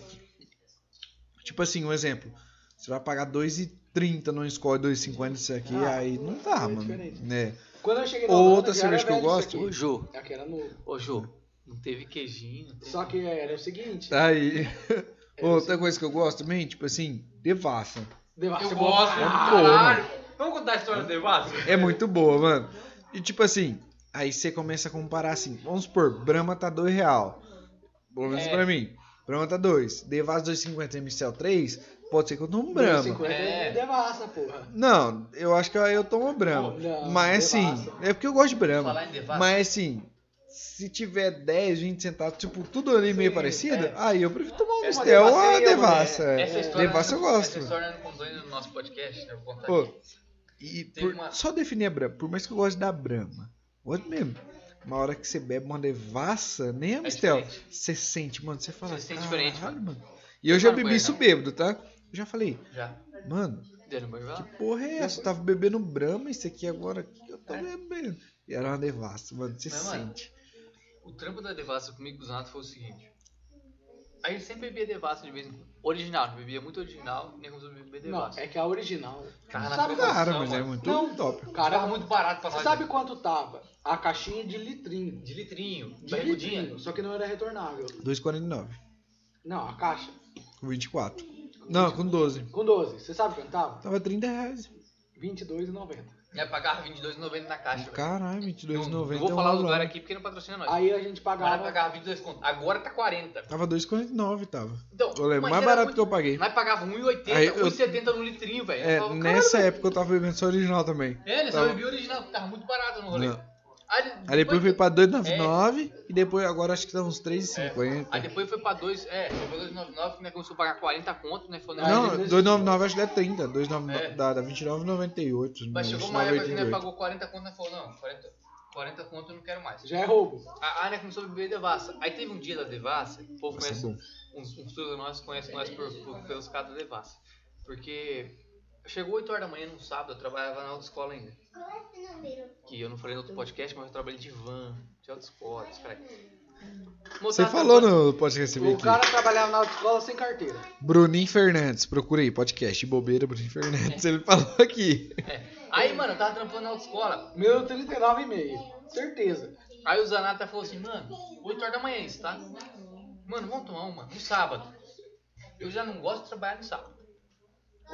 [SPEAKER 2] Tipo assim, um exemplo. Você vai pagar 2,30 no Skol e 2,50 isso aqui,
[SPEAKER 3] Ah,
[SPEAKER 2] aí não dá,
[SPEAKER 3] é
[SPEAKER 2] mano.
[SPEAKER 3] diferente.
[SPEAKER 2] Né?
[SPEAKER 3] Quando eu cheguei na Holanda,
[SPEAKER 2] Outra
[SPEAKER 4] é
[SPEAKER 3] já
[SPEAKER 2] cerveja
[SPEAKER 3] era
[SPEAKER 2] que eu
[SPEAKER 3] velho isso
[SPEAKER 2] gosto.
[SPEAKER 3] aqui.
[SPEAKER 4] Ju,
[SPEAKER 3] Aqui era novo.
[SPEAKER 4] ô Ju, não teve queijinho. não teve-
[SPEAKER 3] Só que era o seguinte.
[SPEAKER 2] Tá aí.
[SPEAKER 3] era o
[SPEAKER 2] Outra
[SPEAKER 3] seguinte,
[SPEAKER 2] coisa que eu gosto também, tipo assim, devassa.
[SPEAKER 3] devassa
[SPEAKER 4] Eu
[SPEAKER 3] boa
[SPEAKER 4] gosto,
[SPEAKER 3] pra
[SPEAKER 4] caralho. Vamos contar a história do Devassa?
[SPEAKER 2] É muito boa, mano. E tipo assim, aí você começa a comparar assim, vamos supor, Brahma tá dois real. Pelo menos
[SPEAKER 4] É.
[SPEAKER 2] pra mim. Brahma tá 2. Devassa 2,50 MCL 3, pode ser que eu tome um
[SPEAKER 3] caralho.
[SPEAKER 2] Brahma.
[SPEAKER 3] 50
[SPEAKER 4] É.
[SPEAKER 3] é devassa, porra.
[SPEAKER 2] Não, eu acho que eu tomo Brahma.
[SPEAKER 3] Pô, não,
[SPEAKER 2] mas assim,
[SPEAKER 3] Devassa.
[SPEAKER 2] é porque eu gosto de Brahma.
[SPEAKER 4] Falar em Devassa.
[SPEAKER 2] Mas assim, se tiver 10, 20 centavos, tipo, tudo ali meio
[SPEAKER 3] Sim,
[SPEAKER 2] parecido,
[SPEAKER 3] é.
[SPEAKER 2] aí eu prefiro tomar um
[SPEAKER 3] É uma
[SPEAKER 2] Mistel ou
[SPEAKER 3] devassa
[SPEAKER 2] a
[SPEAKER 3] e é uma-
[SPEAKER 2] Devassa.
[SPEAKER 3] é-
[SPEAKER 2] é.
[SPEAKER 4] Essa história
[SPEAKER 2] Devassa eu
[SPEAKER 4] não-
[SPEAKER 2] gosto.
[SPEAKER 4] Essa história eu não contou ainda no nosso podcast, né? Eu vou contar
[SPEAKER 2] Pô,
[SPEAKER 4] aqui.
[SPEAKER 2] e
[SPEAKER 4] Tem
[SPEAKER 2] por-
[SPEAKER 4] uma-
[SPEAKER 2] só definir a Brahma, por mais que eu goste da Brahma, gosto mesmo. Uma hora que você bebe uma devassa, nem a Mistel,
[SPEAKER 4] É diferente.
[SPEAKER 2] você sente, mano, você fala.
[SPEAKER 4] Você sente diferente,
[SPEAKER 2] "Caralho, mano. E eu já
[SPEAKER 4] Claro,
[SPEAKER 2] bebi
[SPEAKER 4] é,
[SPEAKER 2] isso
[SPEAKER 4] né?
[SPEAKER 2] bêbado, tá? Eu já falei,
[SPEAKER 4] Já.
[SPEAKER 2] mano,
[SPEAKER 4] Deram banho lá?
[SPEAKER 2] Porra, é essa? Eu tava bebendo Brahma, isso aqui agora. O que eu tô bebendo? E era uma devassa, mano. Você
[SPEAKER 4] É. Não, é, mano.
[SPEAKER 2] sente.
[SPEAKER 4] O trampo da devassa comigo com o Zanato foi o seguinte. A gente sempre bebia devassa de vez em quando. Original, não bebia muito original, nem começou a beber
[SPEAKER 3] Não,
[SPEAKER 4] devassa.
[SPEAKER 3] é que a original.
[SPEAKER 4] Cara,
[SPEAKER 3] sabe,
[SPEAKER 4] promoção,
[SPEAKER 2] Cara, mas é
[SPEAKER 4] mano.
[SPEAKER 2] muito
[SPEAKER 3] Não.
[SPEAKER 2] top.
[SPEAKER 3] cara,
[SPEAKER 4] Tava muito barato pra
[SPEAKER 3] você
[SPEAKER 4] fazer.
[SPEAKER 3] sabe quanto tava? A caixinha de litrinho.
[SPEAKER 4] De litrinho,
[SPEAKER 3] De
[SPEAKER 4] barrigudinha.
[SPEAKER 3] litrinho, só que não era retornável.
[SPEAKER 2] 2,49.
[SPEAKER 3] Não, a caixa.
[SPEAKER 2] Com 24. Não, com 12.
[SPEAKER 3] Com 12. Você sabe quanto tava?
[SPEAKER 2] Tava 30 reais.
[SPEAKER 3] R$22,90.
[SPEAKER 4] E aí pagava R$22,90 na caixa. velho.
[SPEAKER 2] Caralho,
[SPEAKER 4] Não,
[SPEAKER 2] 22,90.
[SPEAKER 4] não vou
[SPEAKER 2] é um
[SPEAKER 4] falar o
[SPEAKER 2] valor.
[SPEAKER 4] lugar aqui porque não patrocina nós.
[SPEAKER 3] Aí a gente
[SPEAKER 4] Agora
[SPEAKER 3] pagava.
[SPEAKER 4] pagava 22 conto. Agora tá 40.
[SPEAKER 2] Tava 2,49, tava.
[SPEAKER 4] Então,
[SPEAKER 2] Eu lembro,
[SPEAKER 4] mas
[SPEAKER 2] mais
[SPEAKER 4] era
[SPEAKER 2] barato
[SPEAKER 4] muito-
[SPEAKER 2] que eu paguei.
[SPEAKER 4] Nós pagava
[SPEAKER 2] Aí
[SPEAKER 4] 1,80,
[SPEAKER 2] eu-
[SPEAKER 4] 1,70 no litrinho, velho. Eu
[SPEAKER 2] É,
[SPEAKER 4] falava,
[SPEAKER 2] nessa época eu tava bebendo só original também.
[SPEAKER 4] É, ele só
[SPEAKER 2] Tava-
[SPEAKER 4] bebia original, porque tava muito barato no rolê.
[SPEAKER 2] Não.
[SPEAKER 4] Aí, É.
[SPEAKER 2] Aí depois foi pra 2,99 e depois agora acho que tá uns
[SPEAKER 4] Aí
[SPEAKER 2] 3,50.
[SPEAKER 4] depois foi pra 2, é, foi pra 2,99, que né, começou a pagar 40 conto, né? Foi na-
[SPEAKER 3] Aí
[SPEAKER 2] Não,
[SPEAKER 3] depois-
[SPEAKER 2] 2,99 acho que dá 30. 2,99
[SPEAKER 4] É.
[SPEAKER 2] dá, dá 29,98.
[SPEAKER 4] Mas chegou uma época que né,
[SPEAKER 2] 29,88.
[SPEAKER 4] pagou 40 conto, né? Falou, não, 40, 40 conto eu não quero mais.
[SPEAKER 3] Já é roubo.
[SPEAKER 4] A Ana começou a beber devassa. Aí teve um dia da devassa, o povo
[SPEAKER 2] Nossa, é
[SPEAKER 4] conhece, um,
[SPEAKER 2] bom.
[SPEAKER 4] uns, uns filhos nossos conhecem nós por, por- pelos caras da devassa. Porque chegou 8 horas da manhã num sábado, eu trabalhava na autoescola ainda. é Que eu não falei no outro podcast, mas eu trabalhei de van, de autoescola, esse cara.
[SPEAKER 2] Você falou no Pode Receber
[SPEAKER 3] O
[SPEAKER 2] aqui.
[SPEAKER 3] cara trabalhava na autoescola sem carteira.
[SPEAKER 2] Bruninho Fernandes, procura aí, podcast Bobeira Bruninho Fernandes.
[SPEAKER 4] É.
[SPEAKER 2] Ele falou aqui.
[SPEAKER 4] Aí, mano, eu tava trampando na autoescola.
[SPEAKER 3] Meu 39,5. Certeza.
[SPEAKER 4] Aí o Zanata falou assim, mano, 8 horas da manhã é isso, tá? Mano, vamos tomar uma, no sábado. Eu já não gosto de trabalhar no sábado.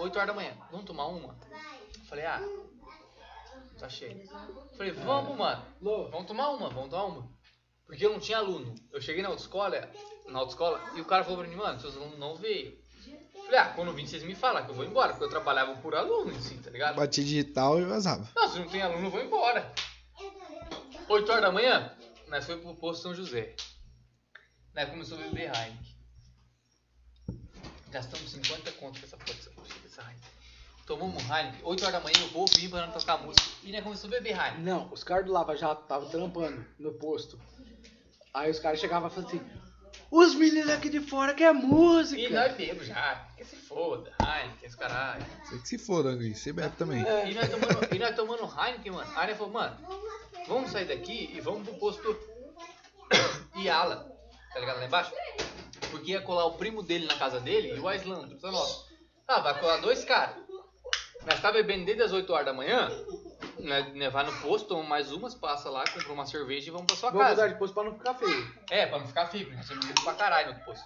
[SPEAKER 4] 8 horas da manhã, vamos tomar uma? Eu Falei, ah, tá cheio. Eu Falei, vamos, mano,
[SPEAKER 3] Lô,
[SPEAKER 4] vamos tomar uma, vamos tomar uma. Porque eu não tinha aluno. Eu cheguei na autoescola, na autoescola, e o cara falou pra mim, mano, seus alunos não veio. Eu Falei, ah, quando vim vocês me falam que eu vou embora, porque eu trabalhava por aluno, assim, tá ligado?
[SPEAKER 2] Bati digital e vazava.
[SPEAKER 4] Não, se não tem aluno, eu vou embora. 8 horas da manhã, nós foi pro posto São José. Nós começou a beber Heineken. Gastamos 50 conto com essa porra dessa porra dessa Heineken. Tomamos um Heineken. 8 horas da manhã eu vou vir pra não tocar música. E nós começamos a beber Heineken.
[SPEAKER 3] Não, os caras do Lava Jato estavam trampando no posto. Aí os caras chegavam e falavam assim: Os meninos aqui de fora quer música.
[SPEAKER 4] E nós bebemos já. Que se foda. Heineken, esse caralho.
[SPEAKER 2] Você que se foda, Angui. Você bebe também.
[SPEAKER 3] É,
[SPEAKER 4] E nós tomando, e nós tomando Heineken, mano. Aí nós falou, mano, vamos sair daqui e vamos pro posto Iala. Tá ligado lá embaixo? Porque ia colar o primo dele na casa dele e o Aislando. Então, nossa. Ah, vai colar dois caras. Nós tá bebendo desde as 8 horas da manhã. Nós, nós vai no posto, toma mais umas, passa lá, compra uma cerveja e vamos pra sua
[SPEAKER 3] Vamos
[SPEAKER 4] casa.
[SPEAKER 3] mudar de posto pra não ficar feio.
[SPEAKER 4] É, pra não ficar fibra, nós temos medo pra caralho no poço.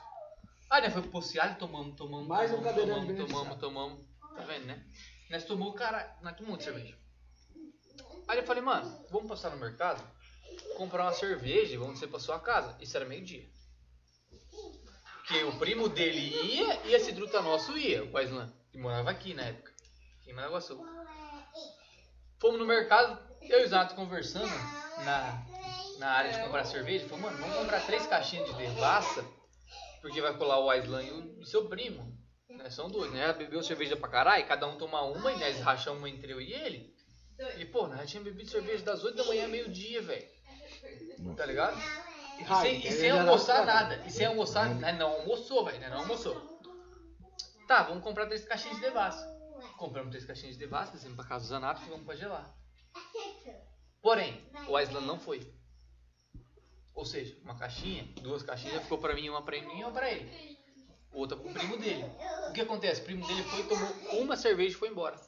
[SPEAKER 4] Aí nós foi pro poço Ciara, tomamos, tomamos,
[SPEAKER 3] Mais um
[SPEAKER 4] tomamos,
[SPEAKER 3] cadeirante
[SPEAKER 4] tomamos, tomamos,
[SPEAKER 3] beneficiado.
[SPEAKER 4] tomamos, tá vendo, né? Nós tomou, cara, nós tomamos muita cerveja. Aí eu falei, mano, vamos passar no mercado, comprar uma cerveja e vamos descer pra sua casa. Isso era meio-dia. Porque o primo dele ia e esse druta nosso ia, o Paislan, que morava aqui na época, aqui em Managuaçu. Fomos no mercado, eu e o Zato conversando na, na área de comprar cerveja. Falei, mano, vamos comprar três caixinhas de devassa, porque vai colar o Aislan e o e seu primo. Né? São dois, né? Ela bebeu cerveja pra caralho, cada um tomar uma e nós rachamos uma entre eu e ele. E, pô, nós já tínhamos bebido cerveja das 8 da manhã a meio-dia, velho. Tá ligado? E sem, e sem almoçar nada. E sem almoçar, né? não almoçou, velho, né? Não almoçou. Tá, vamos comprar três caixinhas de devassa. Compramos três caixinhas de devassa, descemos pra casa do Zanato e vamos pra gelar. Porém, o Aislan não foi. Ou seja, uma caixinha, duas caixinhas, ficou pra mim, uma pra mim e uma pra ele. Outra pro primo dele. O que acontece? O primo dele foi, tomou uma cerveja e foi embora.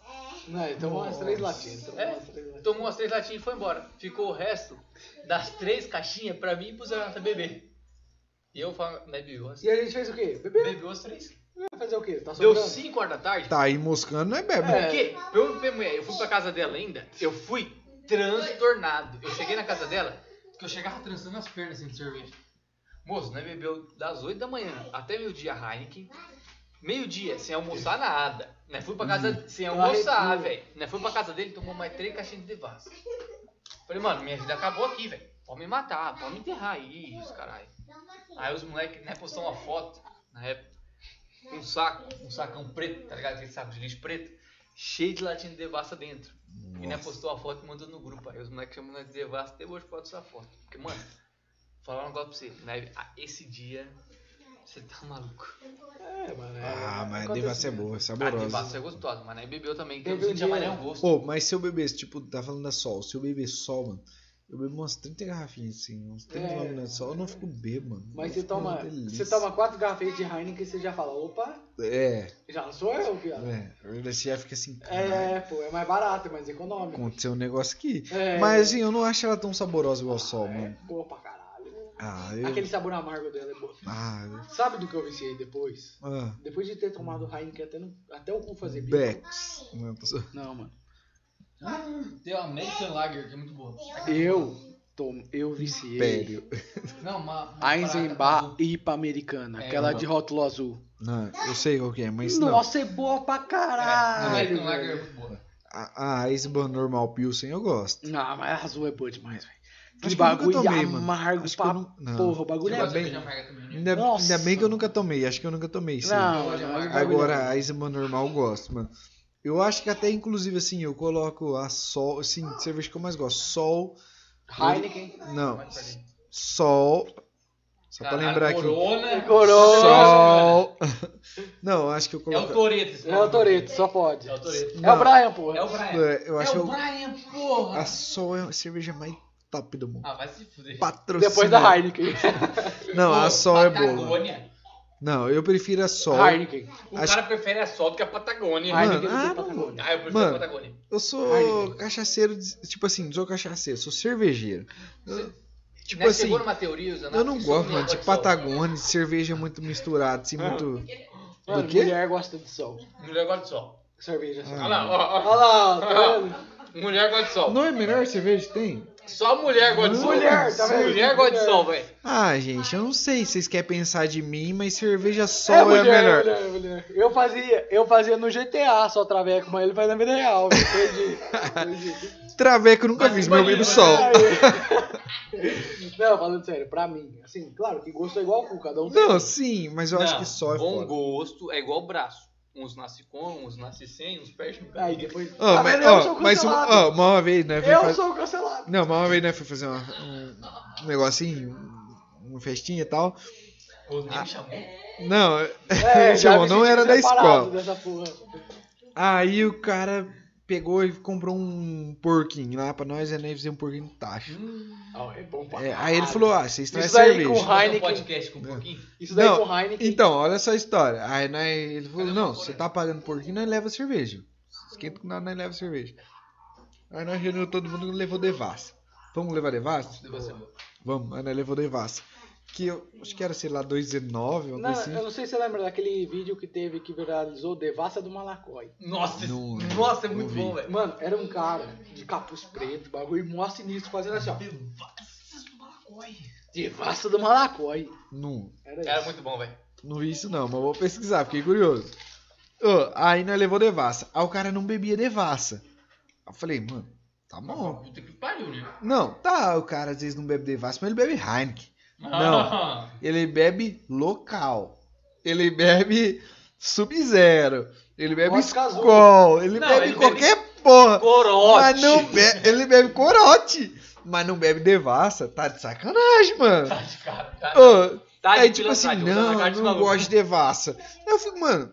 [SPEAKER 3] Não, ele tomou umas três latinhas. tomou
[SPEAKER 4] É,
[SPEAKER 3] umas três latinhas.
[SPEAKER 4] tomou as três latinhas e foi embora. Ficou o resto das três caixinhas pra mim e pro Zanata beber. E eu falo, né, bebeu as,
[SPEAKER 3] E a gente fez o quê? Bebeu?
[SPEAKER 4] bebeu as três.
[SPEAKER 3] Vai fazer o quê? Tá
[SPEAKER 4] Deu
[SPEAKER 3] sobrando?
[SPEAKER 4] 5 horas da tarde.
[SPEAKER 2] Tá aí moscando, não é bebe.
[SPEAKER 3] É.
[SPEAKER 4] Porque eu, minha mulher, eu fui pra casa dela ainda, eu fui transtornado. Eu cheguei na casa dela, que eu chegava trançando as pernas assim de cerveja. Moço, né, bebeu das 8 da manhã até meio-dia Heineken. Meio-dia, sem almoçar nada. Né, fui pra casa
[SPEAKER 1] Hum.
[SPEAKER 4] sem
[SPEAKER 3] eu
[SPEAKER 4] almoçar,
[SPEAKER 3] arrepio.
[SPEAKER 4] velho. Né, fui pra casa dele, tomou mais três caixinhas de devassa. Falei, mano, minha vida acabou aqui, velho. Pode me matar, pode me enterrar aí, os caralho. Aí os moleques, né, postou uma foto, na época, um saco, um sacão preto, tá ligado? Aquele saco de lixo preto, cheio de latinha de devassa dentro. E né, postou a foto e mandou no grupo. Aí os moleques chamam nós de devassa, até hoje pode essa foto. Porque, mano, vou falar um negócio pra você, né? ah, Esse dia, você tá maluco. Ah,
[SPEAKER 3] É, mano. é.
[SPEAKER 2] Ah, mas devassa é boa,
[SPEAKER 1] A de
[SPEAKER 2] saborosa.
[SPEAKER 1] Basso é gostosa,
[SPEAKER 4] né?
[SPEAKER 1] mas nem bebeu também.
[SPEAKER 4] então
[SPEAKER 1] Que eu não
[SPEAKER 3] Eu bebi,
[SPEAKER 1] tinha mais
[SPEAKER 3] é.
[SPEAKER 1] nenhum
[SPEAKER 4] um
[SPEAKER 1] gosto.
[SPEAKER 2] Pô, mas se eu bebesse, tipo, tá falando da sol, se eu beber sol, mano, eu bebo umas 30 garrafinhas, assim, uns 30
[SPEAKER 3] É.
[SPEAKER 2] lâminas de sol, eu não fico bebo, mano.
[SPEAKER 3] Mas
[SPEAKER 2] Eu
[SPEAKER 3] você
[SPEAKER 2] fico uma
[SPEAKER 3] toma,
[SPEAKER 2] delícia.
[SPEAKER 3] você toma quatro garrafas de Heineken e você já fala, opa,
[SPEAKER 2] É,
[SPEAKER 3] já não sou eu, viado.
[SPEAKER 2] é. Você já fica assim, caralho,
[SPEAKER 3] É, pô, é mais barato, é mais econômico.
[SPEAKER 2] aconteceu um negócio aqui.
[SPEAKER 3] É.
[SPEAKER 2] Mas, assim, eu não acho ela tão saborosa igual sol,
[SPEAKER 3] É
[SPEAKER 2] mano.
[SPEAKER 3] boa pra caralho.
[SPEAKER 2] Ah, eu...
[SPEAKER 3] Aquele sabor amargo dela é bom.
[SPEAKER 2] Ah, eu...
[SPEAKER 3] Sabe do que eu viciei depois?
[SPEAKER 2] Ah,
[SPEAKER 3] Depois de ter tomado Heineken até, no- até o cu fazer bico.
[SPEAKER 2] Bex. Não, tô só-
[SPEAKER 3] Não, mano.
[SPEAKER 1] Tem uma American Lager que é muito boa.
[SPEAKER 3] Eu, tom, eu viciei.
[SPEAKER 2] Império.
[SPEAKER 1] Não, uma. uma
[SPEAKER 3] Eisenbach
[SPEAKER 1] prata.
[SPEAKER 3] IPA americana,
[SPEAKER 1] É,
[SPEAKER 3] aquela
[SPEAKER 2] não.
[SPEAKER 3] de rótulo azul.
[SPEAKER 2] Não, eu sei qual que é, mas não.
[SPEAKER 3] Nossa, é boa pra
[SPEAKER 1] É, a
[SPEAKER 3] caralho.
[SPEAKER 1] American Lager é
[SPEAKER 3] velho.
[SPEAKER 1] muito boa.
[SPEAKER 2] A, a Eisbahn normal Pilsen eu gosto.
[SPEAKER 3] Ah, mas a azul é boa demais, velho. Que
[SPEAKER 2] Acho que eu nunca
[SPEAKER 3] bagulho
[SPEAKER 2] tomei, mano.
[SPEAKER 3] amargo
[SPEAKER 2] Acho que
[SPEAKER 3] pra
[SPEAKER 2] eu nu- não.
[SPEAKER 3] porra. O bagulho
[SPEAKER 1] Eu
[SPEAKER 3] é
[SPEAKER 1] gosto de
[SPEAKER 3] bem.
[SPEAKER 1] American Lager também, né?
[SPEAKER 2] Ainda,
[SPEAKER 3] Nossa.
[SPEAKER 2] ainda bem que eu nunca tomei, acho que eu nunca tomei, sim.
[SPEAKER 3] Não,
[SPEAKER 1] Sim.
[SPEAKER 3] mas o bagulho é
[SPEAKER 2] Agora,
[SPEAKER 3] bom.
[SPEAKER 2] a Eisenbahn normal eu gosto, mano. Eu acho que até, inclusive, assim, eu coloco a Sol, assim, cerveja que eu mais gosto. Sol,
[SPEAKER 3] Heineken.
[SPEAKER 2] não,
[SPEAKER 1] Pode fazer.
[SPEAKER 2] Sol, só pra
[SPEAKER 1] Caralho,
[SPEAKER 2] lembrar aqui.
[SPEAKER 1] Corona.
[SPEAKER 3] Corona.
[SPEAKER 2] Sol. não, acho que eu
[SPEAKER 1] É o
[SPEAKER 2] coloco...
[SPEAKER 1] Toreto. esse
[SPEAKER 3] É o
[SPEAKER 1] cara.
[SPEAKER 3] Toreto, só pode.
[SPEAKER 1] É o Toreto.
[SPEAKER 3] É o
[SPEAKER 2] Não,
[SPEAKER 3] Brian, porra.
[SPEAKER 1] É o Brian.
[SPEAKER 2] é, Eu acho
[SPEAKER 1] é
[SPEAKER 2] que
[SPEAKER 1] o
[SPEAKER 2] eu-
[SPEAKER 1] Brian, porra.
[SPEAKER 2] a Sol é a cerveja mais top do mundo.
[SPEAKER 1] Ah, vai se fuder.
[SPEAKER 2] Patrocínio.
[SPEAKER 3] Depois da Heineken.
[SPEAKER 2] Não, a
[SPEAKER 1] Pô,
[SPEAKER 2] Sol é boa. mano.
[SPEAKER 1] Patagônia.
[SPEAKER 2] Não, eu prefiro a Sol.
[SPEAKER 3] Heineken.
[SPEAKER 1] O
[SPEAKER 2] Acho-
[SPEAKER 1] cara prefere a Sol do que a Patagônia.
[SPEAKER 2] Mano,
[SPEAKER 3] Heineken
[SPEAKER 2] ah,
[SPEAKER 3] não tem
[SPEAKER 2] não.
[SPEAKER 3] Patagônia.
[SPEAKER 1] Ah, eu prefiro
[SPEAKER 2] Mano. tipo
[SPEAKER 1] a Patagônia.
[SPEAKER 2] Eu sou cachaceiro, de- tipo assim, não sou cachaceiro, sou cervejeiro. Eu- tipo
[SPEAKER 1] Né,
[SPEAKER 2] assim,
[SPEAKER 1] chegou numa teoria, Zanato,
[SPEAKER 2] eu não
[SPEAKER 1] que
[SPEAKER 2] gosto,
[SPEAKER 1] sobre
[SPEAKER 2] mano, de
[SPEAKER 1] a Sol.
[SPEAKER 2] Patagônia, de cerveja muito misturada, assim, muito.
[SPEAKER 3] Mano,
[SPEAKER 2] quê?
[SPEAKER 3] mulher gosta de sol.
[SPEAKER 1] Mulher gosta de Sol.
[SPEAKER 3] Cerveja sol.
[SPEAKER 2] Ah.
[SPEAKER 1] Olha lá, ó, ó.
[SPEAKER 3] Olha lá, tá vendo?
[SPEAKER 1] Mulher gosta de Sol.
[SPEAKER 2] Não é a melhor cerveja que tem?
[SPEAKER 1] Só mulher gosta de Sol.
[SPEAKER 3] Mulher, tá vendo?
[SPEAKER 1] Mulher gosta de Sol, velho.
[SPEAKER 2] Ah, gente, eu não sei se vocês querem pensar de mim, mas cerveja sol
[SPEAKER 3] É
[SPEAKER 2] é,
[SPEAKER 3] mulher,
[SPEAKER 2] a melhor.
[SPEAKER 3] mulher, mulher. Eu fazia, eu fazia no GTA só traveco, mas ele faz na vida real. velho. Entendi. Entendi.
[SPEAKER 2] Traveco eu nunca
[SPEAKER 1] Mas
[SPEAKER 2] fiz,
[SPEAKER 1] se
[SPEAKER 2] mas eu
[SPEAKER 1] banheiro,
[SPEAKER 2] bebo
[SPEAKER 1] né?
[SPEAKER 2] sol.
[SPEAKER 3] Aí- é Não, falando sério, pra mim, assim, claro que gosto é igual cu, cada um tem.
[SPEAKER 2] Não, sim, mas eu acho
[SPEAKER 1] Não,
[SPEAKER 2] que sol é
[SPEAKER 1] Bom
[SPEAKER 2] foda.
[SPEAKER 1] gosto é igual braço. Uns nasce com, uns nasce sem, uns perde no
[SPEAKER 3] Aí depois.
[SPEAKER 2] Ó,
[SPEAKER 3] Tá
[SPEAKER 2] mas,
[SPEAKER 3] vendo? eu
[SPEAKER 2] ó,
[SPEAKER 3] sou
[SPEAKER 2] mas uma,
[SPEAKER 3] cancelado.
[SPEAKER 2] ó, uma vez, né? foi
[SPEAKER 3] eu
[SPEAKER 2] fa-
[SPEAKER 3] sou cancelado.
[SPEAKER 2] Não, mas uma vez, né? Fui fazer uma- um, um negocinho, um- uma festinha e tal.
[SPEAKER 1] O nego
[SPEAKER 2] Ah,
[SPEAKER 1] chamou.
[SPEAKER 2] Não,
[SPEAKER 3] É, já
[SPEAKER 2] João,
[SPEAKER 3] me
[SPEAKER 2] não
[SPEAKER 3] senti
[SPEAKER 2] era da
[SPEAKER 3] separado
[SPEAKER 2] escola.
[SPEAKER 3] Dessa porra.
[SPEAKER 2] Aí o cara pegou e comprou um porquinho lá pra nós, e nós fizemos um porquinho de tacho.
[SPEAKER 3] Não, é bom pra
[SPEAKER 2] É, aí
[SPEAKER 3] caralho.
[SPEAKER 2] ele falou, ah, vocês trazem
[SPEAKER 3] Isso daí
[SPEAKER 2] cerveja.
[SPEAKER 3] com
[SPEAKER 1] Fazer um
[SPEAKER 3] Heineken.
[SPEAKER 1] podcast com um pouquinho.
[SPEAKER 3] Isso daí
[SPEAKER 2] Não,
[SPEAKER 3] com Heineken.
[SPEAKER 2] Então, olha só a história. Aí nós, ele falou,
[SPEAKER 1] Cadê
[SPEAKER 2] não,
[SPEAKER 1] o
[SPEAKER 2] você
[SPEAKER 3] né?
[SPEAKER 2] tá pagando porquinho, nós leva cerveja. Esquenta com nada, nós leva cerveja. Aí nós reunimos todo mundo e levou devassa. Vamos levar devassa?
[SPEAKER 1] Deve ser bom.
[SPEAKER 2] Vamos, aí nós levou devassa. Que eu acho que era, sei lá, 2,19, uma
[SPEAKER 3] Não,
[SPEAKER 2] coisa assim.
[SPEAKER 3] eu não sei se você lembra daquele vídeo que teve que viralizou Devassa do Malacói.
[SPEAKER 1] Nossa, esse-
[SPEAKER 2] Não,
[SPEAKER 1] nossa, é
[SPEAKER 2] não
[SPEAKER 1] muito
[SPEAKER 2] vi.
[SPEAKER 1] bom, velho.
[SPEAKER 3] Mano, era um cara de capuz preto, bagulho mó sinistro, fazendo assim, ó. Devassa do Malacói.
[SPEAKER 2] Não,
[SPEAKER 3] Era isso.
[SPEAKER 4] é
[SPEAKER 1] Era muito bom, velho.
[SPEAKER 2] Não vi isso não, mas vou pesquisar, fiquei curioso. Ô, aí nós levou devassa. Aí o cara não bebia devassa. Aí eu falei, mano, tá bom.
[SPEAKER 1] Puta que pariu, né?
[SPEAKER 2] Não, tá, o cara às vezes não bebe devassa, mas ele bebe Heineken.
[SPEAKER 1] Ah.
[SPEAKER 2] Não. Ele bebe local. Ele bebe Sub-Zero. Ele bebe
[SPEAKER 3] Vodka azul.
[SPEAKER 2] Skol. Ele
[SPEAKER 1] Não,
[SPEAKER 2] bebe
[SPEAKER 1] ele bebe
[SPEAKER 2] qualquer porra.
[SPEAKER 1] Corote.
[SPEAKER 2] Mas não bebe, ele bebe corote. Mas não bebe devassa. Tá de sacanagem, mano.
[SPEAKER 1] Tá de cara, tá.
[SPEAKER 2] Ô,
[SPEAKER 1] Tá de
[SPEAKER 2] aí, tipo assim,
[SPEAKER 1] pilantragem, vou dar
[SPEAKER 2] não,
[SPEAKER 1] na cara desse
[SPEAKER 2] não
[SPEAKER 1] maluco.
[SPEAKER 2] gosto de devassa. Aí eu fico, mano,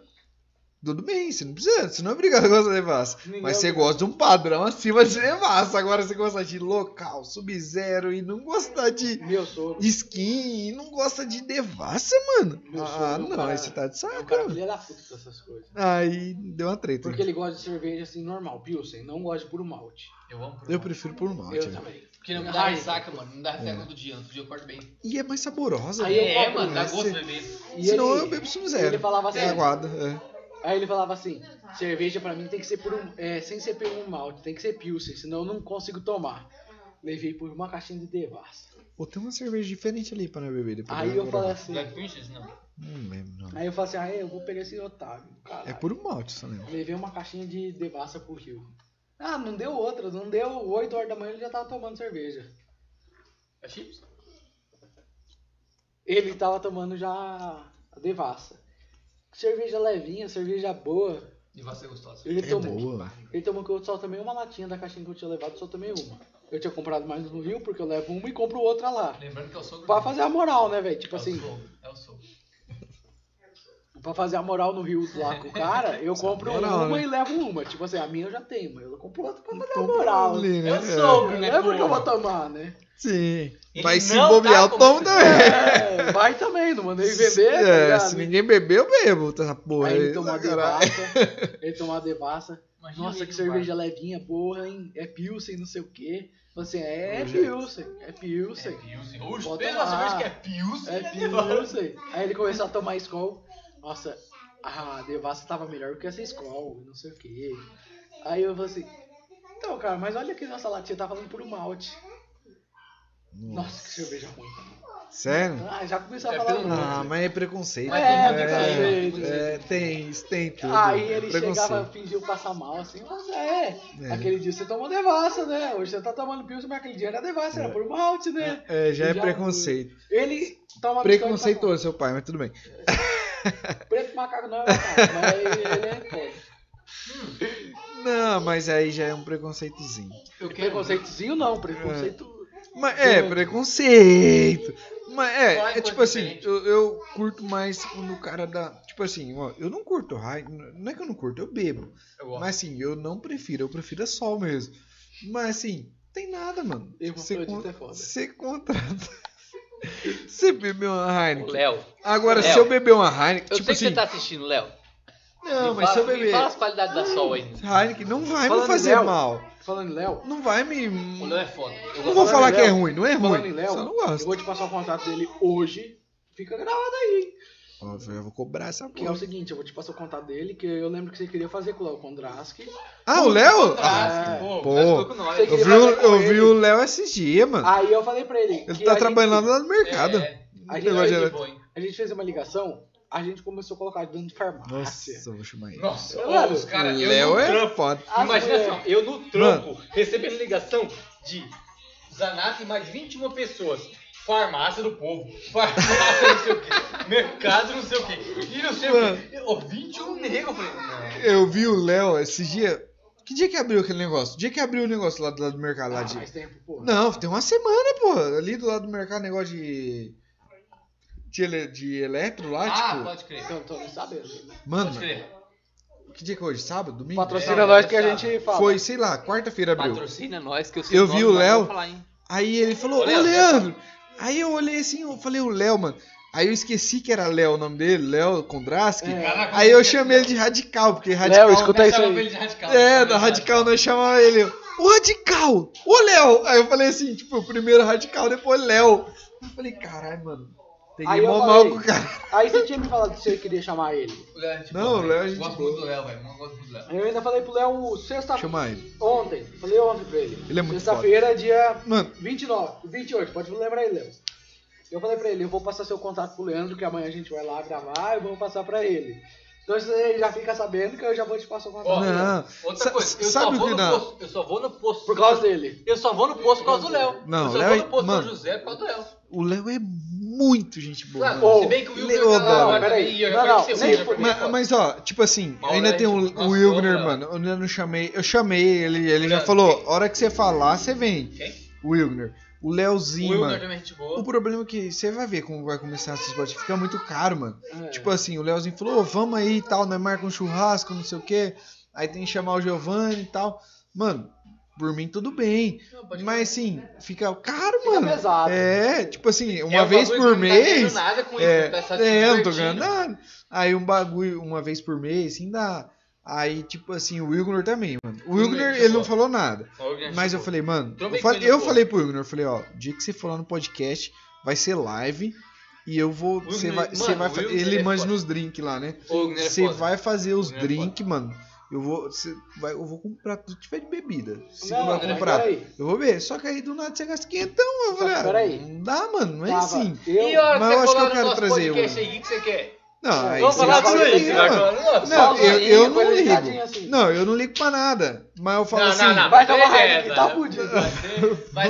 [SPEAKER 2] tudo bem, você não precisa, você não é obrigado a gostar de devassa.
[SPEAKER 3] Ninguém
[SPEAKER 2] mas
[SPEAKER 3] é
[SPEAKER 2] você
[SPEAKER 3] obrigado.
[SPEAKER 2] gosta de um padrão acima de devassa. Agora você gosta de local, sub-zero e não gostar de
[SPEAKER 3] Meu sogro.
[SPEAKER 2] skin e não gosta de devassa, mano.
[SPEAKER 3] Meu
[SPEAKER 2] ah,
[SPEAKER 3] sogro,
[SPEAKER 2] não,
[SPEAKER 3] cara,
[SPEAKER 2] aí você tá de
[SPEAKER 3] É um cara
[SPEAKER 2] sacanagem.
[SPEAKER 3] filha da puta dessas coisas.
[SPEAKER 2] Aí deu uma treta.
[SPEAKER 3] Porque ele gosta de cerveja assim, normal, Pilsen. Não gosta de puro malte.
[SPEAKER 1] Eu amo pro
[SPEAKER 2] Eu prefiro por malte.
[SPEAKER 3] eu
[SPEAKER 2] né?
[SPEAKER 3] também.
[SPEAKER 1] Porque não me dá
[SPEAKER 3] Ai.
[SPEAKER 1] ressaca, mano. Não dá
[SPEAKER 3] É.
[SPEAKER 1] ressaca todo dia. Todo dia eu corto bem.
[SPEAKER 2] E é mais saborosa.
[SPEAKER 3] Aí
[SPEAKER 2] né?
[SPEAKER 3] eu
[SPEAKER 1] É,
[SPEAKER 3] compro,
[SPEAKER 1] mano. Dá
[SPEAKER 2] né?
[SPEAKER 1] gosto
[SPEAKER 2] Cê-
[SPEAKER 1] de beber.
[SPEAKER 3] E
[SPEAKER 2] Senão
[SPEAKER 3] ele-
[SPEAKER 2] eu bebo sub-zero.
[SPEAKER 3] ele falava assim-
[SPEAKER 2] É, aguada, é.
[SPEAKER 3] Aí ele falava assim, cerveja pra mim tem que ser por um, é, sem ser por um malte, tem que ser Pilsen, senão eu não consigo tomar. Levei por uma caixinha de devassa.
[SPEAKER 2] Pô, tem uma cerveja diferente ali pra não beber depois.
[SPEAKER 3] Aí eu
[SPEAKER 2] agora.
[SPEAKER 3] falei assim,
[SPEAKER 1] Black Princess, não.
[SPEAKER 2] Não lembro, não.
[SPEAKER 3] aí eu falei assim, ah, eu vou pegar esse otário, caralho.
[SPEAKER 2] É puro malte, só lembro.
[SPEAKER 3] Levei uma caixinha de devassa pro Rio. Ah, não deu outra, não deu 8 horas da manhã ele já tava tomando cerveja.
[SPEAKER 1] É chips?
[SPEAKER 3] Ele tava tomando já a devassa. Cerveja levinha, cerveja boa,
[SPEAKER 1] De é gostosa.
[SPEAKER 3] ele
[SPEAKER 2] É
[SPEAKER 3] tomou. Ah,
[SPEAKER 2] boa.
[SPEAKER 3] Ele tomou que eu só tomei uma latinha da caixinha que eu tinha levado, só tomei uma. Eu tinha comprado mais no Rio, porque eu levo uma e compro outra lá.
[SPEAKER 1] Lembrando que eu sou
[SPEAKER 3] Pra fazer a moral, né, velho? Tipo
[SPEAKER 1] É o
[SPEAKER 3] assim,
[SPEAKER 1] sogro, É o sogro.
[SPEAKER 3] pra fazer a moral no Rio lá com o cara, eu compro
[SPEAKER 2] moral,
[SPEAKER 3] uma
[SPEAKER 2] né?
[SPEAKER 3] e levo uma. Tipo assim, a minha eu já tenho, mas eu compro outra pra fazer a
[SPEAKER 2] Compra
[SPEAKER 3] moral.
[SPEAKER 2] ali, né?
[SPEAKER 4] Eu sou, né?
[SPEAKER 3] É porque eu vou
[SPEAKER 4] porra?
[SPEAKER 3] tomar, né?
[SPEAKER 2] Sim.
[SPEAKER 4] Ele
[SPEAKER 2] Mas se
[SPEAKER 4] não
[SPEAKER 2] bobear,
[SPEAKER 4] tá
[SPEAKER 2] eu tomo
[SPEAKER 4] comprando.
[SPEAKER 2] também.
[SPEAKER 3] É, vai também, não mandei vender, tá
[SPEAKER 2] É,
[SPEAKER 3] ligado?
[SPEAKER 2] se ninguém beber, eu bebo tá essa porra.
[SPEAKER 3] Aí
[SPEAKER 2] aí,
[SPEAKER 3] ele tomou a
[SPEAKER 2] caralho.
[SPEAKER 3] devassa, ele tomou a devassa.
[SPEAKER 4] Imagina
[SPEAKER 3] Nossa,
[SPEAKER 4] ele
[SPEAKER 3] que
[SPEAKER 4] no
[SPEAKER 3] cerveja
[SPEAKER 4] bar.
[SPEAKER 3] levinha, porra, hein? É Pilsen, não sei o quê. Falei assim, é
[SPEAKER 2] Hoje é.
[SPEAKER 3] Pilsen, é Pilsen.
[SPEAKER 4] É Pilsen. Hoje,
[SPEAKER 3] Bota
[SPEAKER 4] mesmo a
[SPEAKER 3] lá.
[SPEAKER 4] cerveja que é Pilsen,
[SPEAKER 3] É
[SPEAKER 4] né, Devaldo?
[SPEAKER 3] Pilsen. Aí ele começou a tomar Skol. Nossa, a Devassa tava melhor que essa Skol, não sei o quê. Aí eu falei assim, então, cara, mas olha que nossa latinha tá falando por um malte. Nossa, que cerveja ruim.
[SPEAKER 2] Sério?
[SPEAKER 3] Ah, já começou a
[SPEAKER 4] É
[SPEAKER 3] falar
[SPEAKER 4] pelo
[SPEAKER 3] muito.
[SPEAKER 2] Ah, mas é preconceito.
[SPEAKER 4] Mas
[SPEAKER 3] é,
[SPEAKER 2] né?
[SPEAKER 3] preconceito.
[SPEAKER 2] É, tem, isso tem tudo.
[SPEAKER 3] Aí
[SPEAKER 2] é
[SPEAKER 3] ele
[SPEAKER 2] preconceito.
[SPEAKER 3] chegava, fingiu passar mal, assim, mas é,
[SPEAKER 2] É.
[SPEAKER 3] aquele dia você tomou devassa, né? Hoje você tá tomando pilsen, mas aquele dia era devassa, era por um malte, né?
[SPEAKER 2] É, já é
[SPEAKER 3] Já-
[SPEAKER 2] preconceito.
[SPEAKER 3] Ele toma biscoito
[SPEAKER 2] Preconceituoso, seu pai, mas tudo bem.
[SPEAKER 3] pra- Preto macaco não é macaco, mas ele é foda.
[SPEAKER 2] Não, mas aí já é um preconceitozinho.
[SPEAKER 4] Eu quero.
[SPEAKER 3] Preconceitozinho não, preconceito...
[SPEAKER 2] Mas é, preconceito. Mas é,
[SPEAKER 4] Só é
[SPEAKER 2] é tipo
[SPEAKER 4] coisa
[SPEAKER 2] assim,
[SPEAKER 4] diferente.
[SPEAKER 2] eu, eu curto mais quando o cara dá. Tipo assim, ó, eu não curto raio. Não é que eu não curto, eu bebo.
[SPEAKER 4] Eu gosto.
[SPEAKER 2] Mas assim, eu não prefiro, eu prefiro é sol mesmo. Mas assim, tem nada, mano. Você
[SPEAKER 3] Hermafrodita
[SPEAKER 2] con-
[SPEAKER 3] é foda.
[SPEAKER 2] você contrata. Você bebeu uma
[SPEAKER 4] Ô,
[SPEAKER 2] Heineken.
[SPEAKER 4] Léo,
[SPEAKER 2] Agora, se
[SPEAKER 4] Léo,
[SPEAKER 2] eu beber uma Heineken,
[SPEAKER 4] eu
[SPEAKER 2] tipo
[SPEAKER 4] sei que
[SPEAKER 2] assim.
[SPEAKER 4] você tá assistindo, Léo.
[SPEAKER 2] Não,
[SPEAKER 4] Me
[SPEAKER 2] mas se
[SPEAKER 4] fala-
[SPEAKER 2] eu
[SPEAKER 4] Me
[SPEAKER 2] beber
[SPEAKER 4] fala as qualidades da Sol aí.
[SPEAKER 2] Heineken, não vai me
[SPEAKER 3] Falando em
[SPEAKER 2] fazer
[SPEAKER 3] Léo.
[SPEAKER 2] mal.
[SPEAKER 3] Falando em Léo,
[SPEAKER 2] Não vai me.
[SPEAKER 4] O Léo é foda. Eu
[SPEAKER 2] Não
[SPEAKER 4] gosto
[SPEAKER 2] vou
[SPEAKER 3] Falando
[SPEAKER 2] falar
[SPEAKER 3] em
[SPEAKER 2] que é
[SPEAKER 3] Léo.
[SPEAKER 2] ruim, não é
[SPEAKER 3] falando em
[SPEAKER 2] ruim.
[SPEAKER 3] Léo,
[SPEAKER 2] Só não
[SPEAKER 3] eu
[SPEAKER 2] gosto.
[SPEAKER 3] vou te passar o contato dele hoje, fica gravado aí, hein?
[SPEAKER 2] Ó, Eu vou cobrar essa
[SPEAKER 3] Que é o
[SPEAKER 2] porra.
[SPEAKER 3] seguinte, eu vou te passar o contato dele, que eu lembro que você queria fazer com o Léo Kondraski.
[SPEAKER 2] Ah, o Léo? Ah,
[SPEAKER 4] Ah,
[SPEAKER 3] é.
[SPEAKER 4] pô,
[SPEAKER 2] Pô.
[SPEAKER 4] mas ficou com Ah, nós.
[SPEAKER 3] Sei
[SPEAKER 2] Eu
[SPEAKER 3] Ele
[SPEAKER 2] vi,
[SPEAKER 3] vai
[SPEAKER 2] o-
[SPEAKER 3] lá com
[SPEAKER 2] eu vi
[SPEAKER 3] ele.
[SPEAKER 2] o Léo esses dias, mano.
[SPEAKER 3] Aí eu falei pra ele...
[SPEAKER 2] Ele
[SPEAKER 3] que
[SPEAKER 2] tá
[SPEAKER 3] a gente-
[SPEAKER 2] trabalhando lá no mercado.
[SPEAKER 4] É,
[SPEAKER 3] A gente,
[SPEAKER 2] Negócio
[SPEAKER 3] fez,
[SPEAKER 2] de-
[SPEAKER 4] ele foi.
[SPEAKER 3] a gente fez uma ligação, a gente começou a colocar dentro de farmácia.
[SPEAKER 2] Nossa, eu vou chamar ele.
[SPEAKER 4] Nossa,
[SPEAKER 3] Mano,
[SPEAKER 4] ô, os caras.
[SPEAKER 2] Léo é foda.
[SPEAKER 3] As
[SPEAKER 4] Imagina
[SPEAKER 3] mulher-
[SPEAKER 4] só, eu no trampo recebendo ligação de Zanata e mais 21 pessoas. Farmácia do povo, farmácia não sei o que, mercado não sei o que, e não sei
[SPEAKER 2] Mano.
[SPEAKER 4] o que. Ô, 21 nego, eu falei, não.
[SPEAKER 2] Eu vi o Léo esses dias. Que dia que abriu aquele negócio? O dia que abriu o negócio lá do lado do mercado lá
[SPEAKER 3] Ah,
[SPEAKER 2] de.
[SPEAKER 3] faz tempo, pô.
[SPEAKER 2] Não, tem uma semana, pô. Ali do lado do mercado, negócio de. De, ele... de eletro lá,
[SPEAKER 4] Ah,
[SPEAKER 2] tipo.
[SPEAKER 4] pode crer,
[SPEAKER 3] Então, tô nem sabendo.
[SPEAKER 2] Mano,
[SPEAKER 4] pode crer.
[SPEAKER 2] que dia que é hoje? Sábado? Domingo?
[SPEAKER 3] Patrocina
[SPEAKER 4] É,
[SPEAKER 3] nós que a
[SPEAKER 4] sabe.
[SPEAKER 3] gente fala.
[SPEAKER 2] tá- Foi, sei lá, quarta-feira abriu.
[SPEAKER 4] Patrocina nós que eu
[SPEAKER 2] Eu vi o Léo.
[SPEAKER 4] Falar, hein?
[SPEAKER 2] Aí ele falou, ô
[SPEAKER 4] Ô, "Ah, Léo,
[SPEAKER 2] Leandro. Aí eu olhei assim, eu falei, o Léo, mano. Aí eu esqueci que era Léo o nome dele, Léo Kondraski.
[SPEAKER 3] É.
[SPEAKER 4] Caraca,
[SPEAKER 2] Aí eu chamei ele de radical, porque radical.
[SPEAKER 3] Léo, escuta
[SPEAKER 4] Nós
[SPEAKER 3] isso
[SPEAKER 4] chamamos
[SPEAKER 3] aí.
[SPEAKER 4] ele de radical. né?
[SPEAKER 2] É,
[SPEAKER 4] Chamamos
[SPEAKER 2] da
[SPEAKER 4] ele de
[SPEAKER 2] radical nós chamava ele. O radical! Ô Léo! Aí eu falei assim, tipo, primeiro radical, depois Léo. Eu falei, caralho, mano.
[SPEAKER 3] Aí
[SPEAKER 2] Peguei
[SPEAKER 3] eu
[SPEAKER 2] mó
[SPEAKER 3] falei-
[SPEAKER 2] mal com o cara.
[SPEAKER 3] Aí você tinha me falado que você queria chamar ele.
[SPEAKER 4] O Léo é gente
[SPEAKER 2] Não,
[SPEAKER 4] boa,
[SPEAKER 2] o Léo é
[SPEAKER 4] velho.
[SPEAKER 2] gente
[SPEAKER 4] Gosto
[SPEAKER 2] boa.
[SPEAKER 4] muito do Léo, velho. Não gosto muito do Léo.
[SPEAKER 3] Eu ainda falei pro Léo sexta-feira.
[SPEAKER 2] Chama ele.
[SPEAKER 3] Ontem. Falei ontem pra ele.
[SPEAKER 2] Ele é muito
[SPEAKER 3] Sexta-feira, dia
[SPEAKER 2] Mano,
[SPEAKER 3] 29, 28. Pode lembrar aí, Léo. Eu falei pra ele, eu vou passar seu contato pro Leandro, que amanhã a gente vai lá gravar, eu vou passar pra ele. Então você já fica sabendo que eu já vou te passar o contato.
[SPEAKER 4] Ó,
[SPEAKER 3] do Leandro.
[SPEAKER 2] não.
[SPEAKER 4] Outra
[SPEAKER 2] Sa-
[SPEAKER 4] coisa, eu
[SPEAKER 2] sabe
[SPEAKER 4] só
[SPEAKER 2] o
[SPEAKER 4] vou
[SPEAKER 2] que
[SPEAKER 4] no
[SPEAKER 2] dá?
[SPEAKER 4] posto. Eu só vou no posto.
[SPEAKER 3] Por causa dele.
[SPEAKER 4] Eu só vou no posto por causa do Léo.
[SPEAKER 2] Não,
[SPEAKER 4] eu só
[SPEAKER 2] Léo é-
[SPEAKER 4] vou no posto
[SPEAKER 2] mano.
[SPEAKER 4] São José por causa do Léo.
[SPEAKER 2] O Léo é muito gente boa.
[SPEAKER 4] Claro,
[SPEAKER 2] mano.
[SPEAKER 3] Ô,
[SPEAKER 4] se bem que o Wilber
[SPEAKER 2] Léo,
[SPEAKER 4] tá lá
[SPEAKER 2] não,
[SPEAKER 4] agora
[SPEAKER 3] peraí.
[SPEAKER 4] também, eu
[SPEAKER 3] Não,
[SPEAKER 4] quero
[SPEAKER 3] não,
[SPEAKER 4] que você
[SPEAKER 3] nem
[SPEAKER 4] seja
[SPEAKER 3] por-
[SPEAKER 4] pra mim,
[SPEAKER 2] Ma-
[SPEAKER 4] pô.
[SPEAKER 2] Mas, ó, tipo assim,
[SPEAKER 4] é Uma
[SPEAKER 2] ainda
[SPEAKER 4] hora
[SPEAKER 2] tem
[SPEAKER 4] a
[SPEAKER 2] o,
[SPEAKER 4] gente-
[SPEAKER 2] o
[SPEAKER 4] Nossa,
[SPEAKER 2] Wilgner,
[SPEAKER 4] ô,
[SPEAKER 2] mano. Eu ainda não chamei. Eu chamei ele, ele já
[SPEAKER 4] Léo,
[SPEAKER 2] falou:
[SPEAKER 4] quem?
[SPEAKER 2] hora que você falar, você vem.
[SPEAKER 4] Quem?
[SPEAKER 2] O Wilgner. O
[SPEAKER 4] O
[SPEAKER 2] Leozinho,
[SPEAKER 4] Wilber
[SPEAKER 2] mano.
[SPEAKER 4] também é gente
[SPEAKER 2] O
[SPEAKER 4] boa.
[SPEAKER 2] problema é que você vai ver como vai começar esse esporte. Fica muito caro, mano.
[SPEAKER 3] É.
[SPEAKER 2] Tipo assim, o Leozinho falou: "Ô, vamos aí e tal, né? Marca um churrasco, não sei o quê. Aí tem que chamar o Giovanni e tal. Mano, por mim tudo bem.
[SPEAKER 4] Não, pode-
[SPEAKER 2] Mas assim, fica caro,
[SPEAKER 3] Fica
[SPEAKER 2] assim, mano.
[SPEAKER 3] pesado.
[SPEAKER 2] É, tipo assim,
[SPEAKER 4] É
[SPEAKER 2] uma
[SPEAKER 4] um
[SPEAKER 2] vez
[SPEAKER 4] bagulho
[SPEAKER 2] por
[SPEAKER 4] que não tá ganhando
[SPEAKER 2] mês.
[SPEAKER 4] nada com isso,
[SPEAKER 2] É,
[SPEAKER 4] né? Tá só se
[SPEAKER 2] é, eu não tô ganhando
[SPEAKER 4] divertindo.
[SPEAKER 2] nada. Aí um bagulho, uma vez por mês, assim dá. Aí, tipo assim, o Wilgner também, mano. O
[SPEAKER 4] Wilgner,
[SPEAKER 2] Wilgner,
[SPEAKER 4] gente
[SPEAKER 2] ele não
[SPEAKER 4] boa.
[SPEAKER 2] falou nada.
[SPEAKER 4] O Wilber é gente
[SPEAKER 2] Mas eu
[SPEAKER 4] boa.
[SPEAKER 2] falei, mano,
[SPEAKER 4] Então
[SPEAKER 2] eu
[SPEAKER 4] vem
[SPEAKER 2] falei,
[SPEAKER 4] comigo,
[SPEAKER 2] eu
[SPEAKER 4] pô.
[SPEAKER 2] falei pro Wilgner, eu falei, ó, o dia que você for lá no podcast, vai ser live e eu vou.
[SPEAKER 4] Wilgner,
[SPEAKER 2] Você vai.
[SPEAKER 4] mano,
[SPEAKER 2] Você vai fa-
[SPEAKER 4] Wilgner
[SPEAKER 2] ele
[SPEAKER 4] é
[SPEAKER 2] manja
[SPEAKER 4] foda.
[SPEAKER 2] nos drinks lá, né?
[SPEAKER 4] Ô, Wilber é
[SPEAKER 2] Você
[SPEAKER 4] foda.
[SPEAKER 2] vai fazer os
[SPEAKER 4] Wilgner é
[SPEAKER 2] drinks, mano. Eu vou. Você vai, eu vou comprar tudo que tiver de bebida. Se
[SPEAKER 3] Não,
[SPEAKER 2] não, vai
[SPEAKER 3] mas
[SPEAKER 2] comprar.
[SPEAKER 3] peraí.
[SPEAKER 2] Eu vou ver. Só que aí do nada você gasta quinhentão. Eu
[SPEAKER 3] Só
[SPEAKER 2] falei,
[SPEAKER 3] que
[SPEAKER 2] ah,
[SPEAKER 3] peraí.
[SPEAKER 2] não dá, mano. Não é
[SPEAKER 3] Tava
[SPEAKER 2] assim.
[SPEAKER 3] eu-
[SPEAKER 4] E a hora
[SPEAKER 2] Mas eu
[SPEAKER 4] que
[SPEAKER 2] acho
[SPEAKER 4] você
[SPEAKER 2] que eu
[SPEAKER 4] colar no
[SPEAKER 2] quero
[SPEAKER 4] nosso
[SPEAKER 2] trazer
[SPEAKER 4] podcast
[SPEAKER 2] um.
[SPEAKER 4] aí, o que que você quer?
[SPEAKER 2] Não, aí
[SPEAKER 4] Vamos
[SPEAKER 2] você vai
[SPEAKER 4] falar disso
[SPEAKER 3] tudo
[SPEAKER 2] fazer,
[SPEAKER 4] aí,
[SPEAKER 3] isso,
[SPEAKER 4] você
[SPEAKER 2] mano.
[SPEAKER 4] vai colar no nosso?
[SPEAKER 2] Não, eu,
[SPEAKER 3] Sozinho,
[SPEAKER 2] eu não
[SPEAKER 3] coisa
[SPEAKER 2] ligo.
[SPEAKER 3] ligadinha assim.
[SPEAKER 2] Não, eu não ligo pra nada. Mas eu falo
[SPEAKER 4] Não,
[SPEAKER 2] assim.
[SPEAKER 4] não, não.
[SPEAKER 3] Vai tomar
[SPEAKER 4] beleza.
[SPEAKER 3] Heineken, tá fudido.
[SPEAKER 4] Vai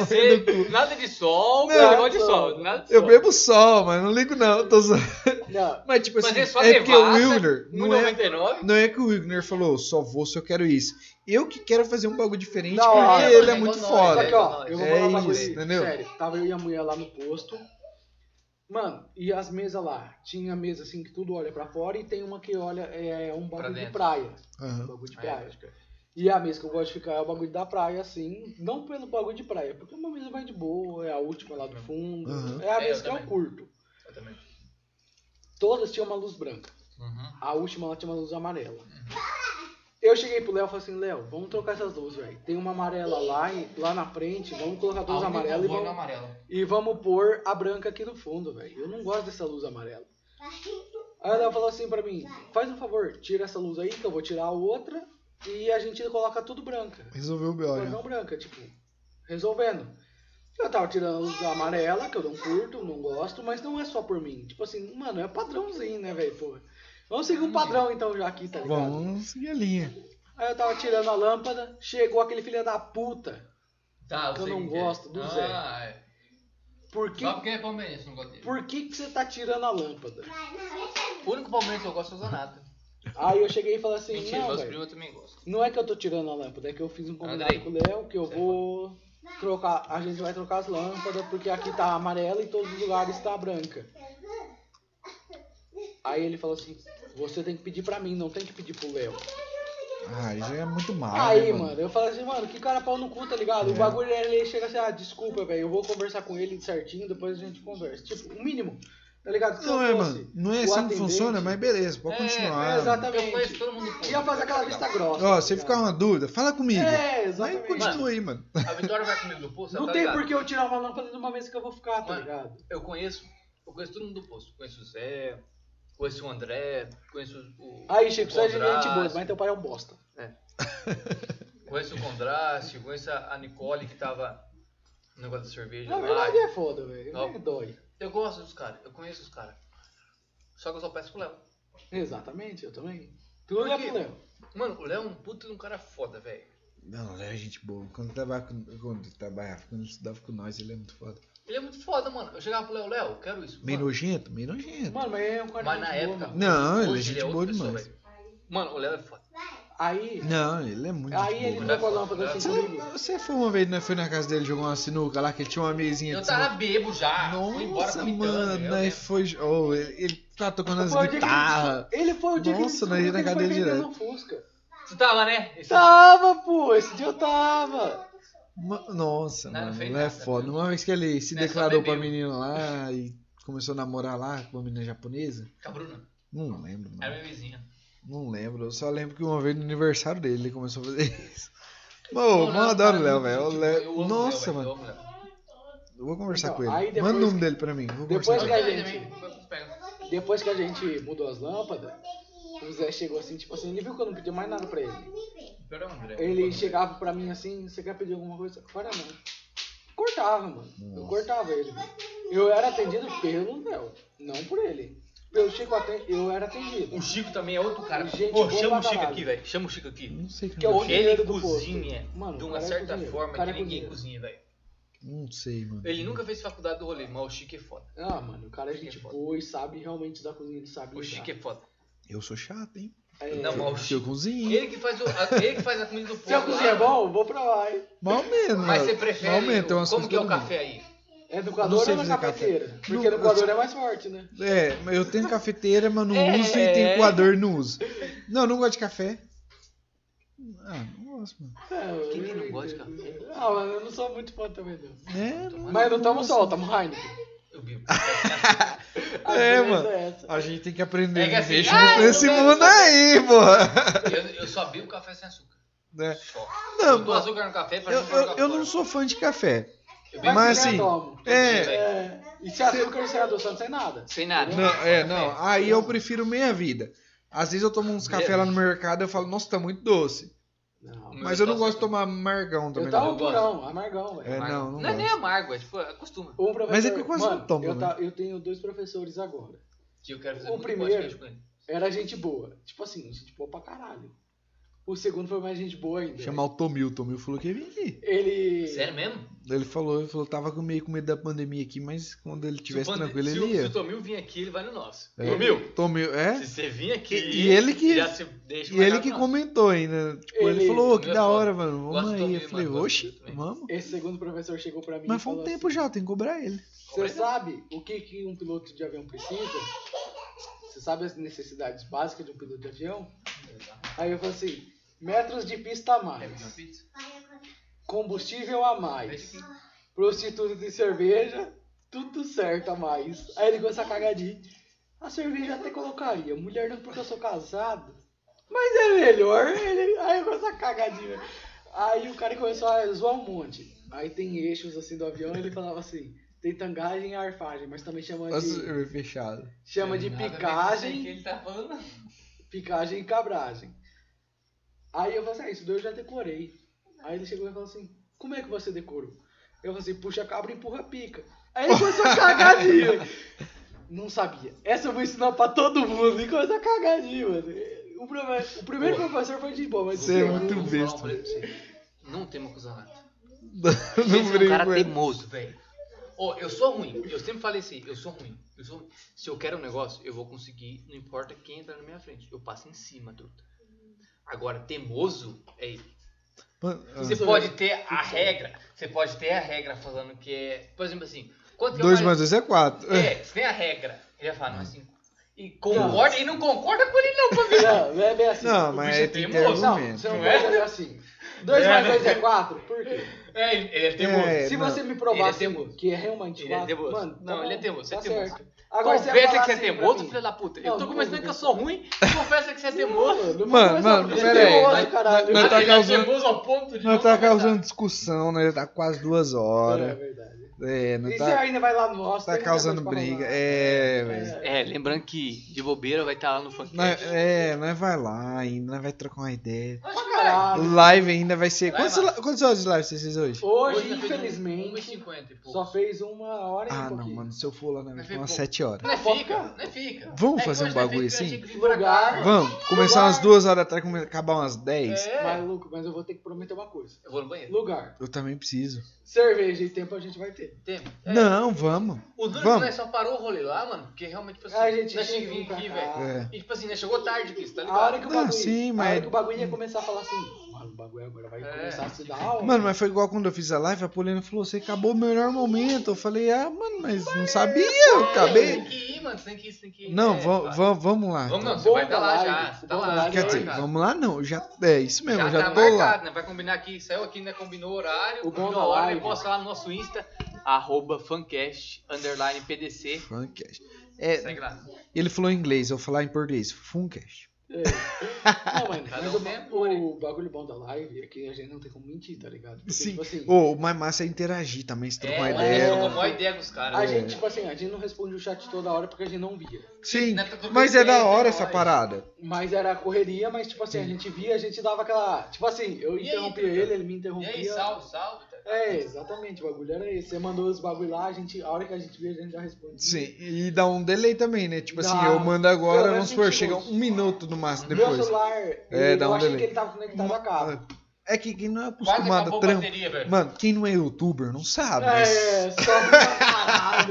[SPEAKER 4] ser, vai ser nada de sol,
[SPEAKER 2] Não.
[SPEAKER 4] não, de sol. Nada de
[SPEAKER 2] Eu
[SPEAKER 4] sol.
[SPEAKER 2] bebo sol, mas não ligo não. eu Tô... zoando.
[SPEAKER 3] Não,
[SPEAKER 2] Mas tipo
[SPEAKER 4] Mas
[SPEAKER 2] assim,
[SPEAKER 4] é só
[SPEAKER 2] é porque o
[SPEAKER 4] devassa,
[SPEAKER 2] Wilner não é,
[SPEAKER 4] 1,99.
[SPEAKER 2] não é que o Wilner falou, só vou se eu quero isso. Eu que quero fazer um bagulho diferente
[SPEAKER 3] Não,
[SPEAKER 2] porque
[SPEAKER 3] é,
[SPEAKER 2] ele é
[SPEAKER 4] mano,
[SPEAKER 2] muito
[SPEAKER 4] é igual nós,
[SPEAKER 2] foda.
[SPEAKER 3] Só que, ó, eu vou
[SPEAKER 2] É
[SPEAKER 3] falar uma
[SPEAKER 2] isso,
[SPEAKER 3] coisa,
[SPEAKER 2] entendeu?
[SPEAKER 3] sério, tava eu e a mulher lá no posto, Mano, e as mesas lá? Tinha mesa assim que tudo olha pra fora e tem uma que olha, é um
[SPEAKER 4] Pra
[SPEAKER 3] bagulho de
[SPEAKER 4] dentro.
[SPEAKER 3] praia. Um
[SPEAKER 2] Aham.
[SPEAKER 3] bagulho de
[SPEAKER 4] Ah,
[SPEAKER 3] praia.
[SPEAKER 4] é, acho que é.
[SPEAKER 3] E a mesa que eu gosto de ficar é o bagulho da praia, assim. Não pelo bagulho de praia, porque uma mesa vai de boa, é a última lá do fundo.
[SPEAKER 2] Uhum.
[SPEAKER 3] É a
[SPEAKER 4] É, eu
[SPEAKER 3] mesa que eu
[SPEAKER 4] também.
[SPEAKER 3] curto.
[SPEAKER 4] Eu também.
[SPEAKER 3] Todas tinham uma luz branca.
[SPEAKER 4] Uhum.
[SPEAKER 3] A última lá tinha uma luz amarela. Eu cheguei pro Léo e falei assim, Léo, vamos trocar essas luzes, velho. Tem uma amarela lá, e- lá na frente, vamos colocar duas
[SPEAKER 4] A única
[SPEAKER 3] amarelas e
[SPEAKER 4] boa é
[SPEAKER 3] vamos,
[SPEAKER 4] no amarelo.
[SPEAKER 3] e vamos pôr a branca aqui no fundo, velho. Eu não gosto dessa luz amarela. Aí o Léo falou assim pra mim, faz um favor, tira essa luz aí, que eu vou tirar a outra, e a gente coloca tudo branca.
[SPEAKER 2] Resolveu o né? B.O. já.
[SPEAKER 3] Cordão branca, tipo, resolvendo. Eu tava tirando a luz amarela, que eu não curto, não gosto, mas não é só por mim. Tipo assim, mano, é padrãozinho, né, velho, porra. Vamos seguir o padrão então já aqui, tá ligado?
[SPEAKER 2] Vamos seguir a linha.
[SPEAKER 3] Aí eu tava tirando a lâmpada, chegou aquele filho da puta.
[SPEAKER 4] Tá,
[SPEAKER 3] Eu
[SPEAKER 4] sei
[SPEAKER 3] não
[SPEAKER 4] quem que é.
[SPEAKER 3] gosto do Zé.
[SPEAKER 4] Ah, é.
[SPEAKER 3] Por que,
[SPEAKER 4] Só porque é palmeirense, não gosto dele.
[SPEAKER 3] por que que você tá tirando a lâmpada?
[SPEAKER 4] O único palmeirense que eu gosto é o Zanato.
[SPEAKER 3] Aí eu cheguei e falei assim,
[SPEAKER 4] Mentira,
[SPEAKER 3] não,
[SPEAKER 4] meus
[SPEAKER 3] velho.
[SPEAKER 4] primos também gostam.
[SPEAKER 3] Não é que eu tô tirando a lâmpada, é que eu fiz um combinado
[SPEAKER 4] Andrei.
[SPEAKER 3] com o Léo que eu
[SPEAKER 4] Sai
[SPEAKER 3] vou trocar, a gente vai trocar as lâmpadas porque aqui tá amarela e todos os lugares tá branca. Aí ele falou assim: "Você tem que pedir pra mim, não tem que pedir pro Léo".
[SPEAKER 2] Ah, isso é muito mal.
[SPEAKER 3] Aí,
[SPEAKER 2] né,
[SPEAKER 3] mano, eu falei assim: "Mano, que cara pau no cu, tá ligado?
[SPEAKER 2] É.
[SPEAKER 3] O bagulho ele chega assim: "Ah, desculpa, velho, eu vou conversar com ele certinho, depois a gente conversa". Tipo, o mínimo. Tá ligado? Se eu
[SPEAKER 2] Não é,
[SPEAKER 3] fosse
[SPEAKER 2] mano. Não é
[SPEAKER 3] o
[SPEAKER 2] assim que
[SPEAKER 3] atendente,
[SPEAKER 2] funciona, mas beleza, pode
[SPEAKER 4] É,
[SPEAKER 2] continuar.
[SPEAKER 3] é, exatamente.
[SPEAKER 4] Eu conheço todo mundo. do
[SPEAKER 3] Ia fazer
[SPEAKER 4] povo,
[SPEAKER 3] aquela
[SPEAKER 4] tá
[SPEAKER 3] vista
[SPEAKER 4] ligado?
[SPEAKER 3] grossa.
[SPEAKER 2] Ó,
[SPEAKER 3] tá
[SPEAKER 2] se
[SPEAKER 3] ligado?
[SPEAKER 2] ficar uma dúvida, fala comigo.
[SPEAKER 3] É,
[SPEAKER 2] Mas
[SPEAKER 3] exatamente.
[SPEAKER 2] continua aí, mano.
[SPEAKER 4] A Vitória vai comigo do posto,
[SPEAKER 3] Não
[SPEAKER 4] ela tá
[SPEAKER 3] tem
[SPEAKER 4] ligada.
[SPEAKER 3] por que eu tirar uma lâmpada de uma vez que eu vou ficar, tá
[SPEAKER 4] Mano.
[SPEAKER 3] ligado?
[SPEAKER 4] Eu conheço, eu conheço todo mundo do posto. Conheço o Zé, conheço o André, conheço o...
[SPEAKER 3] Aí, Chico, você é gente
[SPEAKER 4] Condraste.
[SPEAKER 3] boa, mas teu pai é um bosta.
[SPEAKER 4] Conheço o Contraste, conheço a Nicole que tava no negócio da cerveja
[SPEAKER 3] Na
[SPEAKER 4] lá.
[SPEAKER 3] verdade é foda, velho.
[SPEAKER 4] Não.
[SPEAKER 3] Não dói.
[SPEAKER 4] Eu gosto dos caras, eu conheço os caras. Só que eu só peço pro Léo.
[SPEAKER 3] Exatamente, eu também. Tudo
[SPEAKER 4] Por
[SPEAKER 3] é
[SPEAKER 4] quê?
[SPEAKER 3] problema.
[SPEAKER 4] Mano, o Léo é um puto de um cara foda, velho.
[SPEAKER 2] Não, é gente boa. Quando trabalha com. Quando trabalhava, quando estudava com nós, ele é muito foda.
[SPEAKER 4] Ele é muito foda, mano. Eu chegava pro Léo, Léo, eu quero isso.
[SPEAKER 2] Meio
[SPEAKER 4] mano.
[SPEAKER 2] nojento? Meio nojento.
[SPEAKER 3] Mano, mas é um cara
[SPEAKER 4] Mas
[SPEAKER 3] muito
[SPEAKER 4] na
[SPEAKER 3] boa,
[SPEAKER 4] época-
[SPEAKER 3] mano.
[SPEAKER 2] não, ele é
[SPEAKER 4] Hoje
[SPEAKER 2] gente
[SPEAKER 4] outra
[SPEAKER 2] boa
[SPEAKER 4] pessoa,
[SPEAKER 2] demais.
[SPEAKER 4] velho. Mano, o Léo é foda.
[SPEAKER 3] Aí,
[SPEAKER 2] Não, ele é muito
[SPEAKER 3] aí
[SPEAKER 2] gente
[SPEAKER 3] ele
[SPEAKER 2] boa.
[SPEAKER 4] não-
[SPEAKER 3] trocou a lâmpada assim
[SPEAKER 2] Você,
[SPEAKER 3] comigo.
[SPEAKER 2] lembra- você foi uma vez, né? Foi na casa dele, jogou uma sinuca lá, que ele tinha uma mesinha
[SPEAKER 4] Eu
[SPEAKER 2] de
[SPEAKER 4] tava bebo já. fui embora
[SPEAKER 2] Nossa,
[SPEAKER 4] vomitando, tá
[SPEAKER 2] mano,
[SPEAKER 4] eu
[SPEAKER 2] nós
[SPEAKER 4] lembro. é
[SPEAKER 2] foi. Oh, ele, ele tá tocando as
[SPEAKER 3] Foi o dia que ele-
[SPEAKER 2] guitarras.
[SPEAKER 3] Ele foi o dia que ele
[SPEAKER 2] Nossa, daí
[SPEAKER 3] descobriu que
[SPEAKER 2] na
[SPEAKER 3] ele foi
[SPEAKER 2] cadeia direto.
[SPEAKER 3] vendendo um Fusca.
[SPEAKER 4] Tu tava, né? Esse-
[SPEAKER 2] Tá.
[SPEAKER 3] Tava, pô, esse dia eu tava.
[SPEAKER 2] Ma- Nossa,
[SPEAKER 4] Não, não
[SPEAKER 2] mano,
[SPEAKER 4] fez
[SPEAKER 2] ele é
[SPEAKER 4] nada,
[SPEAKER 2] foda.
[SPEAKER 4] né?
[SPEAKER 2] Uma vez que ele se
[SPEAKER 4] Não é só
[SPEAKER 2] declarou pra
[SPEAKER 4] bebeu.
[SPEAKER 2] menina lá e começou a namorar lá com uma menina japonesa,
[SPEAKER 4] Com a Bruna.
[SPEAKER 2] não lembro,
[SPEAKER 4] Era
[SPEAKER 2] mano.
[SPEAKER 4] É minha vizinha.
[SPEAKER 2] Não lembro, eu só lembro que uma vez no aniversário dele ele começou a fazer isso. Mano, eu
[SPEAKER 4] Léo,
[SPEAKER 2] adoro o
[SPEAKER 4] cara,
[SPEAKER 2] Léo,
[SPEAKER 4] muito
[SPEAKER 2] velho. O
[SPEAKER 4] gente
[SPEAKER 2] Léo- é
[SPEAKER 4] boa, eu amo o
[SPEAKER 2] Nossa,
[SPEAKER 4] Léo, velho, eu
[SPEAKER 2] mano.
[SPEAKER 4] amo o Léo.
[SPEAKER 2] Eu vou conversar
[SPEAKER 3] Então,
[SPEAKER 2] com ele.
[SPEAKER 3] aí depois-
[SPEAKER 2] Manda o nome dele pra mim. Vou
[SPEAKER 3] depois
[SPEAKER 2] conversar
[SPEAKER 3] que
[SPEAKER 2] com ele.
[SPEAKER 3] a
[SPEAKER 4] Eu também,
[SPEAKER 3] gente-
[SPEAKER 4] também. Pega.
[SPEAKER 3] Depois que a gente mudou as lâmpadas, o Zé chegou assim, tipo assim, ele viu que eu não pedi mais nada pra ele.
[SPEAKER 4] Pior é o André.
[SPEAKER 3] Ele chegava pra mim assim, você quer pedir alguma coisa? Para não. Cortava, mano. Eu
[SPEAKER 2] Nossa.
[SPEAKER 3] cortava ele. Eu era atendido pelo Léo, não por ele. Pelo Chico até eu era atendido.
[SPEAKER 4] O Chico também é outro cara.
[SPEAKER 3] Gente
[SPEAKER 4] Pô,
[SPEAKER 3] boa
[SPEAKER 4] chama
[SPEAKER 3] pra
[SPEAKER 4] o Chico
[SPEAKER 3] caralho.
[SPEAKER 4] aqui, velho. Chama o Chico aqui.
[SPEAKER 2] Não sei
[SPEAKER 3] Que é
[SPEAKER 2] quem
[SPEAKER 3] o
[SPEAKER 2] eu
[SPEAKER 3] outro-
[SPEAKER 2] acho.
[SPEAKER 4] Ele
[SPEAKER 3] Cozinheiro do posto.
[SPEAKER 4] cozinha
[SPEAKER 3] Mano,
[SPEAKER 4] de
[SPEAKER 3] o
[SPEAKER 4] uma
[SPEAKER 3] cara é
[SPEAKER 4] certa
[SPEAKER 3] cozinheiro, o
[SPEAKER 4] forma
[SPEAKER 3] cara
[SPEAKER 4] que
[SPEAKER 3] é
[SPEAKER 4] ninguém
[SPEAKER 3] cozinheiro.
[SPEAKER 4] cozinha, velho.
[SPEAKER 2] Não sei, mano.
[SPEAKER 4] Ele nunca fez faculdade do rolê, mas o Chico é foda.
[SPEAKER 3] Ah, mano, o cara é
[SPEAKER 4] Chico é
[SPEAKER 3] gente
[SPEAKER 4] foda.
[SPEAKER 3] boa e sabe realmente da cozinha, ele sabe.
[SPEAKER 4] O
[SPEAKER 3] lidar.
[SPEAKER 4] Chico é foda.
[SPEAKER 2] Eu sou chato, hein?
[SPEAKER 3] É,
[SPEAKER 4] Não, mas o
[SPEAKER 2] Porque eu
[SPEAKER 4] Chico.
[SPEAKER 2] cozinho.
[SPEAKER 4] Ele que faz, o, a, ele que faz a comida do povo.
[SPEAKER 3] Se a
[SPEAKER 4] lá,
[SPEAKER 3] cozinha é bom, vou pra lá, hein?
[SPEAKER 2] Mal menos,
[SPEAKER 4] Mas
[SPEAKER 2] mano.
[SPEAKER 4] você
[SPEAKER 2] Mal
[SPEAKER 4] prefere.
[SPEAKER 2] menos, tem umas coisas
[SPEAKER 4] como que é o
[SPEAKER 2] todo mundo.
[SPEAKER 4] café aí?
[SPEAKER 3] É
[SPEAKER 2] Não
[SPEAKER 3] educador
[SPEAKER 2] sei
[SPEAKER 3] ou na
[SPEAKER 2] fazer café.
[SPEAKER 3] cafeteira?
[SPEAKER 2] Não,
[SPEAKER 3] Porque educador é mais forte, né?
[SPEAKER 2] É, mas eu tenho cafeteira, mas não
[SPEAKER 4] É.
[SPEAKER 2] uso e tenho coador e não uso. Não, eu não gosto de café. Ah, não gosto, mano.
[SPEAKER 3] É,
[SPEAKER 4] Quem que
[SPEAKER 3] eu-
[SPEAKER 4] não gosta de café?
[SPEAKER 3] Ah, mano, eu não sou muito fã também, não.
[SPEAKER 2] É, não,
[SPEAKER 3] Mas não tamo
[SPEAKER 2] gosto.
[SPEAKER 3] sol, tamo Heineken.
[SPEAKER 4] Eu bebo.
[SPEAKER 3] A
[SPEAKER 2] É,
[SPEAKER 3] diferença
[SPEAKER 2] mano.
[SPEAKER 3] é essa.
[SPEAKER 2] A gente tem que aprender
[SPEAKER 4] É que
[SPEAKER 2] a
[SPEAKER 4] assim,
[SPEAKER 2] viver junto
[SPEAKER 4] ah, eu
[SPEAKER 2] nesse
[SPEAKER 4] também
[SPEAKER 2] mundo
[SPEAKER 4] sou-
[SPEAKER 2] aí, porra.
[SPEAKER 4] Eu, eu só bebo café sem açúcar.
[SPEAKER 2] Né?
[SPEAKER 4] Só.
[SPEAKER 2] Não,
[SPEAKER 4] Não,
[SPEAKER 2] mano,
[SPEAKER 4] açúcar no café pra
[SPEAKER 2] Eu,
[SPEAKER 4] mim,
[SPEAKER 2] eu,
[SPEAKER 4] coloca
[SPEAKER 2] eu não
[SPEAKER 4] fora.
[SPEAKER 2] sou fã de café.
[SPEAKER 4] Eu bebo
[SPEAKER 2] Mas
[SPEAKER 3] eu
[SPEAKER 2] assim,
[SPEAKER 3] tomo.
[SPEAKER 2] é.
[SPEAKER 3] É, e se açúcar e sem adoçante, sem nada.
[SPEAKER 4] Sem nada.
[SPEAKER 2] Não, é, não. Aí eu prefiro meia vida. Às vezes eu tomo uns café lá no mercado e eu falo, nossa, tá muito doce.
[SPEAKER 3] Não.
[SPEAKER 4] Não,
[SPEAKER 2] Mas eu não
[SPEAKER 4] tá
[SPEAKER 2] gosto de
[SPEAKER 4] certo.
[SPEAKER 2] tomar margão
[SPEAKER 3] Eu
[SPEAKER 2] também.
[SPEAKER 3] tava
[SPEAKER 2] Não.
[SPEAKER 4] gosto.
[SPEAKER 3] durão, amargão, velho.
[SPEAKER 2] É,
[SPEAKER 4] Amargo.
[SPEAKER 2] não, não
[SPEAKER 4] é nem
[SPEAKER 2] gosto.
[SPEAKER 4] amargo, é tipo, acostuma.
[SPEAKER 3] Um professor,
[SPEAKER 2] Mas é que eu quase
[SPEAKER 3] mano,
[SPEAKER 2] não tomo,
[SPEAKER 3] eu,
[SPEAKER 2] né?
[SPEAKER 3] ta- eu tenho dois professores agora.
[SPEAKER 4] Que eu quero fazer
[SPEAKER 3] O
[SPEAKER 4] muito
[SPEAKER 3] primeiro-
[SPEAKER 4] podcast com ele.
[SPEAKER 3] Era gente boa. Tipo assim, gente boa pra caralho. O segundo foi mais gente boa ainda.
[SPEAKER 2] Chamar o Tomil. O Tomil falou que ia vir aqui.
[SPEAKER 3] Ele.
[SPEAKER 4] Sério mesmo?
[SPEAKER 2] Ele falou, ele falou, tava com- meio com medo da pandemia aqui, mas quando ele tivesse
[SPEAKER 4] se o Pande-
[SPEAKER 2] tranquilo,
[SPEAKER 4] se,
[SPEAKER 2] ele
[SPEAKER 4] o- Se
[SPEAKER 2] ia.
[SPEAKER 4] o Tomil vir aqui, ele vai no nosso.
[SPEAKER 2] É.
[SPEAKER 4] Tomil,
[SPEAKER 2] Tomil,
[SPEAKER 4] se
[SPEAKER 2] é?
[SPEAKER 4] você vir aqui.
[SPEAKER 2] E- e ele que-
[SPEAKER 4] Já se deixa
[SPEAKER 2] E ele
[SPEAKER 4] marcado
[SPEAKER 2] que
[SPEAKER 4] no nosso.
[SPEAKER 2] comentou ainda. Tipo, ele,
[SPEAKER 3] Ele-
[SPEAKER 2] falou, ô, que
[SPEAKER 4] eu
[SPEAKER 2] da
[SPEAKER 4] gosto-
[SPEAKER 2] hora, mano. Vamos
[SPEAKER 4] gosto do
[SPEAKER 2] aí.
[SPEAKER 4] Tomil,
[SPEAKER 2] Eu falei,
[SPEAKER 4] mas gosto
[SPEAKER 2] oxi,
[SPEAKER 4] dele também." assim.
[SPEAKER 2] vamos.
[SPEAKER 3] Esse segundo professor chegou pra mim. e
[SPEAKER 2] Mas foi um
[SPEAKER 3] falou
[SPEAKER 2] tempo né?" já, tem que cobrar ele.
[SPEAKER 3] Você sabe o que, que um piloto de avião precisa? Você sabe as necessidades básicas de um piloto de avião? Aí eu falei assim: metros de pista a mais, combustível a mais,
[SPEAKER 4] É
[SPEAKER 3] prostituta de cerveja, tudo certo a mais. Aí ele gosta essa cagadinha. A cerveja eu até colocaria, mulher não porque eu sou casado. Mas é melhor. Ele... Aí eu gosto essa cagadinha. Aí o cara começou a zoar um monte. Aí tem eixos assim do avião, ele falava assim: tem tangagem e arfagem, mas também chama de,
[SPEAKER 2] Nossa,
[SPEAKER 4] é um
[SPEAKER 2] eu ia fechado.
[SPEAKER 3] chama de
[SPEAKER 4] Nada a ver com isso aí que
[SPEAKER 3] picagem,
[SPEAKER 4] ele tá falando. não.
[SPEAKER 3] picagem e cabragem. Aí eu falei assim: ah, isso daí eu já decorei. Aí ele chegou e falou assim: como é que você decorou? Eu falei assim: puxa a cabra e empurra a pica. Aí ele começou a cagadinha. Não sabia. Essa eu vou ensinar pra todo mundo. E começou a cagadinha, mano. O, prome- o primeiro professor foi de boa, mas o
[SPEAKER 2] Você é muito
[SPEAKER 3] segundo-
[SPEAKER 4] Vou falar um
[SPEAKER 2] besta.
[SPEAKER 4] pra você. Não tema com o Zanato. Esse é
[SPEAKER 2] Não
[SPEAKER 4] um cara
[SPEAKER 2] brinco. ele.
[SPEAKER 4] teimoso, velho. Ó, eu sou ruim. Eu sempre falei assim, eu sou ruim. Eu sou ruim. Se eu quero um negócio, eu vou conseguir, não importa quem entrar na minha frente. Eu passo em cima, truta. Agora, teimoso é ele.
[SPEAKER 2] Mano,
[SPEAKER 4] Você
[SPEAKER 3] é
[SPEAKER 4] pode ter a
[SPEAKER 3] né?
[SPEAKER 4] regra. Você pode ter a regra falando que é. Por exemplo, assim. Quanto que eu
[SPEAKER 2] 2
[SPEAKER 4] falei?
[SPEAKER 2] mais 2 é 4.
[SPEAKER 4] É, você tem a regra. Ele vai falar, não é assim. E concorda e não concorda com ele, não, com a vida.
[SPEAKER 3] Não, não é bem assim.
[SPEAKER 2] Não,
[SPEAKER 4] o
[SPEAKER 2] mas
[SPEAKER 4] bicho é
[SPEAKER 2] é tem que ter
[SPEAKER 4] teimoso.
[SPEAKER 3] Não,
[SPEAKER 2] argumento.
[SPEAKER 3] você não
[SPEAKER 4] Não
[SPEAKER 3] pode
[SPEAKER 4] é?
[SPEAKER 3] olhar assim. 2 mais
[SPEAKER 4] É.
[SPEAKER 3] 2 é 4? Por quê?
[SPEAKER 4] É, ele ele é teimoso.
[SPEAKER 2] É,
[SPEAKER 3] Se
[SPEAKER 2] não.
[SPEAKER 3] você me provar
[SPEAKER 4] Ele é teimoso.
[SPEAKER 3] que é realmente
[SPEAKER 4] Ele é
[SPEAKER 3] 4,
[SPEAKER 4] teimoso.
[SPEAKER 3] mano,
[SPEAKER 4] Não,
[SPEAKER 3] tá
[SPEAKER 4] ele é
[SPEAKER 3] bom,
[SPEAKER 4] teimoso,
[SPEAKER 3] Tá
[SPEAKER 4] é teimoso.
[SPEAKER 3] certo. Agora você vai
[SPEAKER 4] confessa
[SPEAKER 3] falar
[SPEAKER 4] que você é
[SPEAKER 3] assim pra
[SPEAKER 4] teimoso,
[SPEAKER 3] mim.
[SPEAKER 4] filho da puta.
[SPEAKER 3] Não,
[SPEAKER 4] eu tô
[SPEAKER 3] não
[SPEAKER 4] começando que eu
[SPEAKER 3] confessa.
[SPEAKER 4] sou ruim, confessa que você é teimoso.
[SPEAKER 3] Mano, não
[SPEAKER 2] Mano,
[SPEAKER 3] começa
[SPEAKER 2] mano,
[SPEAKER 3] por isso.
[SPEAKER 2] pera aí,
[SPEAKER 3] Teimoso,
[SPEAKER 2] mas-
[SPEAKER 3] caralho.
[SPEAKER 2] mas- Nós tá
[SPEAKER 4] Ele
[SPEAKER 2] causando-
[SPEAKER 4] é teimoso ao ponto
[SPEAKER 2] Nós
[SPEAKER 4] de. não
[SPEAKER 2] tá
[SPEAKER 4] concordar.
[SPEAKER 2] causando discussão, né? Tá quase duas
[SPEAKER 3] É
[SPEAKER 2] horas.
[SPEAKER 3] verdade.
[SPEAKER 2] É, não
[SPEAKER 3] E você
[SPEAKER 2] tá,
[SPEAKER 3] ainda vai lá no nosso.
[SPEAKER 2] tá
[SPEAKER 3] tem muita
[SPEAKER 2] causando
[SPEAKER 3] coisa pra
[SPEAKER 2] briga.
[SPEAKER 3] falar.
[SPEAKER 2] É, velho.
[SPEAKER 3] É.
[SPEAKER 4] É, lembrando que de bobeira vai estar lá no funk.
[SPEAKER 2] Nós- É, nós vai lá ainda, nós vai trocar uma ideia.
[SPEAKER 3] Pra caralho.
[SPEAKER 2] Live ainda vai ser.
[SPEAKER 4] Vai,
[SPEAKER 2] Quantas,
[SPEAKER 4] vai.
[SPEAKER 2] li- quantas horas de live vocês fez hoje?
[SPEAKER 3] Hoje, infelizmente,
[SPEAKER 4] 1,50 tá e pouco.
[SPEAKER 3] só fez uma hora e um
[SPEAKER 2] Ah, não,
[SPEAKER 3] pouquinho.
[SPEAKER 2] mano. Se eu for lá,
[SPEAKER 4] Mas
[SPEAKER 2] nós
[SPEAKER 4] foi
[SPEAKER 2] umas
[SPEAKER 4] pouco.
[SPEAKER 2] 7 horas.
[SPEAKER 4] Não é fica, não é fica.
[SPEAKER 2] Vamos
[SPEAKER 4] É que
[SPEAKER 2] fazer um
[SPEAKER 4] hoje não é
[SPEAKER 2] bagulho
[SPEAKER 4] fica,
[SPEAKER 2] assim?
[SPEAKER 4] tinha que vir pra
[SPEAKER 3] Lugar.
[SPEAKER 4] cá.
[SPEAKER 2] Vamos, começar umas duas horas atrás, come- acabar umas 10.
[SPEAKER 4] É.
[SPEAKER 3] Mas, Luco, mas eu vou ter que prometer uma coisa.
[SPEAKER 4] Eu vou no banheiro.
[SPEAKER 3] Lugar,
[SPEAKER 2] Eu também preciso.
[SPEAKER 3] cerveja e tempo a gente vai ter.
[SPEAKER 4] Tem. É.
[SPEAKER 2] Não, vamos.
[SPEAKER 4] O duro é que
[SPEAKER 2] Vamos.
[SPEAKER 4] nós só parou o rolê lá, mano, porque realmente foi assim.
[SPEAKER 3] A gente
[SPEAKER 4] nós
[SPEAKER 3] tinha
[SPEAKER 4] tinha que
[SPEAKER 3] que
[SPEAKER 4] vir
[SPEAKER 3] vir
[SPEAKER 4] aqui,
[SPEAKER 3] pra cá.
[SPEAKER 4] velho.
[SPEAKER 2] É.
[SPEAKER 4] E tipo assim, nós chegou tarde aqui, você tá
[SPEAKER 3] A hora que
[SPEAKER 4] ligado?
[SPEAKER 3] o
[SPEAKER 2] Não,
[SPEAKER 3] bagulho,
[SPEAKER 2] sim,
[SPEAKER 3] a
[SPEAKER 2] mas-
[SPEAKER 3] hora que o bagulho ia começar a falar assim, mano, o bagulho agora vai
[SPEAKER 4] É.
[SPEAKER 3] começar a se dar aula.
[SPEAKER 2] Mano, mas foi igual quando eu fiz a live, a Polina falou, você acabou o melhor momento. Eu falei, ah, mano, mas não sabia, eu
[SPEAKER 4] Você
[SPEAKER 2] acabei.
[SPEAKER 4] tem que ir, mano, você tem que ir, você tem que ir.
[SPEAKER 2] Não,
[SPEAKER 4] É,
[SPEAKER 2] va-
[SPEAKER 4] vai.
[SPEAKER 2] va- vamos lá.
[SPEAKER 4] Vamos não,
[SPEAKER 2] então.
[SPEAKER 4] você vai estar
[SPEAKER 3] Bom
[SPEAKER 4] lá
[SPEAKER 3] da
[SPEAKER 4] já.
[SPEAKER 3] live,
[SPEAKER 4] Você tá
[SPEAKER 3] bom da
[SPEAKER 4] lá.
[SPEAKER 3] live,
[SPEAKER 2] Quer
[SPEAKER 4] tá
[SPEAKER 2] dizer,
[SPEAKER 4] marcado.
[SPEAKER 2] vamos lá não, já é isso mesmo, já,
[SPEAKER 4] tá
[SPEAKER 2] tô lá.
[SPEAKER 4] marcado, né? Vai combinar aqui, saiu aqui, né? Combinou o horário,
[SPEAKER 3] O bom
[SPEAKER 4] combinou
[SPEAKER 3] da
[SPEAKER 4] a hora,
[SPEAKER 3] live.
[SPEAKER 4] e posta lá no nosso Insta, arroba fancast, underline PDC.
[SPEAKER 2] Funcast. É,
[SPEAKER 4] Segue lá.
[SPEAKER 2] ele falou em inglês, eu vou falar em português. Funcast.
[SPEAKER 3] É. Não, mano,
[SPEAKER 4] Cada
[SPEAKER 3] mas
[SPEAKER 4] um
[SPEAKER 3] o,
[SPEAKER 4] tem a
[SPEAKER 3] ba-
[SPEAKER 4] cor, hein?
[SPEAKER 3] o bagulho bom da live é que a gente não tem como mentir, tá ligado? Porque,
[SPEAKER 2] Sim.
[SPEAKER 3] tipo assim,
[SPEAKER 2] Ô, o mais massa é interagir também, se trocar uma
[SPEAKER 4] é,
[SPEAKER 2] ideia.
[SPEAKER 4] trocou uma ideia com os caras.
[SPEAKER 3] a gente, tipo assim, a gente não responde o chat toda hora porque a gente não via.
[SPEAKER 2] Sim,
[SPEAKER 4] né, tá tudo
[SPEAKER 2] mas
[SPEAKER 4] bem,
[SPEAKER 2] é da
[SPEAKER 4] tem
[SPEAKER 2] hora
[SPEAKER 4] nós.
[SPEAKER 2] essa parada.
[SPEAKER 3] Mas era a correria, mas tipo assim, a gente via, a gente dava aquela. Tipo assim, eu
[SPEAKER 4] E aí,
[SPEAKER 3] interrompia
[SPEAKER 4] Truta?
[SPEAKER 3] ele, ele me
[SPEAKER 4] E
[SPEAKER 3] interrompia.
[SPEAKER 4] aí, salve, salve. tá?
[SPEAKER 3] É, exatamente, o bagulho era esse. Você mandou os bagulho lá, a gente, a hora que a gente via, a gente já respondia.
[SPEAKER 2] Sim, e dá um delay também, né? Tipo assim,
[SPEAKER 3] Dá.
[SPEAKER 2] eu mando agora, vamos
[SPEAKER 3] Pelo menos
[SPEAKER 2] supor,
[SPEAKER 3] 20
[SPEAKER 2] chega
[SPEAKER 3] segundos.
[SPEAKER 2] um minuto no máximo
[SPEAKER 3] assim, tipo, Meu
[SPEAKER 2] depois.
[SPEAKER 3] celular,
[SPEAKER 2] É,
[SPEAKER 3] ele-
[SPEAKER 2] dá
[SPEAKER 3] eu
[SPEAKER 2] um
[SPEAKER 3] achei
[SPEAKER 2] delay.
[SPEAKER 3] que ele tava conectado a cabo.
[SPEAKER 2] É que quem não é
[SPEAKER 4] Quase
[SPEAKER 2] acostumado
[SPEAKER 4] acabou
[SPEAKER 2] a
[SPEAKER 4] a
[SPEAKER 2] trampo.
[SPEAKER 4] bateria, velho.
[SPEAKER 2] Mano, quem não é youtuber não sabe.
[SPEAKER 3] É,
[SPEAKER 2] mas
[SPEAKER 3] só pra caralho.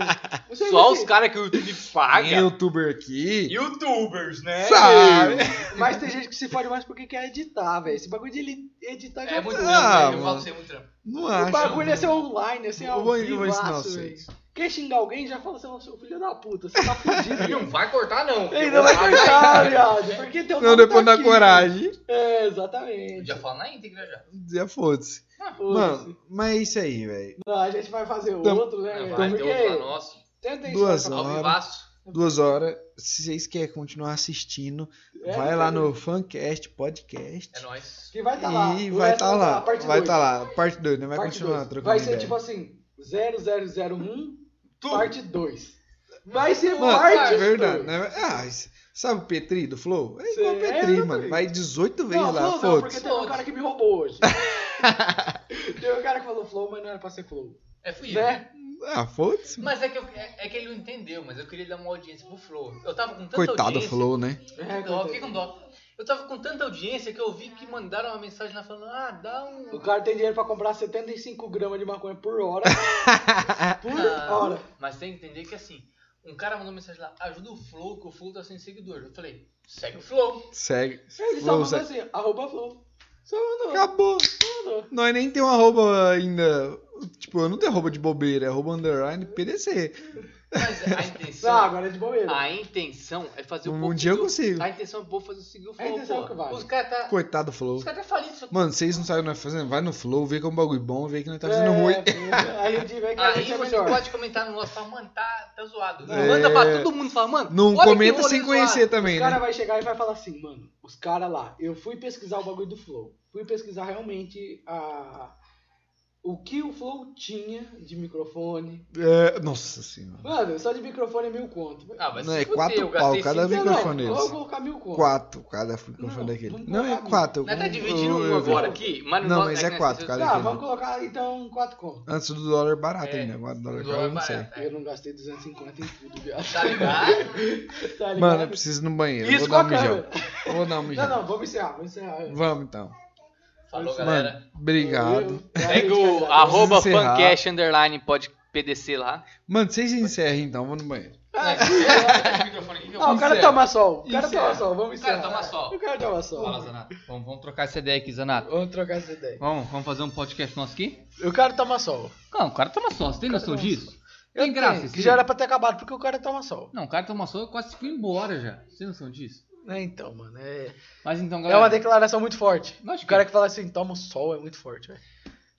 [SPEAKER 3] Você
[SPEAKER 4] Só
[SPEAKER 3] vê
[SPEAKER 4] os
[SPEAKER 3] que-
[SPEAKER 4] caras que o YouTube paga.
[SPEAKER 2] Quem é youtuber aqui
[SPEAKER 4] Youtubers, né?
[SPEAKER 2] sabe.
[SPEAKER 3] Mas tem gente que se fode mais porque quer editar, velho. Esse bagulho de ele editar já
[SPEAKER 4] É muito
[SPEAKER 3] foi.
[SPEAKER 4] trampo,
[SPEAKER 2] Ah,
[SPEAKER 4] velho, eu
[SPEAKER 2] mano.
[SPEAKER 4] falo pra você, é muito trampo.
[SPEAKER 2] Não
[SPEAKER 3] O
[SPEAKER 2] acho.
[SPEAKER 3] bagulho é ser online, assim, ao
[SPEAKER 2] eu vou, eu vou ensinar
[SPEAKER 3] vivaço, velho.
[SPEAKER 2] vocês.
[SPEAKER 3] Quer xingar alguém, já fala, assim, seu, seu filho da puta, você tá fudido.
[SPEAKER 4] Ele não vai cortar, não.
[SPEAKER 3] Ele não vai cortar, viado. Porque teu
[SPEAKER 2] Não,
[SPEAKER 3] nome tá
[SPEAKER 2] depois da
[SPEAKER 3] aqui.
[SPEAKER 2] coragem.
[SPEAKER 3] É,
[SPEAKER 4] Eu
[SPEAKER 3] exatamente.
[SPEAKER 4] já falo na íntegra já.
[SPEAKER 2] Já foda-se.
[SPEAKER 3] Foda-se.
[SPEAKER 2] Mano, mas é isso aí, velho.
[SPEAKER 3] Não, a gente vai fazer
[SPEAKER 2] Tam-
[SPEAKER 3] outro, né? velho?
[SPEAKER 4] Não, é, vai, tem outro lá
[SPEAKER 3] Porque
[SPEAKER 4] nosso.
[SPEAKER 3] tenta isso.
[SPEAKER 2] Duas
[SPEAKER 3] né?
[SPEAKER 2] horas.
[SPEAKER 4] Ao vivaço.
[SPEAKER 2] Duas horas. Se vocês querem continuar assistindo,
[SPEAKER 3] É,
[SPEAKER 2] vai lá
[SPEAKER 3] velho.
[SPEAKER 2] no Fancast Podcast.
[SPEAKER 4] É nóis.
[SPEAKER 3] Que vai estar tá lá.
[SPEAKER 2] E
[SPEAKER 3] O
[SPEAKER 2] vai
[SPEAKER 3] resto
[SPEAKER 2] estar lá.
[SPEAKER 3] parte
[SPEAKER 2] Vai
[SPEAKER 3] dois.
[SPEAKER 2] estar lá. Parte 2, né? Vai
[SPEAKER 3] Parte
[SPEAKER 2] continuar
[SPEAKER 3] dois.
[SPEAKER 2] trocando.
[SPEAKER 3] Vai ser
[SPEAKER 2] ideia.
[SPEAKER 3] tipo assim, 0001,
[SPEAKER 4] Tudo.
[SPEAKER 3] parte 2. Vai ser
[SPEAKER 2] Mano,
[SPEAKER 3] parte tipo,
[SPEAKER 2] é verdade,
[SPEAKER 3] dois.
[SPEAKER 2] né? Ah, isso- sabe o Petri do Flow? É igual o
[SPEAKER 3] Sim,
[SPEAKER 2] Petri,
[SPEAKER 3] é,
[SPEAKER 2] mano.
[SPEAKER 3] exatamente.
[SPEAKER 2] Vai 18 vezes
[SPEAKER 3] Não,
[SPEAKER 2] lá,
[SPEAKER 3] Flow não, porque
[SPEAKER 2] foda-se.
[SPEAKER 3] teve um cara que me roubou hoje. teve um cara que falou Flow, mas não era pra ser Flow.
[SPEAKER 4] É fui eu.
[SPEAKER 3] Né?
[SPEAKER 2] Ah, foda-se.
[SPEAKER 4] Mas é que, eu- é, é que ele não entendeu, mas eu queria dar uma audiência pro Flow. Eu tava com tanta
[SPEAKER 2] Coitado do
[SPEAKER 4] audiência.
[SPEAKER 2] Flow, né?
[SPEAKER 4] Eu fiquei com dó, eu fiquei com dó. Eu Eu tava com tanta audiência que eu vi que mandaram uma mensagem lá falando, ah, dá
[SPEAKER 3] O
[SPEAKER 4] um.
[SPEAKER 3] cara tem dinheiro pra comprar 75 gramas de maconha por hora. por
[SPEAKER 4] Ah,
[SPEAKER 3] hora.
[SPEAKER 4] Mas tem que entender que assim, um cara mandou mensagem lá, ajuda o Flow, que o Flow tá sem seguidor. Eu falei, segue o Flow.
[SPEAKER 2] Segue.
[SPEAKER 3] Ele só
[SPEAKER 2] Flow,
[SPEAKER 3] mandou
[SPEAKER 2] Zé.
[SPEAKER 3] assim, arroba flow. Só mandou.
[SPEAKER 2] Acabou.
[SPEAKER 3] mandou.
[SPEAKER 2] Nós nem tem um arroba ainda. Tipo, eu não tenho arroba de bobeira, é arroba underline PDC.
[SPEAKER 4] Mas a
[SPEAKER 3] Não,
[SPEAKER 4] intenção.
[SPEAKER 3] agora é de bobeira.
[SPEAKER 4] a intenção é fazer o
[SPEAKER 2] Um,
[SPEAKER 4] povo
[SPEAKER 2] dia eu
[SPEAKER 4] seguir o-
[SPEAKER 2] consigo.
[SPEAKER 4] A intenção é o povo fazer seguir o
[SPEAKER 3] A
[SPEAKER 4] Flow.
[SPEAKER 3] intenção é
[SPEAKER 4] pô.
[SPEAKER 3] o que vale.
[SPEAKER 4] Os caras tá.
[SPEAKER 2] Coitado do Flow.
[SPEAKER 4] Os caras tá falidos. só-
[SPEAKER 2] Mano, vocês não sabem o que nós tá fazendo? Vai no Flow, vê que é um bagulho bom, vê que nós tá
[SPEAKER 3] É,
[SPEAKER 2] fazendo ruim.
[SPEAKER 3] Aí a gente vê que a
[SPEAKER 4] Aí
[SPEAKER 3] gente é
[SPEAKER 4] você
[SPEAKER 3] melhor.
[SPEAKER 4] pode comentar no nosso, fala, mano, tá, tá zoado.
[SPEAKER 2] É.
[SPEAKER 4] Manda pra todo mundo, fala, mano.
[SPEAKER 2] Não
[SPEAKER 4] olha que
[SPEAKER 2] comenta
[SPEAKER 4] rolê
[SPEAKER 2] sem
[SPEAKER 4] zoado.
[SPEAKER 2] conhecer
[SPEAKER 3] Os
[SPEAKER 2] também,
[SPEAKER 3] caras
[SPEAKER 2] né?
[SPEAKER 3] vai chegar e vai falar assim, mano, os caras lá, eu fui pesquisar o bagulho do Flow. Fui pesquisar realmente a... o que o Flow tinha de microfone.
[SPEAKER 2] É, nossa senhora.
[SPEAKER 3] Mano, só de microfone é mil conto.
[SPEAKER 4] Ah, vai
[SPEAKER 2] Não,
[SPEAKER 4] se
[SPEAKER 2] é
[SPEAKER 4] fuder,
[SPEAKER 2] quatro
[SPEAKER 4] eu gastei
[SPEAKER 2] pau cada
[SPEAKER 4] cinco-
[SPEAKER 3] Não,
[SPEAKER 2] microfone
[SPEAKER 3] não,
[SPEAKER 2] deles.
[SPEAKER 3] vou colocar mil conto.
[SPEAKER 2] Quatro, cada microfone
[SPEAKER 3] Não,
[SPEAKER 2] daquele.
[SPEAKER 3] vamos
[SPEAKER 2] Não, é
[SPEAKER 3] colocar
[SPEAKER 2] quatro.
[SPEAKER 4] Nós tá
[SPEAKER 2] eu-
[SPEAKER 4] dividindo
[SPEAKER 2] eu-
[SPEAKER 4] um
[SPEAKER 2] eu-
[SPEAKER 4] agora aqui, mas
[SPEAKER 2] Não,
[SPEAKER 4] não
[SPEAKER 2] mas
[SPEAKER 4] é
[SPEAKER 2] é
[SPEAKER 4] que
[SPEAKER 2] quatro,
[SPEAKER 4] nós-
[SPEAKER 2] cada
[SPEAKER 3] Tá,
[SPEAKER 2] aquele.
[SPEAKER 3] vamos colocar então quatro conto.
[SPEAKER 2] Antes do dólar barato
[SPEAKER 4] É.
[SPEAKER 2] ainda. Agora o dólar
[SPEAKER 4] Dólar é
[SPEAKER 2] caro, eu não sei.
[SPEAKER 4] barato.
[SPEAKER 3] Eu não gastei 250 em tudo, viado.
[SPEAKER 4] Tá ligado?
[SPEAKER 3] Tá ligado?
[SPEAKER 2] Mano, eu preciso ir no banheiro. eu vou
[SPEAKER 3] Isso com
[SPEAKER 2] dar
[SPEAKER 3] a
[SPEAKER 2] um mijão.
[SPEAKER 3] câmera.
[SPEAKER 2] Eu vou dar um
[SPEAKER 3] Não,
[SPEAKER 2] mijão.
[SPEAKER 3] não, vamos encerrar, vamos encerrar.
[SPEAKER 2] Vamos então.
[SPEAKER 4] Falou, galera.
[SPEAKER 2] Mano, é obrigado.
[SPEAKER 3] Eu-
[SPEAKER 4] Segue
[SPEAKER 3] eu-
[SPEAKER 4] o
[SPEAKER 2] é
[SPEAKER 3] eu-
[SPEAKER 4] arroba
[SPEAKER 2] encerrar.
[SPEAKER 4] fancast underline pode PDC lá.
[SPEAKER 2] Mano, vocês encerram então, vou no banheiro.
[SPEAKER 3] Ah, o cara
[SPEAKER 4] Encerra.
[SPEAKER 3] toma sol. O cara
[SPEAKER 4] Encerra.
[SPEAKER 3] toma sol, vamos
[SPEAKER 4] O cara
[SPEAKER 3] encerrar.
[SPEAKER 4] toma sol.
[SPEAKER 3] O cara toma sol.
[SPEAKER 4] Fala, Zanato. Vamos, vamos trocar essa ideia aqui, Zanato.
[SPEAKER 3] Vamos trocar essa ideia.
[SPEAKER 4] Vamos, vamos fazer um podcast nosso aqui?
[SPEAKER 3] O cara toma sol.
[SPEAKER 4] Não, o cara toma sol, você tem noção
[SPEAKER 3] toma
[SPEAKER 4] disso?
[SPEAKER 3] Eu
[SPEAKER 4] Tem graça
[SPEAKER 3] tenho,
[SPEAKER 4] isso
[SPEAKER 3] Que já
[SPEAKER 4] aí?
[SPEAKER 3] era pra ter acabado, porque o cara toma sol.
[SPEAKER 4] Não, o cara toma sol, eu quase fui embora já. Você tem noção disso?
[SPEAKER 3] É, então, mano. É,
[SPEAKER 4] Mas então,
[SPEAKER 3] é
[SPEAKER 4] galera.
[SPEAKER 3] uma declaração muito forte.
[SPEAKER 4] Lógico que
[SPEAKER 3] O cara
[SPEAKER 4] é.
[SPEAKER 3] que fala assim, toma o sol, é muito forte, velho.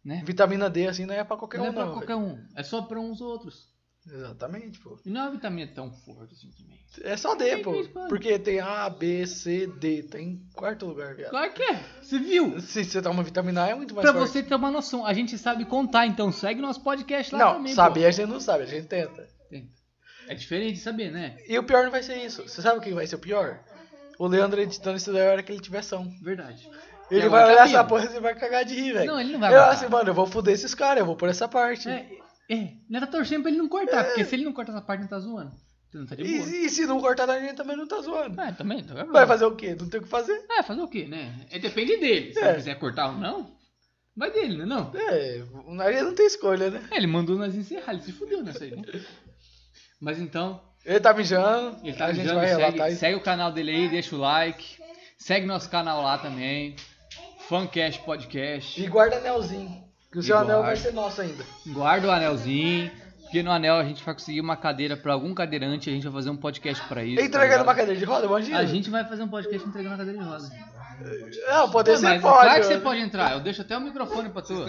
[SPEAKER 4] Né?
[SPEAKER 3] Vitamina D, assim, não é pra qualquer
[SPEAKER 4] Não
[SPEAKER 3] um,
[SPEAKER 4] é pra
[SPEAKER 3] não.
[SPEAKER 4] qualquer um, é só pra uns outros.
[SPEAKER 3] velho. Exatamente, pô.
[SPEAKER 4] E não é uma vitamina tão forte assim também.
[SPEAKER 3] É só D,
[SPEAKER 4] Tem
[SPEAKER 3] pô.
[SPEAKER 4] três coisas.
[SPEAKER 3] Porque tem A, B, C, D. Tá em quarto lugar, viado.
[SPEAKER 4] Claro que é, você viu?
[SPEAKER 3] Se você toma vitamina A, é muito mais
[SPEAKER 4] Pra
[SPEAKER 3] forte.
[SPEAKER 4] você ter uma noção, a gente sabe contar, então segue nosso podcast lá
[SPEAKER 3] não,
[SPEAKER 4] também. pô.
[SPEAKER 3] saber a gente não sabe, a gente tenta.
[SPEAKER 4] É diferente de saber, né?
[SPEAKER 3] E o pior não vai ser isso. Você sabe o que vai ser o pior? O Leandro editando isso daí a hora que ele tiver som.
[SPEAKER 4] Verdade. E
[SPEAKER 3] Ele
[SPEAKER 4] agora
[SPEAKER 3] vai
[SPEAKER 4] tá
[SPEAKER 3] olhar
[SPEAKER 4] vivo.
[SPEAKER 3] essa porra e você vai cagar de rir, velho.
[SPEAKER 4] Não, ele não vai
[SPEAKER 3] Eu
[SPEAKER 4] aguentar.
[SPEAKER 3] assim, mano, eu vou foder esses caras, eu vou por essa parte.
[SPEAKER 4] É, é, nós tá torcendo pra ele não
[SPEAKER 3] É.
[SPEAKER 4] cortar, porque se ele não cortar essa parte, não tá zoando. Então não tá de boa.
[SPEAKER 3] E, e se não cortar da gente também não tá zoando.
[SPEAKER 4] É, também. Tá
[SPEAKER 3] Vai fazer o quê? Não tem o que fazer?
[SPEAKER 4] É, fazer o quê, né? É, depende dele. Se
[SPEAKER 3] É.
[SPEAKER 4] ele quiser cortar ou não, vai dele, né? Não.
[SPEAKER 3] É, a gente não tem escolha, né?
[SPEAKER 4] É, ele mandou nós encerrar, ele se fudeu nessa aí, né? Mas então,
[SPEAKER 3] Ele tá mijando,
[SPEAKER 4] ele tá
[SPEAKER 3] a gente
[SPEAKER 4] avisando,
[SPEAKER 3] vai
[SPEAKER 4] segue,
[SPEAKER 3] relatar isso.
[SPEAKER 4] segue o canal dele aí, deixa o like. Segue nosso canal lá também. Fancast Podcast.
[SPEAKER 3] E guarda anelzinho. Que o seu
[SPEAKER 4] E
[SPEAKER 3] anel
[SPEAKER 4] guarda.
[SPEAKER 3] vai ser nosso ainda.
[SPEAKER 4] Guarda o anelzinho. Porque no anel a gente vai conseguir uma cadeira pra algum cadeirante, a gente vai fazer um podcast pra isso. tá
[SPEAKER 3] Entregando
[SPEAKER 4] ligado?
[SPEAKER 3] uma cadeira de roda, imagina.
[SPEAKER 4] A gente vai fazer um podcast entregando a cadeira de roda.
[SPEAKER 3] Não, poder
[SPEAKER 4] Não,
[SPEAKER 3] você
[SPEAKER 4] mas
[SPEAKER 3] pode.
[SPEAKER 4] claro que você
[SPEAKER 3] mano.
[SPEAKER 4] pode entrar. Eu deixo até o microfone pra tu.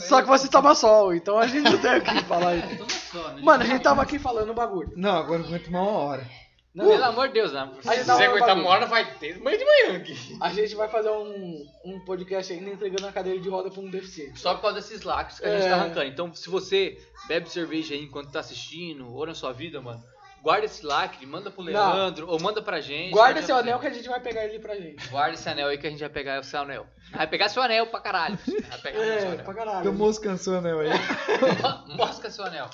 [SPEAKER 3] Só que você toma sol, então a gente não tem o que falar isso.
[SPEAKER 4] Toma só, né?
[SPEAKER 3] Mano, a gente tava aqui falando o bagulho.
[SPEAKER 2] Não, agora eu vou tomar uma hora.
[SPEAKER 3] Não,
[SPEAKER 4] Pelo amor de Deus, né?
[SPEAKER 3] a gente
[SPEAKER 4] Você
[SPEAKER 3] tava
[SPEAKER 4] vai
[SPEAKER 3] falando
[SPEAKER 4] aguentar
[SPEAKER 3] bagulho.
[SPEAKER 4] uma hora, vai ter manhã de manhã aqui.
[SPEAKER 3] A gente vai fazer um, um podcast ainda entregando a cadeira de roda pra um deficiente.
[SPEAKER 4] Só por causa desses lacres que a gente
[SPEAKER 3] É.
[SPEAKER 4] tá arrancando. Então, se você bebe cerveja aí enquanto tá assistindo, ou na sua vida, mano, guarda esse lacre, manda pro Leandro, ou manda pra gente.
[SPEAKER 3] Guarda
[SPEAKER 4] que a gente
[SPEAKER 3] seu
[SPEAKER 4] vai
[SPEAKER 3] anel que
[SPEAKER 4] fazer.
[SPEAKER 3] a gente vai pegar ele pra gente.
[SPEAKER 4] Guarda esse anel aí que a gente vai pegar o seu anel. Vai pegar seu anel pra caralho. Vai pegar seu
[SPEAKER 3] É,
[SPEAKER 4] anel.
[SPEAKER 3] pra caralho.
[SPEAKER 2] Tomou as canções, né, velho?
[SPEAKER 4] Mo- Mosca seu anel.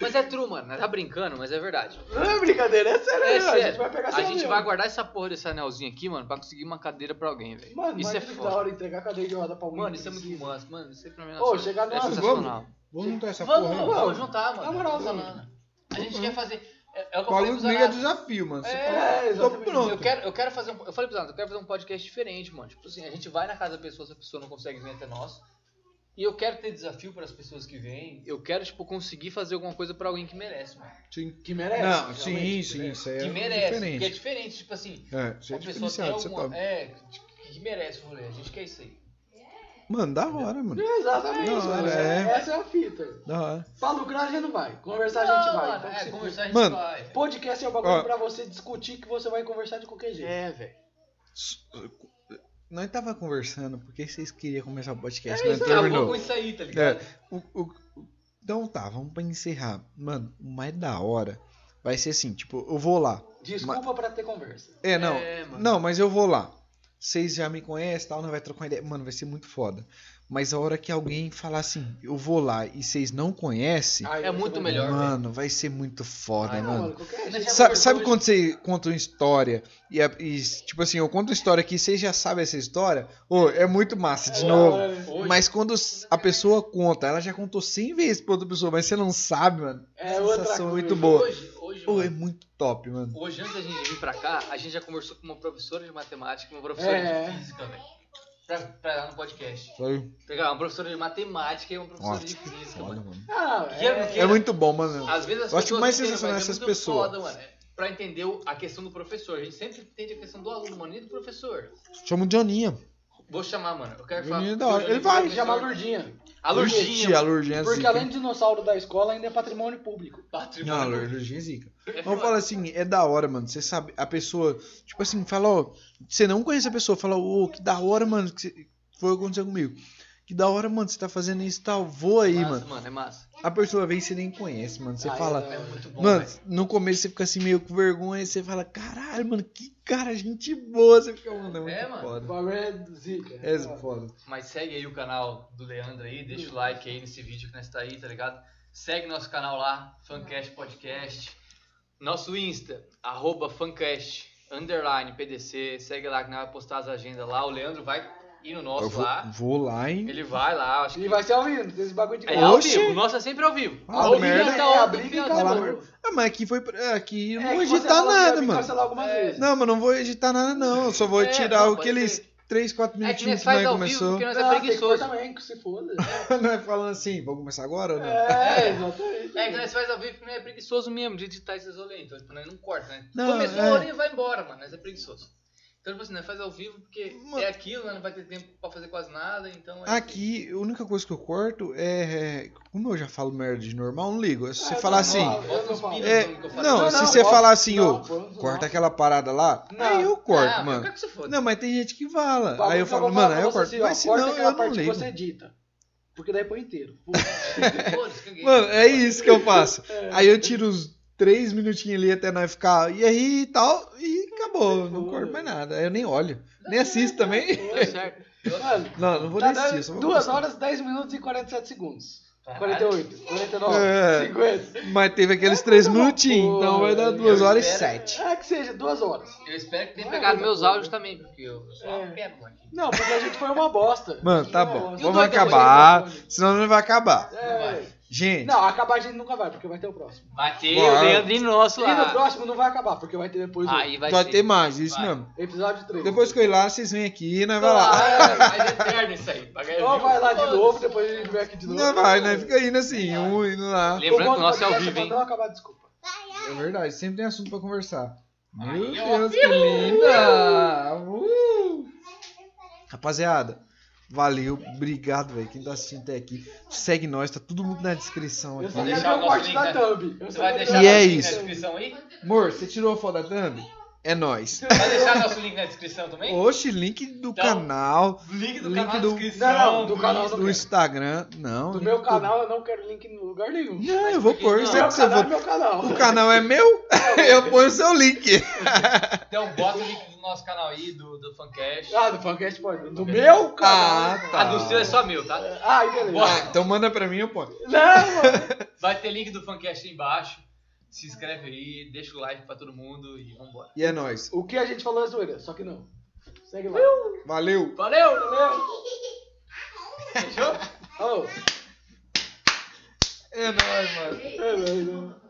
[SPEAKER 4] Mas é true, mano. Nós Tá brincando, mas é verdade.
[SPEAKER 3] Não é brincadeira, é sério.
[SPEAKER 4] É
[SPEAKER 3] mesmo,
[SPEAKER 4] sério.
[SPEAKER 3] A gente vai pegar
[SPEAKER 4] A
[SPEAKER 3] seu
[SPEAKER 4] gente
[SPEAKER 3] anel.
[SPEAKER 4] vai guardar essa porra desse anelzinho aqui, mano, pra conseguir uma cadeira pra alguém, velho.
[SPEAKER 3] Mano,
[SPEAKER 4] Isso é
[SPEAKER 3] imagina que da
[SPEAKER 4] foda.
[SPEAKER 3] hora entregar a cadeira de roda pra um
[SPEAKER 4] Mano, isso é muito
[SPEAKER 3] deficiente.
[SPEAKER 4] massa. Mano, isso é pra mim.
[SPEAKER 3] Ô,
[SPEAKER 4] nossa,
[SPEAKER 3] chegar
[SPEAKER 4] é
[SPEAKER 3] numa-
[SPEAKER 4] sensacional.
[SPEAKER 2] Vamos juntar essa
[SPEAKER 4] Vamos,
[SPEAKER 2] porra aí?
[SPEAKER 4] vamos, vamos juntar, mano.
[SPEAKER 3] Na moral,
[SPEAKER 4] Vamos
[SPEAKER 3] mano.
[SPEAKER 4] lá. A gente quer fazer. É, é o que
[SPEAKER 2] O
[SPEAKER 4] eu falei pro
[SPEAKER 2] bagulho comigo é
[SPEAKER 4] Zanato.
[SPEAKER 2] desafio, mano. Você fala,
[SPEAKER 3] É,
[SPEAKER 2] Tô
[SPEAKER 3] exatamente.
[SPEAKER 2] pronto.
[SPEAKER 4] Eu quero, eu quero fazer um. Eu falei pro Zanato, eu quero fazer um podcast diferente, mano. Tipo assim, a gente vai na casa da pessoa se a pessoa não consegue vir até nós. E eu quero ter desafio para as pessoas que vêm. Eu quero, tipo, conseguir fazer alguma coisa para alguém que merece, mano.
[SPEAKER 2] Sim.
[SPEAKER 3] Que merece.
[SPEAKER 2] Não,
[SPEAKER 3] realmente,
[SPEAKER 2] sim,
[SPEAKER 3] merece.
[SPEAKER 2] sim, isso aí é
[SPEAKER 4] né? que merece. Que é
[SPEAKER 2] diferente.
[SPEAKER 4] diferente, tipo assim.
[SPEAKER 2] É, isso é
[SPEAKER 4] a pessoa tem
[SPEAKER 2] diferenciado, você
[SPEAKER 4] alguma.
[SPEAKER 2] tá...
[SPEAKER 4] É, que que merece o rolê. A gente quer isso aí.
[SPEAKER 2] Mano, da hora, mano.
[SPEAKER 3] Exatamente,
[SPEAKER 2] Da hora,
[SPEAKER 3] mano.
[SPEAKER 2] é.
[SPEAKER 3] Essa é a fita.
[SPEAKER 2] Da hora.
[SPEAKER 3] Pra lucrar a gente não vai. Conversar a gente
[SPEAKER 4] Não,
[SPEAKER 3] vai.
[SPEAKER 4] mano,
[SPEAKER 3] então
[SPEAKER 4] é,
[SPEAKER 3] se
[SPEAKER 4] conversar a gente
[SPEAKER 2] Mano,
[SPEAKER 4] vai.
[SPEAKER 3] Podcast é o bagulho
[SPEAKER 2] Ó.
[SPEAKER 3] pra você discutir que você vai conversar de qualquer jeito.
[SPEAKER 4] É, velho.
[SPEAKER 2] Nós tava conversando porque vocês queriam começar o podcast,
[SPEAKER 4] É
[SPEAKER 2] né?
[SPEAKER 4] isso, acabou
[SPEAKER 2] Terminou.
[SPEAKER 4] com isso aí, tá ligado?
[SPEAKER 2] É, o, o- o- então tá, vamos pra encerrar. Mano, o mais da hora vai ser assim, tipo, eu vou lá.
[SPEAKER 3] Desculpa pra ter conversa.
[SPEAKER 2] É, não.
[SPEAKER 4] É, mano.
[SPEAKER 2] não, mas eu vou lá. vocês já me conhecem, tal, não vai trocar ideia. Mano, vai ser muito foda. Mas a hora que alguém falar assim, eu vou lá e vocês não conhecem,
[SPEAKER 3] Ai,
[SPEAKER 4] É muito
[SPEAKER 3] vai-
[SPEAKER 4] melhor, velho.
[SPEAKER 2] mano, vai ser muito foda,
[SPEAKER 4] Ai,
[SPEAKER 3] Não,
[SPEAKER 2] mano.
[SPEAKER 3] mano, qualquer
[SPEAKER 4] Mas é
[SPEAKER 3] jeito.
[SPEAKER 4] já
[SPEAKER 2] Sa-
[SPEAKER 4] conversou
[SPEAKER 2] sabe
[SPEAKER 4] hoje?
[SPEAKER 2] quando você conta uma história e, a- e, tipo assim, eu conto uma história aqui, vocês já sabem essa história? Ô, é muito massa, de
[SPEAKER 3] É,
[SPEAKER 2] novo.
[SPEAKER 4] Hoje,
[SPEAKER 2] Mas quando a pessoa conta, ela já contou 100 vezes pra outra pessoa, mas você não sabe, mano.
[SPEAKER 3] É outra
[SPEAKER 2] sensação
[SPEAKER 3] coisa.
[SPEAKER 2] muito boa.
[SPEAKER 4] hoje, hoje,
[SPEAKER 2] Pô, é
[SPEAKER 4] mano,
[SPEAKER 2] muito top, mano.
[SPEAKER 4] hoje, antes da gente vir pra cá, a gente já conversou com uma professora de matemática e uma professora
[SPEAKER 3] É.
[SPEAKER 4] de física, velho. Pra, pra lá no podcast.
[SPEAKER 2] Foi
[SPEAKER 4] Pegar uma professora de matemática e uma professora de
[SPEAKER 2] Nossa,
[SPEAKER 4] física,
[SPEAKER 2] foda,
[SPEAKER 4] mano.
[SPEAKER 2] mano.
[SPEAKER 3] Ah,
[SPEAKER 4] Que é-
[SPEAKER 2] É muito bom, mano.
[SPEAKER 4] Às vezes as
[SPEAKER 2] Eu acho
[SPEAKER 4] pessoas
[SPEAKER 2] mais
[SPEAKER 4] entendem, mas
[SPEAKER 2] sensacional
[SPEAKER 4] é
[SPEAKER 2] essas
[SPEAKER 4] muito
[SPEAKER 2] pessoas.
[SPEAKER 4] Foda, mano, É pra entender o- a questão do professor. A gente sempre entende a questão do aluno, mano, e do professor.
[SPEAKER 2] Chama o Johninha.
[SPEAKER 4] Vou chamar, mano. Eu quero
[SPEAKER 2] Menino
[SPEAKER 4] falar.
[SPEAKER 2] da hora.
[SPEAKER 4] eu-
[SPEAKER 2] Ele vai
[SPEAKER 4] professor-
[SPEAKER 3] Chamar a
[SPEAKER 2] é
[SPEAKER 3] Lurdinha.
[SPEAKER 2] assim
[SPEAKER 4] A Lurdinha.
[SPEAKER 2] A Lurdinha é
[SPEAKER 3] Porque
[SPEAKER 2] zica.
[SPEAKER 3] além de dinossauro da escola, ainda é patrimônio público.
[SPEAKER 2] Não, a
[SPEAKER 4] Patrimônio.
[SPEAKER 2] Lurdinha é zica.
[SPEAKER 4] É
[SPEAKER 2] Vamos
[SPEAKER 4] foda.
[SPEAKER 2] falar assim, é da hora, mano. Você sabe, a pessoa, tipo assim, fala, ó, você não conhece a pessoa, fala, ô, que da hora, mano, que você- foi o que aconteceu comigo. Que da hora, mano, você tá fazendo isso e tal, voa aí,
[SPEAKER 4] massa,
[SPEAKER 2] mano.
[SPEAKER 4] É massa.
[SPEAKER 2] A pessoa vem e você nem conhece, mano. Você
[SPEAKER 3] Ah,
[SPEAKER 2] fala,
[SPEAKER 3] é,
[SPEAKER 4] É muito bom.
[SPEAKER 2] Mano,
[SPEAKER 4] velho.
[SPEAKER 2] no começo você fica assim meio com vergonha, e você fala, caralho, mano, que cara, gente boa, você fica, mano, é muito
[SPEAKER 4] É, mano.
[SPEAKER 3] O
[SPEAKER 2] foda.
[SPEAKER 3] bagulho é zica.
[SPEAKER 2] É foda.
[SPEAKER 4] Mas segue aí o canal do Leandro aí, deixa o like aí nesse vídeo que nós tá aí, tá ligado? Segue nosso canal lá, Fancast Podcast. Nosso Insta, arroba Fancast, underline, PDC. Segue lá que nós vamos postar as agendas lá. O Leandro vai ir no nosso
[SPEAKER 2] Eu vou,
[SPEAKER 4] lá.
[SPEAKER 2] vou lá, hein?
[SPEAKER 4] Ele vai lá, acho que...
[SPEAKER 3] E vai ser ao vivo, esse bagulho de
[SPEAKER 4] É ao
[SPEAKER 2] Oxi!
[SPEAKER 4] vivo, o nosso é sempre ao vivo.
[SPEAKER 2] Ah,
[SPEAKER 4] ao vivo
[SPEAKER 2] merda.
[SPEAKER 4] até a
[SPEAKER 3] É,
[SPEAKER 4] hora
[SPEAKER 3] a
[SPEAKER 4] do
[SPEAKER 3] briga e
[SPEAKER 4] final,
[SPEAKER 3] acabou.
[SPEAKER 4] tá bom?
[SPEAKER 2] Ah, mas aqui foi. pra- Aqui eu não
[SPEAKER 3] É
[SPEAKER 2] vou
[SPEAKER 3] que você
[SPEAKER 2] editar
[SPEAKER 3] falou que ia
[SPEAKER 2] nada,
[SPEAKER 3] me
[SPEAKER 2] mano.
[SPEAKER 3] cancelar algumas
[SPEAKER 4] É.
[SPEAKER 3] vezes.
[SPEAKER 2] Não, mas não vou editar nada, não. Eu só vou
[SPEAKER 4] É,
[SPEAKER 2] tirar
[SPEAKER 4] não, pode
[SPEAKER 2] aqueles
[SPEAKER 4] ser.
[SPEAKER 2] 3, 4
[SPEAKER 4] É que nós
[SPEAKER 2] minutinhos que
[SPEAKER 4] faz
[SPEAKER 2] nós
[SPEAKER 4] ao vivo
[SPEAKER 2] começou.
[SPEAKER 4] porque nós
[SPEAKER 3] Ah,
[SPEAKER 4] é
[SPEAKER 3] tem que pôr
[SPEAKER 4] preguiçoso.
[SPEAKER 3] também, que se foda.
[SPEAKER 2] Nós falando assim, vamos começar agora ou não?
[SPEAKER 3] É, exatamente.
[SPEAKER 4] É que nós faz ao vivo porque nós é preguiçoso mesmo de editar esses rolês. Então, tipo, nós não corta, né?
[SPEAKER 2] Não,
[SPEAKER 4] Começou
[SPEAKER 2] é.
[SPEAKER 4] o rolê e vai embora, mano. Nós é preguiçoso. Então, tipo assim, nós faz ao vivo porque
[SPEAKER 2] Mano.
[SPEAKER 4] é aquilo, né? Não vai ter tempo pra fazer quase nada, então... É
[SPEAKER 2] Aqui, a única coisa que eu corto é. é, Como eu já falo merda de normal, não ligo. Se você
[SPEAKER 3] Ah,
[SPEAKER 2] falar
[SPEAKER 3] não,
[SPEAKER 2] assim.
[SPEAKER 3] não,
[SPEAKER 4] Bota uns pinos
[SPEAKER 2] É,
[SPEAKER 4] no que eu falei.
[SPEAKER 2] Não,
[SPEAKER 3] Não,
[SPEAKER 2] se
[SPEAKER 3] não,
[SPEAKER 2] você
[SPEAKER 3] não,
[SPEAKER 2] falar assim,
[SPEAKER 3] não,
[SPEAKER 2] ô,
[SPEAKER 3] não.
[SPEAKER 2] corta aquela parada lá,
[SPEAKER 3] Não.
[SPEAKER 2] aí eu corto,
[SPEAKER 4] Ah,
[SPEAKER 2] mano.
[SPEAKER 4] mas que se foda.
[SPEAKER 2] Não, mas tem gente que fala.
[SPEAKER 3] Bagulho
[SPEAKER 2] aí eu
[SPEAKER 3] que
[SPEAKER 2] falo,
[SPEAKER 3] vou
[SPEAKER 2] mano,
[SPEAKER 3] falar
[SPEAKER 2] aí eu
[SPEAKER 3] pra
[SPEAKER 2] corto.
[SPEAKER 3] você, ó,
[SPEAKER 2] mas se
[SPEAKER 3] corta
[SPEAKER 2] não,
[SPEAKER 3] aquela
[SPEAKER 2] eu não
[SPEAKER 3] parte que
[SPEAKER 2] ligo.
[SPEAKER 3] você edita. Porque daí põe inteiro.
[SPEAKER 4] Foda-se, caguei.
[SPEAKER 2] Mano, é isso que eu faço.
[SPEAKER 3] É.
[SPEAKER 2] Aí eu tiro os três minutinhos ali até nós ficar, e aí e tal, e acabou. Não corto mais nada. Aí eu nem olho. Nem assisto também.
[SPEAKER 3] É
[SPEAKER 4] Deu certo.
[SPEAKER 3] Mano,
[SPEAKER 2] Não, não vou
[SPEAKER 3] tá
[SPEAKER 2] nem assistir. Só
[SPEAKER 3] dando
[SPEAKER 2] vou
[SPEAKER 3] 2
[SPEAKER 2] postar.
[SPEAKER 3] horas, 10 minutos e 47 segundos.
[SPEAKER 4] Caralho.
[SPEAKER 3] 48, 49,
[SPEAKER 2] É.
[SPEAKER 3] 50.
[SPEAKER 2] Mas teve aqueles três minutinhos, então vai dar duas
[SPEAKER 4] Eu
[SPEAKER 2] horas e
[SPEAKER 4] espero.
[SPEAKER 2] sete.
[SPEAKER 3] É que seja, 2 horas.
[SPEAKER 4] Eu espero que tenha
[SPEAKER 3] Não é
[SPEAKER 4] pegado
[SPEAKER 3] muita
[SPEAKER 4] meus
[SPEAKER 3] coisa.
[SPEAKER 4] áudios também, porque eu sou
[SPEAKER 3] É.
[SPEAKER 4] uma pérola aqui.
[SPEAKER 3] Não, porque a gente foi uma bosta. É.
[SPEAKER 2] Mano, tá
[SPEAKER 3] Uma
[SPEAKER 2] bom.
[SPEAKER 3] bosta.
[SPEAKER 4] E o
[SPEAKER 2] Vamos
[SPEAKER 4] doido
[SPEAKER 2] acabar,
[SPEAKER 3] depois?
[SPEAKER 2] senão não vai acabar.
[SPEAKER 3] É.
[SPEAKER 2] Gente,
[SPEAKER 3] Não, acabar a gente nunca vai, porque vai ter o próximo.
[SPEAKER 4] Matei
[SPEAKER 2] Bora.
[SPEAKER 4] o Leandro e nosso
[SPEAKER 3] E no
[SPEAKER 4] lá.
[SPEAKER 3] próximo não vai acabar, porque vai ter depois o
[SPEAKER 4] Aí vai
[SPEAKER 2] vai
[SPEAKER 4] ser.
[SPEAKER 2] ter mais, isso
[SPEAKER 4] Vai.
[SPEAKER 2] mesmo.
[SPEAKER 3] episódio 3.
[SPEAKER 2] Depois que eu ir lá, vocês vêm aqui e nós vai lá.
[SPEAKER 4] Ah, Mas é eterno isso aí. pra ganhar
[SPEAKER 3] Ou
[SPEAKER 4] view.
[SPEAKER 3] vai lá de
[SPEAKER 4] Foda-se.
[SPEAKER 3] novo, depois a gente vem aqui de novo.
[SPEAKER 2] Não vai, né? Fica indo assim, um indo lá.
[SPEAKER 3] Eu
[SPEAKER 4] Lembrando que
[SPEAKER 3] gosto
[SPEAKER 4] o nosso é ao
[SPEAKER 3] podcast,
[SPEAKER 4] vivo,
[SPEAKER 3] mas
[SPEAKER 4] hein?
[SPEAKER 3] Não acabar, desculpa.
[SPEAKER 2] É verdade, sempre tem assunto pra conversar.
[SPEAKER 4] Ai,
[SPEAKER 2] Meu
[SPEAKER 4] ó.
[SPEAKER 2] Deus, que linda! Uh! Rapaziada, valeu, obrigado, velho. Quem tá assistindo até aqui, segue nós, tá todo mundo na descrição
[SPEAKER 3] Eu
[SPEAKER 2] aqui.
[SPEAKER 3] só
[SPEAKER 4] Vai
[SPEAKER 3] quero ver
[SPEAKER 4] deixar
[SPEAKER 3] o
[SPEAKER 4] o
[SPEAKER 3] corte
[SPEAKER 4] nosso
[SPEAKER 3] da
[SPEAKER 4] link, né?
[SPEAKER 3] thumb. Eu
[SPEAKER 4] Você
[SPEAKER 3] só
[SPEAKER 4] vai
[SPEAKER 3] quero
[SPEAKER 4] deixar
[SPEAKER 2] E
[SPEAKER 3] ver-
[SPEAKER 2] é
[SPEAKER 4] nosso link
[SPEAKER 2] isso.
[SPEAKER 4] na descrição aí?
[SPEAKER 2] Amor, você tirou a foto da thumb? É nóis.
[SPEAKER 4] Vai deixar nosso link na descrição também?
[SPEAKER 2] Oxe, link do
[SPEAKER 4] Então,
[SPEAKER 2] canal,
[SPEAKER 4] Link do
[SPEAKER 2] link
[SPEAKER 4] canal
[SPEAKER 2] do-
[SPEAKER 4] na descrição.
[SPEAKER 3] Não, não, do canal
[SPEAKER 4] link-
[SPEAKER 3] eu
[SPEAKER 2] do
[SPEAKER 3] quero.
[SPEAKER 2] Instagram. Não.
[SPEAKER 3] Do
[SPEAKER 2] link
[SPEAKER 3] meu
[SPEAKER 2] do-
[SPEAKER 3] canal eu não quero link em lugar nenhum.
[SPEAKER 2] Não, eu vou pôr.
[SPEAKER 4] Não,
[SPEAKER 2] Você,
[SPEAKER 3] Meu
[SPEAKER 2] você
[SPEAKER 3] canal é
[SPEAKER 2] vou...
[SPEAKER 3] meu canal.
[SPEAKER 2] O canal é meu, eu ponho o seu link.
[SPEAKER 4] Então bota o link do nosso canal aí, do, do Fancast.
[SPEAKER 3] Ah, do Fancast pode. Do meu canal.
[SPEAKER 2] Ah, tá.
[SPEAKER 4] Ah, do seu é só meu, tá?
[SPEAKER 3] Ai, beleza.
[SPEAKER 2] Ah, então manda pra mim, eu ponho.
[SPEAKER 3] Não, mano.
[SPEAKER 4] Vai ter link do Fancast aí embaixo. Se inscreve aí, deixa o like pra todo mundo e vambora.
[SPEAKER 2] E é nóis.
[SPEAKER 3] O que a gente falou é zoeira, só que não. Segue lá.
[SPEAKER 2] Valeu!
[SPEAKER 4] Valeu!
[SPEAKER 3] Valeu.
[SPEAKER 4] Fechou?
[SPEAKER 3] Falou.
[SPEAKER 2] É nóis, mano.
[SPEAKER 3] É, velho.